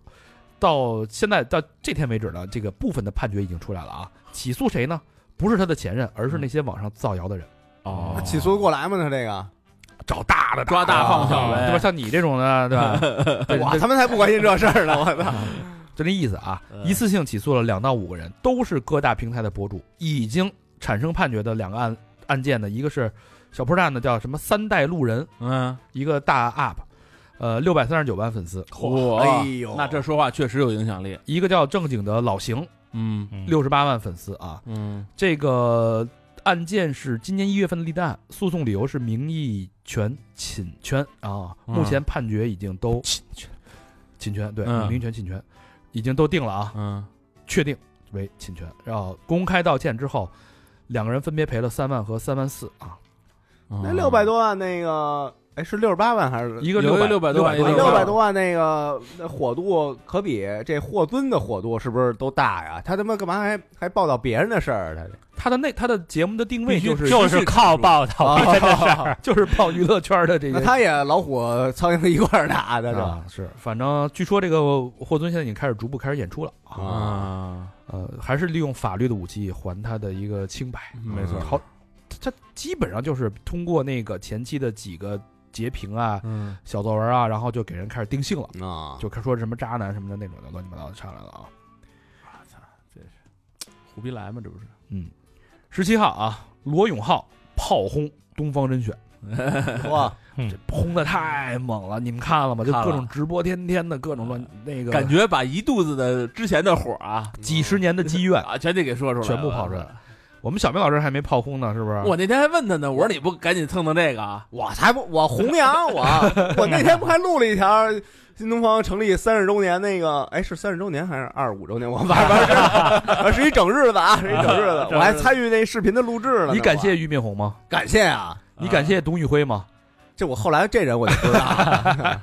[SPEAKER 3] 到现在到这天为止呢，这个部分的判决已经出来了啊。起诉谁呢？不是他的前任，而是那些网上造谣的人，
[SPEAKER 5] 哦
[SPEAKER 2] 他起诉得过来吗？他这个，
[SPEAKER 3] 找大的
[SPEAKER 5] 抓大放小
[SPEAKER 3] 对吧？
[SPEAKER 5] 呗，
[SPEAKER 3] 像你这种的，对 吧？对
[SPEAKER 2] 我他妈才不关心这事儿呢！我
[SPEAKER 3] 啊
[SPEAKER 2] 操，
[SPEAKER 3] 就这意思啊，
[SPEAKER 5] 嗯
[SPEAKER 3] 一次性起诉了两到五个人，都是各大平台的博主，已经产生判决的两个案案件呢，一个是小破站的叫什么三代路人，
[SPEAKER 5] 嗯，
[SPEAKER 3] 一个大 UP，呃，六百三十九万粉丝，
[SPEAKER 5] 哇
[SPEAKER 2] 哎呦
[SPEAKER 5] 那这说话确实有影响力，
[SPEAKER 3] 一个叫正经的老邢，
[SPEAKER 5] 嗯
[SPEAKER 4] 嗯
[SPEAKER 3] 六十八万粉丝啊。
[SPEAKER 5] 嗯
[SPEAKER 3] 这个案件是今年一月份的立案，诉讼理由是名义权侵权啊，
[SPEAKER 5] 嗯
[SPEAKER 3] 目前判决已经都侵权，侵权对，
[SPEAKER 5] 嗯
[SPEAKER 3] 名义权侵权已经都定了啊。
[SPEAKER 5] 嗯，
[SPEAKER 3] 确定为侵权，然后公开道歉之后，两个人分别赔了三万和三万四啊，
[SPEAKER 5] 那
[SPEAKER 2] 那六百多万那个，哎，是六十八万还是
[SPEAKER 3] 一个
[SPEAKER 5] 有一个
[SPEAKER 3] 六多
[SPEAKER 5] 600多万
[SPEAKER 2] 啊
[SPEAKER 5] 一
[SPEAKER 2] 六
[SPEAKER 5] 个
[SPEAKER 2] 百多万那个那火度可比这霍尊的火度是不是都大呀？他他妈干嘛还还报道别人的事儿？他这
[SPEAKER 3] 他的那他的节目的定位
[SPEAKER 5] 必须
[SPEAKER 3] 就是
[SPEAKER 4] 就是靠报道，
[SPEAKER 2] 真的是，
[SPEAKER 3] 就是泡娱乐圈的这
[SPEAKER 2] 啊那
[SPEAKER 3] 些。
[SPEAKER 2] 他也老虎苍蝇一块儿打的，这
[SPEAKER 3] 啊，是，反正据说这个霍尊现在已经开始逐步开始演出了啊，
[SPEAKER 5] 啊，
[SPEAKER 3] 呃，还是利用法律的武器还他的一个清白，
[SPEAKER 5] 没错
[SPEAKER 3] 好，他基本上就是通过那个前期的几个截屏啊、
[SPEAKER 5] 嗯
[SPEAKER 3] 小作文啊，然后就给人开始定性了，
[SPEAKER 2] 啊，
[SPEAKER 3] 就开始说什么渣男什么的那种的乱七八糟的上来了啊。
[SPEAKER 5] 虎逼来嘛，这不是？
[SPEAKER 3] 嗯，十七号啊，罗永浩炮轰东方甄选，
[SPEAKER 2] 哇，
[SPEAKER 4] 嗯
[SPEAKER 3] 这轰的太猛了，你们看了吗？就
[SPEAKER 5] 看了
[SPEAKER 3] 各种直播，天天的各种乱，那个
[SPEAKER 5] 感觉把一肚子的之前的火啊
[SPEAKER 3] 几十年的积怨，
[SPEAKER 5] 啊，全得给说出来，
[SPEAKER 3] 全部跑出来。我们小明老师还没炮轰呢，是不是？
[SPEAKER 5] 我那天还问他呢，我说你不赶紧蹭蹭这个啊？
[SPEAKER 2] 我才不，我弘 扬我，我那天不还录了一条新东方成立三十周年那个，哎，是三十周年还是二十五周年？我反正是是一整日子啊，是一整 日子，我还参与那视频的录制了呢。
[SPEAKER 3] 你感
[SPEAKER 2] 我
[SPEAKER 3] 谢俞敏洪吗？
[SPEAKER 2] 感谢啊！
[SPEAKER 5] 啊
[SPEAKER 3] 你感谢董宇辉吗？
[SPEAKER 2] 这我后来这人我就不知道 了，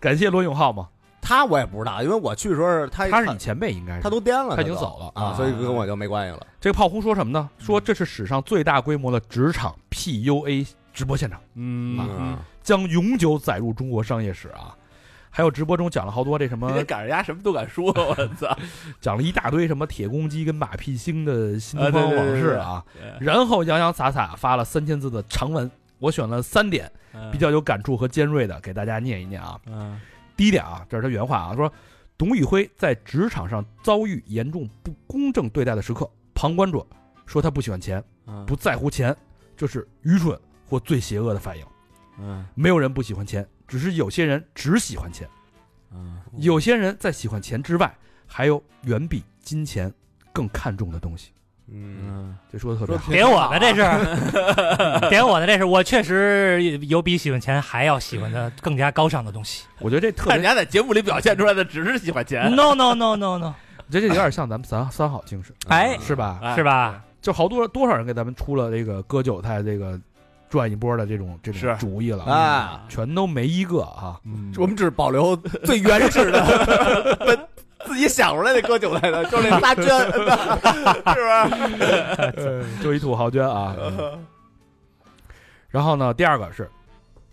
[SPEAKER 3] 感谢罗永浩吗？
[SPEAKER 2] 他我也不知道，因为我去的时候哎他
[SPEAKER 3] 他是你前辈，应该是
[SPEAKER 2] 他都颠了，
[SPEAKER 3] 他已经走了
[SPEAKER 2] 啊，所以跟我就没关系了。
[SPEAKER 3] 这个炮轰说什么呢？
[SPEAKER 5] 嗯
[SPEAKER 3] 说这是史上最大规模的职场 PUA 直播现场。
[SPEAKER 2] 啊
[SPEAKER 5] 嗯，
[SPEAKER 3] 将永久载入中国商业史啊！还有直播中讲了好多这什么
[SPEAKER 5] 人家赶上人家什么都敢说，我操！
[SPEAKER 3] 讲了一大堆什么铁公鸡跟马屁精的新东方往事啊，
[SPEAKER 5] 对
[SPEAKER 3] 然后洋洋洒洒发了三千字的长文，我选了三点比，较有感触和尖锐的给大家念一念啊。
[SPEAKER 5] 嗯
[SPEAKER 3] 第一点啊，这是他原话啊，说董宇辉在职场上遭遇严重不公正对待的时刻，旁观者说他不喜欢钱，
[SPEAKER 5] 嗯
[SPEAKER 3] 不在乎钱，这是愚蠢或最邪恶的反应。
[SPEAKER 5] 嗯
[SPEAKER 3] 没有人不喜欢钱，只是有些人只喜欢钱，
[SPEAKER 5] 嗯
[SPEAKER 3] 有些人在喜欢钱之外，还有远比金钱更看重的东西。
[SPEAKER 2] 嗯，
[SPEAKER 5] 嗯，
[SPEAKER 3] 这说的特别
[SPEAKER 2] 说
[SPEAKER 3] 好。
[SPEAKER 4] 点我的这是， 点我的这是，我确实有比喜欢钱还要喜
[SPEAKER 5] 嗯
[SPEAKER 4] 欢的更加高尚的 东西。
[SPEAKER 3] 我觉得这特
[SPEAKER 5] 看人
[SPEAKER 3] 别，
[SPEAKER 5] 家在节目里表现出来的只是喜欢钱，
[SPEAKER 4] No no no no no，
[SPEAKER 3] 我觉得这有点像咱们三三好精神，
[SPEAKER 4] 哎
[SPEAKER 2] 嗯
[SPEAKER 3] 是吧？
[SPEAKER 5] 哎
[SPEAKER 4] 是？吧？
[SPEAKER 3] 就好多多少人给咱们出了这个割韭菜、这个赚一波的这种这
[SPEAKER 5] 是
[SPEAKER 3] 种主意了，
[SPEAKER 2] 啊，
[SPEAKER 3] 全都没一个啊！
[SPEAKER 5] 嗯
[SPEAKER 2] 我们只保留最原始的，自己想出来的割韭菜的， 就那仨捐，是不是？
[SPEAKER 3] 就一土豪捐啊！然后呢，第二个是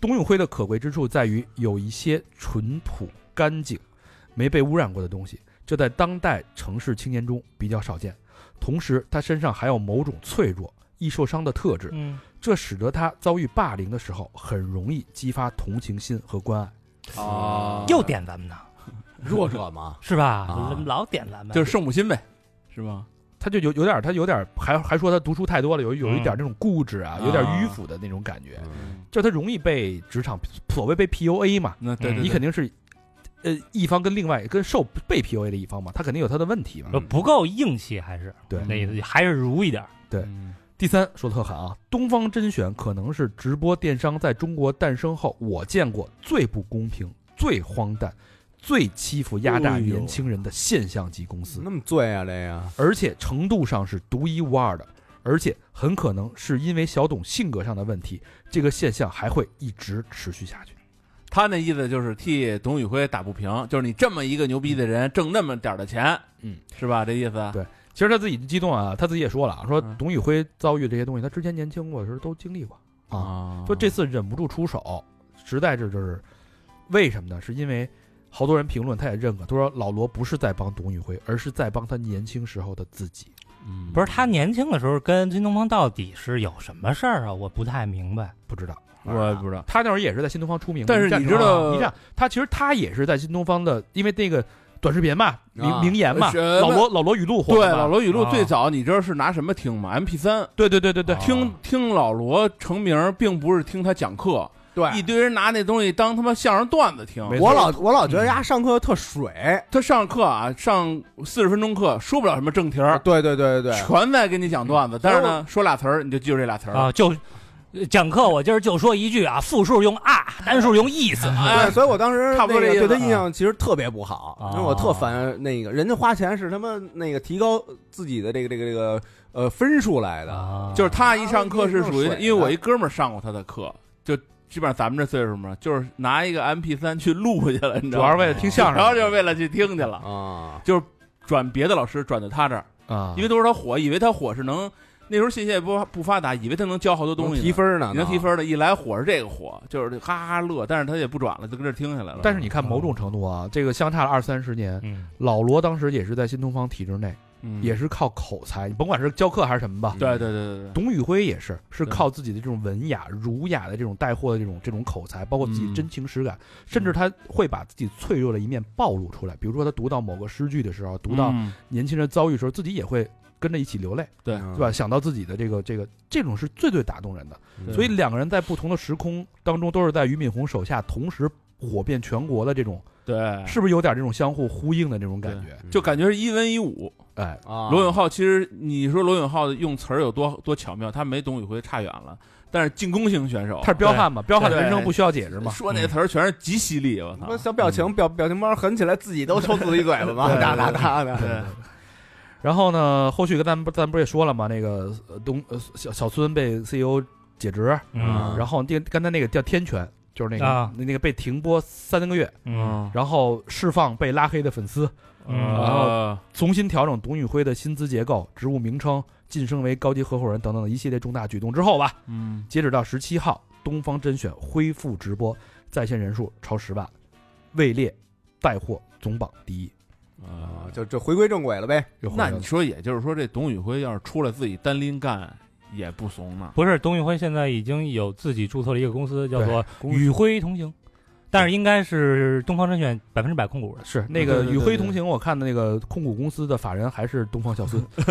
[SPEAKER 3] 董永辉的可贵之处在于有一些淳朴、干净、没被污染过的东西，这在当代城市青年中比较少见。同时，他身上还有某种脆弱、易受伤的特质，
[SPEAKER 4] 嗯，
[SPEAKER 3] 这使得他遭遇霸凌的时候很容易激发同情心和关爱。
[SPEAKER 5] 啊，
[SPEAKER 4] 又点咱们呢。
[SPEAKER 2] 弱者嘛，
[SPEAKER 4] 是吧？
[SPEAKER 2] 啊
[SPEAKER 4] 老点咱们
[SPEAKER 5] 就是圣母心呗，是吗？
[SPEAKER 3] 他就有有点儿，他有点儿还还说他读书太多了，有有一点儿那种固执啊，有点儿
[SPEAKER 5] 啊
[SPEAKER 3] 迂腐的那种感觉，就他容易被职场所谓被 PUA 嘛，
[SPEAKER 5] 那对对，
[SPEAKER 4] 嗯
[SPEAKER 3] 你
[SPEAKER 5] 对
[SPEAKER 3] 肯定是呃一方跟另外跟受被 PUA 的一方嘛，他肯定有他的问题嘛。
[SPEAKER 4] 呃不够硬气，还是
[SPEAKER 3] 对
[SPEAKER 4] 那意思，还是儒一点儿。
[SPEAKER 3] 对第三说的特狠啊，东方甄选可能是直播电商在中国诞生后我见过最不公平、最荒诞、最欺负压榨
[SPEAKER 5] 哎呦
[SPEAKER 3] 年轻人的现象级公司。
[SPEAKER 2] 那么醉啊这个，
[SPEAKER 3] 而且程度上是独一无二的，而且很可能是因为小董性格上的问题，这个现象还会一直持续下去。
[SPEAKER 5] 他那意思就是替董宇辉打不平，就是你这么一个牛逼的人，挣那么点儿的钱，
[SPEAKER 3] 嗯，
[SPEAKER 5] 是吧？这意思。
[SPEAKER 3] 其实他自己激动啊，他自己也说了啊，说
[SPEAKER 5] 嗯
[SPEAKER 3] 董宇辉遭遇这些东西，他之前年轻过的时候都经历过，
[SPEAKER 5] 啊
[SPEAKER 3] 说这次忍不住出手，实在是就是为什么呢？是因为好多人评论他也认可，他说老罗不是在帮董宇辉，而是在帮他年轻时候的自己。
[SPEAKER 5] 嗯
[SPEAKER 4] 不是他年轻的时候跟金东方到底是有什么事儿啊？我不太明白。
[SPEAKER 3] 不知道，
[SPEAKER 2] 啊
[SPEAKER 5] 我也不知道，
[SPEAKER 3] 他那会儿也是在新东方出名的，
[SPEAKER 5] 但是
[SPEAKER 3] 站
[SPEAKER 5] 你
[SPEAKER 3] 出来
[SPEAKER 5] 知道
[SPEAKER 3] 你看他其实他也是在新东方的，因为那个短视频嘛，名、
[SPEAKER 2] 啊
[SPEAKER 3] 名言嘛，
[SPEAKER 5] 是
[SPEAKER 3] 老罗老罗语录火
[SPEAKER 5] 对
[SPEAKER 3] 的嘛
[SPEAKER 5] 老罗语录
[SPEAKER 3] 啊
[SPEAKER 5] 最早你知道是拿什么听吗？MP 三。
[SPEAKER 3] 对对对对对，
[SPEAKER 5] 听听老罗成名，并不是听他讲课，一
[SPEAKER 2] 对，
[SPEAKER 5] 堆人拿那东西当他妈相声段子听。
[SPEAKER 3] 没错
[SPEAKER 2] 我老我老觉得丫上课特水，
[SPEAKER 5] 他上课啊，上四十分钟课，说不了什么正题儿，
[SPEAKER 2] 对对对对对，
[SPEAKER 5] 全在给你讲段子。但是呢，说俩词儿你就记住这俩词儿
[SPEAKER 4] 啊，就呃讲课我今儿就说一句啊，复数用啊，单数用 is 啊。
[SPEAKER 5] 哎
[SPEAKER 2] 对，所以我当时
[SPEAKER 5] 差不多
[SPEAKER 2] 那个
[SPEAKER 5] 这意思啊哦
[SPEAKER 2] 对他印象其实特别不好，
[SPEAKER 4] 啊
[SPEAKER 2] 因为我特烦那个人家花钱是他妈那个提高自己的这个这个这个呃分数来的，
[SPEAKER 4] 啊
[SPEAKER 5] 就是他一上课是属于
[SPEAKER 2] 啊，
[SPEAKER 5] 因为我一哥们儿上过他的课，就基本上咱们这岁数嘛，就是拿一个 MP 三去录去了，你知
[SPEAKER 3] 主
[SPEAKER 5] 道
[SPEAKER 3] 要
[SPEAKER 5] 吗？
[SPEAKER 3] 是为了听相
[SPEAKER 5] 然后
[SPEAKER 3] 声
[SPEAKER 5] 就是为了去听去了，
[SPEAKER 2] 啊，
[SPEAKER 5] 转别的老师转到他这儿，
[SPEAKER 3] 啊，
[SPEAKER 5] 因为都是他火，以为他火是能那时候信息也不不发达，以为他能教好多东西
[SPEAKER 2] 能
[SPEAKER 5] 呢，
[SPEAKER 2] 提分呢，
[SPEAKER 5] 你能
[SPEAKER 3] 啊
[SPEAKER 5] 提分的，一来火是这个火，就是哈哈乐，但是他也不转了，就跟这儿听下来了。
[SPEAKER 3] 但是你看某种程度啊，这个相差了二三十年，
[SPEAKER 4] 嗯，
[SPEAKER 3] 老罗当时也是在新东方体制内，
[SPEAKER 5] 嗯
[SPEAKER 3] 也是靠口才，你甭管是教课还是什么吧。
[SPEAKER 5] 对对对对对。
[SPEAKER 3] 董宇辉也是，是
[SPEAKER 5] 对
[SPEAKER 3] 靠自己的这种文雅、儒雅的这种带货的这种这种口才，包括自己
[SPEAKER 5] 嗯
[SPEAKER 3] 真情实感，甚至他会把自己脆弱的一面暴露出来。比如说，他读到某个诗句的时候，读到
[SPEAKER 5] 嗯
[SPEAKER 3] 年轻人遭遇的时候，自己也会跟着一起流泪，
[SPEAKER 5] 对
[SPEAKER 3] 对吧？想到自己的这个这个，这种是最最打动人的。
[SPEAKER 2] 对
[SPEAKER 3] 所以两个人在不同的时空当中，都是在俞敏洪手下同时火遍全国的这种，
[SPEAKER 5] 对，
[SPEAKER 3] 是不是有点这种相互呼应的这种感觉？
[SPEAKER 5] 就感觉是一文一武。
[SPEAKER 3] 哎，
[SPEAKER 2] 嗯啊，
[SPEAKER 5] 罗永浩其实你说罗永浩用词儿有多多巧妙，他没董宇辉差远了，但是进攻型选手，
[SPEAKER 3] 他是彪悍嘛？彪悍的
[SPEAKER 5] 对
[SPEAKER 3] 人生不需要解释嘛？
[SPEAKER 5] 说那词儿全是极犀利，我
[SPEAKER 2] 什么
[SPEAKER 5] 操！
[SPEAKER 2] 小表情表表情包狠起来，自己都抽自己嘴巴嘛，哒哒哒的，
[SPEAKER 5] 对，
[SPEAKER 3] 然后呢，后续跟咱们咱们不是也说了吗？那个呃东呃小小孙被 CEO 解职，
[SPEAKER 4] 嗯
[SPEAKER 5] 啊
[SPEAKER 3] 然后那刚才那个叫天权，就是那个、
[SPEAKER 4] 啊
[SPEAKER 3] 那那个被停播三个月，
[SPEAKER 4] 嗯
[SPEAKER 3] 然后释放被拉黑的粉丝，
[SPEAKER 4] 嗯
[SPEAKER 3] 啊，
[SPEAKER 5] 呃，
[SPEAKER 3] 重新调整董宇辉的薪资结构、职务名称、晋升为高级合伙人等等的一系列重大举动之后吧，
[SPEAKER 5] 嗯，
[SPEAKER 3] 截止到十七号，东方甄选恢复直播，在线人数超十万，位列带货总榜第一。
[SPEAKER 2] 啊，就这回归正轨了呗，
[SPEAKER 3] 又回来
[SPEAKER 5] 那
[SPEAKER 3] 了
[SPEAKER 5] 你说，也就是说，这董宇辉要是出来自己单拎干，也不怂呢。
[SPEAKER 4] 不是，董宇辉现在已经有自己注册了一个公司，叫做
[SPEAKER 3] 公司
[SPEAKER 4] 宇辉同行，但是应该是东方甄选百分之百控股的。
[SPEAKER 3] 是那
[SPEAKER 5] 对
[SPEAKER 3] 个
[SPEAKER 5] 对
[SPEAKER 3] 宇
[SPEAKER 5] 对
[SPEAKER 3] 辉
[SPEAKER 5] 对
[SPEAKER 3] 同行，我看的那个控股公司的法人还是东方小孙，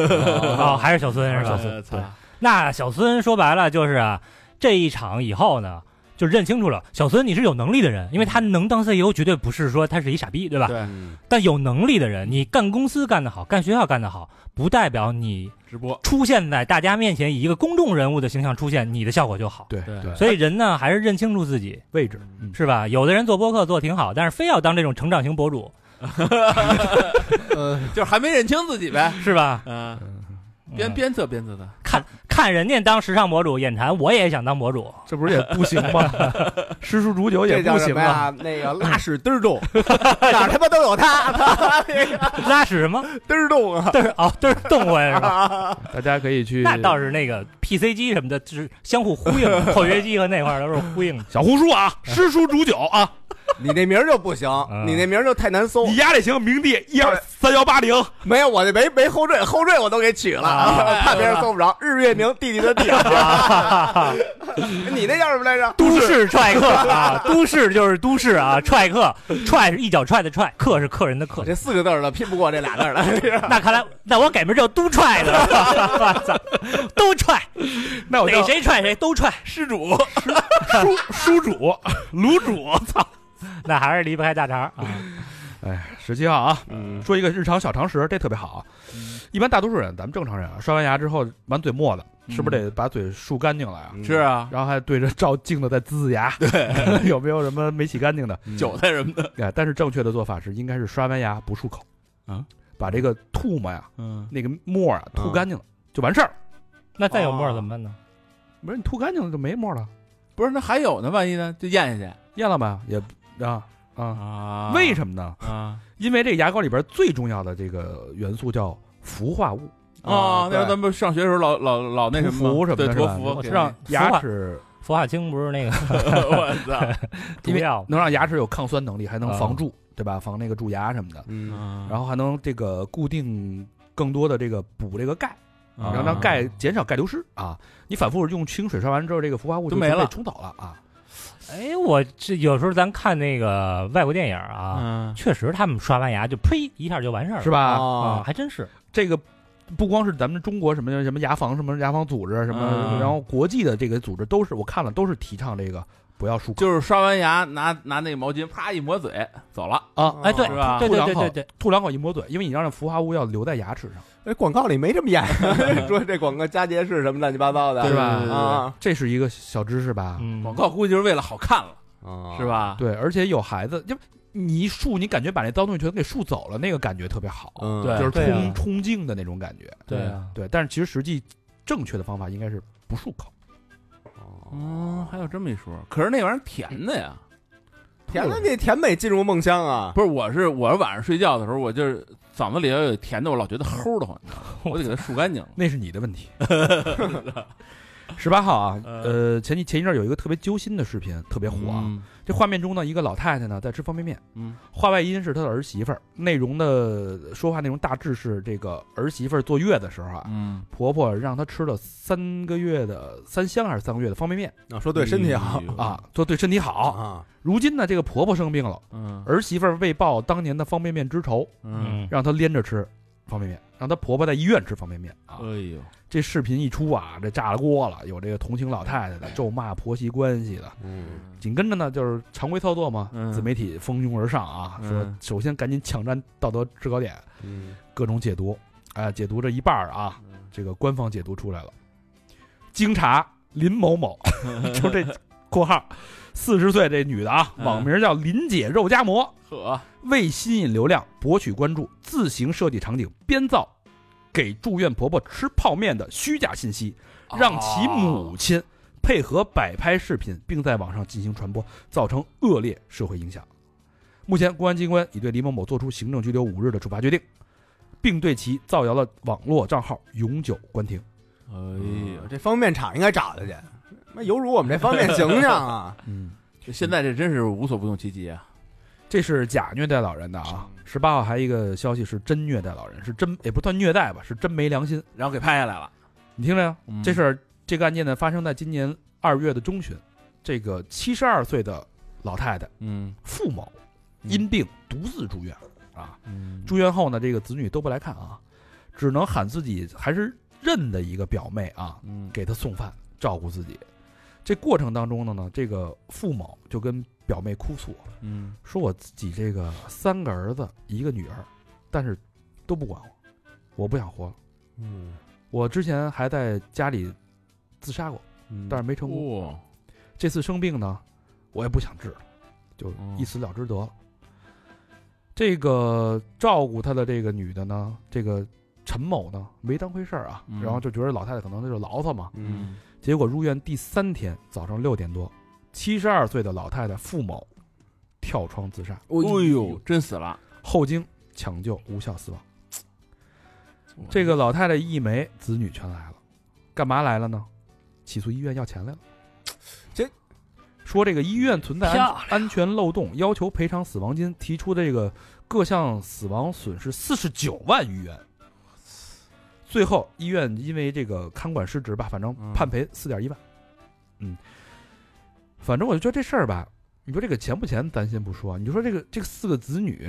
[SPEAKER 4] 哦，还是小孙是吧？
[SPEAKER 3] 小孙
[SPEAKER 5] 呃操
[SPEAKER 3] 对
[SPEAKER 4] 那小孙说白了就是啊，这一场以后呢，就认清楚了，小孙你是有能力的人，因为
[SPEAKER 3] 嗯
[SPEAKER 4] 他能当 CEO，绝对不是说他是一傻逼，对吧？
[SPEAKER 5] 对，
[SPEAKER 2] 嗯
[SPEAKER 4] 但有能力的人，你干公司干得好，干学校干得好，不代表你
[SPEAKER 5] 直播，
[SPEAKER 4] 出现在大家面前以一个公众人物的形象出现，你的效果就好。
[SPEAKER 3] 对
[SPEAKER 5] 对
[SPEAKER 4] 所以人呢，还是认清楚自己，
[SPEAKER 3] 位置，嗯，
[SPEAKER 4] 是吧？有的人做播客做得挺好，但是非要当这种成长型博主，
[SPEAKER 2] 呃，
[SPEAKER 5] 就是还没认清自己呗。
[SPEAKER 4] 是吧？
[SPEAKER 5] 嗯，
[SPEAKER 4] 嗯
[SPEAKER 5] 鞭鞭策鞭策他，
[SPEAKER 4] 看看人家当时尚博主，眼馋我也想当博 主，
[SPEAKER 3] 这不是也不行吗？诗书煮酒也
[SPEAKER 2] 这
[SPEAKER 3] 不
[SPEAKER 2] 叫什
[SPEAKER 3] 行
[SPEAKER 2] 么
[SPEAKER 3] 啊，
[SPEAKER 2] 呀？那个拉屎嘚儿动，哪儿他妈都有他，他那个
[SPEAKER 4] 拉屎什么
[SPEAKER 2] 嘚儿动啊！
[SPEAKER 4] 嘚儿哦，嘚儿动过呀，是吧？
[SPEAKER 3] 大家可以去。
[SPEAKER 4] 那倒是那个 PC 机什么的，就是相互呼应， 括约肌和那块儿都是呼应的。
[SPEAKER 3] 小胡说啊，诗书煮酒啊，
[SPEAKER 2] 你那名儿就不行，
[SPEAKER 4] 嗯
[SPEAKER 2] 你那名儿就太难搜。
[SPEAKER 3] 你丫这行，明帝一二三幺八零，
[SPEAKER 2] 没有，我这没没后缀，后缀我都给取了，
[SPEAKER 4] 啊
[SPEAKER 2] 怕别人搜不着。日月明，弟弟的弟，啊 你那叫什么来着？
[SPEAKER 4] 都市踹 客啊，都市就是都市啊，踹客，踹是一脚踹的踹，客是客人的客
[SPEAKER 2] 我。这四个字儿的拼不过这俩字儿的。
[SPEAKER 4] 那看来，那我改名叫都踹的， 我操，都踹，
[SPEAKER 3] 那我
[SPEAKER 4] 逮
[SPEAKER 3] 叫
[SPEAKER 4] 谁踹谁，都踹施主，
[SPEAKER 3] 书书主、卤主，操！
[SPEAKER 4] 那还是离不开大肠啊。
[SPEAKER 3] 哎，十七号啊，
[SPEAKER 2] 嗯，
[SPEAKER 3] 说一个日常小常识，这特别好啊。一般大多数人，咱们正常人啊，刷完牙之后满嘴沫子，是不是得把嘴漱干净了呀？
[SPEAKER 2] 嗯
[SPEAKER 5] 是啊，
[SPEAKER 3] 然后还对着照镜子再呲呲牙，对， 有没有什么没洗干净的？
[SPEAKER 5] 韭菜什么的，
[SPEAKER 3] 哎，但是正确的做法是，应该是刷完牙不漱口
[SPEAKER 5] 啊，
[SPEAKER 3] 把这个吐沫呀、
[SPEAKER 5] 嗯，
[SPEAKER 3] 那个沫儿啊吐
[SPEAKER 2] 嗯
[SPEAKER 3] 干净了，就完事儿了。
[SPEAKER 4] 那再有沫儿怎么办呢？
[SPEAKER 3] 不是你吐干净了就没沫了，
[SPEAKER 5] 不是，那还有呢，万一呢，就咽下
[SPEAKER 3] 咽了吧也啊
[SPEAKER 5] 去
[SPEAKER 3] 啊？
[SPEAKER 5] 啊
[SPEAKER 3] 为
[SPEAKER 5] 么
[SPEAKER 3] 什么呢？
[SPEAKER 5] 啊？
[SPEAKER 3] 因为这个牙膏里边最重要的这个元素叫氟化物，
[SPEAKER 5] 啊，
[SPEAKER 2] 啊
[SPEAKER 5] 那时候
[SPEAKER 2] 对
[SPEAKER 5] 咱们上学的时候老老老那什么
[SPEAKER 3] 涂氟什么的
[SPEAKER 5] 对，
[SPEAKER 3] 是
[SPEAKER 5] 托
[SPEAKER 3] 吧
[SPEAKER 5] 福
[SPEAKER 4] 对
[SPEAKER 3] 让牙齿
[SPEAKER 4] 氟化氢不是 那个
[SPEAKER 5] 我操，
[SPEAKER 4] 毒药吗？
[SPEAKER 3] 能让牙齿有抗酸能力，还能
[SPEAKER 5] 啊
[SPEAKER 3] 防蛀，对吧？防那个蛀牙什么的，
[SPEAKER 2] 嗯，
[SPEAKER 3] 然后还能这个固定更多的这个补这个钙，
[SPEAKER 5] 啊
[SPEAKER 3] 然后让钙减少钙流失啊。你反复用清水刷完之后，这个氟化物
[SPEAKER 5] 都
[SPEAKER 3] 就
[SPEAKER 5] 没
[SPEAKER 3] 全被
[SPEAKER 5] 了
[SPEAKER 3] 冲走了啊。
[SPEAKER 4] 哎，我这有时候咱看那个外国电影啊，
[SPEAKER 5] 嗯
[SPEAKER 4] 确实他们刷完牙就呸一下就完事儿了，
[SPEAKER 3] 是吧？
[SPEAKER 4] 啊，
[SPEAKER 2] 哦，
[SPEAKER 4] 还真是。
[SPEAKER 3] 这个不光是咱们中国什么什么牙防什么牙防组织什么，
[SPEAKER 5] 嗯
[SPEAKER 3] 然后国际的这个组织都是我看了都是提倡这个不要漱口，
[SPEAKER 5] 就是刷完牙拿拿那个毛巾啪一抹嘴走了，
[SPEAKER 2] 哦
[SPEAKER 3] 啊。
[SPEAKER 4] 哎，对
[SPEAKER 5] 是吧
[SPEAKER 4] 对
[SPEAKER 3] 吐
[SPEAKER 4] 对对
[SPEAKER 3] 两口
[SPEAKER 4] 对对，
[SPEAKER 3] 吐两口一抹嘴，因为你让氟化物要留在牙齿上，
[SPEAKER 2] 哎， 广告里没这么演，说这广告佳洁士什么乱七八糟的，
[SPEAKER 5] 对
[SPEAKER 3] 吧
[SPEAKER 5] 对对
[SPEAKER 2] 啊，
[SPEAKER 3] 这是一个小知识吧？
[SPEAKER 4] 嗯，
[SPEAKER 5] 广告估计就是为了好看了，
[SPEAKER 2] 啊
[SPEAKER 5] 是？吧？
[SPEAKER 3] 对，而且有孩子，就你一漱，你感觉把那脏东西全给漱走了，那个感觉特别好，
[SPEAKER 2] 嗯，
[SPEAKER 4] 对
[SPEAKER 3] 就是
[SPEAKER 4] 对
[SPEAKER 3] 冲、
[SPEAKER 4] 啊
[SPEAKER 3] 冲净的那种感觉。
[SPEAKER 4] 对啊，
[SPEAKER 3] 对，但是其实实际正确的方法应该是不漱口，
[SPEAKER 5] 哦，还有这么一说，可是那玩意儿甜的呀。
[SPEAKER 2] 甜的那甜美进入梦乡啊，
[SPEAKER 5] 不是，我是我是晚上睡觉的时候，我就是嗓子里要有甜的，我老觉得齁的慌，你知道吗我得给它漱干净了。
[SPEAKER 3] 那是你的问 题。十八号啊，
[SPEAKER 5] 呃
[SPEAKER 3] 呃，前几前一阵儿有一个特别揪心的视频，特别火啊。这画面中呢，一个老太太呢在吃方便面，
[SPEAKER 5] 嗯，
[SPEAKER 3] 话外音是她的儿媳妇儿，内容的呃说话内容大致是这个儿媳妇儿坐月的时候啊，
[SPEAKER 5] 嗯，
[SPEAKER 3] 婆婆让她吃了三个月的三箱还是三个月的方便面
[SPEAKER 2] 啊说对身体好
[SPEAKER 5] 嗯哎
[SPEAKER 3] 啊，说对身体好。
[SPEAKER 2] 啊，
[SPEAKER 3] 如今呢，这个婆婆生病了，
[SPEAKER 5] 嗯
[SPEAKER 3] 儿媳妇儿为报当年的方便面之仇，
[SPEAKER 5] 嗯，
[SPEAKER 4] 嗯，
[SPEAKER 3] 让她连着吃方便面，让她婆婆在医院吃方便面啊
[SPEAKER 5] 哎。呦，
[SPEAKER 3] 这视频一出啊，这炸了锅了，有这个同情老太太的，咒骂婆媳关系的。
[SPEAKER 2] 嗯，
[SPEAKER 3] 紧跟着呢，就是常规操作嘛，
[SPEAKER 5] 嗯
[SPEAKER 3] 自媒体蜂拥而上啊，
[SPEAKER 5] 嗯
[SPEAKER 3] 说首先赶紧抢占道德制高点，
[SPEAKER 2] 嗯
[SPEAKER 3] 各种解读，啊、解读这一半儿啊，
[SPEAKER 5] 嗯
[SPEAKER 3] 这个官方解读出来了，经查林某 某，就这括号，四十岁这女的啊，
[SPEAKER 5] 嗯
[SPEAKER 3] 网名叫林姐肉夹馍，
[SPEAKER 5] 呵，啊
[SPEAKER 3] 为吸引流量、博取关注，自行设计场景，编造给住院婆婆吃泡面的虚假信息，让其
[SPEAKER 5] 哦
[SPEAKER 3] 母亲配合摆拍视频，并在网上进行传播，造成恶劣社会影响。目前，公安机关已对李某某作出行政拘留五日的处罚决定，并对其造谣的网络账号永久关停。
[SPEAKER 5] 哎呦，
[SPEAKER 2] 这方便面厂应该找他去，那有辱我们这方便形象啊，
[SPEAKER 3] 嗯，
[SPEAKER 5] 这现在这真是无所不用其极啊！
[SPEAKER 3] 这是假虐待老人的啊。十八号还有一个消息是真虐待老人，是真也不算虐待吧，是真没良心。
[SPEAKER 5] 然后给拍下来了，
[SPEAKER 3] 你听着呀、
[SPEAKER 5] 嗯
[SPEAKER 3] 这事儿这个案件呢，发生在今年二月的中旬。这个七十二岁的老太太
[SPEAKER 5] 嗯
[SPEAKER 3] 付某
[SPEAKER 5] 嗯
[SPEAKER 3] 因病独自住院啊，
[SPEAKER 5] 嗯
[SPEAKER 3] 住院后呢，这个子女都不来看啊，只能喊自己还是认的一个表妹啊，
[SPEAKER 5] 嗯
[SPEAKER 3] 给她送饭照顾自己。这过程当中呢呢，这个付某就跟表妹哭诉
[SPEAKER 5] 嗯，
[SPEAKER 3] 说：“我自己这个三个儿子一个女儿，但是都不管我，我不想活了。
[SPEAKER 2] 嗯，
[SPEAKER 3] 我之前还在家里自杀过，但是没成功。
[SPEAKER 5] 哇，
[SPEAKER 3] 这次生病呢，我也不想治了，就一死了之得了。这个照顾他的这个女的呢，这个陈某呢，没当回事儿啊，
[SPEAKER 5] 嗯
[SPEAKER 3] 然后就觉得老太太可能就是牢骚嘛。
[SPEAKER 2] 嗯，
[SPEAKER 3] 结果入院第三天早上六点多，七十二岁的老太太付某跳窗自杀，
[SPEAKER 5] 哎呦，真死了，
[SPEAKER 3] 后经抢救无效死亡。这个老太太一没子女全来了，干嘛来了呢？起诉医院要钱来了。
[SPEAKER 2] 这
[SPEAKER 3] 说这个医院存在
[SPEAKER 4] 漂
[SPEAKER 3] 安安全漏洞，要求赔偿死亡金，提出这个各项死亡损失四十九万余元。最后，医院因为这个看管失职吧，反正
[SPEAKER 5] 嗯
[SPEAKER 3] 判赔四点一万。嗯反正我就觉得这事儿吧，你说这个钱不钱，咱先不说，啊你就说这个这个四个子女，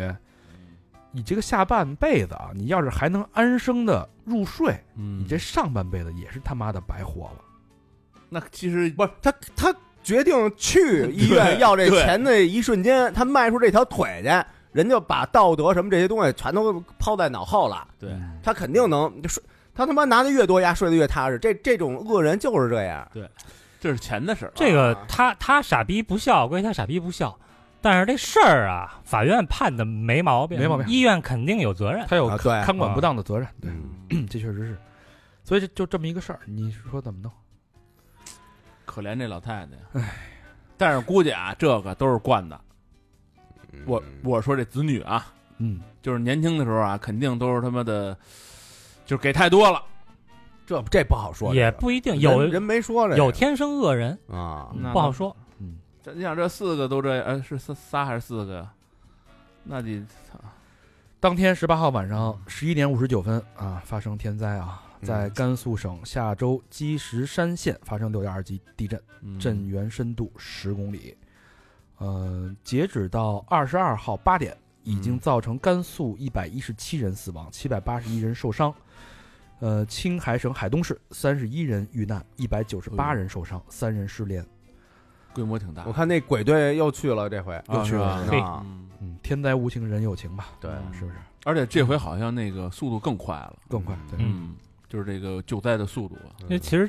[SPEAKER 3] 你这个下半辈子啊，你要是还能安生的入睡，
[SPEAKER 5] 嗯
[SPEAKER 3] 你这上半辈子也是他妈的白活了。
[SPEAKER 5] 那其实
[SPEAKER 2] 不是他他决定去医院要这钱的一瞬间，他迈出这条腿去，人就把道德什么这些东西全都抛在脑后了。
[SPEAKER 5] 对
[SPEAKER 3] 嗯
[SPEAKER 2] 他肯定能就睡，他他妈拿的越多，牙睡得越踏实。这这种恶人就是这样。
[SPEAKER 5] 这是钱的事儿，
[SPEAKER 4] 这个
[SPEAKER 2] 啊
[SPEAKER 4] 他他傻逼不孝归他傻逼不孝，但是这事儿啊，法院判的没毛病，
[SPEAKER 3] 没毛病
[SPEAKER 4] 医院肯定有责任。
[SPEAKER 3] 他有
[SPEAKER 2] 啊
[SPEAKER 3] 看
[SPEAKER 2] 对
[SPEAKER 3] 看管不当的责任，对，
[SPEAKER 2] 嗯，
[SPEAKER 3] 这确实是。所以就就这么一个事儿，你说怎么弄？
[SPEAKER 5] 可怜这老太太。唉，但是估计啊，这个都是惯的。我
[SPEAKER 2] 嗯
[SPEAKER 5] 我说这子女啊，
[SPEAKER 3] 嗯，
[SPEAKER 5] 就是年轻的时候啊，肯定都是他妈的，就是给太多了。
[SPEAKER 2] 这这不好说，
[SPEAKER 4] 也
[SPEAKER 2] 这个
[SPEAKER 4] 不一定有
[SPEAKER 2] 人人没说这个
[SPEAKER 4] 有天生恶人，
[SPEAKER 2] 啊，
[SPEAKER 3] 那
[SPEAKER 4] 不好说。
[SPEAKER 5] 这你想这四个都这，呃，是仨仨还是四个呀？那得操，
[SPEAKER 3] 当天十八号晚上十一点五十九分啊，发生天灾啊，
[SPEAKER 2] 嗯
[SPEAKER 3] 在甘肃省夏州积石山县发生六点二级地震，
[SPEAKER 5] 嗯
[SPEAKER 3] 震源深度十公里。呃，截止到二十二号八点，已经造成甘肃一百一十七人死亡，七百八十一人受伤。呃，青海省海东市三十一人遇难，一百九十八人受伤，三人失联。
[SPEAKER 5] 规模挺大
[SPEAKER 2] 我。看那鬼队又去了，这回
[SPEAKER 3] 啊又去了
[SPEAKER 5] 啊
[SPEAKER 4] 嘿
[SPEAKER 2] 啊，
[SPEAKER 5] 嗯，哎
[SPEAKER 3] 嗯，天灾无情人有情吧？
[SPEAKER 2] 对
[SPEAKER 3] 是不是
[SPEAKER 5] 而且这回好像那个速度更快了，
[SPEAKER 3] 更快？对，
[SPEAKER 4] 嗯，
[SPEAKER 5] 就是这个救灾的速度啊。
[SPEAKER 3] 嗯
[SPEAKER 4] 因
[SPEAKER 2] 嗯
[SPEAKER 4] 为其实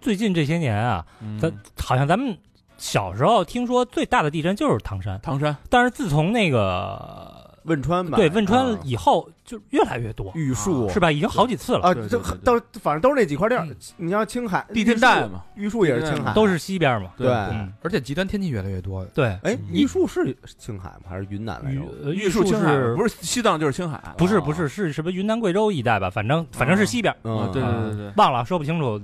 [SPEAKER 4] 最近这些年啊，咱
[SPEAKER 5] 嗯
[SPEAKER 4] 好像咱们小时候听说最大的地震就是唐山，
[SPEAKER 5] 唐山
[SPEAKER 4] 但是自从那个
[SPEAKER 2] 汶川吧，
[SPEAKER 4] 对汶川
[SPEAKER 2] 啊
[SPEAKER 4] 以后，就越来越多，
[SPEAKER 2] 玉树
[SPEAKER 4] 是吧？已经好几次了，
[SPEAKER 2] 啊，
[SPEAKER 5] 对对
[SPEAKER 2] 这
[SPEAKER 5] 对
[SPEAKER 2] 很
[SPEAKER 5] 对嗯
[SPEAKER 2] 都反正都是那几块地儿。你像青海
[SPEAKER 5] 地震带，嘛，
[SPEAKER 2] 玉树玉树也是青海，
[SPEAKER 4] 都是西边嘛。
[SPEAKER 2] 对。
[SPEAKER 5] 哎
[SPEAKER 4] 嗯，
[SPEAKER 3] 而且极端天气越来越多，
[SPEAKER 4] 对。
[SPEAKER 2] 哎，
[SPEAKER 5] 嗯
[SPEAKER 2] 玉树是青海吗？还是云南来着？
[SPEAKER 4] 呃
[SPEAKER 5] 玉
[SPEAKER 4] 玉玉
[SPEAKER 5] 树
[SPEAKER 4] 树
[SPEAKER 5] 青海
[SPEAKER 4] 是
[SPEAKER 5] 不是西藏就是青海，啊
[SPEAKER 4] 不是不是是什么云南贵州一带吧？反正反正是西边，
[SPEAKER 2] 嗯
[SPEAKER 5] 啊，对对对对，
[SPEAKER 4] 忘了说不清楚，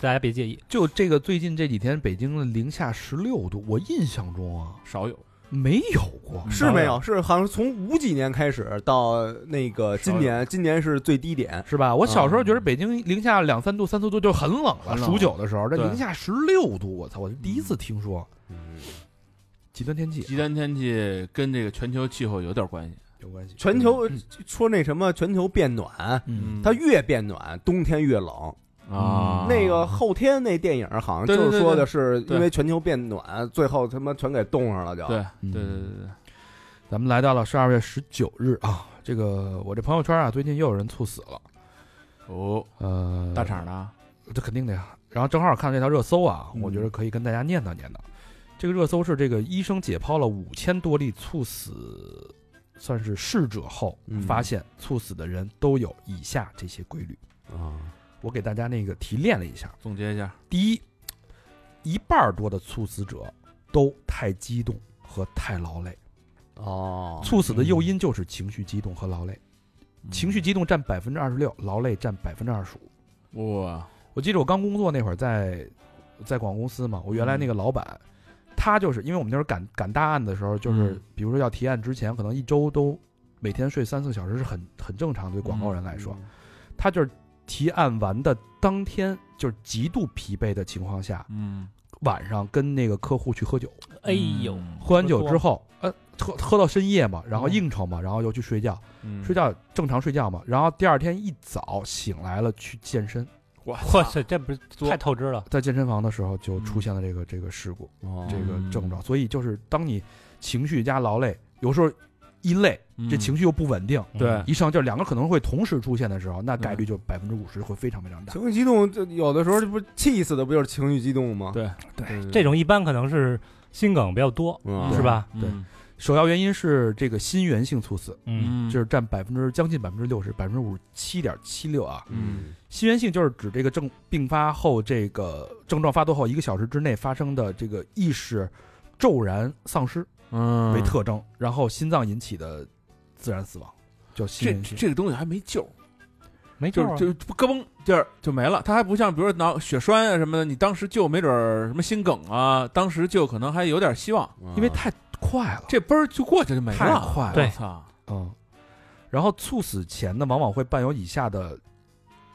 [SPEAKER 4] 大家别介意。
[SPEAKER 3] 就这个最近这几天，北京的零下十六度，我印象中啊
[SPEAKER 5] 少有
[SPEAKER 3] 没有过。
[SPEAKER 2] 嗯是没有，是好像从五几年开始到那个今年，今年是最低点。
[SPEAKER 3] 是吧？我小时候觉得北京零下两三度、三四度嗯就很冷了，
[SPEAKER 5] 很冷
[SPEAKER 3] 数九的时候，这
[SPEAKER 5] 对
[SPEAKER 3] 零下十六度，我操！我是第一次听说
[SPEAKER 5] 嗯
[SPEAKER 3] 极端天气
[SPEAKER 5] 极端天气跟这个全球气候有点关系。
[SPEAKER 3] 有关系。
[SPEAKER 2] 全球说那什么全球变暖，
[SPEAKER 3] 嗯，
[SPEAKER 2] 它越变暖，冬天越冷。
[SPEAKER 5] 啊，
[SPEAKER 2] 那个后天那电影好像
[SPEAKER 5] 对对
[SPEAKER 2] 就
[SPEAKER 5] 对
[SPEAKER 2] 是说的是
[SPEAKER 5] 对
[SPEAKER 2] 因为全球变暖，最后他妈全给冻上了就。
[SPEAKER 5] 对对对对对，
[SPEAKER 3] 嗯咱们来到了十二月十九日啊，这个我这朋友圈啊，最近又有人猝死了，
[SPEAKER 5] 哦，
[SPEAKER 3] 呃，
[SPEAKER 5] 大厂的，
[SPEAKER 3] 这肯定的呀。然后正好看了这条热搜啊，
[SPEAKER 2] 嗯
[SPEAKER 3] 我觉得可以跟大家念叨念叨。这个热搜是这个医生解剖了五千多例猝死，算是逝者后，
[SPEAKER 2] 嗯
[SPEAKER 3] 发现猝死的人都有以下这些规律。
[SPEAKER 2] 啊，
[SPEAKER 3] 我给大家那个提炼了一下，
[SPEAKER 5] 总结一下，
[SPEAKER 3] 第一，一半儿多的猝死者都太激动和太劳累。
[SPEAKER 2] 哦，
[SPEAKER 3] 猝死的诱因就是情绪激动和劳累，嗯情
[SPEAKER 2] 嗯
[SPEAKER 3] 绪激动占百分之二十六，劳累占百分之二十五。
[SPEAKER 5] 哇，
[SPEAKER 3] 我记得我刚工作那会儿在在广告公司嘛，我原来那个老板，他就是因为我们那时候赶赶大案的时候，就是
[SPEAKER 5] 嗯
[SPEAKER 3] 比如说要提案之前，可能一周都每天睡三四个小时是很很正常的，对广告人来说，
[SPEAKER 2] 嗯
[SPEAKER 3] 他就是提案完的当天就是极度疲惫的情况下，
[SPEAKER 5] 嗯，
[SPEAKER 3] 晚上跟那个客户去喝酒，
[SPEAKER 4] 哎呦，
[SPEAKER 3] 喝完酒之后，呃，喝喝到深夜嘛，然后应酬嘛，然后又去睡觉，睡
[SPEAKER 5] 觉，
[SPEAKER 3] 觉正常睡觉嘛，然后第二天一早醒来了去健身，
[SPEAKER 5] 哇
[SPEAKER 4] 我操，这不是
[SPEAKER 5] 作
[SPEAKER 4] 太透支了。
[SPEAKER 3] 在健身房的时候就出现了这个这个事故，
[SPEAKER 2] 哦
[SPEAKER 3] 这个症状。所以就是当你情绪加劳累，有时候一累，
[SPEAKER 5] 嗯
[SPEAKER 3] 这情绪又不稳
[SPEAKER 4] 嗯
[SPEAKER 3] 定，
[SPEAKER 5] 对
[SPEAKER 3] 一上劲儿，两个可能会同时出现的时候，那概率
[SPEAKER 5] 嗯
[SPEAKER 3] 就百分之五十会非常非常大。
[SPEAKER 2] 情绪激动，这有的时候这不是气死的，不就是情绪激动吗？
[SPEAKER 5] 对
[SPEAKER 4] 这种一般可能是心梗比较多，
[SPEAKER 2] 嗯
[SPEAKER 4] 是吧？
[SPEAKER 3] 首要原因是这个心源性猝死，
[SPEAKER 4] 嗯，
[SPEAKER 3] 就是占百分之将近百分之六十，百分之五十七点七六啊。
[SPEAKER 5] 嗯
[SPEAKER 3] 心源性就是指这个症并发后，这个症状发作后一个小时之内发生的这个意识骤然丧失
[SPEAKER 5] 嗯
[SPEAKER 3] 为特征，然后心脏引起的自然死亡，叫心
[SPEAKER 5] 这
[SPEAKER 3] 源性。
[SPEAKER 5] 这个东西还没救，
[SPEAKER 4] 没
[SPEAKER 5] 就
[SPEAKER 4] 救
[SPEAKER 3] 哦
[SPEAKER 4] 啊。
[SPEAKER 5] 是就咯嘣就是就没了。它还不像，比如说脑血栓啊什么的，你当时救没准儿什么心梗啊，当时救可能还有点希望，
[SPEAKER 2] 嗯，
[SPEAKER 3] 因为太快了，
[SPEAKER 5] 这嘣儿就过去就没了，
[SPEAKER 3] 太快了
[SPEAKER 4] 对
[SPEAKER 5] 我操，
[SPEAKER 3] 嗯。然后猝死前呢，往往会伴有以下的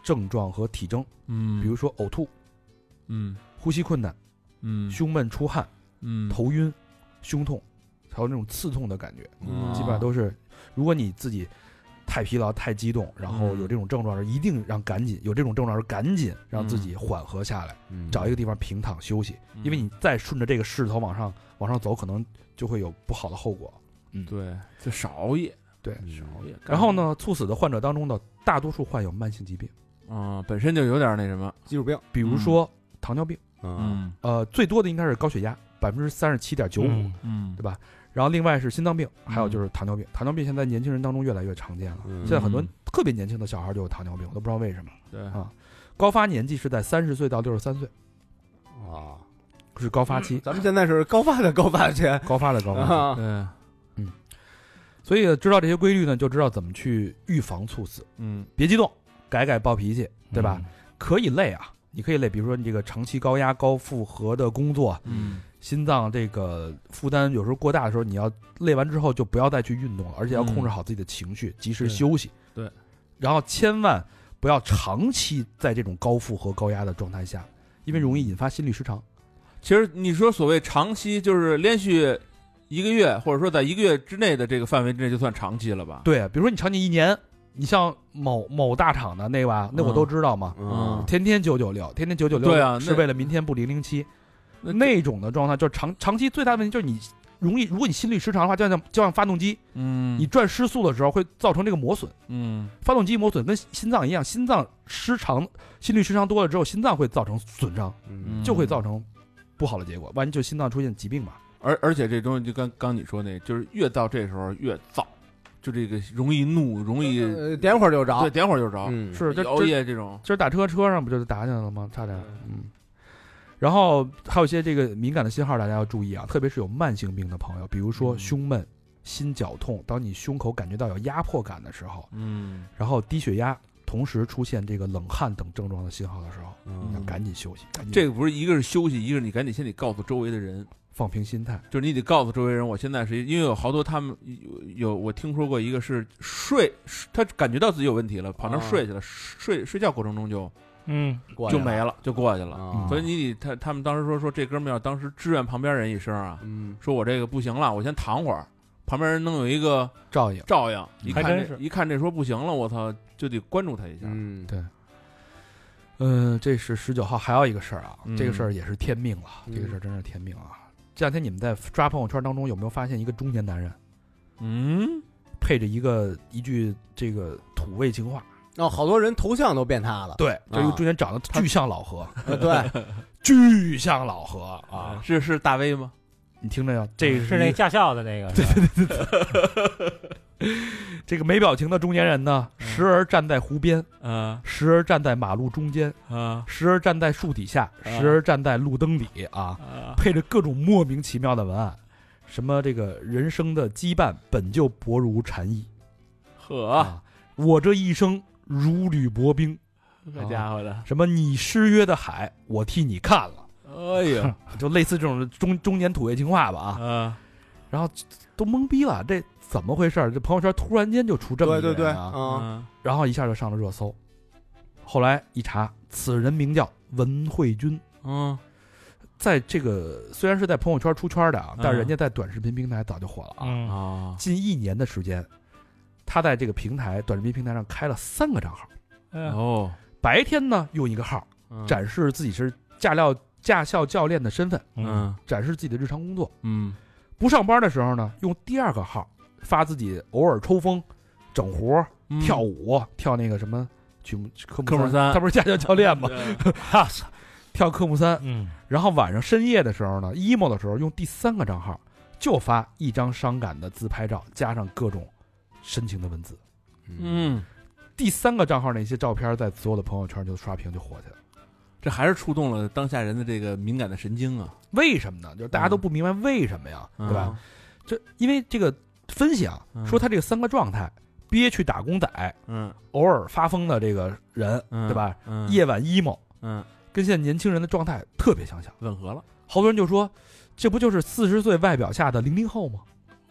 [SPEAKER 3] 症状和体征，
[SPEAKER 5] 嗯，
[SPEAKER 3] 比如说呕吐、
[SPEAKER 5] 嗯
[SPEAKER 3] 呼呼吸困难、
[SPEAKER 5] 嗯
[SPEAKER 3] 胸闷、出汗、
[SPEAKER 5] 嗯
[SPEAKER 3] 头晕、胸痛，还有那种刺痛的感觉，
[SPEAKER 5] 嗯
[SPEAKER 3] 基本上都是，如果你自己太疲劳、太激动，然后
[SPEAKER 5] 嗯
[SPEAKER 3] 有这种症状时，一定让赶紧有这种症状时赶紧让自己
[SPEAKER 5] 嗯
[SPEAKER 3] 缓和下来，
[SPEAKER 2] 嗯
[SPEAKER 3] 找一个地方平躺休息，因为你再顺着这个势头往上往上走，可能就会有不好的后果。
[SPEAKER 5] 对就少熬夜，
[SPEAKER 3] 对
[SPEAKER 5] 少熬
[SPEAKER 2] 嗯
[SPEAKER 5] 夜。
[SPEAKER 3] 然后呢，猝死的患者当中的大多数患有慢性疾病，
[SPEAKER 5] 干，嗯，本身就有点那什么，
[SPEAKER 2] 基础病，
[SPEAKER 3] 比如说糖尿病，
[SPEAKER 2] 嗯，
[SPEAKER 3] 呃，最多的应该是高血压，百分之三十七点九五，
[SPEAKER 4] 嗯
[SPEAKER 5] 嗯
[SPEAKER 3] 对，吧？然后另外是心脏病，
[SPEAKER 5] 嗯
[SPEAKER 3] 还有就是糖尿病。糖尿病现在年轻人当中越来越常见了，
[SPEAKER 2] 嗯
[SPEAKER 3] 现在很多
[SPEAKER 5] 嗯
[SPEAKER 3] 特别年轻的小孩就有糖尿病，我都不知道为什么。
[SPEAKER 5] 对
[SPEAKER 3] 啊高发年纪是在三十岁到六十三岁，
[SPEAKER 2] 啊，
[SPEAKER 3] 是高发期，
[SPEAKER 2] 咱们现在是高发的高发去
[SPEAKER 3] 高发的高发期。
[SPEAKER 2] 嗯啊，
[SPEAKER 5] 对，
[SPEAKER 3] 所以知道这些规律呢，就知道怎么去预防猝死。
[SPEAKER 5] 嗯
[SPEAKER 3] 别激动，改改暴脾气，对吧？？可以累啊，你可以累，比如说你这个长期高压、高负荷的工作，
[SPEAKER 5] 嗯
[SPEAKER 3] 心脏这个负担有时候过大的时候，你要累完之后就不要再去运动了，而且要控制好自己的情绪，及时休息。
[SPEAKER 5] 对对
[SPEAKER 3] 然后千万不要长期在这种高负荷、高压的状态下，因为容易引发心律失常。
[SPEAKER 5] 嗯其实你说所谓长期，就是连续一个月，或者说在一个月之内的这个范围之内，就算长期了吧？
[SPEAKER 3] 对，比如说你长期一年，你像某某大厂的那吧，那我都知道嘛，
[SPEAKER 5] 嗯
[SPEAKER 3] 天天九九六，天天九九六，
[SPEAKER 5] 对啊那
[SPEAKER 3] 是为了明天不零零七，
[SPEAKER 5] 那
[SPEAKER 3] 那种的状态，就是长长期最大的问题就是你容易，如果你心律失常的话，就像就像发动机，
[SPEAKER 5] 嗯
[SPEAKER 3] 你转失速的时候会造成这个磨损。
[SPEAKER 5] 嗯
[SPEAKER 3] 发动机磨损跟心脏一样，心脏失常，心律失常多了之后，心脏会造成损伤，
[SPEAKER 2] 嗯
[SPEAKER 3] 就会造成不好的结果，万一就心脏出现疾病嘛。
[SPEAKER 5] 而而且这东西就刚刚你说那，就是越到这时候越燥，就这个容易怒，容易、
[SPEAKER 2] 呃点会儿就着
[SPEAKER 5] 对，，点会儿就着，
[SPEAKER 2] 嗯
[SPEAKER 3] 是，这
[SPEAKER 5] 熬
[SPEAKER 3] 这
[SPEAKER 5] 夜这种，
[SPEAKER 3] 今儿打车车上不就打起来了吗？差点，嗯。然后还有一些这个敏感的信号，大家要注意啊，特别是有慢性病的朋友，比如说
[SPEAKER 5] 嗯
[SPEAKER 3] 胸闷、心绞痛，当你胸口感觉到有压迫感的时候，
[SPEAKER 5] 嗯
[SPEAKER 3] 然后低血压，同时出现这个冷汗等症状的信号的时候，要
[SPEAKER 2] 嗯
[SPEAKER 3] 赶紧休息，赶紧
[SPEAKER 5] 这个不是一个是休息，一个是你赶紧先得告诉周围的人，
[SPEAKER 3] 放平心态。
[SPEAKER 5] 就是你得告诉周围人，我现在是因为有好多他们有有我听说过一个是睡，他感觉到自己有问题了，跑那儿
[SPEAKER 2] 啊
[SPEAKER 5] 睡去了，睡睡觉过程中就
[SPEAKER 4] 嗯，
[SPEAKER 2] 过
[SPEAKER 5] 就
[SPEAKER 2] 去
[SPEAKER 5] 没了，就过去了。
[SPEAKER 2] 啊，
[SPEAKER 5] 所以你得他他们当时说说这哥们儿要当时支援旁边人一声啊，
[SPEAKER 2] 嗯
[SPEAKER 5] 说我这个不行了，我先躺会儿，旁边人能有一个
[SPEAKER 3] 照应，
[SPEAKER 5] 照应，一看
[SPEAKER 4] 还真
[SPEAKER 5] 这
[SPEAKER 4] 是
[SPEAKER 5] 一看这说不行了，我操，就得关注他一下。
[SPEAKER 2] 嗯
[SPEAKER 3] 对嗯，这是十九号，还有一个事儿啊，
[SPEAKER 5] 嗯
[SPEAKER 3] 这个事儿也是天命了，
[SPEAKER 2] 嗯
[SPEAKER 3] 这个事儿真是天命啊。这两天你们在刷朋友圈当中有没有发现一个中年男人
[SPEAKER 5] 嗯，
[SPEAKER 3] 配着一个一句这个土味情话？
[SPEAKER 2] 哦，好多人头像都变他了，
[SPEAKER 3] 对，就一个
[SPEAKER 2] 啊
[SPEAKER 3] 中年长得巨像老何，
[SPEAKER 2] 呃对，
[SPEAKER 3] 巨像老何啊！
[SPEAKER 5] 是是大 V 吗？
[SPEAKER 3] 你听着呀，这
[SPEAKER 4] 是那驾校的那个，对
[SPEAKER 3] 这个没表情的中年人呢，
[SPEAKER 5] 嗯
[SPEAKER 3] 时而站在湖边，
[SPEAKER 5] 啊
[SPEAKER 3] 时而站在马路中间，
[SPEAKER 5] 啊
[SPEAKER 3] 时而站在树底下，
[SPEAKER 2] 啊
[SPEAKER 5] 嗯
[SPEAKER 3] 时而站在路灯里啊，
[SPEAKER 5] 啊！
[SPEAKER 3] 配着各种莫名其妙的文案，什么这个人生的羁绊本就薄如蝉翼
[SPEAKER 2] 啊
[SPEAKER 3] 啊
[SPEAKER 5] 呵，，
[SPEAKER 3] 我这一生如履薄冰，
[SPEAKER 5] 这家伙的，
[SPEAKER 3] 什么你失约的海，我替你看了，
[SPEAKER 5] 哎
[SPEAKER 2] 嗯
[SPEAKER 5] 呦
[SPEAKER 3] 就类似这种中中年土味情话吧 啊，
[SPEAKER 5] 啊！
[SPEAKER 3] 然后都懵逼了，这怎么回事儿？这朋友圈突然间就出这么
[SPEAKER 2] 对
[SPEAKER 3] 一个
[SPEAKER 2] 对
[SPEAKER 3] 人
[SPEAKER 2] 对，
[SPEAKER 3] 啊，
[SPEAKER 2] 啊，
[SPEAKER 5] 嗯
[SPEAKER 3] 然后一下就上了热搜。后来一查，此人名叫文慧君，
[SPEAKER 5] 嗯
[SPEAKER 3] 在这个虽然是在朋友圈出圈的啊，但
[SPEAKER 5] 嗯
[SPEAKER 3] 是人家在短视频平台早就火了啊。
[SPEAKER 4] 嗯，
[SPEAKER 5] 啊
[SPEAKER 3] 近一年的时间，他在这个平台短视频平台上开了三个账号，
[SPEAKER 4] 嗯
[SPEAKER 5] 哦，嗯
[SPEAKER 3] 白天呢用一个号展示自己是驾料驾校教练的身份，
[SPEAKER 5] 嗯
[SPEAKER 3] 展示自己的日常工作；
[SPEAKER 5] 嗯
[SPEAKER 3] 不上班的时候呢，用第二个号发自己偶尔抽风、整活儿、
[SPEAKER 5] 嗯
[SPEAKER 3] 跳舞、跳那个什么曲目科目
[SPEAKER 5] 科目三嗯
[SPEAKER 3] 他不是驾校教练吗？
[SPEAKER 5] 对
[SPEAKER 4] 哈操
[SPEAKER 3] 跳科目三，
[SPEAKER 4] 嗯，
[SPEAKER 3] 然后晚上深夜的时候呢，emo 的时候用第三个账号就发一张伤感的自拍照，加上各种深情的文字。
[SPEAKER 5] 嗯，
[SPEAKER 3] 第三个账号那些照片在所有的朋友圈就刷屏就火起来了。
[SPEAKER 5] 这还是触动了当下人的这个敏感的神经啊，
[SPEAKER 3] 为什么呢？就是大家都不明白为什么呀，
[SPEAKER 5] 嗯
[SPEAKER 3] 对吧？？这因为这个分析啊，
[SPEAKER 5] 嗯
[SPEAKER 3] 说他这个三个状态：憋屈打工仔，
[SPEAKER 5] 嗯，
[SPEAKER 3] 偶尔发疯的这个人，
[SPEAKER 5] 嗯
[SPEAKER 3] 对吧？
[SPEAKER 5] 嗯
[SPEAKER 3] 夜晚 emo，
[SPEAKER 5] 嗯
[SPEAKER 3] 跟现在年轻人的状态特别相像。
[SPEAKER 5] 吻合了，
[SPEAKER 3] 好多人就说，这不就是四十岁外表下的零零后吗？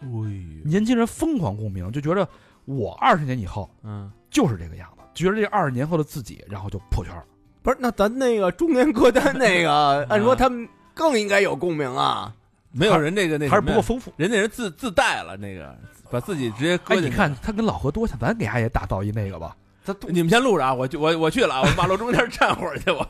[SPEAKER 5] 哎呦，
[SPEAKER 3] 年轻人疯狂共鸣，就觉着我二十年以后
[SPEAKER 5] 嗯
[SPEAKER 3] 就是这个样子，觉得这二十年后的自己，然后就破圈了。
[SPEAKER 2] 不是，那咱那个中年歌单那个，按说他们更应该有共鸣啊。
[SPEAKER 5] 没有人那个那
[SPEAKER 3] 还是
[SPEAKER 5] 什
[SPEAKER 3] 不
[SPEAKER 5] 么
[SPEAKER 3] 够
[SPEAKER 5] 呀，
[SPEAKER 3] 丰富。
[SPEAKER 5] 人家人自自带了那个，把自己直接搁
[SPEAKER 3] 哎，
[SPEAKER 5] 进去。
[SPEAKER 3] 你看他跟老何多像，咱给他也打造一那个 吧。
[SPEAKER 5] 你们先录着啊，我去我我去了啊，我马路中间站会儿去，我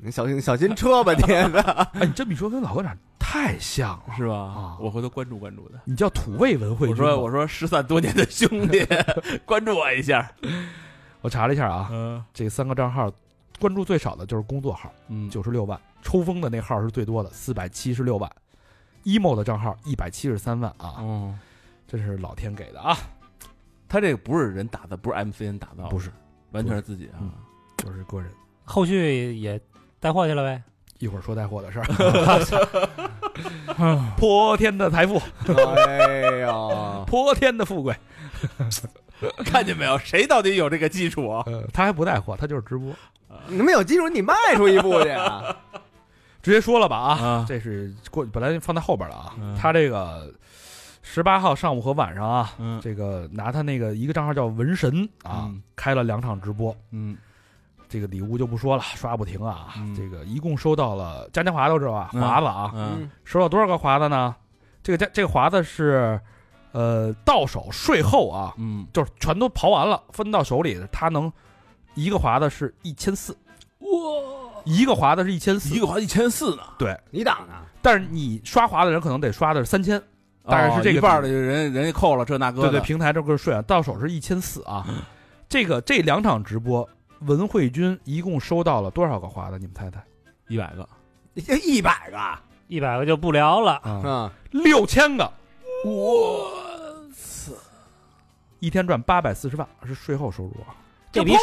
[SPEAKER 2] 你小心小心车吧，天的。
[SPEAKER 3] 哎，你这么一说，跟老何长太像了。
[SPEAKER 5] 是吧？
[SPEAKER 3] 啊
[SPEAKER 5] 我回头关注关注的。
[SPEAKER 3] 你叫土味文慧
[SPEAKER 5] 我
[SPEAKER 3] 君吧。
[SPEAKER 5] 说我说失散多年的兄弟， 关注我一下。
[SPEAKER 3] 我查了一下啊，
[SPEAKER 5] 嗯
[SPEAKER 3] 这三个账号关注最少的就是工作号，
[SPEAKER 5] 嗯
[SPEAKER 3] 九十六万，抽风的那号是最多的，四百七十六万，emo 的账号一百七十三万啊，
[SPEAKER 5] 哦，
[SPEAKER 3] 这是老天给的啊，
[SPEAKER 5] 他这个不是人打的，不是 MCN 打造的，
[SPEAKER 3] 不是，
[SPEAKER 5] 完全是自己啊
[SPEAKER 3] 嗯。就是个人。
[SPEAKER 4] 后续也带货去了呗。
[SPEAKER 3] 一会儿说带货的事儿，啊泼天的 财富，
[SPEAKER 2] 哎呀，
[SPEAKER 3] 泼天的富贵。
[SPEAKER 5] 看见没有？谁到底有这个基础啊？
[SPEAKER 3] 呃，他还不带货，他就是直播，
[SPEAKER 2] 你们有基础，你迈出一步去啊。
[SPEAKER 3] 直接说了吧啊，
[SPEAKER 5] 啊，
[SPEAKER 3] 这是过本来放在后边了啊，
[SPEAKER 5] 嗯
[SPEAKER 3] 他这个十八号上午和晚上啊，
[SPEAKER 5] 嗯
[SPEAKER 3] 这个拿他那个一个账号叫文神啊，
[SPEAKER 5] 嗯
[SPEAKER 3] 开了两场直播，
[SPEAKER 5] 嗯
[SPEAKER 3] 这个礼物就不说了，刷不停啊。
[SPEAKER 5] 嗯
[SPEAKER 3] 这个一共收到了，嘉年华都知道啊，
[SPEAKER 5] 嗯
[SPEAKER 3] 华子啊，
[SPEAKER 5] 嗯，
[SPEAKER 3] 收到多少个华子呢？这个嘉这个华子是，呃，到手税后啊，
[SPEAKER 5] 嗯，
[SPEAKER 3] 就是全都刨完了，分到手里，他能一个华子是一千四，
[SPEAKER 5] 哇，
[SPEAKER 3] 一个华子是一千四
[SPEAKER 5] 一，个花一千四呢，
[SPEAKER 2] 你挡呢？
[SPEAKER 3] 但是你刷华的人可能得刷的是三千，大概是这个
[SPEAKER 5] 哦一半儿的人人家扣了这那
[SPEAKER 3] 对
[SPEAKER 5] 个
[SPEAKER 3] 对，
[SPEAKER 5] 的，
[SPEAKER 3] 平台这个税啊，到手是一千四啊。这个这两场直播，文慧君一共收到了多少个华子？你们猜猜
[SPEAKER 5] 一百个，
[SPEAKER 2] 一百个
[SPEAKER 4] 一百个就不聊了，
[SPEAKER 3] 啊？
[SPEAKER 2] 啊，
[SPEAKER 3] 六千个，
[SPEAKER 5] 我操，
[SPEAKER 3] 一天赚八百四十万，是税后收入 啊，
[SPEAKER 4] 这比
[SPEAKER 2] 泼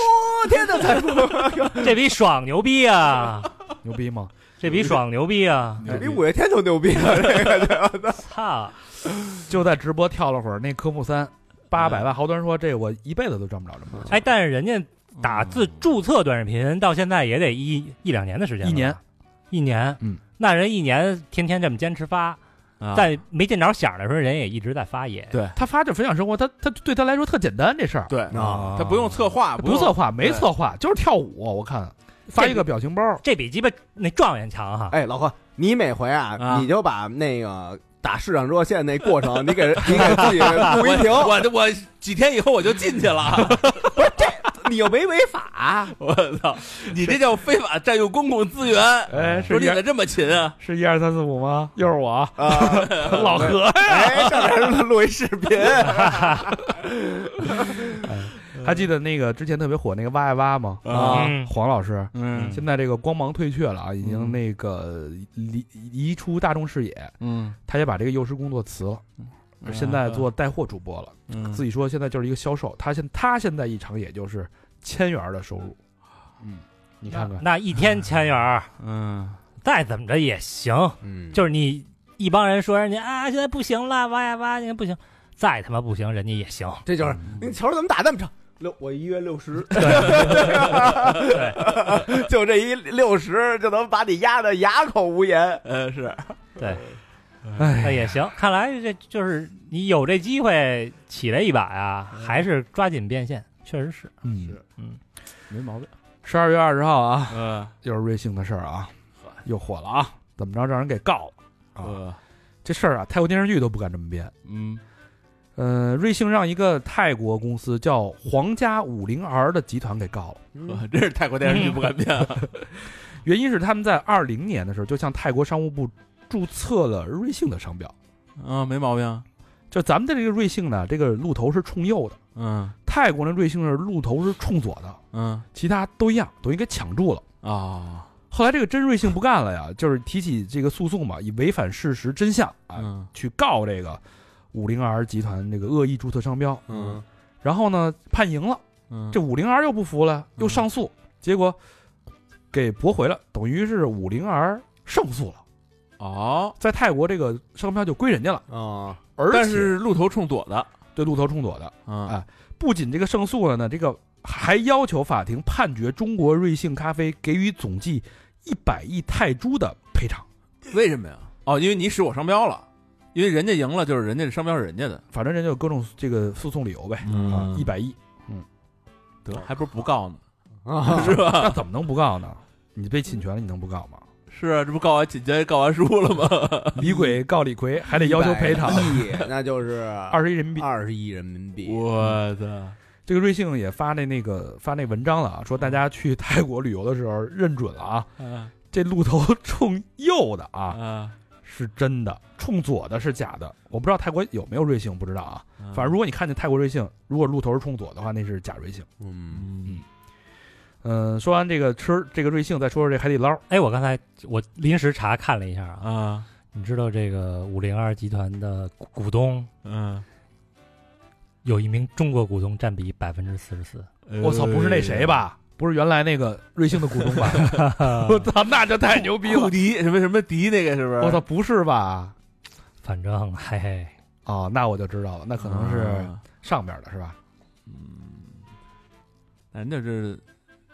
[SPEAKER 2] 天的财富，
[SPEAKER 4] 这比爽牛逼啊！
[SPEAKER 3] 牛逼吗？
[SPEAKER 4] 这比爽牛逼啊！
[SPEAKER 5] 哎
[SPEAKER 2] 比五月天都牛逼了。这个对吧
[SPEAKER 4] 操，
[SPEAKER 3] 就在直播跳了会儿，那科目三八百万，好多人说这我一辈子都赚不了这么多钱，
[SPEAKER 4] 哎，但是人家打字注册短视频到现在也得一一两年的时间，
[SPEAKER 3] 一年，
[SPEAKER 4] 一年，
[SPEAKER 3] 嗯，
[SPEAKER 4] 那人一年天天这么坚持发，
[SPEAKER 5] 啊
[SPEAKER 4] 在没见着响儿的时候，人也一直在发也。
[SPEAKER 5] 对
[SPEAKER 3] 他发这分享生活，他他对他来说特简单这事儿，
[SPEAKER 5] 对，
[SPEAKER 2] 啊
[SPEAKER 5] 哦他不用策划，
[SPEAKER 3] 他
[SPEAKER 5] 用
[SPEAKER 3] 不策划，没
[SPEAKER 5] 对
[SPEAKER 3] 策划，就是跳舞，我看发一个表情包，
[SPEAKER 4] 这比鸡巴那状元强哈！
[SPEAKER 2] 哎，老何，你每回啊
[SPEAKER 5] 啊，
[SPEAKER 2] 你就把那个打市场热线那过程，你给你给自己录一 停，
[SPEAKER 5] 我我几天以后我就进去了，
[SPEAKER 2] 你又没违法。
[SPEAKER 3] 啊
[SPEAKER 5] 我操！你这叫非法占用公共资源，
[SPEAKER 3] 哎，是
[SPEAKER 5] 说你
[SPEAKER 3] 一
[SPEAKER 5] 咋这么勤啊？
[SPEAKER 3] 是一二三四五吗？又是我 啊，
[SPEAKER 2] 啊，
[SPEAKER 3] 老何
[SPEAKER 2] 哎，上面录一视频，
[SPEAKER 3] 还记得那个之前特别火那个哇呀哇吗？
[SPEAKER 5] 啊
[SPEAKER 4] 嗯
[SPEAKER 3] 黄老师，
[SPEAKER 5] 嗯
[SPEAKER 3] 现在这个光芒退却了啊，已经
[SPEAKER 5] 嗯
[SPEAKER 3] 那个离移出大众视野，
[SPEAKER 5] 嗯，
[SPEAKER 3] 他也把这个幼师工作辞了，
[SPEAKER 5] 嗯
[SPEAKER 3] 现在做带货主播了，自己说现在就是一个销售，他现他现在一场也就是千元儿的收入，嗯，你看看，
[SPEAKER 4] 那一天千元儿，
[SPEAKER 5] 嗯
[SPEAKER 4] 再怎么着也行。
[SPEAKER 2] 嗯
[SPEAKER 4] 就是你一帮人说人家啊，现在不行了，挖呀挖，现在不行，再他妈不行，人家也行。
[SPEAKER 2] 这就是嗯你瞅瞅怎么打那么长。六，我一月六十，
[SPEAKER 4] 对
[SPEAKER 2] 就这一六十就能把你压得哑口无言。
[SPEAKER 5] 呃是
[SPEAKER 4] 对，那
[SPEAKER 3] 哎，
[SPEAKER 4] 也行。看来这就是你有这机会起来一把呀，还是抓紧变现，确实是。
[SPEAKER 3] 嗯
[SPEAKER 2] 是
[SPEAKER 3] 嗯
[SPEAKER 4] 嗯，
[SPEAKER 3] 没毛病。十二月二十号啊，
[SPEAKER 5] 嗯
[SPEAKER 3] 又是瑞幸的事儿啊，又火了啊，怎么着让人给告了？
[SPEAKER 5] 呃
[SPEAKER 3] 这事儿啊，泰国电视剧都不敢这么编。
[SPEAKER 5] 嗯
[SPEAKER 3] 呃，瑞幸让一个泰国公司叫皇家五零 R 的集团给告了，
[SPEAKER 5] 呵真是泰国电视剧
[SPEAKER 3] 嗯
[SPEAKER 5] 不敢变啊，
[SPEAKER 3] 原因是他们在二零年的时候就向泰国商务部注册了瑞幸的商标。
[SPEAKER 5] 啊没毛病，
[SPEAKER 3] 就咱们的这个瑞幸呢，这个路头是冲右的，
[SPEAKER 5] 嗯
[SPEAKER 3] 泰国的瑞幸是路头是冲左的，
[SPEAKER 5] 嗯
[SPEAKER 3] 其他都一样，等于给抢注了。
[SPEAKER 5] 啊
[SPEAKER 3] 后来这个真瑞幸不干了呀，就是提起这个诉讼嘛，以违反事实真相啊、
[SPEAKER 5] 嗯
[SPEAKER 3] 去告这个五零 R 集团这个恶意注册商标。
[SPEAKER 5] 嗯
[SPEAKER 3] 然后呢，判赢了。
[SPEAKER 5] 嗯
[SPEAKER 3] 这五零 R 又不服了，又上诉，结果给驳回了，等于是五零 R 胜诉了，
[SPEAKER 5] 哦，
[SPEAKER 3] 在泰国这个商标就归人家了，
[SPEAKER 2] 啊，
[SPEAKER 3] 而
[SPEAKER 5] 但
[SPEAKER 3] 且啊
[SPEAKER 5] 是路头冲左的，
[SPEAKER 3] 对路头冲左的，
[SPEAKER 5] 嗯
[SPEAKER 3] 不仅这个胜诉了呢，这个还要求法庭判决中国瑞幸咖啡给予总计一百亿泰铢的赔偿。
[SPEAKER 5] 为什么呀？哦，因为你使我商标了，因为人家赢了，就是人家商标是人家的，
[SPEAKER 3] 反正人家
[SPEAKER 5] 嗯
[SPEAKER 3] 嗯有各种这个诉讼理由呗，啊，一百亿，
[SPEAKER 5] 得还不如不告呢，
[SPEAKER 2] 啊，
[SPEAKER 5] 是吧？
[SPEAKER 3] 那怎么能不告呢？你被侵权了，你能不告 吗？
[SPEAKER 5] 是啊，这不告完紧接着告完书了 吗？
[SPEAKER 3] 李鬼告李逵，还得要求赔
[SPEAKER 5] 哎
[SPEAKER 3] 偿
[SPEAKER 2] 亿，那就是
[SPEAKER 3] 二十亿人民币。
[SPEAKER 2] 二十亿人民币。
[SPEAKER 5] 我的，
[SPEAKER 3] 这个瑞幸也发那那个发那文章了啊，说大家去泰国旅游的时候认准了啊，
[SPEAKER 5] 啊
[SPEAKER 3] 这路头冲右的啊
[SPEAKER 5] 啊，
[SPEAKER 3] 是真的，冲左的是假的。我不知道泰国有没有瑞幸，不知道啊。
[SPEAKER 5] 反
[SPEAKER 3] 反正如果你看见泰国瑞幸，如果路头是冲左的话，那是假瑞幸。
[SPEAKER 2] 嗯，
[SPEAKER 5] 嗯
[SPEAKER 3] 嗯，说完这个吃这个瑞幸，再说说这海底捞。
[SPEAKER 4] 哎，我刚才我临时查看了一下啊，
[SPEAKER 5] 啊
[SPEAKER 4] 你知道这个五零二集团的股股东
[SPEAKER 5] 嗯，
[SPEAKER 4] 有一名中国股东占比百分之四十四，
[SPEAKER 3] 我操，不是那谁？吧？不是原来那个瑞幸的股东吧？ 我操，那就太牛逼
[SPEAKER 5] 库
[SPEAKER 3] 了！
[SPEAKER 5] 迪什么什么迪那个是不是？
[SPEAKER 3] 我操，不是吧？
[SPEAKER 4] 反正嘿嘿，
[SPEAKER 3] 哦，那我就知道了，那可能是
[SPEAKER 5] 啊
[SPEAKER 3] 上边的是吧？
[SPEAKER 5] 嗯，哎，那这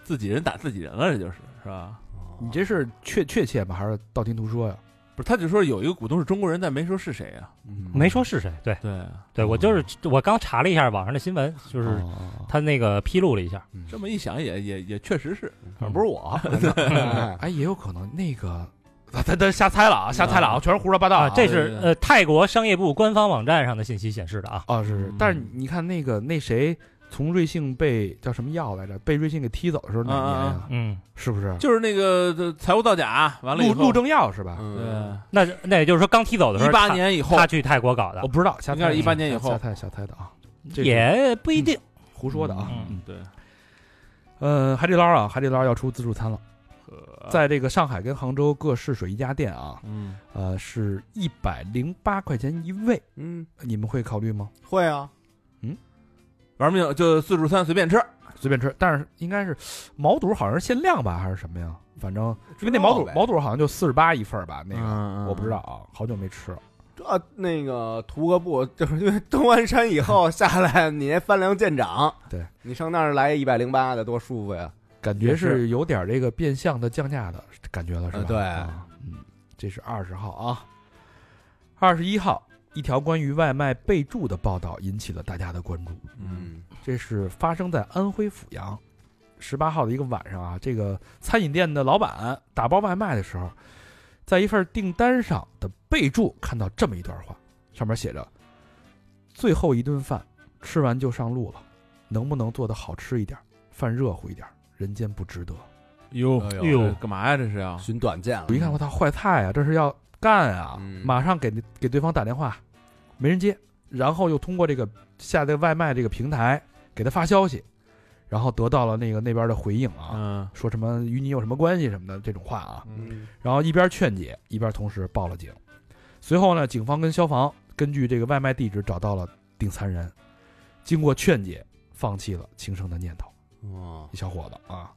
[SPEAKER 5] 自己人打自己人了，这就是是吧？
[SPEAKER 3] 你这是确确切吗？还是道听途说呀？
[SPEAKER 5] 不是，他就说有一个股东是中国人，但没说是谁啊。
[SPEAKER 2] 嗯
[SPEAKER 4] 没说是谁，对
[SPEAKER 5] 对啊，
[SPEAKER 4] 对，我就是我刚查了一下网上的新闻，就是
[SPEAKER 3] 哦
[SPEAKER 4] 他那个披露了一下，嗯
[SPEAKER 5] 这么一想也也也确实是，
[SPEAKER 3] 嗯
[SPEAKER 2] 反正不 是我，反正哎
[SPEAKER 3] 哎，也有可能那个，咱咱咱瞎猜了啊，瞎猜了啊，全是胡说八道
[SPEAKER 4] 啊，这
[SPEAKER 5] 对
[SPEAKER 4] 是
[SPEAKER 5] 对对
[SPEAKER 4] 呃泰国商业部官方网站上的信息显示的啊。
[SPEAKER 3] 啊是是，但是你看那个那谁从瑞幸被叫什么药来着？被瑞幸给踢走的时候哪年
[SPEAKER 5] 啊
[SPEAKER 3] 呀？
[SPEAKER 4] 嗯，
[SPEAKER 3] 是不是？
[SPEAKER 5] 就是那个呃财务造假完了以
[SPEAKER 3] 陆
[SPEAKER 5] 后，
[SPEAKER 3] 陆正耀是吧？
[SPEAKER 2] 嗯，
[SPEAKER 5] 对，
[SPEAKER 4] 那那也就是说刚踢走的时候，
[SPEAKER 5] 一八年以后
[SPEAKER 4] 他，他去泰国搞的
[SPEAKER 3] 我，不知道，瞎
[SPEAKER 5] 应该
[SPEAKER 3] 猜
[SPEAKER 5] 是
[SPEAKER 3] 的
[SPEAKER 5] 18年以后
[SPEAKER 3] 瞎猜瞎猜的啊，哦这个
[SPEAKER 4] 也不一定。
[SPEAKER 3] 胡说的啊。
[SPEAKER 5] 嗯，对，
[SPEAKER 3] 呃，海底捞啊，海底捞要出自助餐了，
[SPEAKER 5] 呵
[SPEAKER 3] 在这个上海跟杭州各试水一家店啊，
[SPEAKER 5] 嗯
[SPEAKER 3] 呃，是一百零八块钱一位，
[SPEAKER 2] 嗯，
[SPEAKER 3] 你们会考虑吗？
[SPEAKER 2] 会啊，
[SPEAKER 5] 玩命就自助餐随便吃，
[SPEAKER 3] 随便吃，但是应该是毛肚好像是限量吧，还是什么呀？反正因为那毛
[SPEAKER 2] 知道
[SPEAKER 3] 肚
[SPEAKER 2] 呗
[SPEAKER 3] 毛肚好像就四十八一份儿吧，那个
[SPEAKER 5] 个
[SPEAKER 3] 我不知道，啊，好久没吃了。
[SPEAKER 2] 这啊那个图个布，就是因为登完山以后下来，你翻梁见长，
[SPEAKER 3] 对
[SPEAKER 2] 你上那儿来一百零八的，多舒服呀！
[SPEAKER 3] 感觉
[SPEAKER 5] 也是
[SPEAKER 3] 是有点这个变相的降价的感觉了，是吧？
[SPEAKER 2] 呃对
[SPEAKER 3] 啊嗯，这是二十号啊，二十一号，一条关于外卖备注的报道引起了大家的关注。
[SPEAKER 5] 嗯，
[SPEAKER 3] 这是发生在安徽阜阳，十八号的一个晚上啊，这个餐饮店的老板打包外卖的时候，在一份订单上的备注看到这么一段话，上面写着：“最后一顿饭吃完就上路了，能不能做得好吃一点，饭热乎一点，人间不值得。”嗯
[SPEAKER 5] 哟
[SPEAKER 2] 哎呦
[SPEAKER 5] 哟，干嘛呀？这是要
[SPEAKER 2] 寻短见了
[SPEAKER 3] 我一看，我操，坏菜啊，这是要干啊！
[SPEAKER 2] 嗯
[SPEAKER 3] 马上给给对方打电话，没人接，然后又通过这个下载外卖这个平台给他发消息，然后得到了那个那边的回应啊，
[SPEAKER 5] 嗯
[SPEAKER 3] 说什么与你有什么关系什么的这种话啊，
[SPEAKER 5] 嗯
[SPEAKER 2] 嗯
[SPEAKER 3] 然后一边劝解，一边同时报了警。随后呢，警方跟消防根据这个外卖地址找到了订餐人，经过劝解，放弃了轻生的念头。
[SPEAKER 2] 哦，
[SPEAKER 3] 一小伙子啊，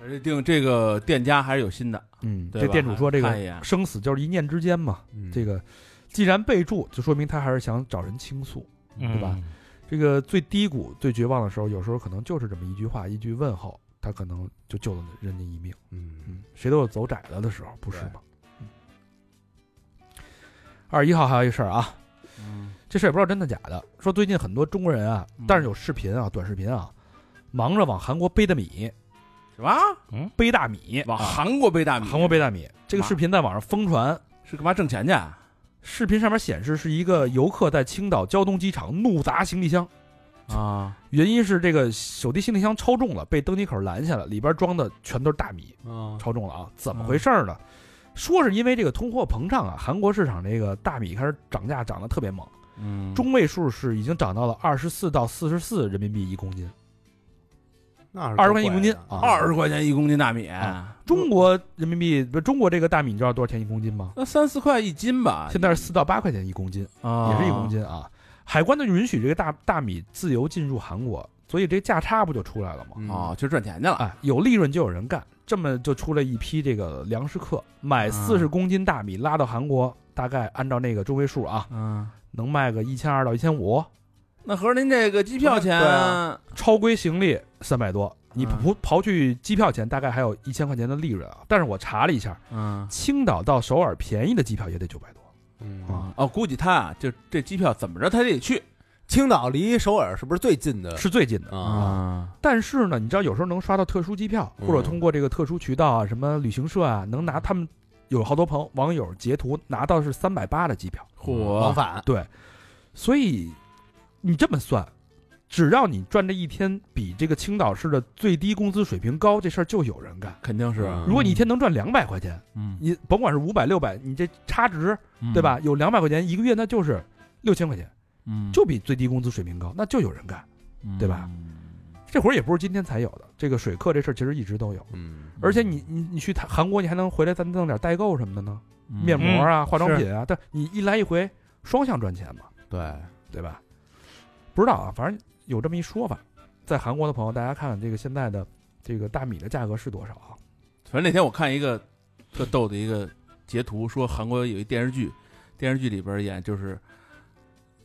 [SPEAKER 5] 这定这个店家还是有心的，
[SPEAKER 3] 嗯，
[SPEAKER 5] 对
[SPEAKER 3] 这
[SPEAKER 5] 吧
[SPEAKER 3] 店主说这
[SPEAKER 5] 看一眼
[SPEAKER 3] 个生死就是一念之间嘛，嗯
[SPEAKER 2] 嗯
[SPEAKER 3] 这个既然备注，就说明他还是想找人倾诉。
[SPEAKER 4] 嗯
[SPEAKER 3] 对吧？这个最低谷、最绝望的时候，有时候可能就是这么一句话、一句问候，他可能就救了人家一命。
[SPEAKER 2] 嗯
[SPEAKER 3] 嗯，谁都有走窄了的时候，不是吗？嗯二十一号还有一事儿啊，
[SPEAKER 5] 嗯
[SPEAKER 3] 这事儿也不知道真的假的，说最近很多中国人啊
[SPEAKER 5] 嗯，
[SPEAKER 3] 但是有视频啊、短视频啊，忙着往韩国背大米、
[SPEAKER 5] 什么？
[SPEAKER 3] 背大米，
[SPEAKER 5] 往韩国背大米？
[SPEAKER 3] 啊韩国背大米。这个视频在网上疯传，
[SPEAKER 5] 是干嘛挣钱去？啊，
[SPEAKER 3] 视频上面显示是一个游客在青岛胶东机场怒砸行李箱。原因是这个手提行李箱超重了，被登机口拦下了，里边装的全都是大米，
[SPEAKER 2] 啊
[SPEAKER 3] 超重了啊！怎么回事儿呢？说是因为这个通货膨胀啊，韩国市场这个大米开始涨价，涨得特别猛，
[SPEAKER 5] 嗯
[SPEAKER 3] 中位数是已经涨到了二十四到四十四人民币一公斤。
[SPEAKER 2] 那是
[SPEAKER 3] 20块钱一公斤
[SPEAKER 2] 啊，
[SPEAKER 5] 二十块钱一公斤大米，
[SPEAKER 3] 啊中国人民币不是中国这个大米，你知道多少钱一公斤吗？
[SPEAKER 5] 那三四块一斤吧，
[SPEAKER 3] 现在是四到八块钱一公斤，
[SPEAKER 5] 啊
[SPEAKER 3] 也是一公。斤啊。海关呢允许这个大大米自由进入韩国，所以这价差不就出来了吗？
[SPEAKER 2] 嗯
[SPEAKER 5] 哦，就赚钱去了。
[SPEAKER 3] 哎，有利润就有人干，这么就出了一批这个粮食客，
[SPEAKER 5] 啊
[SPEAKER 3] 买四十公斤大米拉到韩国，大概按照那个中位数啊，
[SPEAKER 5] 嗯，
[SPEAKER 3] 能卖个一千二到一千五，
[SPEAKER 5] 那合着您这个机票钱
[SPEAKER 2] 对啊
[SPEAKER 3] 超规行李三百多，你
[SPEAKER 5] 嗯
[SPEAKER 3] 刨刨去机票钱，大概还有一千块钱的利润啊。但是我查了一下，
[SPEAKER 5] 嗯
[SPEAKER 3] 青岛到首尔便宜的机票也得九百多，
[SPEAKER 2] 嗯
[SPEAKER 3] 啊
[SPEAKER 5] 哦，估计他啊，就这机票怎么着他也得去，
[SPEAKER 2] 青岛离首尔是不是最近
[SPEAKER 5] 嗯
[SPEAKER 2] 的？
[SPEAKER 3] 是最近的。
[SPEAKER 2] 啊，
[SPEAKER 5] 啊，
[SPEAKER 3] 但是呢，你知道有时候能刷到特殊机票，
[SPEAKER 2] 嗯
[SPEAKER 3] 或者通过这个特殊渠道啊，什么旅行社啊，能拿他们有好多朋友网友截图拿到是三百八的机票，
[SPEAKER 5] 嚯，
[SPEAKER 2] 往返
[SPEAKER 3] 对，所以你这么算，只要你赚这一天比这个青岛市的最低工资水平高，这事儿就有人干。
[SPEAKER 5] 肯定是，
[SPEAKER 2] 嗯
[SPEAKER 3] 如果你一天能赚两百块钱，
[SPEAKER 5] 嗯，
[SPEAKER 3] 你甭管是五百六百，你这差值对吧？有两百块钱一个月，那就是六千块钱，
[SPEAKER 5] 嗯？嗯，
[SPEAKER 3] 就比最低工资水平高，那就有人干。对吧这会儿也不是今天才有的，这个水课这事儿其实一直都有。
[SPEAKER 2] 嗯，
[SPEAKER 3] 而且你你你去韩韩国，你还能回来再弄点代购什么的呢，
[SPEAKER 5] 嗯
[SPEAKER 3] 面膜啊、化妆品啊，但你一来一回双向赚钱嘛，
[SPEAKER 2] 对，
[SPEAKER 3] 对吧？不知道啊，反正有这么一说法，在韩国的朋友，大家看看这个现在的这个大米的价格是多少啊？
[SPEAKER 5] 反正那天我看一个特逗的一个截图，说韩国有一电视剧，电视剧里边演就是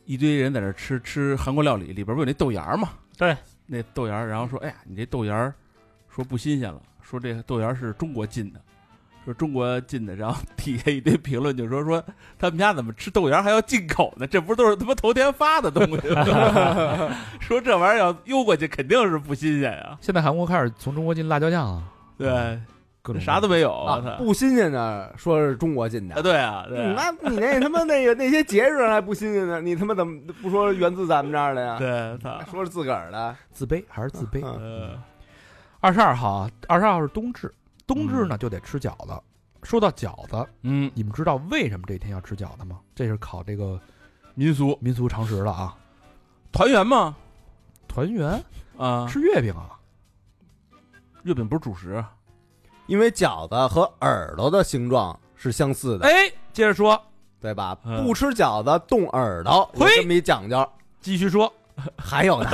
[SPEAKER 5] 一堆人在那吃吃韩国料理，里边不有那豆芽儿嘛？
[SPEAKER 4] 对，
[SPEAKER 5] 那豆芽儿，然后说，哎呀，你这豆芽儿说不新鲜了，说这个豆芽儿是中国进的。说中国进的，然后 底下一堆评论就说说他们家怎么吃豆芽儿还要进口呢？这不都是他妈头天发的东西吗？ 说这玩意儿要邮过去肯定是不新鲜呀、
[SPEAKER 3] 现在韩国开始从中国进辣椒酱啊，
[SPEAKER 5] 对，
[SPEAKER 3] 各种
[SPEAKER 5] 啥都没有，我操
[SPEAKER 2] 嗯啊，不新鲜的说是中国进
[SPEAKER 5] 啊，
[SPEAKER 2] 的。
[SPEAKER 5] 对啊，对啊
[SPEAKER 2] 嗯那你那他妈那个那些节日还不新鲜呢？你他妈怎么不说源自咱们这儿的呀？
[SPEAKER 5] 对，啊操，
[SPEAKER 2] 说是自个儿的，
[SPEAKER 3] 自卑还是自卑。
[SPEAKER 2] 嗯
[SPEAKER 5] 呃，
[SPEAKER 3] 二十二号啊，二十二号是冬至，冬至呢就得吃饺子。说到饺子，
[SPEAKER 5] 嗯，
[SPEAKER 3] 你们知道为什么这天要吃饺子吗？这是考这个
[SPEAKER 5] 民俗
[SPEAKER 3] 民俗常识了啊。
[SPEAKER 5] 团圆嘛，
[SPEAKER 3] 团圆
[SPEAKER 5] 啊，
[SPEAKER 3] 吃月饼啊，
[SPEAKER 5] 月饼不是主食，啊
[SPEAKER 2] 因为饺子和耳朵的形状是相似的，
[SPEAKER 3] 哎，接着说，
[SPEAKER 2] 对吧？
[SPEAKER 5] 嗯
[SPEAKER 2] 不吃饺子动耳朵，有
[SPEAKER 3] 嘿
[SPEAKER 2] 这么一讲究。
[SPEAKER 3] 继续说，
[SPEAKER 2] 还有呢，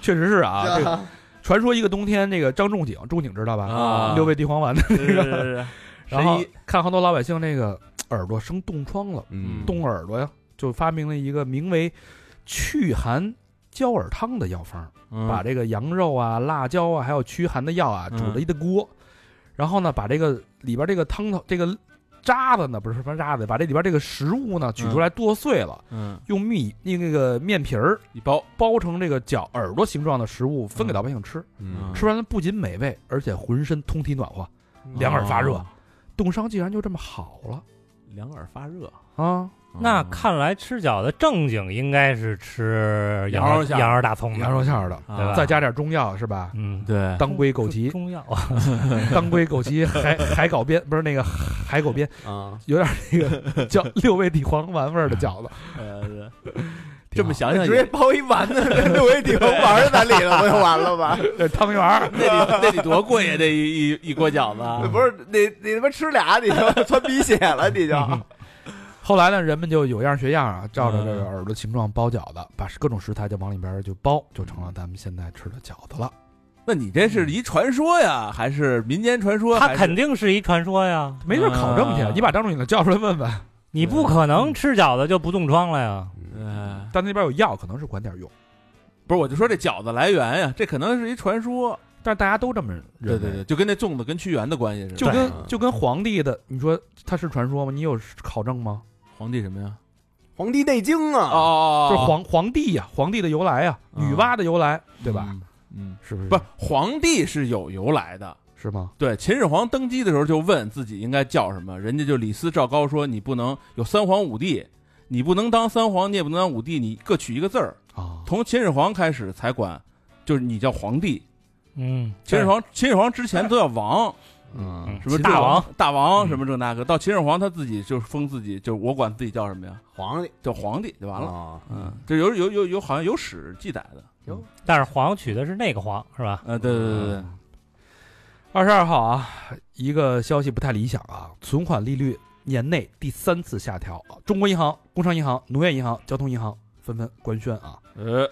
[SPEAKER 3] 确实是 啊。这个传说一个冬天，那个张仲景，仲景知道吧？
[SPEAKER 5] 啊
[SPEAKER 3] 六味地黄丸的那个，
[SPEAKER 5] 是
[SPEAKER 3] 然后
[SPEAKER 5] 神
[SPEAKER 3] 看好多老百姓那个耳朵生冻疮了，
[SPEAKER 2] 嗯，
[SPEAKER 3] 冻耳朵呀，就发明了一个名为祛寒焦耳汤的药方。
[SPEAKER 5] 嗯
[SPEAKER 3] 把这个羊肉啊、辣椒啊，还有驱寒的药啊，煮了一个锅，然后呢，把这个里边这个汤头这个渣子呢，不是什么渣子，把这里边这个食物呢取出来剁碎了，
[SPEAKER 5] 嗯，
[SPEAKER 3] 用米用那个面皮儿
[SPEAKER 5] 一包，
[SPEAKER 3] 包成这个脚耳朵形状的食物，分给老百姓吃。
[SPEAKER 5] 嗯
[SPEAKER 3] 吃完不仅美味，而且浑身通体暖和，两耳发热
[SPEAKER 5] 哦，
[SPEAKER 3] 冻伤竟然就这么好了
[SPEAKER 5] 两耳发热，
[SPEAKER 3] 啊！
[SPEAKER 4] 那
[SPEAKER 5] 嗯
[SPEAKER 4] 看来吃饺子正经应该是吃
[SPEAKER 5] 羊
[SPEAKER 4] 肉
[SPEAKER 5] 肉馅儿
[SPEAKER 4] 羊肉大葱的
[SPEAKER 3] 羊肉馅儿的，
[SPEAKER 4] 对吧
[SPEAKER 3] 再加点中药是吧？
[SPEAKER 4] 嗯，
[SPEAKER 5] 啊对，
[SPEAKER 3] 当归枸杞，
[SPEAKER 4] 中药
[SPEAKER 3] 当归枸杞，海海搞鞭不是那个海狗鞭。
[SPEAKER 2] 啊，
[SPEAKER 3] 有点那个叫六味地黄丸味儿的饺子，
[SPEAKER 5] 呃这么想想
[SPEAKER 2] 直接
[SPEAKER 5] 也，
[SPEAKER 2] 包一丸子，这六味地黄丸在里头，不就完了吗？
[SPEAKER 3] 这汤圆儿。
[SPEAKER 5] 那得那得多贵呀，这一一一锅饺子，
[SPEAKER 2] 不是你你他妈吃俩你就窜鼻血了，你就
[SPEAKER 3] 后来呢，人们就有样学样啊，照着这个耳朵形状包饺子，把各种食材就往里边儿就包，就成了咱们现在吃的饺子了。
[SPEAKER 5] 那你这是一传说呀，还是民间传 说？
[SPEAKER 4] 它
[SPEAKER 5] 还是
[SPEAKER 4] 肯定是一传说呀，
[SPEAKER 3] 没事儿考证去
[SPEAKER 5] 啊，
[SPEAKER 3] 你把张仲景叫出来问问，
[SPEAKER 4] 你不可能吃饺子就不冻疮了呀。
[SPEAKER 5] 呃
[SPEAKER 3] 但那边有药，可能是管点用。
[SPEAKER 5] 不是，我就说这饺子来源呀，这可能是一传说，
[SPEAKER 3] 但是大家都这么认为，
[SPEAKER 5] 对对对，，就跟那粽子跟屈原的关系似的，
[SPEAKER 3] 就跟
[SPEAKER 2] 对
[SPEAKER 3] 就跟皇帝的，你说他是传说吗？你有考证吗？
[SPEAKER 5] 皇帝什么呀？
[SPEAKER 2] 《黄帝内经》
[SPEAKER 5] 哦
[SPEAKER 2] 啊，
[SPEAKER 5] 哦
[SPEAKER 3] 就
[SPEAKER 5] 哦
[SPEAKER 3] 是皇皇帝呀，皇帝的由来呀，
[SPEAKER 5] 嗯
[SPEAKER 3] 女娲的由来，对吧？？
[SPEAKER 5] 嗯，
[SPEAKER 3] 是不是？
[SPEAKER 5] 不是，皇帝是有由来的。
[SPEAKER 3] 是吗？
[SPEAKER 5] 对，秦始皇登基的时候就问自己应该叫什么，人家就李斯、赵高说你不能有三皇五帝，你不能当三皇，你也不能当五帝，你各取一个字儿。
[SPEAKER 3] 啊，
[SPEAKER 5] 从秦始皇开始才管，就是你叫皇帝。
[SPEAKER 4] 嗯，
[SPEAKER 5] 秦始
[SPEAKER 4] 对
[SPEAKER 5] 皇，秦始皇之前都叫王，
[SPEAKER 2] 嗯，
[SPEAKER 5] 什么
[SPEAKER 4] 秦大王、
[SPEAKER 5] 大王
[SPEAKER 3] 嗯
[SPEAKER 5] 什么这那个，到秦始皇他自己就封自己，就是我管自己叫什么呀，
[SPEAKER 2] 皇帝
[SPEAKER 5] 叫皇帝就完了。
[SPEAKER 2] 了，
[SPEAKER 5] 嗯，这有有有有好像有史记载的。
[SPEAKER 4] 但是皇取的是那个皇是吧？
[SPEAKER 5] 呃，对对对
[SPEAKER 3] 嗯
[SPEAKER 5] 对，
[SPEAKER 3] 二十二号啊，一个消息不太理想啊，存款利率年内第三次下调啊。中国银行、工商银行、农业银行、交通银行纷纷官宣啊。
[SPEAKER 5] 呃，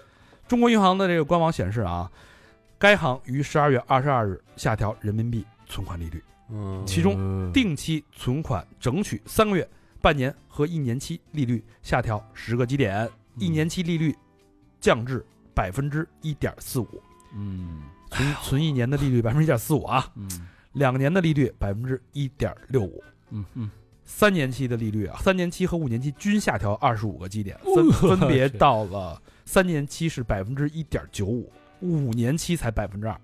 [SPEAKER 3] 中国银行的这个官网显示啊，该行于十二月二十二日下调人民币存款利率，
[SPEAKER 2] 嗯
[SPEAKER 3] 其中定期存款整取三个月、半年和一年期利率下调十个基点，一年期利率降至百分之一点四五，
[SPEAKER 5] 嗯
[SPEAKER 3] 存存一年的利率百分之一点四五啊。
[SPEAKER 5] 嗯
[SPEAKER 3] 两年的利率百分之一点六五，
[SPEAKER 5] 嗯嗯，
[SPEAKER 3] 三年期的利率啊，三年期和五年期均下调二十五个基点，分分别到了三年期是百分之一点九五，五年期才百分之二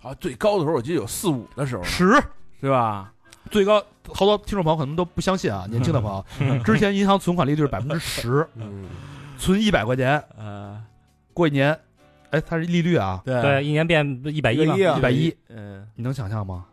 [SPEAKER 5] 好，啊最高的时候我记得有四五的时候，
[SPEAKER 3] 十，
[SPEAKER 5] 是吧？
[SPEAKER 3] 最高好多听众朋友可能都不相信啊，年轻的朋友，之前银行存款利率是百分之十，
[SPEAKER 2] 嗯，
[SPEAKER 3] 存一百块钱，
[SPEAKER 5] 呃，
[SPEAKER 3] 过一年，哎，它是利率啊，
[SPEAKER 5] 对
[SPEAKER 4] 对，一年变一百一嘛
[SPEAKER 2] 110，啊
[SPEAKER 3] 一百一，
[SPEAKER 5] 嗯，
[SPEAKER 3] 你能想象吗？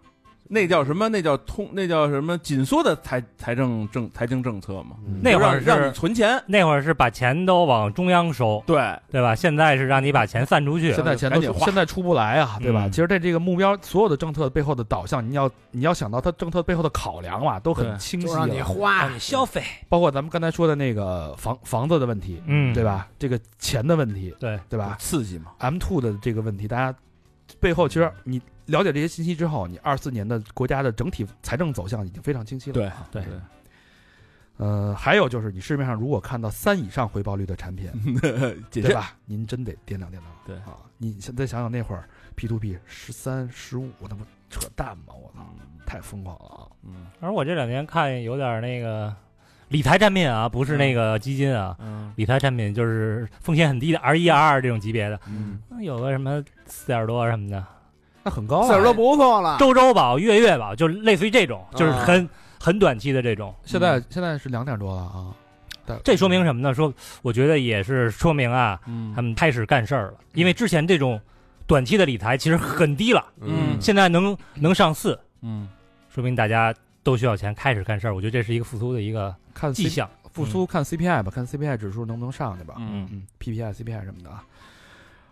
[SPEAKER 5] 那叫什么？那叫通，那叫什么？紧缩的财财政政财政政策嘛，
[SPEAKER 2] 嗯
[SPEAKER 4] 那会儿
[SPEAKER 5] 就让让你
[SPEAKER 4] 是
[SPEAKER 5] 存钱，
[SPEAKER 4] 那会儿是把钱都往中央收，
[SPEAKER 5] 对，
[SPEAKER 4] 对吧？现在是让你把钱散出去，
[SPEAKER 3] 现在钱都
[SPEAKER 5] 赶紧花
[SPEAKER 3] 现在出不来啊，对吧？
[SPEAKER 4] 嗯
[SPEAKER 3] 其实这这个目标，所有的政策背后的导向，你要你要想到它政策背后的考量嘛，都
[SPEAKER 5] 对
[SPEAKER 3] 很清晰
[SPEAKER 2] 就
[SPEAKER 3] 了。
[SPEAKER 2] 让你花
[SPEAKER 4] 让你消费，
[SPEAKER 3] 包括咱们刚才说的那个房房子的问题，
[SPEAKER 4] 嗯，
[SPEAKER 3] 对？吧？这个钱的问题，
[SPEAKER 4] 对，
[SPEAKER 3] 对吧
[SPEAKER 5] 刺激嘛，
[SPEAKER 3] ？M two 的这个问题，大家背后其实
[SPEAKER 5] 嗯
[SPEAKER 3] 你了解这些信息之后，你二四年的国家的整体财政走向已经非常清晰了。
[SPEAKER 5] 对
[SPEAKER 3] 啊
[SPEAKER 4] 对
[SPEAKER 3] 呃，还有就是你市面上如果看到三以上回报率的产品，
[SPEAKER 5] 谨
[SPEAKER 3] 对
[SPEAKER 5] 慎，
[SPEAKER 3] 吧？您真得掂量掂量。
[SPEAKER 5] 对
[SPEAKER 3] 啊，你现在想想那会儿 P to P 十三十五，那不扯淡吗？我操，太疯狂了啊！
[SPEAKER 5] 嗯
[SPEAKER 4] 而我这两年看有点那个理财产品啊，不是那个基金啊，
[SPEAKER 5] 嗯
[SPEAKER 4] 理财产品就是风险很低的 R 一 R 二这种级别的，
[SPEAKER 5] 嗯，
[SPEAKER 4] 有个什么四点多什么的，
[SPEAKER 3] 那很高
[SPEAKER 2] 四
[SPEAKER 3] 啊
[SPEAKER 2] 儿。都不错了，
[SPEAKER 4] 周周保、月月保，就是类似于这种，就是很、很短期的这种。
[SPEAKER 3] 现在现在是两点多了啊，但
[SPEAKER 4] 这说明什么呢？说我觉得也是说明啊，
[SPEAKER 5] 嗯
[SPEAKER 4] 他们开始干事儿了。因为之前这种短期的理财其实很低了，
[SPEAKER 5] 嗯
[SPEAKER 4] 现在能能上四，
[SPEAKER 5] 嗯，
[SPEAKER 4] 说明大家都需要钱，开始干事儿。我觉得这是一个复苏的一个
[SPEAKER 3] 看
[SPEAKER 4] 迹
[SPEAKER 3] C
[SPEAKER 4] 象。
[SPEAKER 3] 复苏，看 CPI 吧，看 CPI 指数能不能上去吧。
[SPEAKER 5] 嗯
[SPEAKER 3] 嗯，PPI、CPI 什么的啊。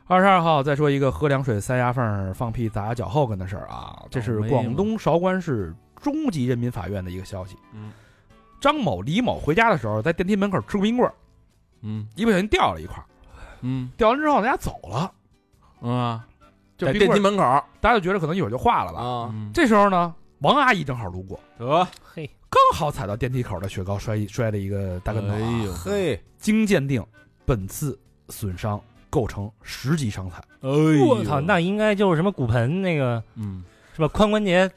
[SPEAKER 3] 二十二号再说一个喝凉水塞牙缝儿放屁砸脚后跟的事儿啊，这是
[SPEAKER 5] 倒霉
[SPEAKER 3] 广
[SPEAKER 5] 了
[SPEAKER 3] 东韶关市中级人民法院的一个消息。
[SPEAKER 5] 嗯，
[SPEAKER 3] 张某、李某回家的时候，在电梯门口吃冰棍儿，
[SPEAKER 5] 嗯
[SPEAKER 3] 一不小心掉了一块儿，
[SPEAKER 5] 嗯
[SPEAKER 3] 掉完之后大家走了，
[SPEAKER 5] 嗯啊，
[SPEAKER 3] 就
[SPEAKER 5] 在
[SPEAKER 3] 冰
[SPEAKER 5] 电
[SPEAKER 3] 棍
[SPEAKER 5] 梯
[SPEAKER 3] 儿
[SPEAKER 5] 门口，
[SPEAKER 3] 大家就觉得可能一会儿就化了吧。
[SPEAKER 2] 啊，
[SPEAKER 5] 这
[SPEAKER 3] 这时候呢，王阿姨正好路过，
[SPEAKER 5] 得
[SPEAKER 4] 嘿，
[SPEAKER 3] 刚好踩到电梯口的雪糕摔一摔了一个大跟头啊、
[SPEAKER 5] 哎呦，
[SPEAKER 2] 嘿，
[SPEAKER 3] 经鉴定，本次损伤构成十级伤残。
[SPEAKER 5] 哎呦，
[SPEAKER 4] 我操，那应该就是什么骨盆那个
[SPEAKER 5] 嗯
[SPEAKER 4] 是吧？髋关节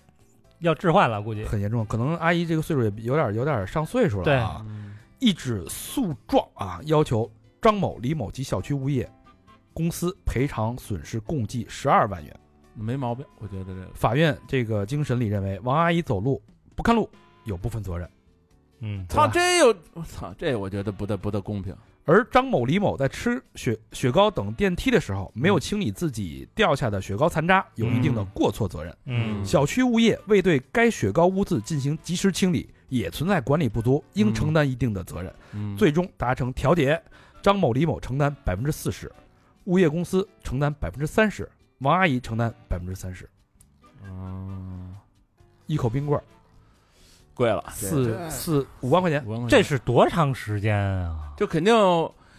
[SPEAKER 4] 要置换了，估计。
[SPEAKER 3] 很严重，可能阿姨这个岁数也有点有点上岁数了啊。一纸诉状啊，要求张某、李某及小区物业公司赔偿损失共计十二万元。
[SPEAKER 5] 没毛病，我觉得这个，
[SPEAKER 3] 法院这个经审理认为，王阿姨走路不看路有部分责任，
[SPEAKER 4] 嗯，
[SPEAKER 3] 对吧
[SPEAKER 5] 操，这有，我操，这我觉得不太不太公平，
[SPEAKER 3] 而张某、李某在吃雪雪糕等电梯的时候，没有清理自己掉下的雪糕残渣，有一定的过错责任。
[SPEAKER 4] 嗯，
[SPEAKER 3] 小区物业未对该雪糕污渍进行及时清理，也存在管理不足，应承担一定的责任。
[SPEAKER 5] 嗯
[SPEAKER 3] 最终达成调解，张某、李某承担百分之四十，物业公司承担百分之三十，王阿姨承担百分之三十。
[SPEAKER 5] 嗯
[SPEAKER 3] 一口冰棍儿
[SPEAKER 5] 贵了，
[SPEAKER 3] 四
[SPEAKER 2] 这
[SPEAKER 3] 四五万块钱，
[SPEAKER 5] 五万块
[SPEAKER 4] 这
[SPEAKER 5] 钱
[SPEAKER 4] 是多长时间啊？
[SPEAKER 5] 就肯定，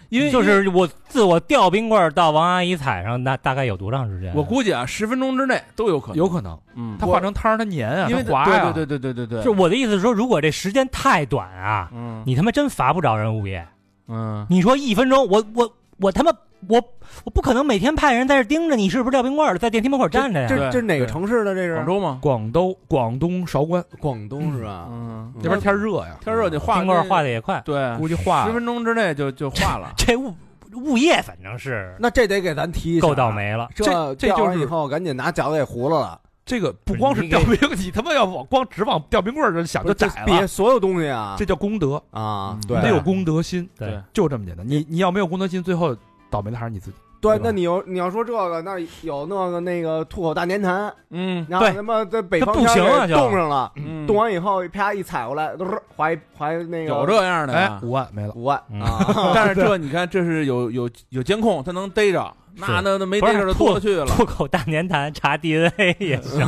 [SPEAKER 5] 因为
[SPEAKER 4] 就是我自我掉冰棍儿到王阿姨踩上，那大概有多长时间？
[SPEAKER 5] 我估计啊，十分钟之内都有可能，
[SPEAKER 3] 有可能
[SPEAKER 5] 嗯，
[SPEAKER 3] 它化成汤儿，它粘啊，
[SPEAKER 5] 因为
[SPEAKER 3] 它滑呀、
[SPEAKER 5] 对对对对对对
[SPEAKER 4] 就
[SPEAKER 5] 对，
[SPEAKER 4] 我的意思是说，如果这时间太短啊，
[SPEAKER 5] 嗯
[SPEAKER 4] 你他妈真罚不着人物业。
[SPEAKER 5] 嗯
[SPEAKER 4] 你说一分钟，我我我他妈我我不可能每天派人在这盯着你是不是掉冰棍儿，在电梯门口站着呀
[SPEAKER 2] 这。
[SPEAKER 5] 对
[SPEAKER 2] 这是哪个
[SPEAKER 5] 对
[SPEAKER 2] 城市的？这是
[SPEAKER 5] 广州吗？
[SPEAKER 3] 广东广东韶关
[SPEAKER 2] 广东是吧？
[SPEAKER 5] 嗯，啊
[SPEAKER 3] 那边天儿热呀，
[SPEAKER 5] 天热得化
[SPEAKER 4] 冰棍儿
[SPEAKER 5] 那
[SPEAKER 4] 化的也快，。
[SPEAKER 5] 对，
[SPEAKER 3] 估计化
[SPEAKER 5] 十分钟之内就就化了
[SPEAKER 4] 这物物业反正是
[SPEAKER 2] 那这得给咱提一
[SPEAKER 5] 啊
[SPEAKER 2] 下
[SPEAKER 4] 够倒。霉了。
[SPEAKER 2] 这
[SPEAKER 3] 这这
[SPEAKER 2] 掉
[SPEAKER 3] 就
[SPEAKER 2] 完
[SPEAKER 3] 是
[SPEAKER 2] 以后赶紧拿饺子给糊了了，
[SPEAKER 3] 这个不光是掉冰，你他妈要往光只往掉冰棍儿上想就
[SPEAKER 2] 这
[SPEAKER 3] 窄了
[SPEAKER 2] 别，所有东西啊，
[SPEAKER 3] 这叫功德，
[SPEAKER 2] 啊
[SPEAKER 5] 嗯，
[SPEAKER 2] 对
[SPEAKER 3] 你得
[SPEAKER 4] 六
[SPEAKER 3] 有公德心，
[SPEAKER 4] 对，
[SPEAKER 3] 就这么简单。你你要没有公德心，最后倒霉的还是你自己。
[SPEAKER 2] 对
[SPEAKER 3] 对，吧
[SPEAKER 2] 那你有你要说这个，那有那个那个吐口大粘痰，
[SPEAKER 5] 嗯
[SPEAKER 2] 然后
[SPEAKER 4] 对
[SPEAKER 2] 他妈在北方
[SPEAKER 4] 这不行啊
[SPEAKER 2] 天儿给
[SPEAKER 4] 就
[SPEAKER 2] 冻上了，
[SPEAKER 5] 嗯，
[SPEAKER 2] 冻完以后啪一踩过来，嘟儿划一划一那个
[SPEAKER 5] 有这样的
[SPEAKER 4] 啊
[SPEAKER 3] 哎，
[SPEAKER 5] 呀。
[SPEAKER 3] 五万没了，
[SPEAKER 2] 五万
[SPEAKER 4] 嗯
[SPEAKER 2] 啊，
[SPEAKER 5] 但是这你看，这是有有有监控，他能逮着。那
[SPEAKER 4] 是
[SPEAKER 5] 那那没
[SPEAKER 4] 不是
[SPEAKER 5] 逮着的
[SPEAKER 4] 吐
[SPEAKER 5] 多了去了。
[SPEAKER 4] 吐口大粘痰查 DNA 也 行。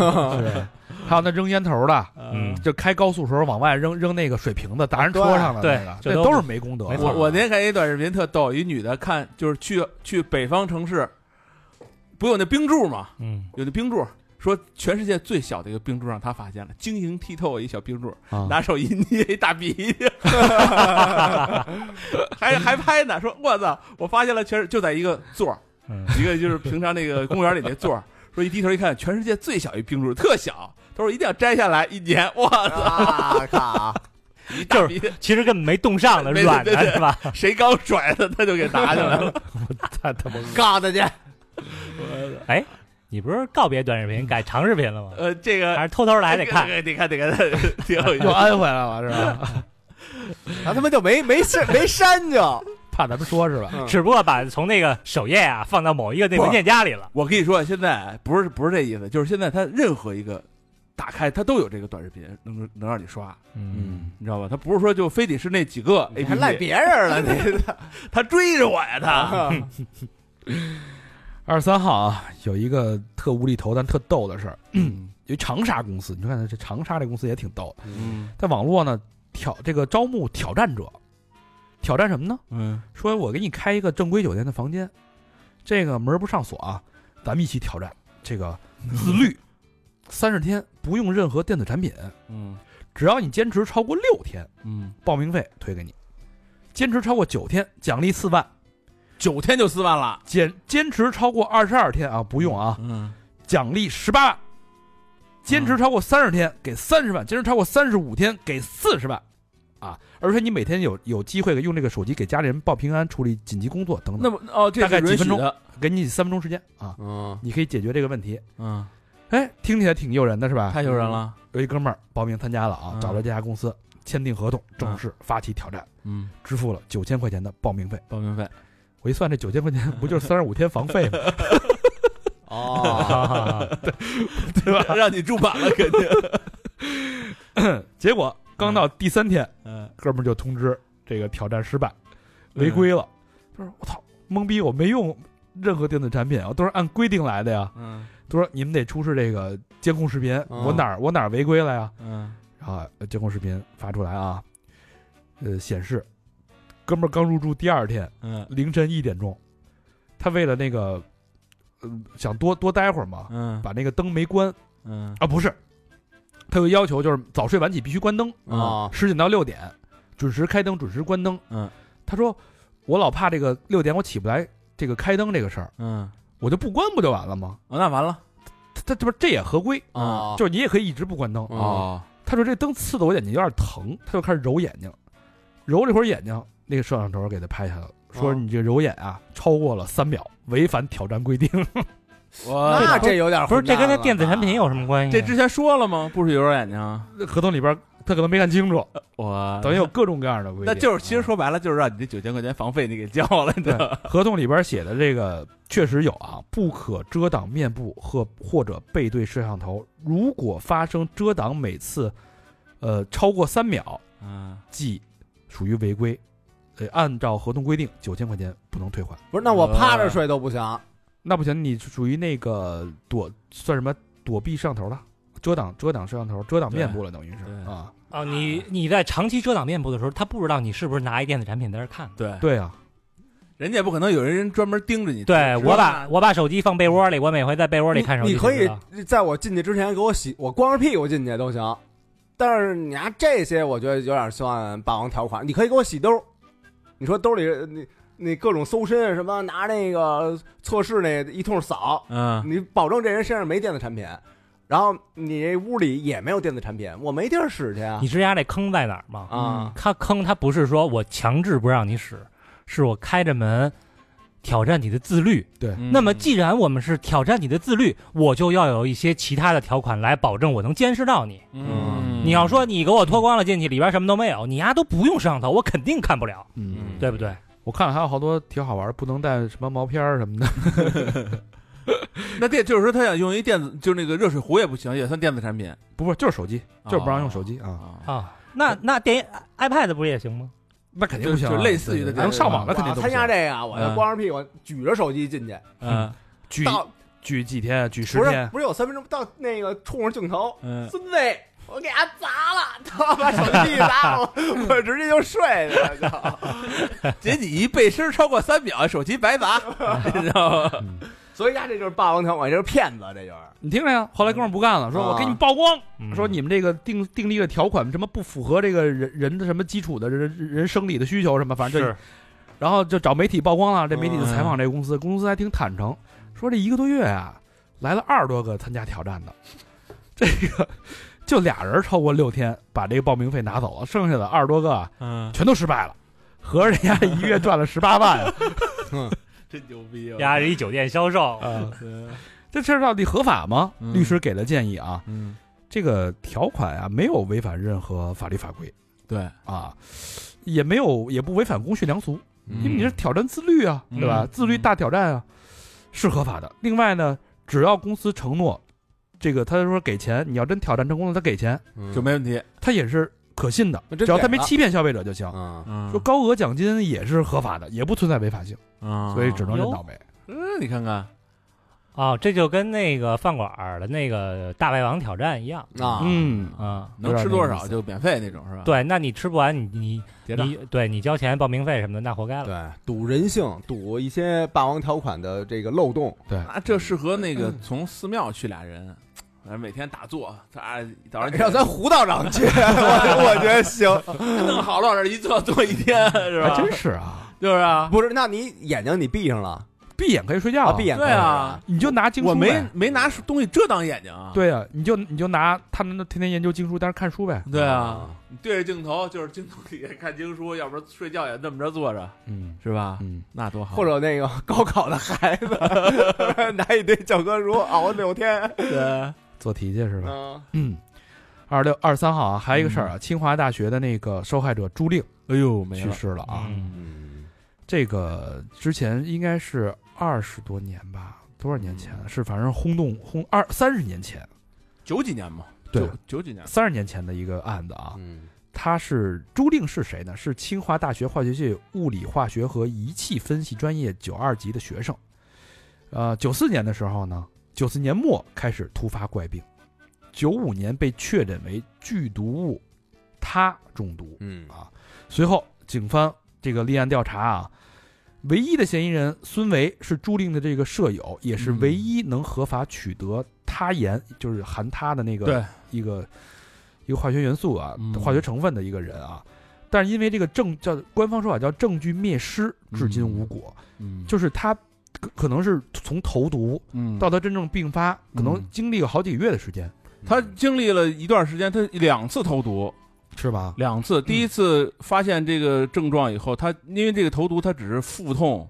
[SPEAKER 3] 还有那扔烟头的，
[SPEAKER 4] 嗯，
[SPEAKER 3] 就开高速时候往外扔扔那个水瓶子砸人车上的
[SPEAKER 4] 对
[SPEAKER 3] 那个，
[SPEAKER 4] 这
[SPEAKER 3] 这
[SPEAKER 4] 都
[SPEAKER 3] 都是没功德啊
[SPEAKER 4] 没。错
[SPEAKER 5] 我我那天看一短视频特逗，一女的看就是去去北方城市，不有那冰柱吗？
[SPEAKER 4] 嗯，
[SPEAKER 5] 有那冰柱，说全世界最小的一个冰柱让她发现了，晶莹剔透一小冰柱，
[SPEAKER 3] 啊
[SPEAKER 5] 拿手一捏一大 鼻涕，还还拍呢，说我操，我发现了全是就在一个座儿
[SPEAKER 4] 嗯，
[SPEAKER 5] 一个就是平常那个公园里那座儿，说一低头一看，全世 界最小一冰柱，特小，他说一定要摘下来一年，哇，
[SPEAKER 2] 啊靠！
[SPEAKER 5] 一大
[SPEAKER 4] 就
[SPEAKER 5] 鼻
[SPEAKER 4] 是其实根本没冻 上的，
[SPEAKER 5] 对对
[SPEAKER 4] 软的
[SPEAKER 5] 对对
[SPEAKER 4] 是吧？
[SPEAKER 5] 谁刚甩的，他就给拿下来 了。
[SPEAKER 4] 太他妈！
[SPEAKER 2] 嘎的去，
[SPEAKER 4] 你不是告别短视频改长视频了 吗？
[SPEAKER 5] 呃，这个
[SPEAKER 4] 还是偷偷来得看？
[SPEAKER 5] 得看得看得看， 挺有意 思
[SPEAKER 3] 又。安回来了是吧？
[SPEAKER 2] 他他妈就没没删没删就，
[SPEAKER 3] 怕咱们说是吧？
[SPEAKER 2] 嗯
[SPEAKER 4] 只不过把从那个首页啊放到某一个那文件夹里了。
[SPEAKER 5] 我跟你说，现在不是不是这意思，就是现在它任何一个打开，它都有这个短视频能能让你刷，
[SPEAKER 3] 嗯，
[SPEAKER 5] 你知道吧？它不是说就非得是那几个 A
[SPEAKER 2] 你
[SPEAKER 5] P
[SPEAKER 2] 还赖
[SPEAKER 5] P，
[SPEAKER 2] 别人了，你
[SPEAKER 5] 它追着我呀，它
[SPEAKER 2] 啊
[SPEAKER 3] 二十三号啊，有一个特无厘头但特逗的事儿，
[SPEAKER 4] 嗯
[SPEAKER 3] 有一长沙公司，你看这长沙这公司也挺逗的，
[SPEAKER 5] 嗯
[SPEAKER 3] 在网络呢挑这个招募挑战者，挑战什么呢？
[SPEAKER 5] 嗯
[SPEAKER 3] 说我给你开一个正规酒店的房间，这个门儿不上锁啊，咱们一起挑战这个自律，三十天不用任何电子产品，
[SPEAKER 5] 嗯
[SPEAKER 3] 只要你坚持超过六天，
[SPEAKER 5] 嗯，
[SPEAKER 3] 报名费退给你；坚持超过九天，奖励四万；
[SPEAKER 5] 九天就四万了，
[SPEAKER 3] 坚坚持超过二十二天啊，不用啊，
[SPEAKER 5] 嗯，
[SPEAKER 3] 奖励十八万；坚持超过三十天给三十万；坚持超过三十五天给四十万。啊，而且你每天有有机会用这个手机给家里人报平安、处理紧急工作等等。
[SPEAKER 5] 那么哦，这
[SPEAKER 3] 大概
[SPEAKER 5] 是
[SPEAKER 3] 几
[SPEAKER 5] 允
[SPEAKER 3] 分
[SPEAKER 5] 许
[SPEAKER 3] 钟
[SPEAKER 5] 的，
[SPEAKER 3] 给你三分钟时间啊，
[SPEAKER 2] 嗯，
[SPEAKER 3] 你可以解决这个问题。
[SPEAKER 5] 嗯，
[SPEAKER 3] 哎，听起来挺诱人的是吧？
[SPEAKER 5] 太诱人了，
[SPEAKER 3] 有一哥们儿报名参加了啊，
[SPEAKER 5] 嗯
[SPEAKER 3] 找了这家公司签订合同，正式发起挑战，
[SPEAKER 5] 嗯，
[SPEAKER 3] 支付了九千块钱的报名费。
[SPEAKER 5] 报名费，
[SPEAKER 3] 我一算，这九千块钱不就是三十五天房费 吗？
[SPEAKER 2] 哦，
[SPEAKER 5] 对吧？ 让你住满了肯定，
[SPEAKER 3] 结果刚到第三天，
[SPEAKER 5] 嗯，
[SPEAKER 3] 哥们儿就通知这个挑战失败，违规了。
[SPEAKER 5] 嗯
[SPEAKER 3] 他说：“我操，懵逼，我没用任何电子产品啊，我都是按规定来的呀。
[SPEAKER 5] 嗯”
[SPEAKER 3] 他说：“你们得出示这个监控视频，
[SPEAKER 2] 嗯
[SPEAKER 3] 我哪儿我哪儿违规了呀？”
[SPEAKER 5] 啊嗯
[SPEAKER 3] 然后呃监控视频发出来啊，呃，显示哥们儿刚入住第二天
[SPEAKER 5] 嗯
[SPEAKER 3] 凌晨一点钟，他为了那个，嗯、想多多待会儿嘛，
[SPEAKER 5] 嗯
[SPEAKER 3] 把那个灯没关
[SPEAKER 5] 嗯
[SPEAKER 3] 啊，不是，他有要求就是早睡晚起必须关灯，
[SPEAKER 4] 嗯
[SPEAKER 2] 啊
[SPEAKER 3] 十点到六点准时开灯，准时关灯。
[SPEAKER 5] 嗯，
[SPEAKER 3] 他说我老怕这个六点我起不来这个开灯这个事儿，
[SPEAKER 5] 嗯，
[SPEAKER 3] 我就不关不就完了吗？
[SPEAKER 5] 哦，那完了，
[SPEAKER 3] 他他这不这也合规，
[SPEAKER 4] 嗯
[SPEAKER 2] 啊，
[SPEAKER 3] 就是你也可以一直不关灯。啊
[SPEAKER 5] 哦，
[SPEAKER 3] 他说这灯刺的我眼睛有点疼，他就开始揉眼睛，揉了一会儿眼睛，那个摄像头给他拍下来了，说
[SPEAKER 2] 哦
[SPEAKER 3] 你这揉眼啊超过了三秒，违反挑战规定。
[SPEAKER 5] 我
[SPEAKER 2] 那这有点
[SPEAKER 4] 不是这跟
[SPEAKER 2] 那
[SPEAKER 4] 那电子产品有什么关系
[SPEAKER 5] 哦这
[SPEAKER 4] 啊？
[SPEAKER 5] 之前说了吗？不许有人眼睛啊，
[SPEAKER 3] 那合同里边他可能没看清楚，
[SPEAKER 5] 我
[SPEAKER 3] 等于有各种各样的规定。
[SPEAKER 5] 啊 那就是其实说白了，就是让你这九千块钱房费你给交了，你知道吧？
[SPEAKER 3] 合同里边写的这个确实有啊，不可遮挡面部或或者背对摄像头，如果发生遮挡每次，呃超过三秒
[SPEAKER 5] 嗯，
[SPEAKER 3] 即属于违规，呃按照合同规定九千块钱不能退还。
[SPEAKER 2] 不是，那我趴着睡都不行，
[SPEAKER 3] 那不行，你属于那个躲算什么躲避摄像头了，遮挡遮挡摄像头，遮挡面部了，等于是
[SPEAKER 5] 对
[SPEAKER 3] 啊，
[SPEAKER 4] 哦，你你在长期遮挡面部的时候，他不知道你是不是拿一电子产品在那儿看。
[SPEAKER 5] 对，
[SPEAKER 3] 对啊，
[SPEAKER 5] 人家也不可能有人专门盯着你。
[SPEAKER 4] 对
[SPEAKER 5] 是吧
[SPEAKER 4] 我把我把手机放被窝里，我每回在被窝里看手机
[SPEAKER 2] 你
[SPEAKER 4] 就
[SPEAKER 2] 可
[SPEAKER 4] 知
[SPEAKER 2] 以
[SPEAKER 5] 啊
[SPEAKER 4] 道。
[SPEAKER 2] 在我进去之前给我洗，我光着屁股进去都行。但是你拿这些，我觉得有点算霸王条款。你可以给我洗兜，你说兜里你你各种搜身啊什么，拿那个测试那一通扫，
[SPEAKER 4] 啊
[SPEAKER 5] 嗯，
[SPEAKER 2] 你保证这人身上没电子产品，然后你这屋里也没有电子产品，我没地儿使去啊
[SPEAKER 4] 你知嗯道这坑在哪儿吗？
[SPEAKER 2] 啊！
[SPEAKER 4] 他坑他不是说我强制不让你使，是我开着门挑战你的自律。
[SPEAKER 5] 嗯
[SPEAKER 4] 那么既然我们是挑战你的自律，我就要有一些其他的条款来保证我能监视到你。
[SPEAKER 5] 嗯
[SPEAKER 4] 你要说你给我脱光了进去，里边什么都没有，你丫都不用摄像头，我肯定看不了，
[SPEAKER 5] 嗯
[SPEAKER 4] 对不对？
[SPEAKER 3] 我看了还有好多挺好玩儿，不能带什么毛片儿什么的，
[SPEAKER 5] 那电就是说他想用一电子，就是那个热水壶也不行，也算电子产品，
[SPEAKER 3] 不不就是手机，就是不让用手机啊，
[SPEAKER 5] 啊。
[SPEAKER 4] 啊，那那电 iPad 不是也行吗？
[SPEAKER 3] 那肯定不行啊，
[SPEAKER 5] 就就类似于的
[SPEAKER 3] 对能上网的肯定
[SPEAKER 2] 我
[SPEAKER 3] 都不
[SPEAKER 2] 参加
[SPEAKER 3] 行。嗯
[SPEAKER 2] 这个，我就光着屁股举着手机进去，
[SPEAKER 5] 嗯
[SPEAKER 3] 举
[SPEAKER 2] 到
[SPEAKER 3] 举几天，举十
[SPEAKER 2] 不是
[SPEAKER 3] 天，
[SPEAKER 2] 不是有三分钟到那个冲着镜头，
[SPEAKER 5] 嗯，
[SPEAKER 2] 孙子，我给他砸了，他把手机一砸， 我我直接就睡去了。就
[SPEAKER 5] 姐你一背身超过三秒，手机白砸，你知道吗？
[SPEAKER 2] 所以呀，这就是霸王条款，这就是骗子，这就是。
[SPEAKER 3] 你听着呀。后来哥们儿不干了，说我给你曝光，
[SPEAKER 4] 嗯
[SPEAKER 3] 说你们这个定订立的条款什么不符合这个人人的什么基础的人人生理的需求什么，反正就是然后就找媒体曝光了，这媒体就采访这公司，公司还挺坦诚，说这一个多月啊，来了二十多个参加挑战的，这个就俩人超过六天把这个报名费拿走了，剩下的二十多个啊
[SPEAKER 5] 嗯，
[SPEAKER 3] 全都失败了，合着人家一月赚了十八万啊！
[SPEAKER 5] 真牛逼
[SPEAKER 4] 压着一酒店销售，
[SPEAKER 3] 啊 这事儿到底合法吗？
[SPEAKER 5] 嗯
[SPEAKER 3] 律师给了建议啊，
[SPEAKER 5] 嗯，
[SPEAKER 3] 这个条款啊没有违反任何法律法规
[SPEAKER 5] 对，
[SPEAKER 3] 啊，也没有也不违反公序良俗，因为你是挑战自律啊，
[SPEAKER 5] 嗯
[SPEAKER 3] 对吧？
[SPEAKER 5] 嗯
[SPEAKER 3] 自律大挑战啊，是合法的。另外呢，只要公司承诺，这个他说给钱，你要真挑战成功了，他给钱，
[SPEAKER 5] 就没问题，
[SPEAKER 3] 他也是可信的，
[SPEAKER 2] 那
[SPEAKER 3] 只
[SPEAKER 2] 真
[SPEAKER 3] 要他
[SPEAKER 2] 给
[SPEAKER 3] 没
[SPEAKER 2] 了
[SPEAKER 3] 欺骗消费者就行。
[SPEAKER 2] 啊，
[SPEAKER 5] 嗯
[SPEAKER 3] 说高额奖金也是合法的，也不存在违法性，
[SPEAKER 5] 啊，
[SPEAKER 3] 所以只能认倒霉。
[SPEAKER 5] 嗯，你看看，
[SPEAKER 4] 啊，这就跟那个饭馆儿的那个大胃王挑战一样
[SPEAKER 2] 啊
[SPEAKER 3] 嗯，
[SPEAKER 4] 啊。
[SPEAKER 5] 能吃多少就免费那种是吧？，
[SPEAKER 4] 对，那你吃不完，你你
[SPEAKER 5] 结账
[SPEAKER 4] 你，对你交钱报名费什么的，那活该了。
[SPEAKER 2] 对，赌人性，赌一些霸王条款的这个漏洞，
[SPEAKER 5] 啊，这适合那个从寺庙去俩人，哎每天打坐，他早上起来
[SPEAKER 2] 让咱胡道 长去，我我觉得行。
[SPEAKER 5] 弄好了，往这儿一坐坐一天是吧？
[SPEAKER 3] 还真是啊，
[SPEAKER 5] 就是啊，
[SPEAKER 2] 不是，那你眼睛你闭上 了
[SPEAKER 3] 闭眼可以睡觉、
[SPEAKER 2] 啊？闭，眼
[SPEAKER 5] 对
[SPEAKER 2] 看着
[SPEAKER 5] 啊
[SPEAKER 2] 吧，
[SPEAKER 3] 你就拿经书
[SPEAKER 5] 我没
[SPEAKER 3] 呗
[SPEAKER 5] 没拿东西遮挡眼睛啊。
[SPEAKER 3] 对啊，你就你就拿他们天天研究经书，但是看书呗。
[SPEAKER 5] 对啊，，你对着镜头就是镜头底下看经书，要不然睡觉也那么着坐着，
[SPEAKER 3] 嗯
[SPEAKER 5] 是吧？
[SPEAKER 3] 嗯，
[SPEAKER 5] 那多好。
[SPEAKER 2] 或者那个高考的孩子拿一堆教科书熬六天，
[SPEAKER 5] 对
[SPEAKER 3] 做题去是吧？
[SPEAKER 2] 嗯，
[SPEAKER 3] 嗯，二六二三号啊，还有一个事儿啊，清华大学的那个受害者朱令
[SPEAKER 5] 嗯哎呦，没
[SPEAKER 3] 去世了啊。
[SPEAKER 4] 嗯，
[SPEAKER 3] 这个之前应该是二十多年吧，多少年
[SPEAKER 5] 嗯
[SPEAKER 3] 前？啊是反正轰动轰二三十年前，
[SPEAKER 5] 九几年嘛，
[SPEAKER 3] 对
[SPEAKER 5] 九，九几年，
[SPEAKER 3] 三十年前的一个案子啊。
[SPEAKER 2] 嗯
[SPEAKER 3] 他是朱令是谁呢？是清华大学化学系物理化学和仪器分析专业九二级的学生。呃，九四年的时候呢，九四年末开始突发怪病，九五年被确诊为剧毒物他中毒。
[SPEAKER 2] 嗯
[SPEAKER 3] 啊。随后，警方这个立案调查啊，唯一的嫌疑人孙维是朱令的这个舍友，也是
[SPEAKER 5] 嗯
[SPEAKER 3] 唯一能合法取得他盐，就是含他的那个
[SPEAKER 5] 对
[SPEAKER 3] 一个一个化学元素啊
[SPEAKER 5] 嗯、
[SPEAKER 3] 化学成分的一个人啊。但是因为这个证叫官方说法叫证据灭失，至今无果。
[SPEAKER 5] 嗯
[SPEAKER 3] 就是他可可能是从投毒
[SPEAKER 5] 嗯
[SPEAKER 3] 到他真正病发，可能
[SPEAKER 5] 嗯
[SPEAKER 3] 经历了好几个月的时间，
[SPEAKER 5] 他经历了一段时间，他两次投毒，
[SPEAKER 3] 是吧？
[SPEAKER 5] 两次，第一次发现这个症状以后，他因为这个头毒，他只是腹痛、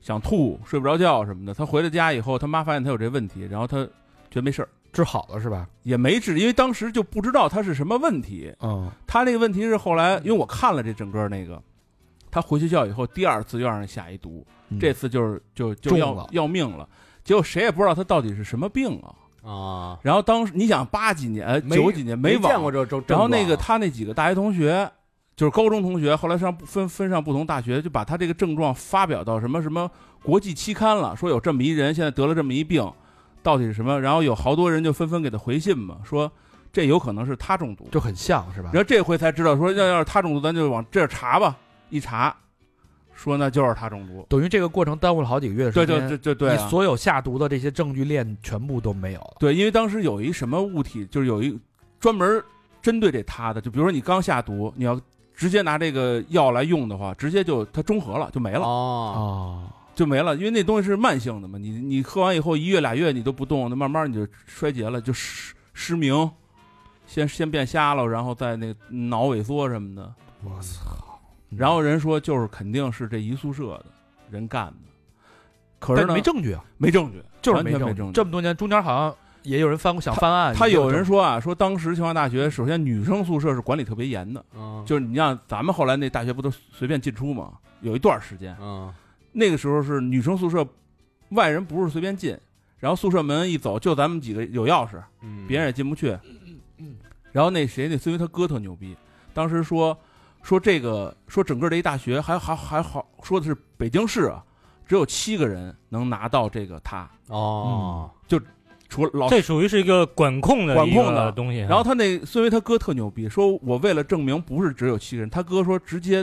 [SPEAKER 5] 想吐、睡不着觉什么的。他回了家以后，他妈发现他有这问题，然后他觉得没事儿，
[SPEAKER 3] 治好了是吧？
[SPEAKER 5] 也没治，因为当时就不知道他是什么问题。
[SPEAKER 3] 嗯，
[SPEAKER 5] 他那个问题是后
[SPEAKER 2] 嗯
[SPEAKER 5] 来，因为我看了这整个那个，他回学校以后，第二次又让人下一毒，
[SPEAKER 2] 嗯
[SPEAKER 5] 这次就是就就
[SPEAKER 3] 中
[SPEAKER 5] 要
[SPEAKER 3] 了
[SPEAKER 5] 要命了。结果谁也不知道他到底是什么病啊。
[SPEAKER 2] 啊，
[SPEAKER 5] 然后当时你想八几年、呃
[SPEAKER 2] 没
[SPEAKER 5] 九几年
[SPEAKER 2] 没
[SPEAKER 5] 网
[SPEAKER 2] 见过这这，
[SPEAKER 5] 然后那
[SPEAKER 2] 症
[SPEAKER 5] 个
[SPEAKER 2] 状啊
[SPEAKER 5] 他那几个大学同学，就是高中同学，后来上不分分上不同大学，就把他这个症状发表到什么什么国际期刊了，说有这么一人现在得了这么一病，到底是什么？然后有好多人就纷纷给他回信嘛，说这有可能是他中毒。
[SPEAKER 3] 就很像是吧？
[SPEAKER 5] 然后这回才知道说要要是他中毒，咱就往这儿查吧，一查，说那就是他中毒。
[SPEAKER 3] 等于这个过程耽误了好几个月的时
[SPEAKER 5] 对
[SPEAKER 3] 间。
[SPEAKER 5] 对对对对、
[SPEAKER 3] 你
[SPEAKER 5] 啊，
[SPEAKER 3] 所有下毒的这些证据链全部都没有了。
[SPEAKER 5] 对，因为当时有一什么物体，就是有一专门针对这他的，就比如说你刚下毒，你要直接拿这个药来用的话，直接就它中和了，就没了，
[SPEAKER 2] 哦，
[SPEAKER 3] 哦，
[SPEAKER 5] 就没了，因为那东西是慢性的嘛，你你喝完以后一月俩月你都不动，那慢慢你就衰竭了，就失失明，先先变瞎了，然后再那个脑萎缩什么的，
[SPEAKER 3] 我操！
[SPEAKER 5] 然后人说就是肯定是这一宿舍的人干的，可
[SPEAKER 3] 但
[SPEAKER 5] 是
[SPEAKER 3] 是
[SPEAKER 5] 呢
[SPEAKER 3] 没证据啊，
[SPEAKER 5] 没证据，
[SPEAKER 3] 就是
[SPEAKER 5] 完全
[SPEAKER 3] 没
[SPEAKER 5] 没
[SPEAKER 3] 据。
[SPEAKER 5] 证据
[SPEAKER 3] 这么多年，中间好像也有人翻过想翻案。
[SPEAKER 5] 他
[SPEAKER 3] 也
[SPEAKER 5] 有
[SPEAKER 3] 证
[SPEAKER 5] 人
[SPEAKER 3] 据
[SPEAKER 5] 说啊，说当时清华大学，首先女生宿舍是管理特别严的，
[SPEAKER 2] 嗯
[SPEAKER 5] 就是你像咱们后来那大学不都随便进出嘛？有一段时间，
[SPEAKER 2] 嗯
[SPEAKER 5] 那个时候是女生宿舍，外人不是随便进，然后宿舍门一走，就咱们几个有钥匙，
[SPEAKER 2] 嗯，
[SPEAKER 5] 别人也进不去。然后那谁那孙云他哥特牛逼，当时说说这个说整个这一大学还还还好说的是北京市啊，只有七个人能拿到这个他，
[SPEAKER 2] 哦，
[SPEAKER 5] 除了老
[SPEAKER 4] 这属于是一个管控的
[SPEAKER 5] 管控
[SPEAKER 4] 一个
[SPEAKER 5] 的
[SPEAKER 4] 东西。啊
[SPEAKER 5] 然后他那孙维他哥特牛逼，说我为了证明不是只有七个人，他哥说直接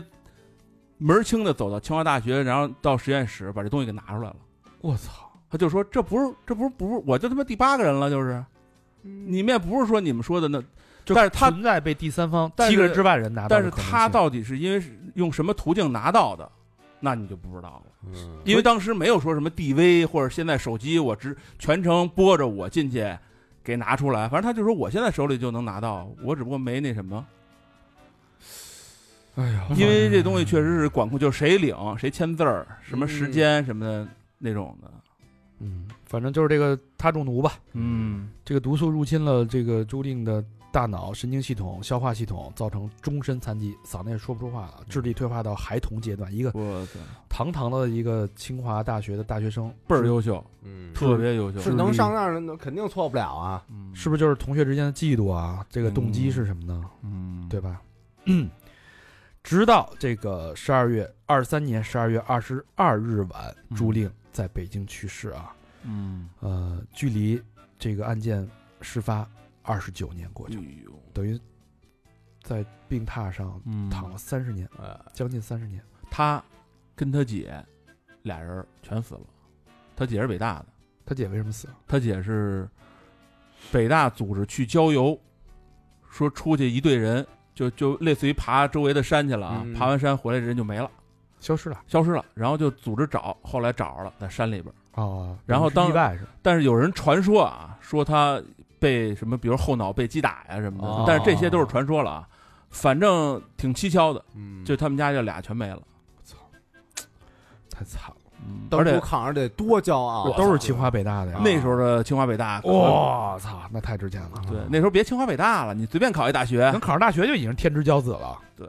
[SPEAKER 5] 门儿清的走到清华大学，然后到实验室把这东西给拿出来了。
[SPEAKER 3] 我操，
[SPEAKER 5] 他就说这不是这不是不是，我就他妈第八个人了，就是你们也不是说你们说的那，
[SPEAKER 3] 就
[SPEAKER 5] 但是他
[SPEAKER 3] 存在被第三方
[SPEAKER 5] 但
[SPEAKER 3] 七个
[SPEAKER 5] 是
[SPEAKER 3] 人之外人拿到
[SPEAKER 5] 但
[SPEAKER 3] 的
[SPEAKER 5] 是
[SPEAKER 3] 可能性，
[SPEAKER 5] 他到底是因为是用什么途径拿到的，那你就不知道了。
[SPEAKER 2] 嗯
[SPEAKER 5] 因为当时没有说什么 DV 或者现在手机，我只全程播着我进去，给拿出来。反正他就说我现在手里就能拿到，我只不过没那什么。哎
[SPEAKER 3] 啊哦
[SPEAKER 5] 呀，因为这东西确实是管控，就是谁领谁签字儿，什么时间什么的那种的。
[SPEAKER 3] 嗯，反正就是这个他中毒吧，
[SPEAKER 6] 嗯，
[SPEAKER 3] 这个毒素入侵了这个朱定的大脑、神经系统、消化系统，造成终身残疾，嗓子也说不出话
[SPEAKER 5] 嗯
[SPEAKER 3] 了，智力退化到孩童阶段。一个
[SPEAKER 5] 我操，
[SPEAKER 3] 堂堂的一个清华大学的大学生，
[SPEAKER 5] 倍儿优秀，
[SPEAKER 2] 嗯，
[SPEAKER 5] 特别优秀。
[SPEAKER 2] 是能上那儿，那肯定错不了啊。
[SPEAKER 5] 嗯
[SPEAKER 3] 是不是就是同学之间的嫉妒啊？这个动机是什么呢？
[SPEAKER 5] 嗯，
[SPEAKER 3] 对吧？直到这个十二月二三年十二月二十二日晚，
[SPEAKER 5] 嗯
[SPEAKER 3] 朱令在北京去世啊。
[SPEAKER 5] 嗯，
[SPEAKER 3] 呃，距离这个案件事发二十九年过
[SPEAKER 5] 哎
[SPEAKER 3] 去，
[SPEAKER 5] 呦，
[SPEAKER 3] 等于在病榻上
[SPEAKER 5] 嗯
[SPEAKER 3] 躺了三十年，
[SPEAKER 2] 呃，
[SPEAKER 3] 将近三十年。
[SPEAKER 5] 他跟他姐俩人全死了，他姐是北大的，
[SPEAKER 3] 他姐为什么死？
[SPEAKER 5] 他姐是北大组织去郊游，说出去一队人就就类似于爬周围的山去了啊，
[SPEAKER 2] 嗯
[SPEAKER 5] 爬完山回来人就没了，
[SPEAKER 3] 消失了
[SPEAKER 5] 消失了，然后就组织找，后来找着了，在山里边。
[SPEAKER 3] 哦，
[SPEAKER 5] 然后
[SPEAKER 3] 是
[SPEAKER 5] 当
[SPEAKER 3] 意外是吧
[SPEAKER 5] 但是有人传说啊，说他被什么，比如后脑被击打呀什么的，
[SPEAKER 3] 哦
[SPEAKER 5] 但是这些都是传说了啊。反正挺蹊跷的，
[SPEAKER 2] 嗯，
[SPEAKER 5] 就他们家就俩全没了，
[SPEAKER 3] 太惨了，
[SPEAKER 5] 嗯而
[SPEAKER 2] 当初
[SPEAKER 5] 且
[SPEAKER 2] 扛着得多骄傲，啊
[SPEAKER 3] 都是清华北大的呀。
[SPEAKER 5] 那时候嗯的清华北大，
[SPEAKER 3] 我操，那太值钱了。
[SPEAKER 5] 对，那时候别清华北大了，你随便考一大学
[SPEAKER 3] 能，考上大学就已经天之骄子了，
[SPEAKER 5] 对，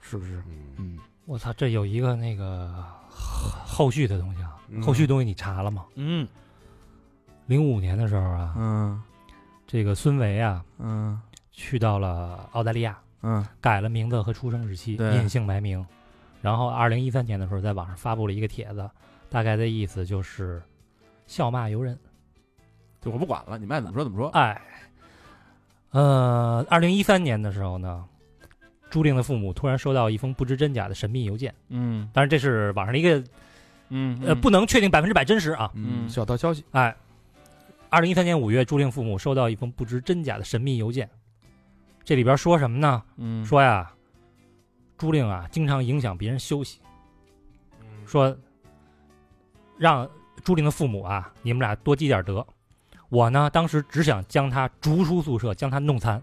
[SPEAKER 3] 是不是？
[SPEAKER 2] 嗯，
[SPEAKER 3] 嗯
[SPEAKER 4] 我操，这有一个那个后后续的东西啊，
[SPEAKER 2] 嗯
[SPEAKER 4] 后续东西你查了吗？
[SPEAKER 3] 嗯，
[SPEAKER 4] 零五年的时候啊，
[SPEAKER 5] 嗯
[SPEAKER 4] 这个孙维啊
[SPEAKER 5] 嗯
[SPEAKER 4] 去到了澳大利亚，
[SPEAKER 5] 嗯
[SPEAKER 4] 改了名字和出生日期，
[SPEAKER 5] 对
[SPEAKER 4] 隐姓埋名。然后，二零一三年的时候，在网上发布了一个帖子，大概的意思就是笑骂由人。
[SPEAKER 5] 就我不管了，你们爱怎么说怎么说。
[SPEAKER 4] 哎，呃，二零一三年的时候呢，朱令的父母突然收到一封不知真假的神秘邮件，
[SPEAKER 5] 嗯
[SPEAKER 4] 当然这是网上的一个
[SPEAKER 5] 嗯
[SPEAKER 4] 呃不能确定百分之百真实啊。
[SPEAKER 5] 嗯
[SPEAKER 3] 小道消息，
[SPEAKER 4] 哎，二零一三年五月，朱令父母收到一封不知真假的神秘邮件，这里边说什么呢？
[SPEAKER 5] 嗯
[SPEAKER 4] 说呀，朱令啊，经常影响别人休息，说让朱令的父母啊，你们俩多积点德。我呢，当时只想将他逐出宿舍，将他弄残，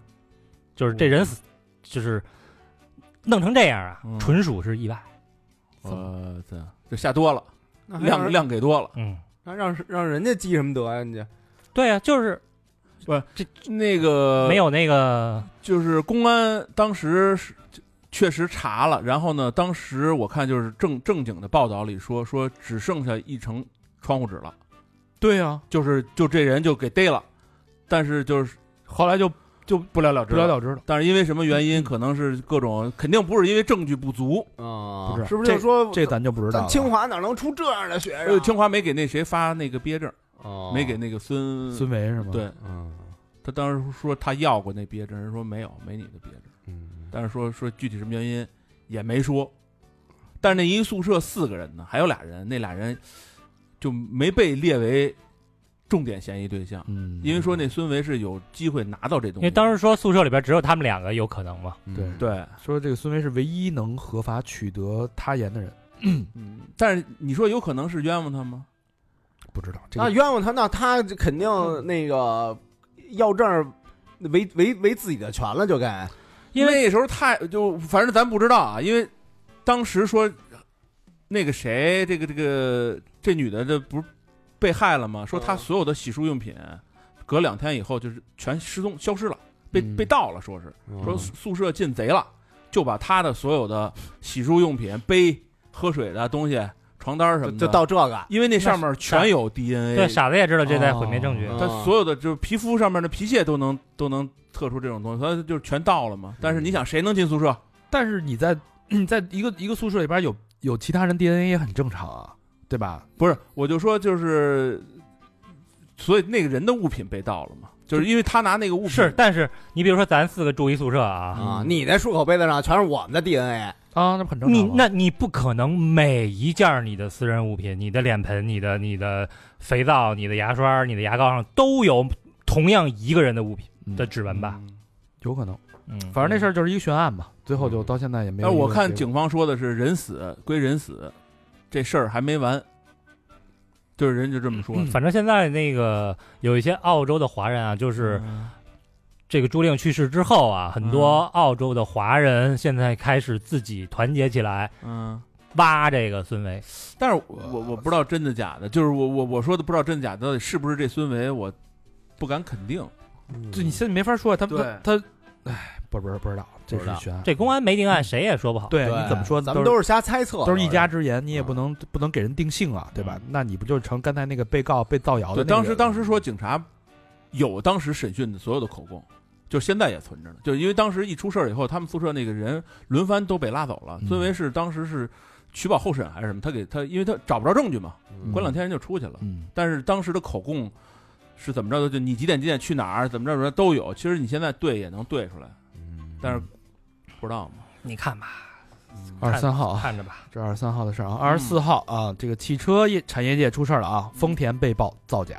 [SPEAKER 4] 就是这人死，就是弄成这样啊，
[SPEAKER 5] 嗯
[SPEAKER 4] 纯属是意外。
[SPEAKER 5] 我操，这下多了，
[SPEAKER 2] 那还让
[SPEAKER 5] 量量给多了。
[SPEAKER 4] 嗯，
[SPEAKER 2] 让让让人家积什么德呀？你这
[SPEAKER 4] 对啊，就是
[SPEAKER 5] 那个
[SPEAKER 4] 没有那个，
[SPEAKER 5] 就是公安当时是确实查了，然后呢，当时我看就是正正经的报道里说说只剩下一层窗户纸了，
[SPEAKER 3] 对啊，
[SPEAKER 5] 就是就这人就给逮了，但是就是
[SPEAKER 3] 后来就
[SPEAKER 5] 就不了了之
[SPEAKER 3] 不了。了之了。
[SPEAKER 5] 但是因为什么原因，可能是各种，肯定不是因为证据不足。
[SPEAKER 2] 啊
[SPEAKER 3] 不是
[SPEAKER 2] 是不是就说
[SPEAKER 3] 这咱就不知道
[SPEAKER 2] 咱
[SPEAKER 3] 了。
[SPEAKER 2] 清华哪能出这样的学
[SPEAKER 5] 呃，
[SPEAKER 2] 生？
[SPEAKER 5] 清华没给那谁发那个毕业证，
[SPEAKER 2] 哦
[SPEAKER 5] 没给，那个孙。
[SPEAKER 3] 孙维是吗？，
[SPEAKER 5] 对
[SPEAKER 2] 嗯
[SPEAKER 5] 他当时说他要过那毕业证，人说没有，没你的毕业证。
[SPEAKER 2] 嗯，
[SPEAKER 5] 但是说说具体什么原因也没说。但是那一宿舍四个人呢，还有俩人，那俩人就没被列为重点嫌疑对象，
[SPEAKER 3] 嗯，
[SPEAKER 5] 因为说那孙维是有机会拿到这东
[SPEAKER 4] 因
[SPEAKER 5] 西。
[SPEAKER 4] 为当时说宿舍里边只有他们两个有可能嘛。
[SPEAKER 2] 嗯
[SPEAKER 3] 对
[SPEAKER 5] 对，
[SPEAKER 3] 说这个孙维是唯一能合法取得他言的人，
[SPEAKER 5] 嗯，但是你说有可能是冤枉他吗？
[SPEAKER 3] 不知道这
[SPEAKER 2] 那
[SPEAKER 3] 个
[SPEAKER 2] 啊冤枉他，那他肯定那个要证儿为为为自己的权了，就该
[SPEAKER 4] 因为
[SPEAKER 5] 那时候太就反正咱不知道啊，因为当时说那个谁，这个这个这女的这不是被害了吗？说她
[SPEAKER 2] 嗯
[SPEAKER 5] 所有的洗漱用品，隔两天以后就是全失踪消失了，被、
[SPEAKER 3] 嗯
[SPEAKER 5] 被盗了，说是。
[SPEAKER 2] 嗯
[SPEAKER 5] 说宿舍进贼了，就把他的所有的洗漱用品、杯、喝水的东西、床单什
[SPEAKER 2] 就
[SPEAKER 5] 么的，
[SPEAKER 2] 就到这个，
[SPEAKER 5] 因为那上面全有 DNA，
[SPEAKER 4] 对，傻子也知道这在毁灭证据。
[SPEAKER 2] 哦
[SPEAKER 5] 他所有的就是皮肤上面的皮屑都能都能测出这种东西，他就全到了嘛。但是你想，谁能进宿舍？
[SPEAKER 3] 但是你在你在一个一个宿舍里边有有其他人 DNA 也很正常啊，对吧？
[SPEAKER 5] 不是，我就说就是，所以那个人的物品被盗了嘛，就是因为他拿那个物品
[SPEAKER 4] 是，但是你比如说咱四个住一宿舍啊，
[SPEAKER 2] 啊，你那漱口杯子上全是我们的 DNA，
[SPEAKER 3] 啊，那不很正常
[SPEAKER 4] 你
[SPEAKER 3] 吗？
[SPEAKER 4] 那你不可能每一件儿你的私人物品，你的脸盆、你的你的肥皂、你的牙刷、你的牙膏上都有同样一个人的物品
[SPEAKER 3] 嗯
[SPEAKER 4] 的指纹吧？
[SPEAKER 5] 嗯
[SPEAKER 3] 有可能，
[SPEAKER 4] 嗯，
[SPEAKER 3] 反正那事儿就是一个悬案嘛，最后就到现在也没有
[SPEAKER 5] 但
[SPEAKER 3] 一个结
[SPEAKER 5] 我
[SPEAKER 3] 果。
[SPEAKER 5] 看警方说的是人死归人死，这事儿还没完。就是人就这么说，
[SPEAKER 3] 嗯
[SPEAKER 4] 反正现在那个有一些澳洲的华人啊，就是这个朱令去世之后啊，很多澳洲的华人现在开始自己团结起来
[SPEAKER 5] 嗯。
[SPEAKER 4] 挖这个孙维。
[SPEAKER 5] 但是我我我不知道真的假的，就是我我我说的不知道真假的到底是不是这孙维，我不敢肯定。
[SPEAKER 3] 这你现在没法说，他
[SPEAKER 5] 对
[SPEAKER 3] 他他，哎，嗯不不不知道，这
[SPEAKER 5] 不知
[SPEAKER 3] 是
[SPEAKER 5] 道
[SPEAKER 3] 悬案。
[SPEAKER 4] 这公安没定案，谁也说不好。
[SPEAKER 3] 对
[SPEAKER 2] 对
[SPEAKER 3] 你怎么说
[SPEAKER 2] 咱
[SPEAKER 3] 都
[SPEAKER 2] 们
[SPEAKER 3] 是
[SPEAKER 2] 都是瞎猜测，
[SPEAKER 3] 都是一家之言，你也不能不能给人定性啊，对吧？那你不就成刚才那个被告被造谣的
[SPEAKER 5] 对，
[SPEAKER 3] 那个？
[SPEAKER 5] 当时当时说警察有当时审讯的所有的口供，就现在也存着呢。就因为当时一出事儿以后，他们宿舍那个人轮番都被拉走了。
[SPEAKER 3] 嗯
[SPEAKER 5] 孙维是当时是取保候审还是什么？他给他，因为他找不着证据嘛，
[SPEAKER 2] 嗯
[SPEAKER 5] 关两天人就出去了。
[SPEAKER 3] 嗯，
[SPEAKER 5] 但是当时的口供是怎么着的？就你几点几点去哪儿，怎么着怎么着都有。其实你现在对也能对出来，
[SPEAKER 3] 嗯
[SPEAKER 5] 但是不知道嘛。
[SPEAKER 4] 你看吧，
[SPEAKER 2] 嗯
[SPEAKER 3] 二十三号啊，
[SPEAKER 4] 看着吧，
[SPEAKER 3] 这二十三号的事儿啊，二十四号啊，这个汽车业产业界出事儿了啊，丰田被曝造假，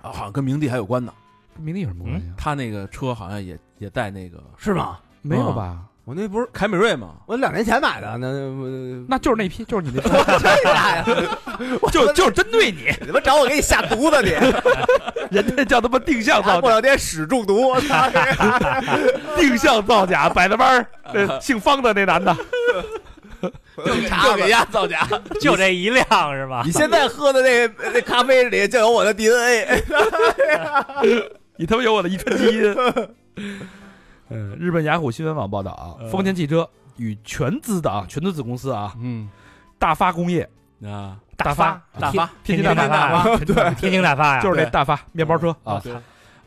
[SPEAKER 5] 啊，好像跟明帝还有关呢。
[SPEAKER 3] 跟明帝有什么关系啊？
[SPEAKER 5] 他那个车好像也也带那个
[SPEAKER 2] 是吗？
[SPEAKER 3] 没有吧？
[SPEAKER 2] 我那不是
[SPEAKER 5] 凯美瑞嘛，
[SPEAKER 2] 我两年前买的，那我
[SPEAKER 3] 那就是那批，就是你那批，
[SPEAKER 2] 这家呀，
[SPEAKER 3] 就就是针对你，
[SPEAKER 2] 你们找我给你下 毒吧你，
[SPEAKER 3] 人家叫他妈定向造
[SPEAKER 2] 过
[SPEAKER 3] 假，
[SPEAKER 2] 两天屎中毒，我 操！这个
[SPEAKER 3] 定向造 假，摆的班儿，那姓方的那男的，
[SPEAKER 2] 警察吧。
[SPEAKER 5] 家造假。
[SPEAKER 4] 就这一辆是吧？
[SPEAKER 2] 你现在喝的那那咖啡里就有我的 DNA，
[SPEAKER 3] 你他妈有我的遗传基因。 嗯，日本雅虎新闻网报道啊，丰田汽车与全资的啊，全资子公司啊，
[SPEAKER 5] 嗯
[SPEAKER 3] 大发工业，
[SPEAKER 5] 啊，
[SPEAKER 4] 大发
[SPEAKER 5] 大发，
[SPEAKER 4] 天
[SPEAKER 3] 津大
[SPEAKER 4] 大发，对，天津大 发呀，
[SPEAKER 3] 就是那
[SPEAKER 5] 啊对嗯
[SPEAKER 3] 大发面包车啊，
[SPEAKER 5] 对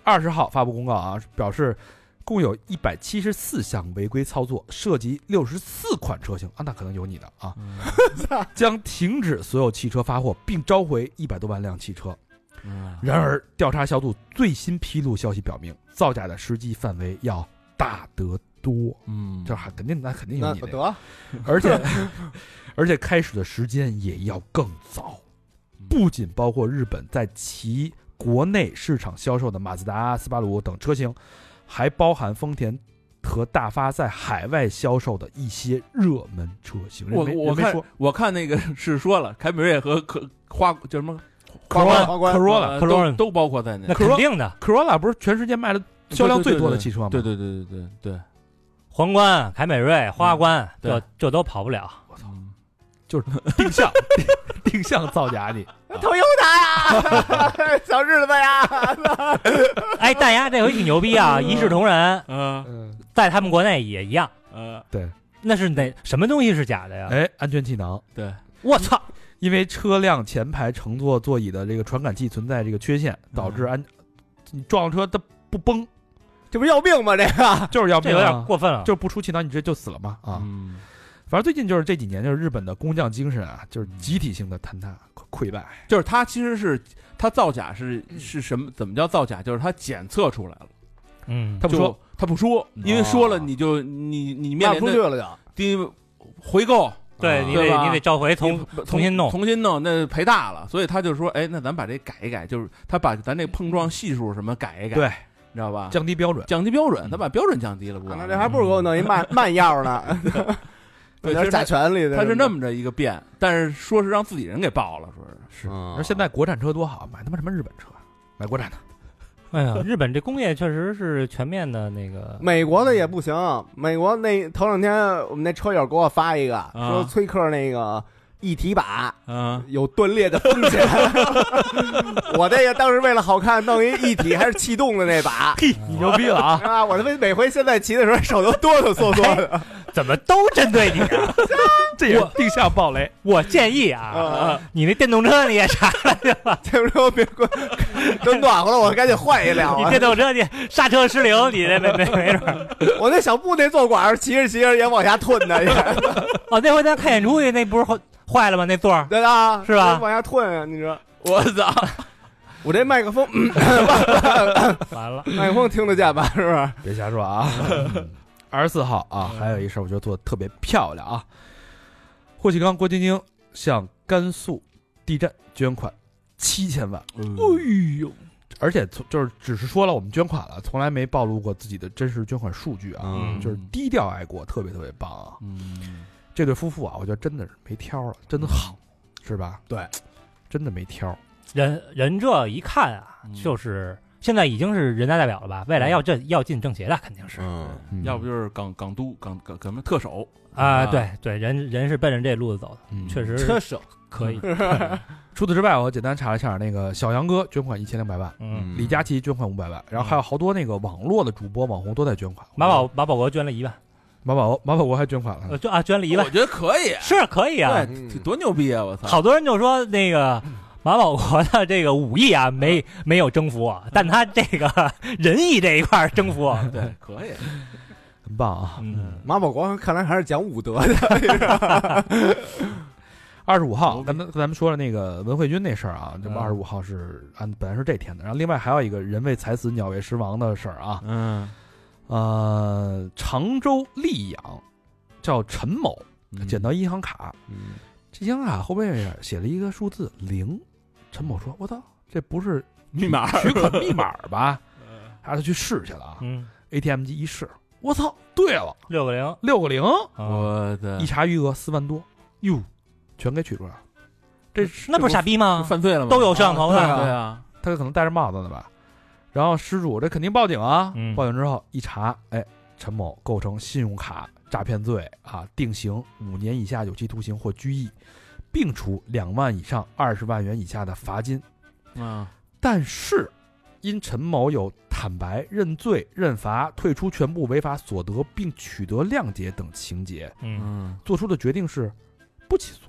[SPEAKER 3] 二十号发布公告啊，表示共有一百七十四项违规操作，涉及六十四款车型啊，那可能有你的啊，
[SPEAKER 5] 嗯
[SPEAKER 3] 将停止所有汽车发货，并召回一百多万辆汽车。
[SPEAKER 5] 嗯
[SPEAKER 3] 然而，调查小组最新披露消息表明，造假的实际范围要大得多，
[SPEAKER 5] 嗯，
[SPEAKER 3] 这还肯定那肯定有
[SPEAKER 2] 那
[SPEAKER 3] 你的，
[SPEAKER 2] 得
[SPEAKER 3] 而且而且开始的时间也要更早，不仅包括日本在其国内市场销售的马自达、斯巴鲁等车型，还包含丰田和大发在海外销售的一些热门车型。人
[SPEAKER 5] 我
[SPEAKER 3] 没
[SPEAKER 5] 我
[SPEAKER 3] 人没
[SPEAKER 5] 看
[SPEAKER 3] 说
[SPEAKER 5] 我看那个 是说了，凯美瑞和科花叫什么
[SPEAKER 2] 关花关
[SPEAKER 3] Corolla
[SPEAKER 5] 都
[SPEAKER 4] Corolla
[SPEAKER 5] 都包括
[SPEAKER 3] 嗯
[SPEAKER 5] 在内
[SPEAKER 4] 那。肯定的，
[SPEAKER 3] Corolla 不是全世界卖的销量最多的汽车吗？
[SPEAKER 5] 对对对对对对，
[SPEAKER 4] 皇冠、凯美瑞、
[SPEAKER 3] 嗯
[SPEAKER 4] 花冠，
[SPEAKER 5] 对
[SPEAKER 4] 这这都跑不了。
[SPEAKER 5] 我操，
[SPEAKER 3] 定向定向造假你。
[SPEAKER 2] 头油他呀， 小日子呀，
[SPEAKER 4] 哎，大家这回挺牛逼啊，一视同仁，
[SPEAKER 5] 嗯
[SPEAKER 3] 嗯，
[SPEAKER 4] 在他们国内也一样。
[SPEAKER 5] 呃，
[SPEAKER 4] 那是哪什么东西是假的呀？
[SPEAKER 3] 哎，安全气囊。
[SPEAKER 5] 对，
[SPEAKER 4] 我操！
[SPEAKER 3] 因为车辆前排乘坐座椅的这个传感器存在这个缺陷，导致安、你撞了车它不崩，
[SPEAKER 2] 这不要命吗？这个
[SPEAKER 3] 就是要
[SPEAKER 4] 这
[SPEAKER 3] 命
[SPEAKER 4] 有
[SPEAKER 3] 啊、
[SPEAKER 4] 点过分了。
[SPEAKER 3] 就是不出气囊你直接就死了嘛啊！
[SPEAKER 5] 嗯，
[SPEAKER 3] 反正最近就是这几年，就是日本的工匠精神啊，就是集体性的坍塌溃败。
[SPEAKER 5] 就是他其实是他造假是是什么？怎么叫造假？就是他检测出来了，
[SPEAKER 4] 嗯，
[SPEAKER 3] 他不说
[SPEAKER 5] 就，他不说，因为说了你就你你面
[SPEAKER 2] 骂
[SPEAKER 5] 临
[SPEAKER 2] 出去
[SPEAKER 5] 的
[SPEAKER 2] 了就，
[SPEAKER 5] 第一回购，
[SPEAKER 3] 啊
[SPEAKER 4] 对你
[SPEAKER 5] 对
[SPEAKER 4] 得
[SPEAKER 5] 吧
[SPEAKER 4] 你得召回
[SPEAKER 5] 你
[SPEAKER 4] 重重新弄。
[SPEAKER 5] 重新弄，那赔大了，所以他就说，哎，那咱把这改一改，就是他把咱这碰撞系数什么改一改，
[SPEAKER 3] 对，
[SPEAKER 5] 你知道吧？
[SPEAKER 3] 降低标准。
[SPEAKER 5] 降低标准，他把标准降低了，不完
[SPEAKER 2] 那
[SPEAKER 5] 了
[SPEAKER 2] 这还不如给我弄一慢慢药呢，有
[SPEAKER 5] 对
[SPEAKER 2] 点
[SPEAKER 5] 其实
[SPEAKER 2] 甲
[SPEAKER 5] 他
[SPEAKER 2] 醛里的。
[SPEAKER 5] 他是那么着一个变，但是说是让自己人给爆了，说是
[SPEAKER 3] 是，
[SPEAKER 2] 嗯
[SPEAKER 3] 而现在国产车多好，买他妈什么日本车，买国产的。
[SPEAKER 4] 哎呀，日本这工业确实是全面的那 个。
[SPEAKER 2] 美国的也不行，美国那头两天我们那车友给我发一
[SPEAKER 5] 啊
[SPEAKER 2] 个，说崔克那个一体把
[SPEAKER 3] 啊
[SPEAKER 5] 嗯，
[SPEAKER 2] 有断裂的风 险。 我这个当时为了好看弄一一体还是气动的那 把，
[SPEAKER 3] 嘿，
[SPEAKER 4] 嗯
[SPEAKER 3] 你牛逼了啊！
[SPEAKER 2] 啊，我他妈每回现在骑的时候手都哆哆嗦嗦的。
[SPEAKER 4] 怎么都针对你啊！
[SPEAKER 3] 这也是定向暴雷。
[SPEAKER 4] 我建议啊，你那电动车你也查 查去 吧，
[SPEAKER 2] 这不是我别关，都暖和了，我赶紧换一辆
[SPEAKER 4] 你
[SPEAKER 2] 啊。
[SPEAKER 4] 电动车你刹车失灵，你这没没没准儿。
[SPEAKER 2] 我那小布那坐管儿骑着骑着也往下吞呢，也
[SPEAKER 4] 哦，那回咱看演出去，那不是坏坏了吗？那座儿
[SPEAKER 2] 对啊，
[SPEAKER 4] 是吧
[SPEAKER 2] 往下吞啊，你说
[SPEAKER 5] 我操，
[SPEAKER 2] 我这麦克风，嗯
[SPEAKER 4] 完了，
[SPEAKER 2] 麦克风听得见吧？是不是？
[SPEAKER 3] 别瞎说啊！二十四号啊，还有一事儿我觉得做的特别漂亮啊。霍启刚、郭晶晶向甘肃地震捐款七千万，
[SPEAKER 4] 哎呦，
[SPEAKER 3] 而且从就是只是说了我们捐款了，从来没暴露过自己的真实捐款数据啊，
[SPEAKER 4] 嗯
[SPEAKER 3] 就是低调爱国，特别特别棒啊！
[SPEAKER 5] 嗯，
[SPEAKER 4] 嗯
[SPEAKER 3] 这对夫妇啊，我觉得真的是没挑了，真的好，是吧？
[SPEAKER 2] 对，
[SPEAKER 3] 真的没挑。
[SPEAKER 4] 人人这一看啊，
[SPEAKER 3] 嗯
[SPEAKER 4] 就是现在已经是人大代表了吧？未来要这要进政协的肯定是
[SPEAKER 2] 嗯，
[SPEAKER 3] 嗯
[SPEAKER 5] 要不就是港港督港港什么特首
[SPEAKER 4] 啊，对对，人人是奔着这路子走的，
[SPEAKER 3] 嗯
[SPEAKER 4] 确实
[SPEAKER 2] 车手
[SPEAKER 4] 可以。
[SPEAKER 3] 除此之外，我简单查了一下，那个小杨哥捐款一千两百万，
[SPEAKER 4] 嗯，
[SPEAKER 3] 李佳琦捐款五百万，然后还有好多那个网络的主播网红都在捐款。
[SPEAKER 4] 马保马保国捐了一万，
[SPEAKER 3] 马保马保国还捐款了
[SPEAKER 4] 呃，
[SPEAKER 3] 呢，
[SPEAKER 4] 捐啊捐了一万
[SPEAKER 5] 我，觉得可以，
[SPEAKER 4] 是可以啊。
[SPEAKER 5] 对，
[SPEAKER 2] 嗯
[SPEAKER 5] 这多牛逼啊！我操，
[SPEAKER 4] 好多人就说那个马保国的这个武艺啊，没没有征服我，但他这个 仁义这一块儿征服我。
[SPEAKER 5] 对，可以，
[SPEAKER 3] 很棒啊！
[SPEAKER 4] 嗯，
[SPEAKER 2] 马保国看来还是讲武德的，
[SPEAKER 3] 二十五号
[SPEAKER 5] 牛，逼
[SPEAKER 3] 咱们咱们说了那个文慧君那事儿啊，这不
[SPEAKER 5] 嗯
[SPEAKER 3] 二十五号是按本来是这天的，然后另外还有一个人为财死，鸟为食亡的事儿啊，
[SPEAKER 5] 嗯，
[SPEAKER 3] 呃，常州溧阳叫陈某
[SPEAKER 5] 嗯
[SPEAKER 3] 捡到银行卡， 这银行卡后背写了一个数字零，陈某说：“我操，这不是
[SPEAKER 5] 密码嗯
[SPEAKER 3] 取款密码 吧？”然后他去试去了啊
[SPEAKER 4] 嗯，
[SPEAKER 3] ，ATM 机一试，我操，对了，
[SPEAKER 4] 六个零，
[SPEAKER 3] 六个零，
[SPEAKER 5] 嗯
[SPEAKER 4] 啊
[SPEAKER 5] 我的
[SPEAKER 3] 一查余额四万多，哟，全给取出来了。这是
[SPEAKER 4] 那不是傻
[SPEAKER 3] 这
[SPEAKER 4] 逼吗？
[SPEAKER 5] 犯罪了吗？
[SPEAKER 4] 都有摄像头
[SPEAKER 5] 对
[SPEAKER 4] 呢
[SPEAKER 5] 啊，对啊，
[SPEAKER 3] 不他可能戴着帽子呢吧？然后失主这肯定报警啊，
[SPEAKER 4] 嗯
[SPEAKER 3] 报警之后一查，哎，陈某构成信用卡诈骗罪啊，定刑五年以下有期徒刑或拘役，并处两万以上二十万元以下的罚金。
[SPEAKER 5] 嗯，
[SPEAKER 3] 但是，因陈某有坦白、认罪、认罚、退出全部违法所得并取得谅解等情节，
[SPEAKER 4] 嗯，
[SPEAKER 5] 嗯，
[SPEAKER 3] 做出的决定是不起诉。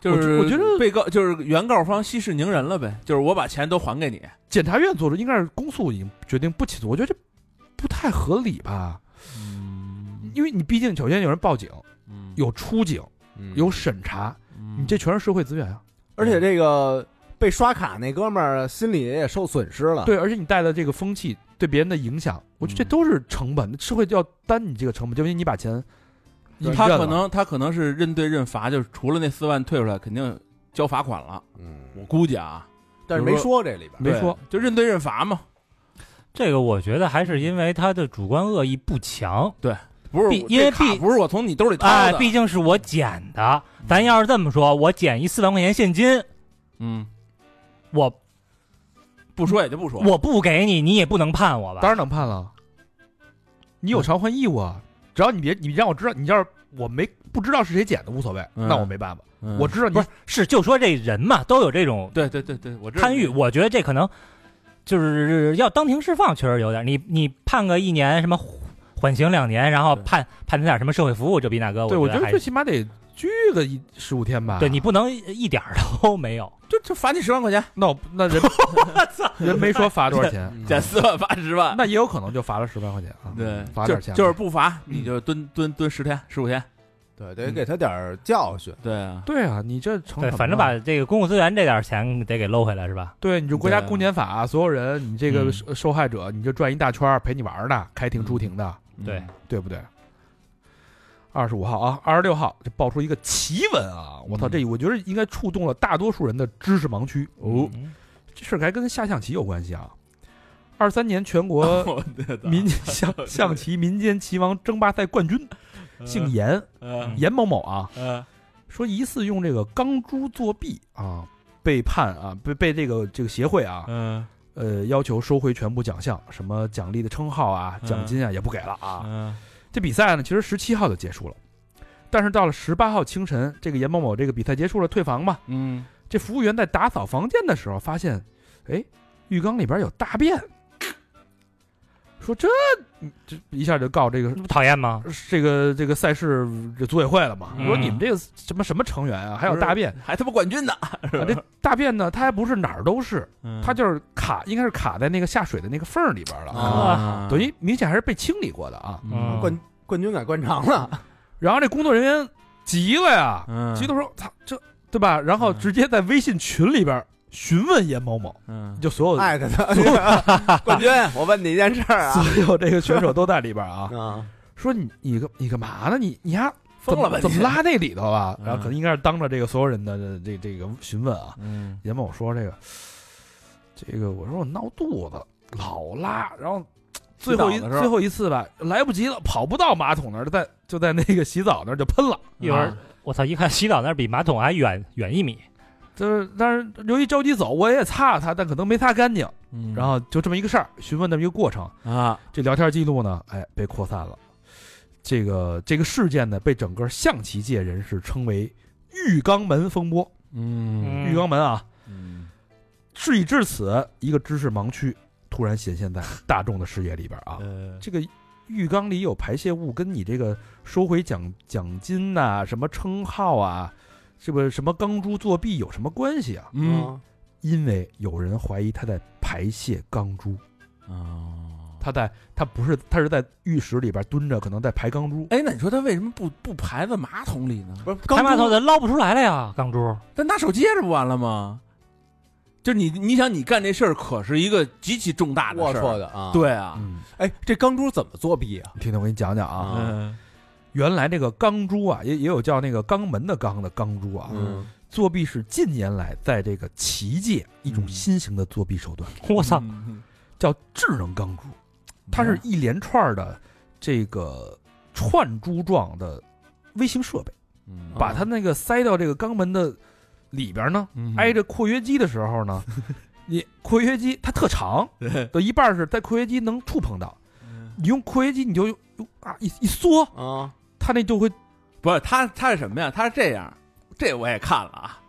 [SPEAKER 5] 就是
[SPEAKER 3] 我觉我觉得
[SPEAKER 5] 被告就是原告方息事宁人了呗，就是我把钱都还给你，
[SPEAKER 3] 检察院做出应该是公诉已经决定不起诉，我觉得这不太合理吧？
[SPEAKER 5] 嗯
[SPEAKER 3] 因为你毕竟首先有人报警，有出警，
[SPEAKER 5] 嗯
[SPEAKER 3] 有审查，
[SPEAKER 5] 你
[SPEAKER 3] 你这全是社会资源啊。
[SPEAKER 2] 而且这个被刷卡那哥们儿心里也受损失了，，
[SPEAKER 3] 对，而且你带的这个风气对别人的影响，我觉得这
[SPEAKER 5] 啊嗯
[SPEAKER 3] 都是成本，社会要担你这个成本，就因为你把钱。你
[SPEAKER 5] 他
[SPEAKER 3] 认
[SPEAKER 5] 可
[SPEAKER 3] 了
[SPEAKER 5] 能他可能是认罪认罚，就是除了那四万退出来，肯定交罚款了。我
[SPEAKER 2] 嗯，
[SPEAKER 5] 估计啊，
[SPEAKER 2] 但是没说这里边，
[SPEAKER 3] 没说
[SPEAKER 5] 对就认罪认罚嘛，
[SPEAKER 4] 这个我觉得还是因为他的主观恶意不强。
[SPEAKER 5] 不是
[SPEAKER 4] 毕
[SPEAKER 5] 我
[SPEAKER 4] 因
[SPEAKER 5] 这
[SPEAKER 4] 为
[SPEAKER 5] 卡
[SPEAKER 4] 毕
[SPEAKER 5] 不是我从你兜里掏
[SPEAKER 4] 哎，
[SPEAKER 5] 的，
[SPEAKER 4] 毕竟是我捡的。
[SPEAKER 3] 嗯
[SPEAKER 4] 咱要是这么说，我捡一四万块钱现金，
[SPEAKER 5] 嗯，
[SPEAKER 4] 我
[SPEAKER 5] 不说也就不说，
[SPEAKER 4] 我不给你，你也不能判我
[SPEAKER 3] 当
[SPEAKER 4] 吧？
[SPEAKER 3] 然能判了，你
[SPEAKER 5] 嗯
[SPEAKER 3] 有偿还义务啊。只要你别，你让我知道，你要是我没不知道是谁捡的，无所谓，
[SPEAKER 5] 嗯
[SPEAKER 3] 那我没办法。
[SPEAKER 5] 嗯
[SPEAKER 3] 我知道你
[SPEAKER 4] 不是，是就说这人嘛，都有这种
[SPEAKER 5] 对对对对，我知道
[SPEAKER 4] 贪欲，我觉得这可能就是要当庭释放，确实有点。你你判个一年什么缓刑两年，然后
[SPEAKER 5] 对
[SPEAKER 4] 判判他点什么社会服务，这比那哥，
[SPEAKER 3] 对我
[SPEAKER 4] 我
[SPEAKER 3] 觉得
[SPEAKER 4] 哦还
[SPEAKER 3] 最
[SPEAKER 4] 是
[SPEAKER 3] 起码得拘个一十五天吧。
[SPEAKER 4] 对你不能一点儿都没有。
[SPEAKER 5] 就就罚你十万块钱，
[SPEAKER 3] 那我那人
[SPEAKER 4] 我操！
[SPEAKER 3] 人没说罚多少钱，
[SPEAKER 2] 嗯
[SPEAKER 5] 减四万罚十万，
[SPEAKER 3] 那也有可能就罚了十万块钱啊。
[SPEAKER 5] 对，
[SPEAKER 3] 罚
[SPEAKER 5] 就
[SPEAKER 3] 点钱吧
[SPEAKER 5] 就是不罚你就蹲蹲蹲十天十五天，
[SPEAKER 2] 对，得给他点儿教训，
[SPEAKER 5] 对啊，
[SPEAKER 3] 对啊，你这成
[SPEAKER 4] 对，
[SPEAKER 3] 什么
[SPEAKER 4] 反正
[SPEAKER 3] 了
[SPEAKER 4] 把这个公共资源这点钱得给搂回来是吧？
[SPEAKER 3] 对，你就国家
[SPEAKER 5] 对
[SPEAKER 3] 公检法、所有人，你这个
[SPEAKER 4] 嗯
[SPEAKER 3] 受受害者，你就转一大圈儿陪你玩儿呢，开庭出庭的，
[SPEAKER 5] 嗯
[SPEAKER 4] 对，
[SPEAKER 3] 对不对？二十五号啊，二十六号这爆出一个奇闻啊！我操，
[SPEAKER 5] 嗯
[SPEAKER 3] 这我觉得应该触动了大多数人的知识盲区
[SPEAKER 5] 哦。
[SPEAKER 4] 嗯，
[SPEAKER 3] 这事儿还跟下象棋有关系啊！二三年全
[SPEAKER 4] 哦
[SPEAKER 3] 国
[SPEAKER 5] 我的啊操
[SPEAKER 3] 民象象棋民间棋王争霸赛冠军，姓严，
[SPEAKER 5] 嗯
[SPEAKER 3] 严某某啊，
[SPEAKER 5] 嗯
[SPEAKER 3] 说疑似用这个钢珠作弊啊，被判啊，被被这个这个协会啊，
[SPEAKER 5] 嗯
[SPEAKER 3] 呃，要求收回全部奖项，什么奖励的称号啊、奖金啊、也不给了啊。
[SPEAKER 5] 嗯
[SPEAKER 3] 这比赛呢，其实十七号就结束了，但是到了十八号清晨，这个严某某这个比赛结束了，退房嘛。
[SPEAKER 5] 嗯，
[SPEAKER 3] 这服务员在打扫房间的时候发现，哎，浴缸里边有大便，说这嗯这一下就告这个
[SPEAKER 4] 那嗯不讨厌吗？
[SPEAKER 3] 这个这个赛事这组委会了嘛，
[SPEAKER 4] 嗯
[SPEAKER 3] 说你们这个什么什么成员啊，还有大便，
[SPEAKER 5] 还他妈冠军呢，
[SPEAKER 3] 啊这大便呢，它还不是哪儿都是，它
[SPEAKER 5] 就
[SPEAKER 3] 就是卡，应该是卡在那个下水的那个缝儿里边了。
[SPEAKER 5] 啊，
[SPEAKER 3] 等于明显还是被清理过的啊。
[SPEAKER 4] 嗯
[SPEAKER 2] 冠冠军改灌肠了，
[SPEAKER 3] 然后这工作人员急了呀，
[SPEAKER 5] 嗯
[SPEAKER 3] 急的说：“操，这对吧？”然后直接在微信群里边询问严某某，
[SPEAKER 5] 嗯
[SPEAKER 3] 就所有
[SPEAKER 2] 艾特他， 冠军，我问你一件事儿 啊，
[SPEAKER 3] 所有这个选手都在里边啊，
[SPEAKER 5] 嗯
[SPEAKER 2] 啊，
[SPEAKER 3] 说你你个你干嘛呢？你你还
[SPEAKER 5] 疯了吧你
[SPEAKER 3] 怎么拉那里头啊？
[SPEAKER 5] 嗯
[SPEAKER 3] 然后可能应该是当着这个所有人的这这个询问啊。
[SPEAKER 5] 嗯
[SPEAKER 3] 严某说这个这个，我说我闹肚子，老拉，然后最后一
[SPEAKER 5] 洗澡的时候
[SPEAKER 3] 最后一次吧，来不及了，跑不到马桶那儿，在就在那个洗澡那儿就喷了。
[SPEAKER 5] 啊
[SPEAKER 4] 一会儿我操，一看洗澡那儿比马桶还远远一米，
[SPEAKER 3] 就是但是由于着急走，我也擦了擦，但可能没擦干净，
[SPEAKER 5] 嗯
[SPEAKER 3] 然后就这么一个事儿，询问这么一个过程，
[SPEAKER 5] 啊，
[SPEAKER 3] 这聊天记录呢，哎，被扩散了。这个这个事件呢，被整个象棋界人士称为“浴缸门风波”。
[SPEAKER 5] 嗯
[SPEAKER 3] 浴缸门啊，
[SPEAKER 5] 嗯
[SPEAKER 3] 事已至此，一个知识盲区突然显 现在大众的视野里边啊。
[SPEAKER 4] 呃，
[SPEAKER 3] 这个浴缸里有排泄物，跟你这个收回奖奖金呐、什么称号啊，是不是什么钢珠作弊有什么关系啊？
[SPEAKER 5] 嗯
[SPEAKER 3] 因为有人怀疑他在排泄钢珠，
[SPEAKER 5] 哦，
[SPEAKER 3] 他在他不是他是在浴室里边蹲着，可能在排钢珠。
[SPEAKER 5] 哎，那你说他为什么不不排在马桶里呢？
[SPEAKER 2] 不是
[SPEAKER 4] 开
[SPEAKER 2] 刚
[SPEAKER 4] 马桶
[SPEAKER 2] 出
[SPEAKER 4] 的捞不出来了呀，钢珠。
[SPEAKER 5] 但拿手接着不完了吗？就是你，你想你干这事儿可是一个极其重大的
[SPEAKER 2] 龌
[SPEAKER 5] 事
[SPEAKER 2] 龊
[SPEAKER 5] 儿，
[SPEAKER 2] 的啊！，
[SPEAKER 5] 对啊，
[SPEAKER 3] 嗯，
[SPEAKER 2] 哎，这钢珠怎么作弊啊？
[SPEAKER 3] 听听我给你讲讲啊，
[SPEAKER 5] 嗯
[SPEAKER 3] 原来这个钢珠啊，也也有叫那个肛门的肛的钢珠啊，
[SPEAKER 2] 嗯，
[SPEAKER 3] 作弊是近年来在这个棋界一种
[SPEAKER 5] 嗯
[SPEAKER 3] 新型的作弊手段，
[SPEAKER 4] 我操，
[SPEAKER 5] 嗯
[SPEAKER 3] 叫智能钢珠。它是一连串的这个串珠状的微型设备，
[SPEAKER 5] 嗯
[SPEAKER 3] 把它那个塞到这个肛门的里边呢，
[SPEAKER 5] 嗯
[SPEAKER 3] 挨着括约肌的时候 呢，你括约肌它特长，有一半是在括约肌能触碰到，
[SPEAKER 5] 嗯
[SPEAKER 3] 你用括约肌你就用啊一一缩，
[SPEAKER 2] 啊，
[SPEAKER 3] 它那就会
[SPEAKER 5] 不是他，他是什么呀？他是这样，这我也看了啊，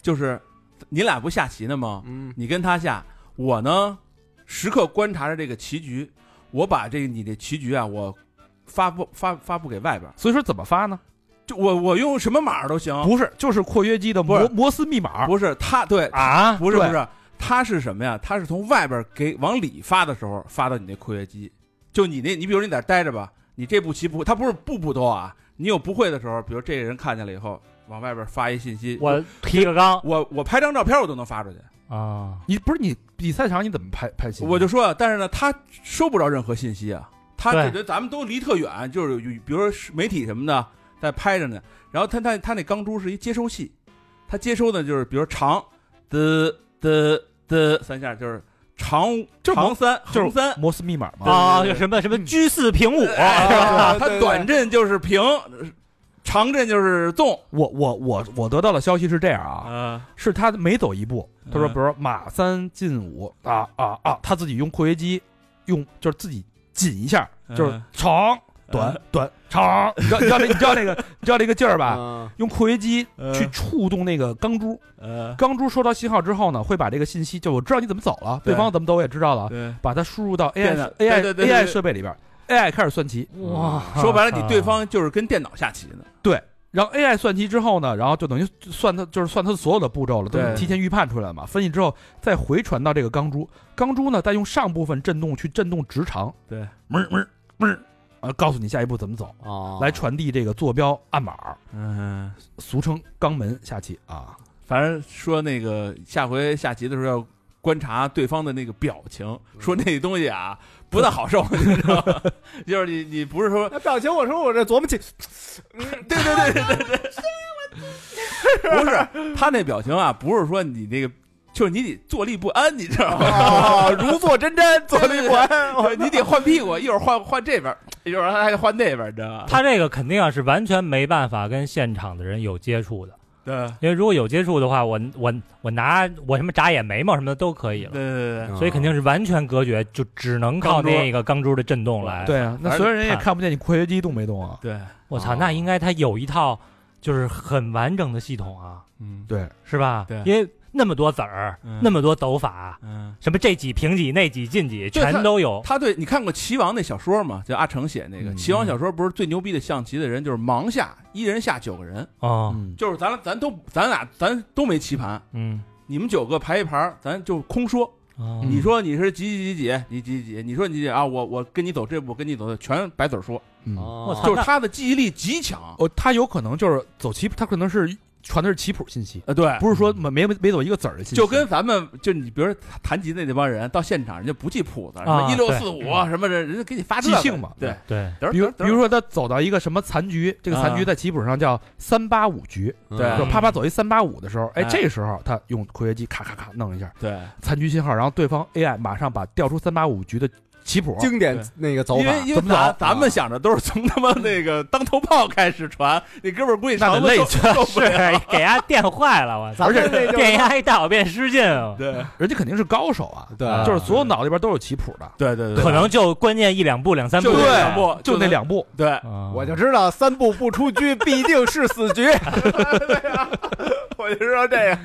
[SPEAKER 5] 就是你俩不下棋呢吗？
[SPEAKER 2] 嗯
[SPEAKER 5] 你跟他下，我呢时刻观察着这个棋局，我把这个你的棋局啊，我发布发发布给外边儿，
[SPEAKER 3] 所以说怎么发呢？
[SPEAKER 5] 就我我用什么码儿都行，
[SPEAKER 3] 不是，就是括约肌的
[SPEAKER 5] 啊不是
[SPEAKER 3] 摩摩斯密码
[SPEAKER 5] 不是他对
[SPEAKER 3] 啊，
[SPEAKER 5] 不是不
[SPEAKER 3] 对，
[SPEAKER 5] 是，它是什么呀？它是从外边给往里发的时候发到你那括约肌，就你那，你比如你在这儿待着吧，你这步棋不，它不是步步都啊，你有不会的时候，比如这个人看见了以后，往外边发一信息，
[SPEAKER 4] 我提个缸
[SPEAKER 5] 我我拍张照片我都能发出去，
[SPEAKER 4] 啊，
[SPEAKER 3] 你不是你比赛场你怎么拍拍戏？
[SPEAKER 5] 我就说，啊但是呢，他收不着任何信息啊，他
[SPEAKER 4] 对
[SPEAKER 5] 感觉咱们都离特远，就是有比如说是媒体什么的在拍着呢，然后他他他那钢珠是一接收器，他接收的就是比如长的的的三下就是长
[SPEAKER 3] 就是
[SPEAKER 5] 长三
[SPEAKER 3] 就是
[SPEAKER 5] 横三。
[SPEAKER 3] 摩斯密码嘛，
[SPEAKER 4] 啊，有什么什
[SPEAKER 5] 嗯
[SPEAKER 4] 么居四平五，
[SPEAKER 2] 啊
[SPEAKER 5] 啊，
[SPEAKER 2] 对
[SPEAKER 5] 他
[SPEAKER 2] 对
[SPEAKER 5] 短阵就是平，长阵就是纵。
[SPEAKER 3] 我我我我得到的消息是这样啊，
[SPEAKER 5] 啊，
[SPEAKER 3] 是他每走一步，他说
[SPEAKER 5] 嗯
[SPEAKER 3] 比如马三进五啊啊啊，他自己用括约肌，用就是自己紧一下，就是
[SPEAKER 5] 嗯
[SPEAKER 3] 长短短长，你知道你知道那你知道那个你知道那个劲儿吧？
[SPEAKER 2] 吧，
[SPEAKER 3] 用括约肌
[SPEAKER 5] 嗯
[SPEAKER 3] 去触动那个钢珠，
[SPEAKER 5] 呃，
[SPEAKER 3] 钢珠收到信号之后呢，会把这个信息就我知道你怎么走了，
[SPEAKER 5] 对
[SPEAKER 3] 对方怎么走我也知道了，
[SPEAKER 5] 对，
[SPEAKER 3] 把它输入到
[SPEAKER 5] 电
[SPEAKER 3] AI
[SPEAKER 5] 脑对对
[SPEAKER 3] AI
[SPEAKER 5] 对对
[SPEAKER 3] AI
[SPEAKER 5] 对
[SPEAKER 3] 设备里边，AI 开始算棋，
[SPEAKER 4] 哇，
[SPEAKER 5] 说白了，
[SPEAKER 4] 啊
[SPEAKER 5] 你对方就是跟电脑下棋呢。
[SPEAKER 3] 然后 AI 算题之后呢，然后就等于算它就是算它所有的步骤了，都
[SPEAKER 5] 对
[SPEAKER 3] 提前预判出来了嘛。分析之后再回传到这个钢珠，钢珠呢再用上部分振动去振动直肠，
[SPEAKER 5] 对，
[SPEAKER 3] 嗡嗡嗡，呃，告诉你下一步怎么走，
[SPEAKER 2] 啊，
[SPEAKER 3] 来传递这个坐标暗码，
[SPEAKER 5] 嗯，
[SPEAKER 3] 俗称肛门下棋啊。
[SPEAKER 5] 反正说那个下回下棋的时候要观察对方的那个表情，说那东西啊不大好受，你知道吗？就是你你不是说
[SPEAKER 2] 那表情，我说我这琢磨起，
[SPEAKER 5] 对对对对对对，不是他那表情啊，不是说你那个，就是你得坐立不安，你知道吗？
[SPEAKER 2] 啊，如坐针毡，坐立不安，我
[SPEAKER 5] 你得换屁股，一会儿换换这边，一会儿还得换那边，你知道吗？
[SPEAKER 4] 他这个肯定啊是完全没办法跟现场的人有接触的，
[SPEAKER 5] 对
[SPEAKER 4] 因为如果有接触的话，我我我拿我什么眨眼眉毛什么的都可以
[SPEAKER 5] 对
[SPEAKER 4] 了，
[SPEAKER 5] 对对，
[SPEAKER 4] 所以肯定是完全隔绝，就只能
[SPEAKER 5] 钢
[SPEAKER 4] 靠
[SPEAKER 5] 珠
[SPEAKER 4] 那个钢珠的震动来。
[SPEAKER 3] 对啊，那
[SPEAKER 4] 哎反正
[SPEAKER 3] 所有人也
[SPEAKER 4] 看
[SPEAKER 3] 看不见你括约肌动没动啊。
[SPEAKER 5] 对，
[SPEAKER 4] 我操，
[SPEAKER 3] 哦
[SPEAKER 4] 那应该他有一套就是很完整的系统啊，
[SPEAKER 5] 嗯
[SPEAKER 3] 对，
[SPEAKER 4] 是吧？
[SPEAKER 5] 对
[SPEAKER 4] 因为那么多子儿，
[SPEAKER 5] 嗯
[SPEAKER 4] 那么多走法，
[SPEAKER 5] 嗯。
[SPEAKER 4] 什么这几平几那几进几，
[SPEAKER 5] 对他
[SPEAKER 4] 全都有。
[SPEAKER 5] 他对你看过《棋王》那小说吗？就阿成写那个《
[SPEAKER 3] 嗯
[SPEAKER 5] 棋王》小说，不是最牛逼的象棋的人就是盲下，一人下九个人，
[SPEAKER 4] 哦，
[SPEAKER 3] 嗯，
[SPEAKER 5] 就是咱咱都咱俩咱都没棋盘，
[SPEAKER 4] 嗯，
[SPEAKER 5] 你们九个排一盘，咱就空说。
[SPEAKER 4] 哦
[SPEAKER 5] 嗯
[SPEAKER 3] 嗯
[SPEAKER 5] 你说你是几几几几，你几几几？你说你几啊？我我跟你走这步，跟你走的全白嘴说，
[SPEAKER 3] 嗯
[SPEAKER 2] 我
[SPEAKER 4] 我操
[SPEAKER 5] 就是他的记忆力极强。
[SPEAKER 3] 哦，他有可能就是走棋，他可能是传的是棋谱信息，
[SPEAKER 5] 呃，对，
[SPEAKER 3] 不是说没没没走一个子儿的信息，
[SPEAKER 5] 就跟咱们就你比如说弹吉的那帮人到现场，人家不记谱子，什么
[SPEAKER 4] 啊
[SPEAKER 5] 一六四五什么的，人家给你发这
[SPEAKER 3] 即
[SPEAKER 5] 个
[SPEAKER 3] 兴嘛
[SPEAKER 5] 对，
[SPEAKER 4] 对，
[SPEAKER 5] 嘚儿
[SPEAKER 3] 比如
[SPEAKER 5] 嘚儿嘚
[SPEAKER 3] 比
[SPEAKER 5] 儿
[SPEAKER 3] 如说他走到一个什么残局，这个残局
[SPEAKER 5] 啊
[SPEAKER 3] 在棋谱上叫三八五局，
[SPEAKER 5] 对
[SPEAKER 3] 就啪啪走一三八五的时候，哎，
[SPEAKER 5] 哎
[SPEAKER 3] 这时候他用括约肌咔咔咔弄一下
[SPEAKER 5] 对
[SPEAKER 3] 残局信号，然后对方 AI 马上把调出三八五局的棋谱，
[SPEAKER 2] 经典那个走啊
[SPEAKER 5] 因
[SPEAKER 2] 法
[SPEAKER 5] 为因为
[SPEAKER 3] 怎么
[SPEAKER 5] 咱
[SPEAKER 3] 走啊
[SPEAKER 5] 咱们想着都是从他妈那个当头炮开始传，你哥们儿估计
[SPEAKER 3] 那
[SPEAKER 5] 肠
[SPEAKER 3] 得
[SPEAKER 5] 子
[SPEAKER 3] 累
[SPEAKER 5] 受
[SPEAKER 3] 死
[SPEAKER 5] 受不了。
[SPEAKER 4] 是给伢电坏了，我操！
[SPEAKER 2] 咱们那就
[SPEAKER 4] 电压一大，我变失禁 了。
[SPEAKER 5] 对
[SPEAKER 3] 人家肯定是高手啊，
[SPEAKER 2] 对
[SPEAKER 4] 啊
[SPEAKER 3] 就是所有脑里边都有棋谱的，
[SPEAKER 5] 对对对，
[SPEAKER 4] 可能就关键一两步、两三步，
[SPEAKER 5] 就那两
[SPEAKER 4] 步。
[SPEAKER 5] 步，
[SPEAKER 3] 就那
[SPEAKER 5] 能
[SPEAKER 3] 两步，
[SPEAKER 5] 对。
[SPEAKER 4] 哦
[SPEAKER 2] 我就知道三步不出车必定是死局。
[SPEAKER 5] 我就知道这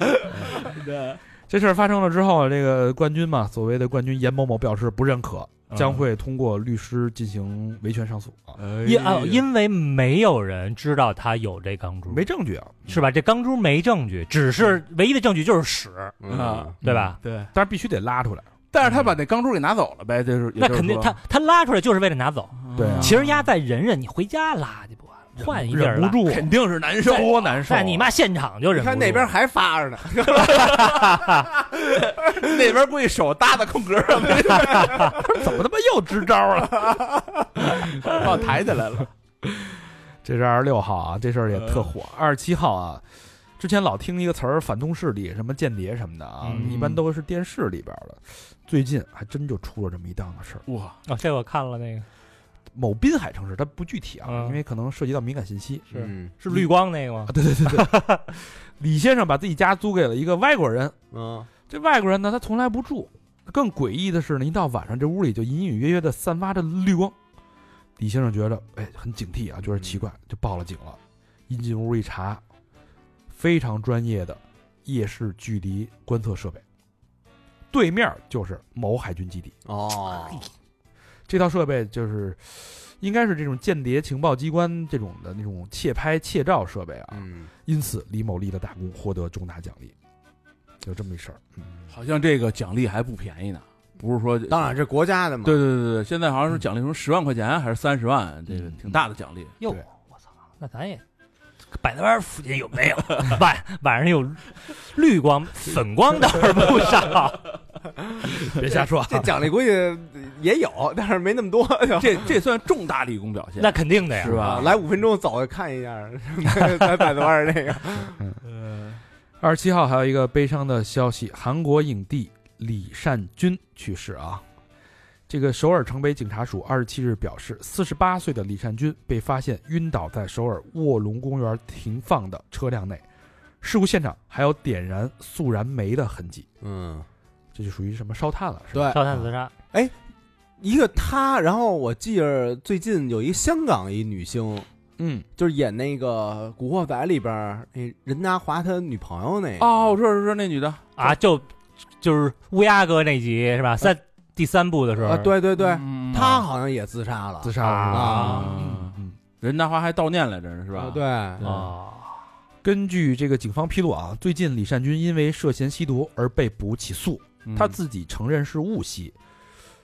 [SPEAKER 5] 个。
[SPEAKER 3] 这事儿发生了之后，这个冠军嘛，所谓的冠军严某某表示不认可，将会通过律师进行维权上诉啊，
[SPEAKER 5] 哦
[SPEAKER 4] 因啊，因为没有人知道他有这钢珠，
[SPEAKER 3] 没证据啊，
[SPEAKER 4] 是吧？这钢珠没证据，只是
[SPEAKER 5] 嗯
[SPEAKER 4] 唯一的证据就是屎，
[SPEAKER 2] 嗯
[SPEAKER 5] 啊，
[SPEAKER 4] 对吧？
[SPEAKER 5] 对，
[SPEAKER 3] 但是必须得拉出来，
[SPEAKER 5] 但是他把那钢珠给拿走了呗，嗯就是
[SPEAKER 4] 那肯定他他拉出来就是为了拿走。
[SPEAKER 3] 对啊，
[SPEAKER 4] 其实压在忍忍，你回家拉去不完了，换一地儿
[SPEAKER 3] 忍不
[SPEAKER 4] 拉。
[SPEAKER 3] 住，
[SPEAKER 5] 肯定是难受，
[SPEAKER 3] 多难受啊，
[SPEAKER 4] 在你妈现场就
[SPEAKER 2] 你
[SPEAKER 4] 忍不住。
[SPEAKER 2] 看那边还发着呢，
[SPEAKER 5] 那边估计手搭在空格上，
[SPEAKER 3] 怎么他妈又支招了？
[SPEAKER 5] 把我抬起来了。
[SPEAKER 3] 这是二十六号啊，这事儿也特火。
[SPEAKER 4] 呃
[SPEAKER 3] 二十七号啊，之前老听一个词儿“反动势力”什么间谍什么的啊，
[SPEAKER 4] 嗯
[SPEAKER 3] 一般都是电视里边的。最近还真就出了这么一档子事儿，
[SPEAKER 5] 哇，
[SPEAKER 4] 哦，这我看了那个
[SPEAKER 3] 某滨海城市，它不具体啊，
[SPEAKER 4] 嗯
[SPEAKER 3] 因为可能涉及到敏感信息。
[SPEAKER 2] 嗯
[SPEAKER 4] 是绿光那个吗
[SPEAKER 3] 啊，？对对对对，李先生把自己家租给了一个外国人，
[SPEAKER 2] 嗯，
[SPEAKER 3] 这外国人呢，他从来不住。更诡异的是呢，一到晚上，这屋里就隐隐约约的散发着绿光。李先生觉得，哎，很警惕啊，觉得奇怪，就报了警了。一进屋一查，非常专业的夜视距离观测设备，对面就是某海军基地。
[SPEAKER 2] 哦，
[SPEAKER 3] 这套设备就是，应该是这种间谍情报机关这种的那种窃拍窃照设备啊。
[SPEAKER 2] 嗯，
[SPEAKER 3] 因此，李某立的大功获得重大奖励。有这么一事儿，
[SPEAKER 5] 好像这个奖励还不便宜呢，不是说
[SPEAKER 2] 当然这国家的嘛，
[SPEAKER 5] 对对对对，现在好像是奖励什么十万块钱还是三十万，这个挺大的奖励。
[SPEAKER 4] 哟
[SPEAKER 3] 对，
[SPEAKER 4] 我操，那咱也百子湾附近有没有晚晚上有绿光、粉光倒是不少。
[SPEAKER 3] 别瞎说啊！
[SPEAKER 2] 这奖励估计也有， 但是没那么多。
[SPEAKER 5] 这这算重大立功表现，
[SPEAKER 4] 那肯定的呀，
[SPEAKER 5] 是吧？
[SPEAKER 2] 来五分钟走看一下， 在百度湾那个，
[SPEAKER 4] 嗯
[SPEAKER 3] 二十七号还有一个悲伤的消息，韩国影帝李善均去世啊。这个首尔城北警察署二十七日表示，四十八岁的李善均被发现晕倒在首尔卧龙公园停放的车辆内，事故现场还有点燃速燃煤的痕迹，
[SPEAKER 2] 嗯，
[SPEAKER 3] 这就属于什么烧炭了，是吧？
[SPEAKER 2] 对，
[SPEAKER 4] 烧炭自杀，
[SPEAKER 2] 一个他，然后我记着最近有一香港一女星，
[SPEAKER 3] 嗯，
[SPEAKER 2] 就是演那个《古惑仔》里边儿那任达华他女朋友那个，
[SPEAKER 5] 哦，我说说说那女的，
[SPEAKER 4] 啊，就就是乌鸦哥那集是吧？三第三部的时候，
[SPEAKER 2] 啊，对对对，
[SPEAKER 5] 嗯
[SPEAKER 2] 他好像也自杀了，
[SPEAKER 3] 自杀了是吧？
[SPEAKER 2] 啊
[SPEAKER 5] 嗯
[SPEAKER 3] 嗯，
[SPEAKER 5] 任达华还悼念来着呢，是吧
[SPEAKER 2] 啊？对，
[SPEAKER 4] 啊，
[SPEAKER 3] 根据这个警方披露啊，最近李善均因为涉嫌吸毒而被捕起诉，
[SPEAKER 5] 嗯，
[SPEAKER 3] 他自己承认是误吸，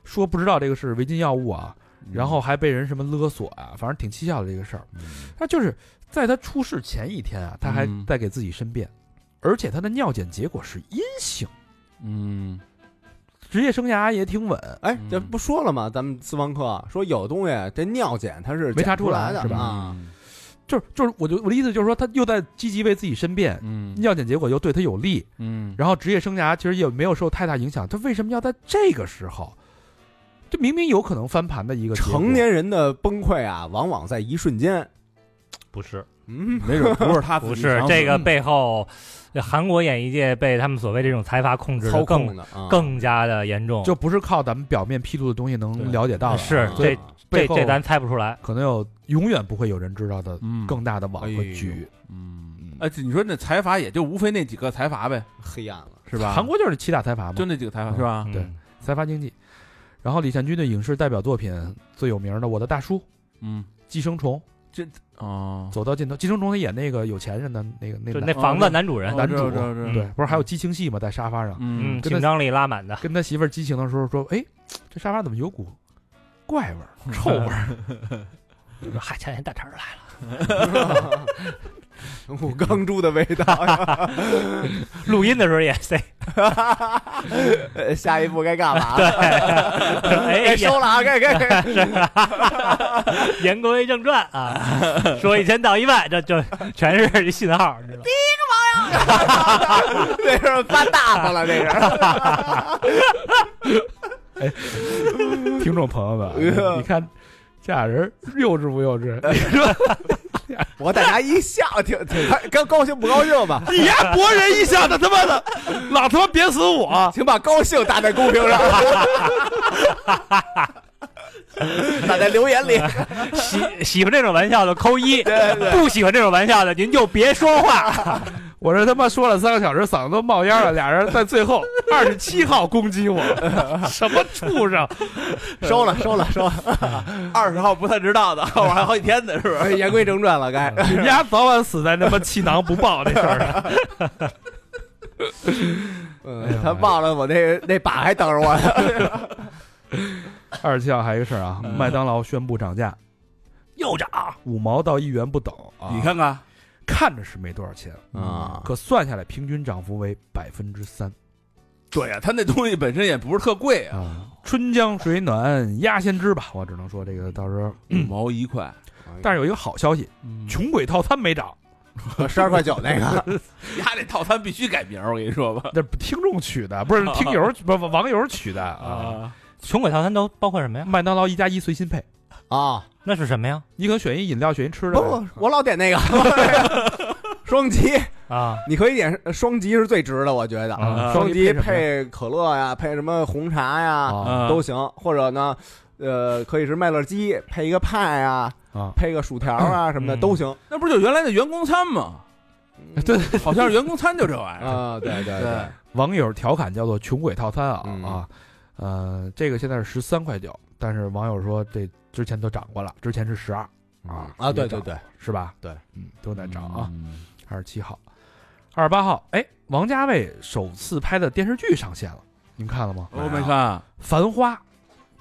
[SPEAKER 3] 说不知道这个是违禁药物啊，
[SPEAKER 5] 嗯
[SPEAKER 3] 然后还被人什么勒索啊，反正挺蹊跷的这个事儿。他就是在他出事前一天啊，他还
[SPEAKER 5] 嗯
[SPEAKER 3] 在给自己申辩，而且他的尿检结果是阴性，
[SPEAKER 5] 嗯，
[SPEAKER 3] 职业生涯也挺稳，
[SPEAKER 2] 哎，
[SPEAKER 5] 嗯
[SPEAKER 2] 这不说了吗？咱们私房课说有东西，这尿检它是
[SPEAKER 3] 没查
[SPEAKER 2] 检
[SPEAKER 3] 出
[SPEAKER 2] 出
[SPEAKER 3] 来
[SPEAKER 2] 的，
[SPEAKER 3] 是吧
[SPEAKER 2] 啊，
[SPEAKER 3] 就是就是，我就我的意思就是说，他又在积极为自己申辩，
[SPEAKER 5] 嗯
[SPEAKER 3] 尿检结果又对他有利，
[SPEAKER 5] 嗯，
[SPEAKER 3] 然后职业生涯其实也没有受太大影响，他为什么要在这个时候？这明明有可能翻盘的一个结果
[SPEAKER 2] 成年人的崩溃啊，往往在一瞬间。
[SPEAKER 4] 不是
[SPEAKER 2] 嗯，
[SPEAKER 5] 没准不是他自己
[SPEAKER 4] 不是
[SPEAKER 5] 想
[SPEAKER 4] 这个
[SPEAKER 5] 死
[SPEAKER 4] 背后，韩国演艺界被他们所谓这种财阀控制
[SPEAKER 2] 操
[SPEAKER 4] 的
[SPEAKER 2] 控
[SPEAKER 4] 更
[SPEAKER 2] 的啊，
[SPEAKER 4] 更加的严重，
[SPEAKER 3] 就不是靠咱们表面披露的东西能了解到的，
[SPEAKER 4] 是
[SPEAKER 2] 啊
[SPEAKER 3] 所以
[SPEAKER 4] 这这
[SPEAKER 3] 背后
[SPEAKER 4] 这咱猜不出来。
[SPEAKER 3] 可能有永远不会有人知道的
[SPEAKER 5] 嗯
[SPEAKER 3] 更大的
[SPEAKER 4] 哎
[SPEAKER 3] 网和局。
[SPEAKER 5] 嗯，哎，这你说那财阀也就无非那几个财阀呗，
[SPEAKER 2] 黑暗了。
[SPEAKER 5] 是吧？
[SPEAKER 3] 韩国就是七大财阀嘛，
[SPEAKER 5] 就那几个财阀是吧？
[SPEAKER 3] 对
[SPEAKER 4] 嗯，
[SPEAKER 3] 财阀经济。然后李善均的影视代表作品最有名的《我的大叔》《
[SPEAKER 5] 嗯，
[SPEAKER 3] 寄生虫》，
[SPEAKER 5] 哦，
[SPEAKER 3] 走到尽头，《寄生虫》他演那个有钱人的那个那
[SPEAKER 4] 就
[SPEAKER 3] 个
[SPEAKER 4] 那
[SPEAKER 3] 男，
[SPEAKER 4] 房子男主人，
[SPEAKER 3] 男主
[SPEAKER 5] 哦知道知道知道
[SPEAKER 3] 对，不是还有激情戏吗？在沙发上
[SPEAKER 4] 嗯，
[SPEAKER 3] 跟
[SPEAKER 5] 嗯
[SPEAKER 3] 他
[SPEAKER 4] 紧张力拉满的，
[SPEAKER 3] 跟他媳妇儿激情的时候说：“哎，这沙发怎么有股怪味儿、臭 味儿
[SPEAKER 4] 嗨，前天大肠来了，
[SPEAKER 2] 我钢珠的味道，
[SPEAKER 4] 录音的时候也塞，
[SPEAKER 2] 呃下一步该干嘛？
[SPEAKER 4] 哎
[SPEAKER 2] 该
[SPEAKER 4] 呀
[SPEAKER 2] 收了啊，该该。
[SPEAKER 4] 言归正传啊，说一千道一万，这这全是信号，你知道吗？
[SPEAKER 2] 这是发大发了，这是。
[SPEAKER 3] 听众朋友们，你看这俩人幼稚不幼稚？你说
[SPEAKER 2] 我大家一笑，挺挺开高高兴不高兴 吧？
[SPEAKER 3] 你呀，博人一笑，他他妈的老他妈贬死我！
[SPEAKER 2] 请把高兴打在公屏 上，打在留言里。
[SPEAKER 4] 喜喜欢这种玩笑的扣一，
[SPEAKER 2] 对对
[SPEAKER 4] 不喜欢这种玩笑的您就别说话。
[SPEAKER 3] 我这他妈说了三个小时，嗓子都冒 烟了。俩人在最后二十七号攻击 我，什么畜 生！
[SPEAKER 2] 对， 收了收了收了。
[SPEAKER 5] 二十号不太知道的， 我还好几天呢，是不是？
[SPEAKER 2] 言归正传了，该
[SPEAKER 3] 人家早晚死在他妈气囊不爆这事儿上。
[SPEAKER 2] 嗯他忘了我那那把还等着我呢。
[SPEAKER 3] 二十七号还有一个事儿啊，麦当劳宣布涨价，
[SPEAKER 4] 又涨，
[SPEAKER 3] 五毛到一元不等啊。
[SPEAKER 5] 你看看，
[SPEAKER 3] 看着是没多少钱
[SPEAKER 2] 啊
[SPEAKER 3] 可算下来平均涨幅为百分之三。
[SPEAKER 5] 对啊呀、他那东西本身也不是特贵啊，
[SPEAKER 3] 春江水暖鸭先知吧，我只能说这
[SPEAKER 2] 嗯
[SPEAKER 3] 个到时候。嗯
[SPEAKER 5] 五毛一块，
[SPEAKER 3] 但是有一个好消息，
[SPEAKER 2] 嗯
[SPEAKER 3] 穷鬼套餐没 涨，
[SPEAKER 2] 是十二块九那个，
[SPEAKER 5] 呀，这套餐必须改名儿，我跟你说吧。
[SPEAKER 3] 那是听众取的，不是听友取不是网友取 的啊。
[SPEAKER 5] 啊，
[SPEAKER 4] 穷鬼套餐都包括什么呀？
[SPEAKER 3] 麦当劳一加一随心配，
[SPEAKER 2] 啊，
[SPEAKER 4] 那是什么呀？
[SPEAKER 3] 你可选一饮料，选一吃的
[SPEAKER 2] 不
[SPEAKER 3] 呗。
[SPEAKER 2] 不，我老点那个 双击，
[SPEAKER 4] 啊，
[SPEAKER 2] 你可以点双击是最值的，我觉得。
[SPEAKER 3] 啊
[SPEAKER 2] 嗯双击
[SPEAKER 3] 什么呀
[SPEAKER 2] 配可乐呀，配什么红茶呀
[SPEAKER 3] 啊
[SPEAKER 2] 都行，或者呢，呃，可以是麦乐鸡配一个派啊，
[SPEAKER 3] 啊
[SPEAKER 2] 配个薯条啊什么的
[SPEAKER 4] 嗯
[SPEAKER 2] 都行
[SPEAKER 5] 那不是就原来的员工餐吗？
[SPEAKER 3] 对，
[SPEAKER 5] 好像是员工餐就这玩 意儿。
[SPEAKER 2] 啊，对对
[SPEAKER 5] 哎对，
[SPEAKER 3] 网友调侃叫做“穷鬼套餐啊”啊、
[SPEAKER 2] 嗯
[SPEAKER 3] 呃，这个现在是十三块九，但是网友说这之前都涨过了，之前是十二啊
[SPEAKER 2] 啊，对
[SPEAKER 3] 也
[SPEAKER 2] 对
[SPEAKER 3] 涨
[SPEAKER 2] 对，
[SPEAKER 3] 是吧？
[SPEAKER 2] 对，
[SPEAKER 3] 嗯，都在涨啊。
[SPEAKER 5] 嗯
[SPEAKER 3] 二十七号，二十八号，哎，王家卫首次拍的电视剧上线了，你们看了吗？
[SPEAKER 5] 我没看，啊
[SPEAKER 3] 《繁花》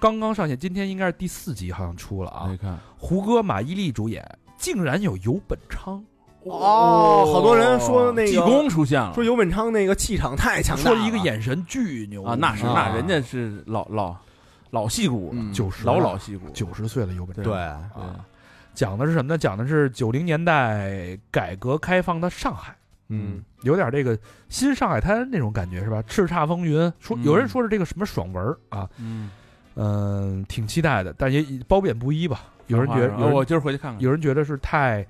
[SPEAKER 3] 刚刚上线，今天应该是第四集，好像出了啊
[SPEAKER 5] 没。看。
[SPEAKER 3] 胡歌、马伊琍主演，竟然有游本昌，
[SPEAKER 2] 哦，好多人说那个
[SPEAKER 5] 济公出现了，
[SPEAKER 2] 说尤本昌那个气场太强大
[SPEAKER 3] 说
[SPEAKER 2] 了，
[SPEAKER 3] 了一个眼神巨牛
[SPEAKER 5] 啊，那是
[SPEAKER 2] 啊
[SPEAKER 5] 那人家是老老老戏骨了，
[SPEAKER 2] 嗯
[SPEAKER 3] 90
[SPEAKER 5] 老老戏骨，
[SPEAKER 3] 九十岁了游本昌。
[SPEAKER 2] 对
[SPEAKER 3] 啊，讲的是什么呢？讲的是九零年代改革开放的上海，
[SPEAKER 2] 嗯
[SPEAKER 3] 有点这个新上海滩那种感觉是吧？叱咤风云，说
[SPEAKER 5] 嗯
[SPEAKER 3] 有人说是这个什么爽文儿啊，
[SPEAKER 5] 嗯，
[SPEAKER 3] 嗯，挺期待的，但也褒贬不一吧。有人觉得，
[SPEAKER 5] 啊
[SPEAKER 3] 有人
[SPEAKER 5] 我今儿回去看看。
[SPEAKER 3] 有人觉得是太，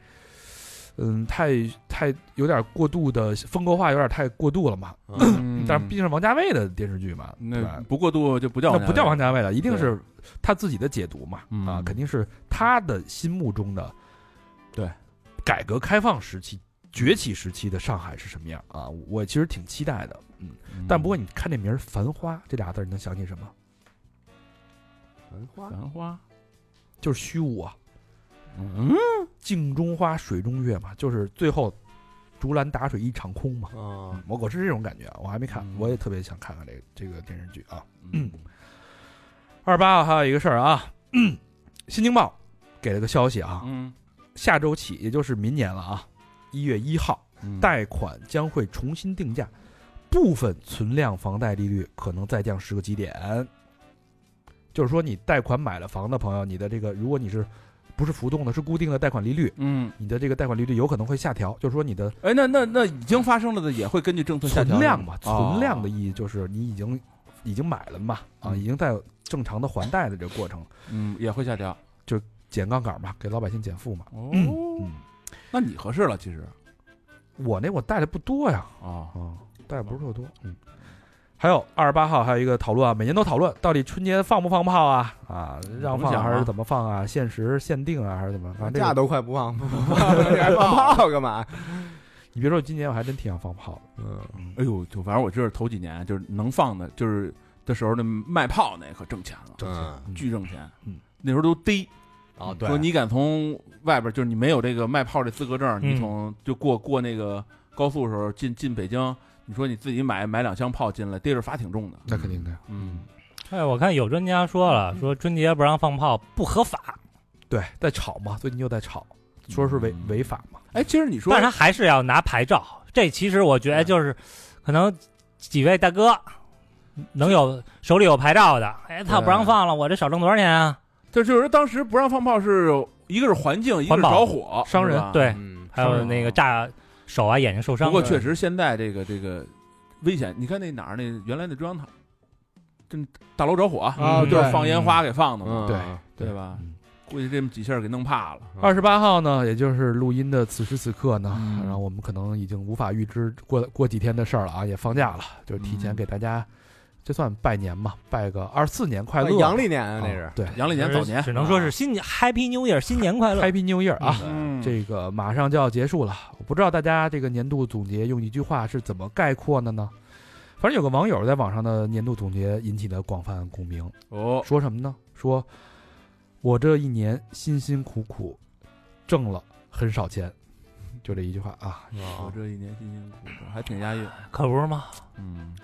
[SPEAKER 3] 嗯，太太有点过度的风格化，有点太过度了嘛。
[SPEAKER 5] 嗯
[SPEAKER 3] 但是毕竟是王家卫的电视剧嘛，对
[SPEAKER 5] 那
[SPEAKER 3] 吧？
[SPEAKER 5] 不过度就不叫
[SPEAKER 3] 那不叫王
[SPEAKER 5] 家
[SPEAKER 3] 家卫了，一定是他自己的解读嘛，
[SPEAKER 5] 嗯
[SPEAKER 3] 啊，肯定是他的心目中的，
[SPEAKER 5] 对，
[SPEAKER 3] 改革开放时期、崛起时期的上海是什么样啊？我其实挺期待的，嗯。
[SPEAKER 5] 卫，嗯
[SPEAKER 3] 但不过你看这名儿“繁花”这俩字儿，你能想起什么？
[SPEAKER 2] 文化
[SPEAKER 5] 繁花，
[SPEAKER 3] 就是虚无啊，
[SPEAKER 5] 嗯，
[SPEAKER 3] 镜中花，水中月嘛，就是最后竹篮打水一场空嘛。
[SPEAKER 2] 啊
[SPEAKER 3] 嗯，我我是这种感觉啊，我还没看
[SPEAKER 5] 嗯，
[SPEAKER 3] 我也特别想看看这个这个电视剧啊。二十八号还有一个事儿啊，新京报给了个消息啊，
[SPEAKER 5] 嗯
[SPEAKER 3] 下周起，也就是明年了啊，一月一号，
[SPEAKER 5] 嗯，
[SPEAKER 3] 贷款将会重新定价，部分存量房贷利率可能再降十个基点。就是说，你贷款买了房的朋友，你的这个如果你是不是浮动的，是固定的贷款利率，
[SPEAKER 5] 嗯，
[SPEAKER 3] 你的这个贷款利率有可能会下调。就是说，你的
[SPEAKER 5] 哎，那那那已经发生了的也会根据政策下调
[SPEAKER 3] 存量嘛，
[SPEAKER 5] 哦
[SPEAKER 3] 啊存量的意义就是你已经已经买了嘛，啊，
[SPEAKER 5] 嗯
[SPEAKER 3] 已经在正常的还贷的这个过程，
[SPEAKER 5] 嗯也会下调。
[SPEAKER 3] 减杠杆嘛，给老百姓减负嘛。
[SPEAKER 5] 哦，
[SPEAKER 3] 嗯，
[SPEAKER 5] 那你合适了，其实
[SPEAKER 3] 我那我贷的不多呀，
[SPEAKER 5] 啊，
[SPEAKER 3] 啊，贷的不是特多。嗯，还有二十八号还有一个讨论啊，每年都讨论到底春节放不放炮啊？啊，让
[SPEAKER 5] 怎么
[SPEAKER 3] 放
[SPEAKER 5] 想啊
[SPEAKER 3] 还是怎么放啊？限时限定啊，还是怎么？反正这
[SPEAKER 2] 假
[SPEAKER 3] 个
[SPEAKER 2] 都快不放不放了，你还放炮干嘛？嗯
[SPEAKER 3] 你别说，今年我还真挺想放炮的。
[SPEAKER 5] 哎呦，就反正我就是头几年就是能放的，就是的时候那卖炮那可挣钱了，
[SPEAKER 2] 嗯
[SPEAKER 5] 巨挣钱。
[SPEAKER 3] 嗯，
[SPEAKER 5] 那时候都逮，
[SPEAKER 2] 啊，
[SPEAKER 5] 说你敢从外边，就是你没有这个卖炮这资格证，
[SPEAKER 4] 嗯
[SPEAKER 5] 你从就过过那个高速的时候进进北京，你说你自己买买两箱炮进来，逮着罚挺重的。
[SPEAKER 3] 那肯定的呀，
[SPEAKER 5] 嗯，
[SPEAKER 4] 哎，我看有专家说了，说春节不让放炮不合法，
[SPEAKER 3] 嗯对，在吵嘛，最近又在吵，说是违
[SPEAKER 5] 嗯
[SPEAKER 3] 违法嘛。
[SPEAKER 5] 哎，其实你说
[SPEAKER 4] 但是他还是要拿牌照。这其实我觉得就是，可能几位大哥能有手里有牌照的，哎，他要不让放了，我这少挣多少钱啊？
[SPEAKER 5] 这就是当时不让放炮是一个是环境，一个
[SPEAKER 4] 环
[SPEAKER 5] 是
[SPEAKER 4] 保
[SPEAKER 5] 着火，
[SPEAKER 3] 伤人
[SPEAKER 5] 是吧。
[SPEAKER 4] 对，
[SPEAKER 2] 嗯
[SPEAKER 4] 还有那个炸手啊、眼睛受伤
[SPEAKER 5] 不过
[SPEAKER 4] 的。
[SPEAKER 5] 确实现在这个这个危险，你看那哪儿那原来那中央塔这大楼着火
[SPEAKER 2] 啊
[SPEAKER 5] 就是
[SPEAKER 2] 对
[SPEAKER 5] 放烟花给放的嘛，
[SPEAKER 2] 嗯，
[SPEAKER 3] 对
[SPEAKER 5] 对吧
[SPEAKER 3] 嗯？
[SPEAKER 5] 估计这么几下给弄怕了。
[SPEAKER 3] 二十八号呢，也就是录音的此时此刻呢，
[SPEAKER 5] 嗯
[SPEAKER 3] 然后我们可能已经无法预知过过几天的事儿了啊，也放假了，就是提前
[SPEAKER 5] 嗯
[SPEAKER 3] 给大家，这算拜年嘛，拜个二四年快
[SPEAKER 2] 啊
[SPEAKER 3] 乐，
[SPEAKER 2] 阳历年啊，
[SPEAKER 3] 啊
[SPEAKER 2] 那是
[SPEAKER 3] 对
[SPEAKER 5] 杨历年早年
[SPEAKER 4] 只能说是新年 Happy New Year，新年快乐。
[SPEAKER 3] ，Happy New Year 啊！
[SPEAKER 5] 嗯
[SPEAKER 3] 这个马上就要结束了，我不知道大家这个年度总结用一句话是怎么概括的呢？反正有个网友在网上的年度总结引起了广泛共鸣，
[SPEAKER 5] 哦，
[SPEAKER 3] 说什么呢？说我这一年辛辛苦苦挣了很少钱，就这一句话啊。
[SPEAKER 5] 我这一年辛辛苦苦，还挺押韵。
[SPEAKER 4] 可不是吗？
[SPEAKER 5] 嗯，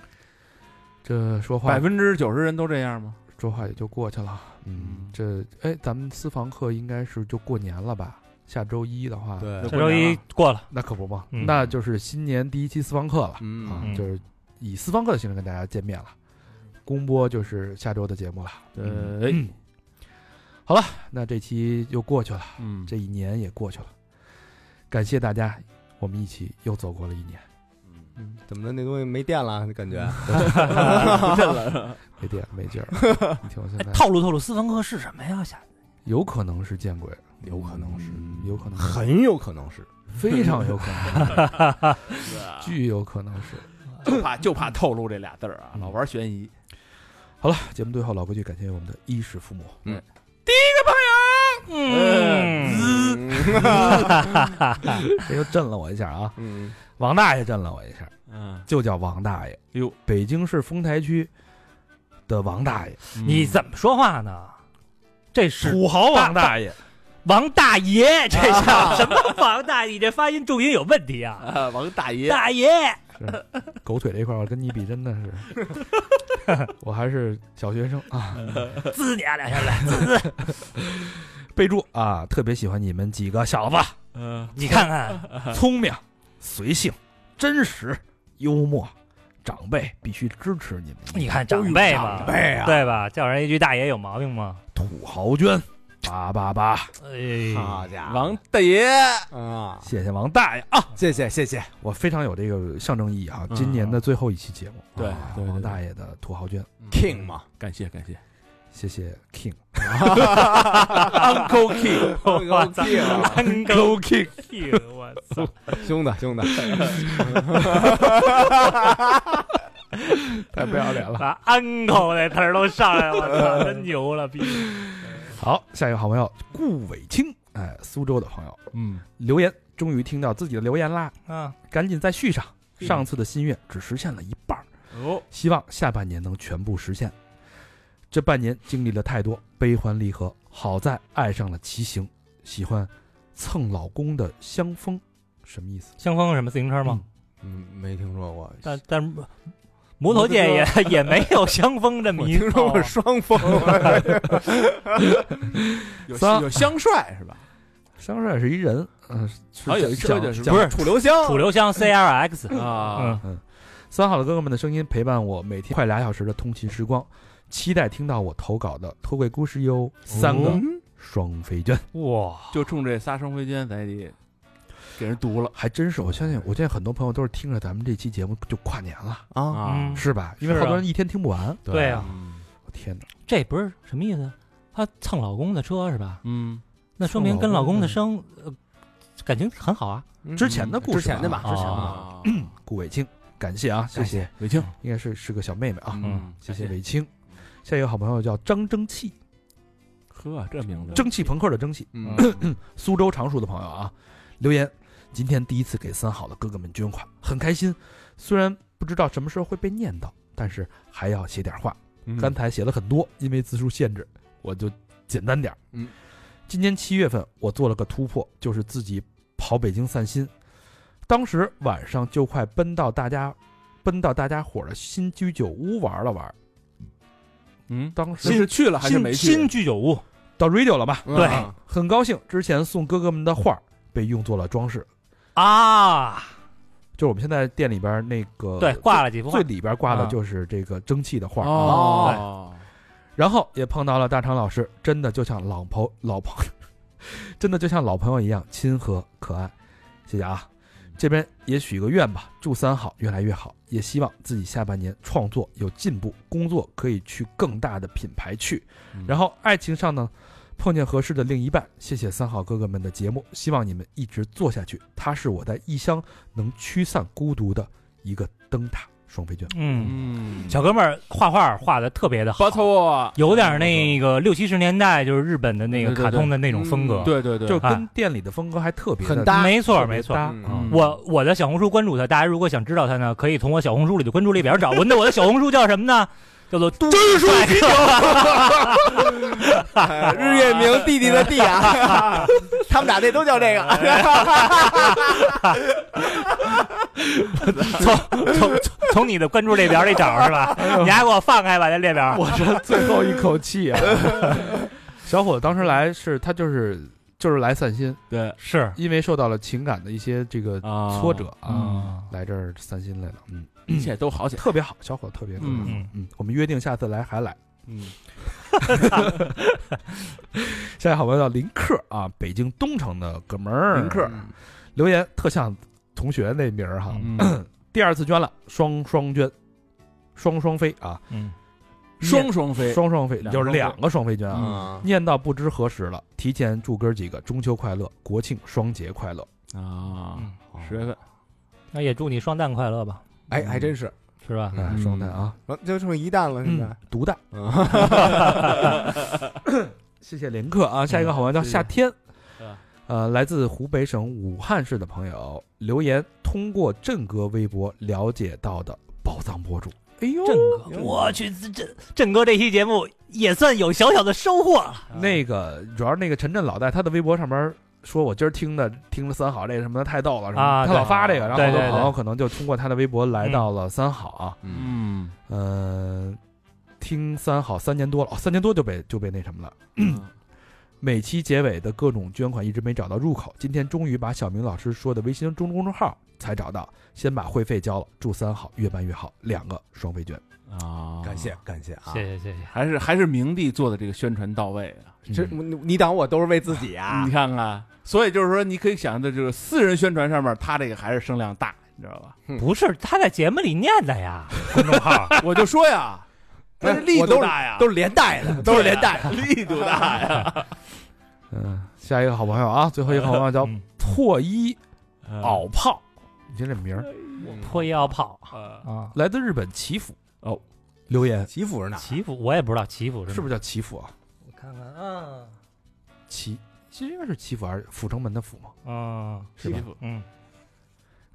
[SPEAKER 3] 这说话
[SPEAKER 5] 百分之九十人都这样吗？
[SPEAKER 3] 说话也就过去了。
[SPEAKER 5] 嗯
[SPEAKER 3] 这哎，咱们私房课应该是就过年了吧？下周一的话，
[SPEAKER 2] 对
[SPEAKER 5] 就
[SPEAKER 4] 这
[SPEAKER 5] 过
[SPEAKER 4] 周
[SPEAKER 5] 年
[SPEAKER 4] 一
[SPEAKER 5] 了
[SPEAKER 4] 过了，
[SPEAKER 3] 那可不嘛，
[SPEAKER 4] 嗯
[SPEAKER 3] 那就是新年第一期私房课了、
[SPEAKER 2] 嗯
[SPEAKER 3] 啊，
[SPEAKER 4] 嗯
[SPEAKER 3] 就是以私房课的形式跟大家见面了。公播就是下周的节目了。
[SPEAKER 5] 对，哎
[SPEAKER 3] 好了，那这期又过去了，
[SPEAKER 5] 嗯，
[SPEAKER 3] 这一年也过去了，感谢大家，我们一起又走过了一年。
[SPEAKER 2] 嗯怎么的？那东西没电了，感觉
[SPEAKER 3] 没电没劲儿，你听我现在
[SPEAKER 4] 透露透露，私房课是什么呀？下
[SPEAKER 3] 有可能是见鬼，嗯
[SPEAKER 2] 有可能是，
[SPEAKER 3] 有可能
[SPEAKER 2] 很有可能是。
[SPEAKER 3] 非常有可能， 巨有可能是。
[SPEAKER 5] 就怕就怕透露这俩字儿啊，老玩悬疑。
[SPEAKER 3] 好了，节目最后老规矩，感谢我们的衣食父母。
[SPEAKER 4] 嗯，
[SPEAKER 3] 这又哎震了我一下啊！
[SPEAKER 2] 嗯，
[SPEAKER 3] 王大爷震了我一下，
[SPEAKER 5] 嗯，
[SPEAKER 3] 就叫王大爷。
[SPEAKER 5] 哟，
[SPEAKER 3] 北京市丰台区的王大 爷，
[SPEAKER 5] 嗯
[SPEAKER 4] 你怎么说话呢？这是
[SPEAKER 3] 豪
[SPEAKER 4] 王
[SPEAKER 3] 大爷，
[SPEAKER 4] 王大爷，这叫
[SPEAKER 2] 啊
[SPEAKER 4] 什么王大爷？你这发音重音有问题啊！
[SPEAKER 5] 啊，王大爷，
[SPEAKER 4] 大爷，
[SPEAKER 3] 是 狗腿这块儿，我跟你比真的是， 我还是小学生啊。
[SPEAKER 4] 滋你啊两下来，
[SPEAKER 3] 备注啊，特别喜欢你们几个小子，
[SPEAKER 5] 嗯，
[SPEAKER 4] 你看看，
[SPEAKER 3] 聪明、随性、真实、幽默，长辈必须支持你们。
[SPEAKER 4] 你看长辈嘛，
[SPEAKER 3] 长
[SPEAKER 2] 哎
[SPEAKER 3] 辈啊
[SPEAKER 4] 对吧？叫人一句大爷有毛病吗？
[SPEAKER 3] 土豪捐八八八，
[SPEAKER 4] 哎，
[SPEAKER 2] 好家伙
[SPEAKER 5] 王大爷，
[SPEAKER 2] 啊！
[SPEAKER 3] 谢谢王大爷啊！
[SPEAKER 2] 谢谢谢谢，
[SPEAKER 3] 我非常有这个象征意义啊！
[SPEAKER 5] 嗯
[SPEAKER 3] 今年的最后一期节目，
[SPEAKER 5] 对
[SPEAKER 3] 啊
[SPEAKER 5] 对对
[SPEAKER 3] 王大爷的土豪捐，
[SPEAKER 2] King 嘛
[SPEAKER 5] 感谢感谢，
[SPEAKER 3] 谢谢 King，
[SPEAKER 2] ，Uncle King，
[SPEAKER 4] 我操
[SPEAKER 2] King，啊
[SPEAKER 4] 安狗 King，我哎操！
[SPEAKER 2] 兄弟兄弟，
[SPEAKER 3] 太不要脸了。
[SPEAKER 4] 把 uncle 那词儿都上来了，我操，真牛了逼！
[SPEAKER 3] 好，下一个好朋友顾伟清，哎，苏州的朋友
[SPEAKER 5] 嗯，
[SPEAKER 3] 留言，终于听到自己的留言啦，
[SPEAKER 4] 啊，
[SPEAKER 3] 赶紧再续上。上次的心愿只实现了一半儿，
[SPEAKER 5] 哦，
[SPEAKER 3] 希望下半年能全部实现。这半年经历了太多悲欢离合，好在爱上了骑行，喜欢蹭老公的香风，什么意思？
[SPEAKER 4] 香风什么自行车吗？
[SPEAKER 2] 嗯，没听说过，
[SPEAKER 4] 但但是摩托界也也没有香风这么
[SPEAKER 2] 我
[SPEAKER 4] 一
[SPEAKER 2] 听说过
[SPEAKER 4] 套
[SPEAKER 2] 双峰，
[SPEAKER 5] 有
[SPEAKER 3] 三
[SPEAKER 5] 有香帅是吧？
[SPEAKER 3] 香帅是一人，嗯、
[SPEAKER 5] 好像有一车
[SPEAKER 3] 叫
[SPEAKER 5] 叫什
[SPEAKER 3] 叫
[SPEAKER 5] 么？
[SPEAKER 2] 楚留香，
[SPEAKER 4] 楚留香 CLX
[SPEAKER 5] 啊
[SPEAKER 4] 嗯，
[SPEAKER 3] 三好的哥哥们的声音陪伴我每天快俩小时的通勤时光，期待听到我投稿的偷窥故事哟。三个双飞娟，
[SPEAKER 4] 哇，
[SPEAKER 5] 嗯就冲这仨双飞娟，咱也得给人毒了
[SPEAKER 3] 还真是，我相信，我现在很多朋友都是听着咱们这期节目就跨年了，
[SPEAKER 2] 啊，
[SPEAKER 5] 啊
[SPEAKER 4] 嗯！
[SPEAKER 3] 是吧？因为
[SPEAKER 4] 是啊
[SPEAKER 3] 好多人一天听不完。
[SPEAKER 4] 对啊，
[SPEAKER 5] 嗯
[SPEAKER 3] 我天哪！
[SPEAKER 4] 这不是什么意思？她蹭老公的车是吧？
[SPEAKER 5] 嗯，
[SPEAKER 4] 那说明跟老公的生呃感情很好啊。
[SPEAKER 2] 嗯
[SPEAKER 3] 之前的故事啊
[SPEAKER 2] 之前的吧，之前的，
[SPEAKER 5] 啊，
[SPEAKER 3] 顾伟清，感谢啊，谢谢，
[SPEAKER 5] 伟清
[SPEAKER 3] 应该是是个小妹妹啊，
[SPEAKER 5] 嗯
[SPEAKER 3] 谢谢伟清。下一个好朋友叫张蒸汽，
[SPEAKER 5] 呵，这名字
[SPEAKER 3] 蒸汽朋克的蒸汽，
[SPEAKER 2] 嗯，
[SPEAKER 3] 苏州常熟的朋友啊，留言，今天第一次给三好的哥哥们捐款，很开心。虽然不知道什么时候会被念叨，但是还要写点话。
[SPEAKER 5] 嗯
[SPEAKER 3] 刚才写了很多，因为字数限制，我就简单点儿。
[SPEAKER 2] 嗯，
[SPEAKER 3] 今年七月份我做了个突破，就是自己跑北京散心。当时晚上就快奔到大家，奔到大家伙儿的新居酒屋玩了玩。
[SPEAKER 5] 嗯，
[SPEAKER 3] 当
[SPEAKER 5] 那
[SPEAKER 3] 时
[SPEAKER 5] 是去了还是没
[SPEAKER 4] 新新
[SPEAKER 5] 去？
[SPEAKER 4] 居酒屋，
[SPEAKER 3] 到 radio 了吧？
[SPEAKER 4] 对
[SPEAKER 2] 啊
[SPEAKER 3] 很高兴，之前送哥哥们的画儿被用作了装饰，
[SPEAKER 4] 啊，
[SPEAKER 3] 就是我们现在店里边儿那个
[SPEAKER 4] 对，挂了几幅画
[SPEAKER 3] 呃
[SPEAKER 4] 嗯
[SPEAKER 3] 最，里边挂的就是这个蒸汽的画儿，
[SPEAKER 5] 哦，
[SPEAKER 3] 然后也碰到了大肠老师，真的就像老朋老朋，真的就像老朋友一样亲和可爱，谢谢啊！这边也许个愿吧，祝三好越来越好，也希望自己下半年创作有进步，工作可以去更大的品牌去。
[SPEAKER 5] 嗯
[SPEAKER 3] 然后爱情上呢，碰见合适的另一半。谢谢三好哥哥们的节目，希望你们一直做下去。它是我在异乡能驱散孤独的一个灯塔。双倍券，
[SPEAKER 4] 嗯，
[SPEAKER 5] 嗯
[SPEAKER 4] 小哥们儿画画画的特别的好
[SPEAKER 5] 不，错，
[SPEAKER 4] 有点那个六七十年代就是日本的那
[SPEAKER 5] 对
[SPEAKER 4] 个
[SPEAKER 5] 对对
[SPEAKER 4] 卡通的那种风格。
[SPEAKER 5] 嗯对对对，
[SPEAKER 3] 就跟店里的风格还特别的
[SPEAKER 2] 很搭
[SPEAKER 4] 没错
[SPEAKER 3] 特别
[SPEAKER 4] 没错
[SPEAKER 3] 搭
[SPEAKER 2] 嗯
[SPEAKER 3] 嗯
[SPEAKER 4] 我我的小红书关注他，大家如果想知道他呢，可以从我小红书里的关注列表找。我那我的小红书叫什么呢？叫做真书
[SPEAKER 2] 哎 日月明弟弟的弟啊， 他们俩这都叫这个。
[SPEAKER 4] 从 从从从你的关注列表里找是吧？你还给我放开吧，这列表。
[SPEAKER 3] 我这最后一口气啊！小伙子当时来是他就是就是来散心，
[SPEAKER 5] 对
[SPEAKER 4] 是
[SPEAKER 3] 因为受到了情感的一些这个
[SPEAKER 5] 啊
[SPEAKER 3] 呃挫折啊，
[SPEAKER 4] 嗯
[SPEAKER 3] 来这儿散心来了，嗯，
[SPEAKER 5] 一切都好起来。
[SPEAKER 3] 特别好，小伙子特别特别好，
[SPEAKER 4] 嗯
[SPEAKER 3] 嗯，我们约定下次来还来。
[SPEAKER 5] 嗯
[SPEAKER 3] 下一个好朋友叫林克啊，北京东城的哥们儿，
[SPEAKER 5] 林克
[SPEAKER 3] 留言特像同学那名儿哈，
[SPEAKER 5] 嗯，
[SPEAKER 3] 第二次捐了，双双捐，双双飞啊，
[SPEAKER 4] 嗯，
[SPEAKER 5] 双双飞，
[SPEAKER 3] 双双飞
[SPEAKER 5] 两个
[SPEAKER 3] 就是
[SPEAKER 5] 双飞
[SPEAKER 3] 两个双飞捐啊，
[SPEAKER 2] 嗯，
[SPEAKER 3] 念到不知何时了，提前祝哥几个中秋快乐，国庆双节快乐。
[SPEAKER 5] 啊
[SPEAKER 4] 嗯，
[SPEAKER 5] 十月份
[SPEAKER 4] 那也祝你双旦快乐吧，
[SPEAKER 2] 哎，还真是，
[SPEAKER 4] 是吧？
[SPEAKER 3] 哎，
[SPEAKER 5] 嗯哎
[SPEAKER 3] 双旦啊，
[SPEAKER 2] 就剩一蛋了，现在
[SPEAKER 3] 嗯。，毒蛋。
[SPEAKER 2] 嗯
[SPEAKER 3] 谢谢林克啊，下一个好玩叫
[SPEAKER 5] 嗯谢谢
[SPEAKER 3] 夏天
[SPEAKER 5] 嗯，
[SPEAKER 3] 呃，来自湖北省武汉市的朋友留言，通过振哥微博了解到的宝藏博主。哎呦，
[SPEAKER 4] 振哥，我去，这这振哥这期节目也算有小小的收获了。
[SPEAKER 3] 那个主要是那个陈震老戴他的微博上面说，我今儿听的听了三好这个什么的太逗了什么的，
[SPEAKER 4] 啊
[SPEAKER 3] 他老发这个，然后
[SPEAKER 4] 对
[SPEAKER 3] 好多
[SPEAKER 4] 对对
[SPEAKER 3] 朋友可能就通过他的微博来到了三好啊，
[SPEAKER 2] 嗯
[SPEAKER 5] 嗯，
[SPEAKER 3] 嗯、听三好三年多了，哦，三年多就被就被那什么了。
[SPEAKER 5] 嗯
[SPEAKER 3] 每期结尾的各种捐款一直没找到入口，今天终于把小明老师说的微信公众号才找到，先把会费交了。祝三好越办越好，两个双倍捐。
[SPEAKER 5] 啊，
[SPEAKER 2] 感谢感谢啊！
[SPEAKER 4] 谢谢谢谢，
[SPEAKER 5] 还是还是明帝做的这个宣传到位啊！
[SPEAKER 2] 这
[SPEAKER 3] 嗯
[SPEAKER 2] 你你挡我都是为自己啊
[SPEAKER 5] 你！看看，所以就是说，你可以想象的，就是私人宣传上面，他这个还是声量大，你知道吧？
[SPEAKER 4] 不是他在节目里念的呀，
[SPEAKER 3] 啊
[SPEAKER 4] 公众号
[SPEAKER 5] 我就说呀，但是力
[SPEAKER 2] 我
[SPEAKER 5] 度
[SPEAKER 2] 都是
[SPEAKER 5] 大呀， 啊
[SPEAKER 2] 都是连带的，都是连带的。
[SPEAKER 5] 力度大 呀。
[SPEAKER 3] 嗯，下一个好朋友啊，最后一个好朋友叫
[SPEAKER 4] 嗯
[SPEAKER 3] 破衣敖炮，你听这名儿，
[SPEAKER 2] 嗯
[SPEAKER 4] 脱衣要跑啊，
[SPEAKER 3] 来自日本祈福
[SPEAKER 5] 哦，
[SPEAKER 3] 留言
[SPEAKER 2] 祈福是哪？
[SPEAKER 4] 祈福我也不知道祈福
[SPEAKER 3] 啊是不
[SPEAKER 4] 是
[SPEAKER 3] 是叫祈福啊？
[SPEAKER 4] 我看看啊，
[SPEAKER 3] 祈其实应该是祈福还是阜成门的阜嘛？
[SPEAKER 4] 嗯
[SPEAKER 3] 是吧？
[SPEAKER 4] 嗯，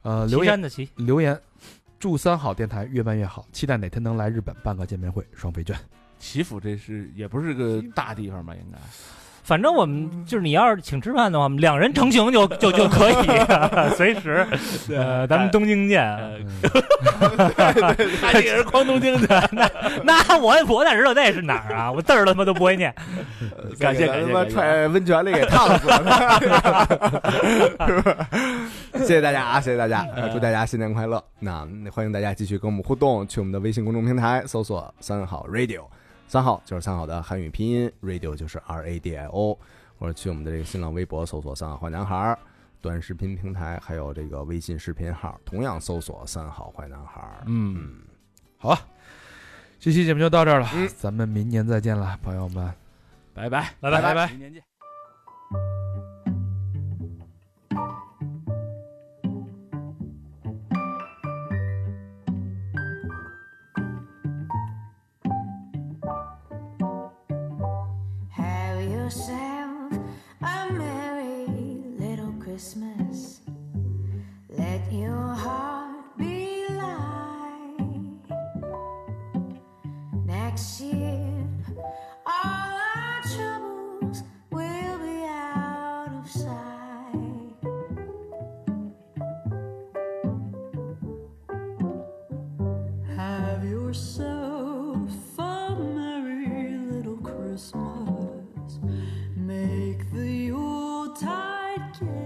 [SPEAKER 3] 呃，留
[SPEAKER 4] 岐
[SPEAKER 3] 言
[SPEAKER 4] 山的岐，
[SPEAKER 3] 留言，祝三好电台越办越好，期待哪天能来日本办个见面会，双倍券。
[SPEAKER 5] 祈福这是也不是个大地方吧？应该
[SPEAKER 4] 反正我们就是你要是请吃饭的话，我们两人成行就就就 可以，随时，呃，
[SPEAKER 3] 哎
[SPEAKER 4] 咱们东京见啊。
[SPEAKER 3] 呃嗯
[SPEAKER 5] 他这也是光东京的，
[SPEAKER 4] 那我也我哪知道那是哪儿啊？我字儿他妈都不会念。
[SPEAKER 5] 感谢
[SPEAKER 2] 咱
[SPEAKER 5] 感谢
[SPEAKER 2] 他妈
[SPEAKER 5] 感谢
[SPEAKER 2] 踹呃温泉里给烫死了， 是不是？ 谢谢大家啊，谢谢大家，
[SPEAKER 5] 嗯
[SPEAKER 2] 呃祝大家新年快乐！那那欢迎大家继续跟我们互动，去我们的微信公众平台搜索“三好 radio”，三好就是三好的汉语拼音，radio 就是 R A D I O，或者去我们的这个新浪微博搜索“三好坏男孩儿”。短视频平台还有这个微信视频号，同样搜索“三好坏男孩儿”。
[SPEAKER 5] 嗯，
[SPEAKER 3] 好啊，这期节目就到这儿了，
[SPEAKER 2] 嗯
[SPEAKER 3] 咱们明年再见了，朋友们。
[SPEAKER 5] 拜拜
[SPEAKER 4] 拜拜拜拜
[SPEAKER 5] 明年见。
[SPEAKER 7] Have yourself a merry little Christmas. Let your heart be light. Next year, all our troubles will be out of sight. Have yourself a merry little Christmas. Make the Yuletide gay. Mm-hmm.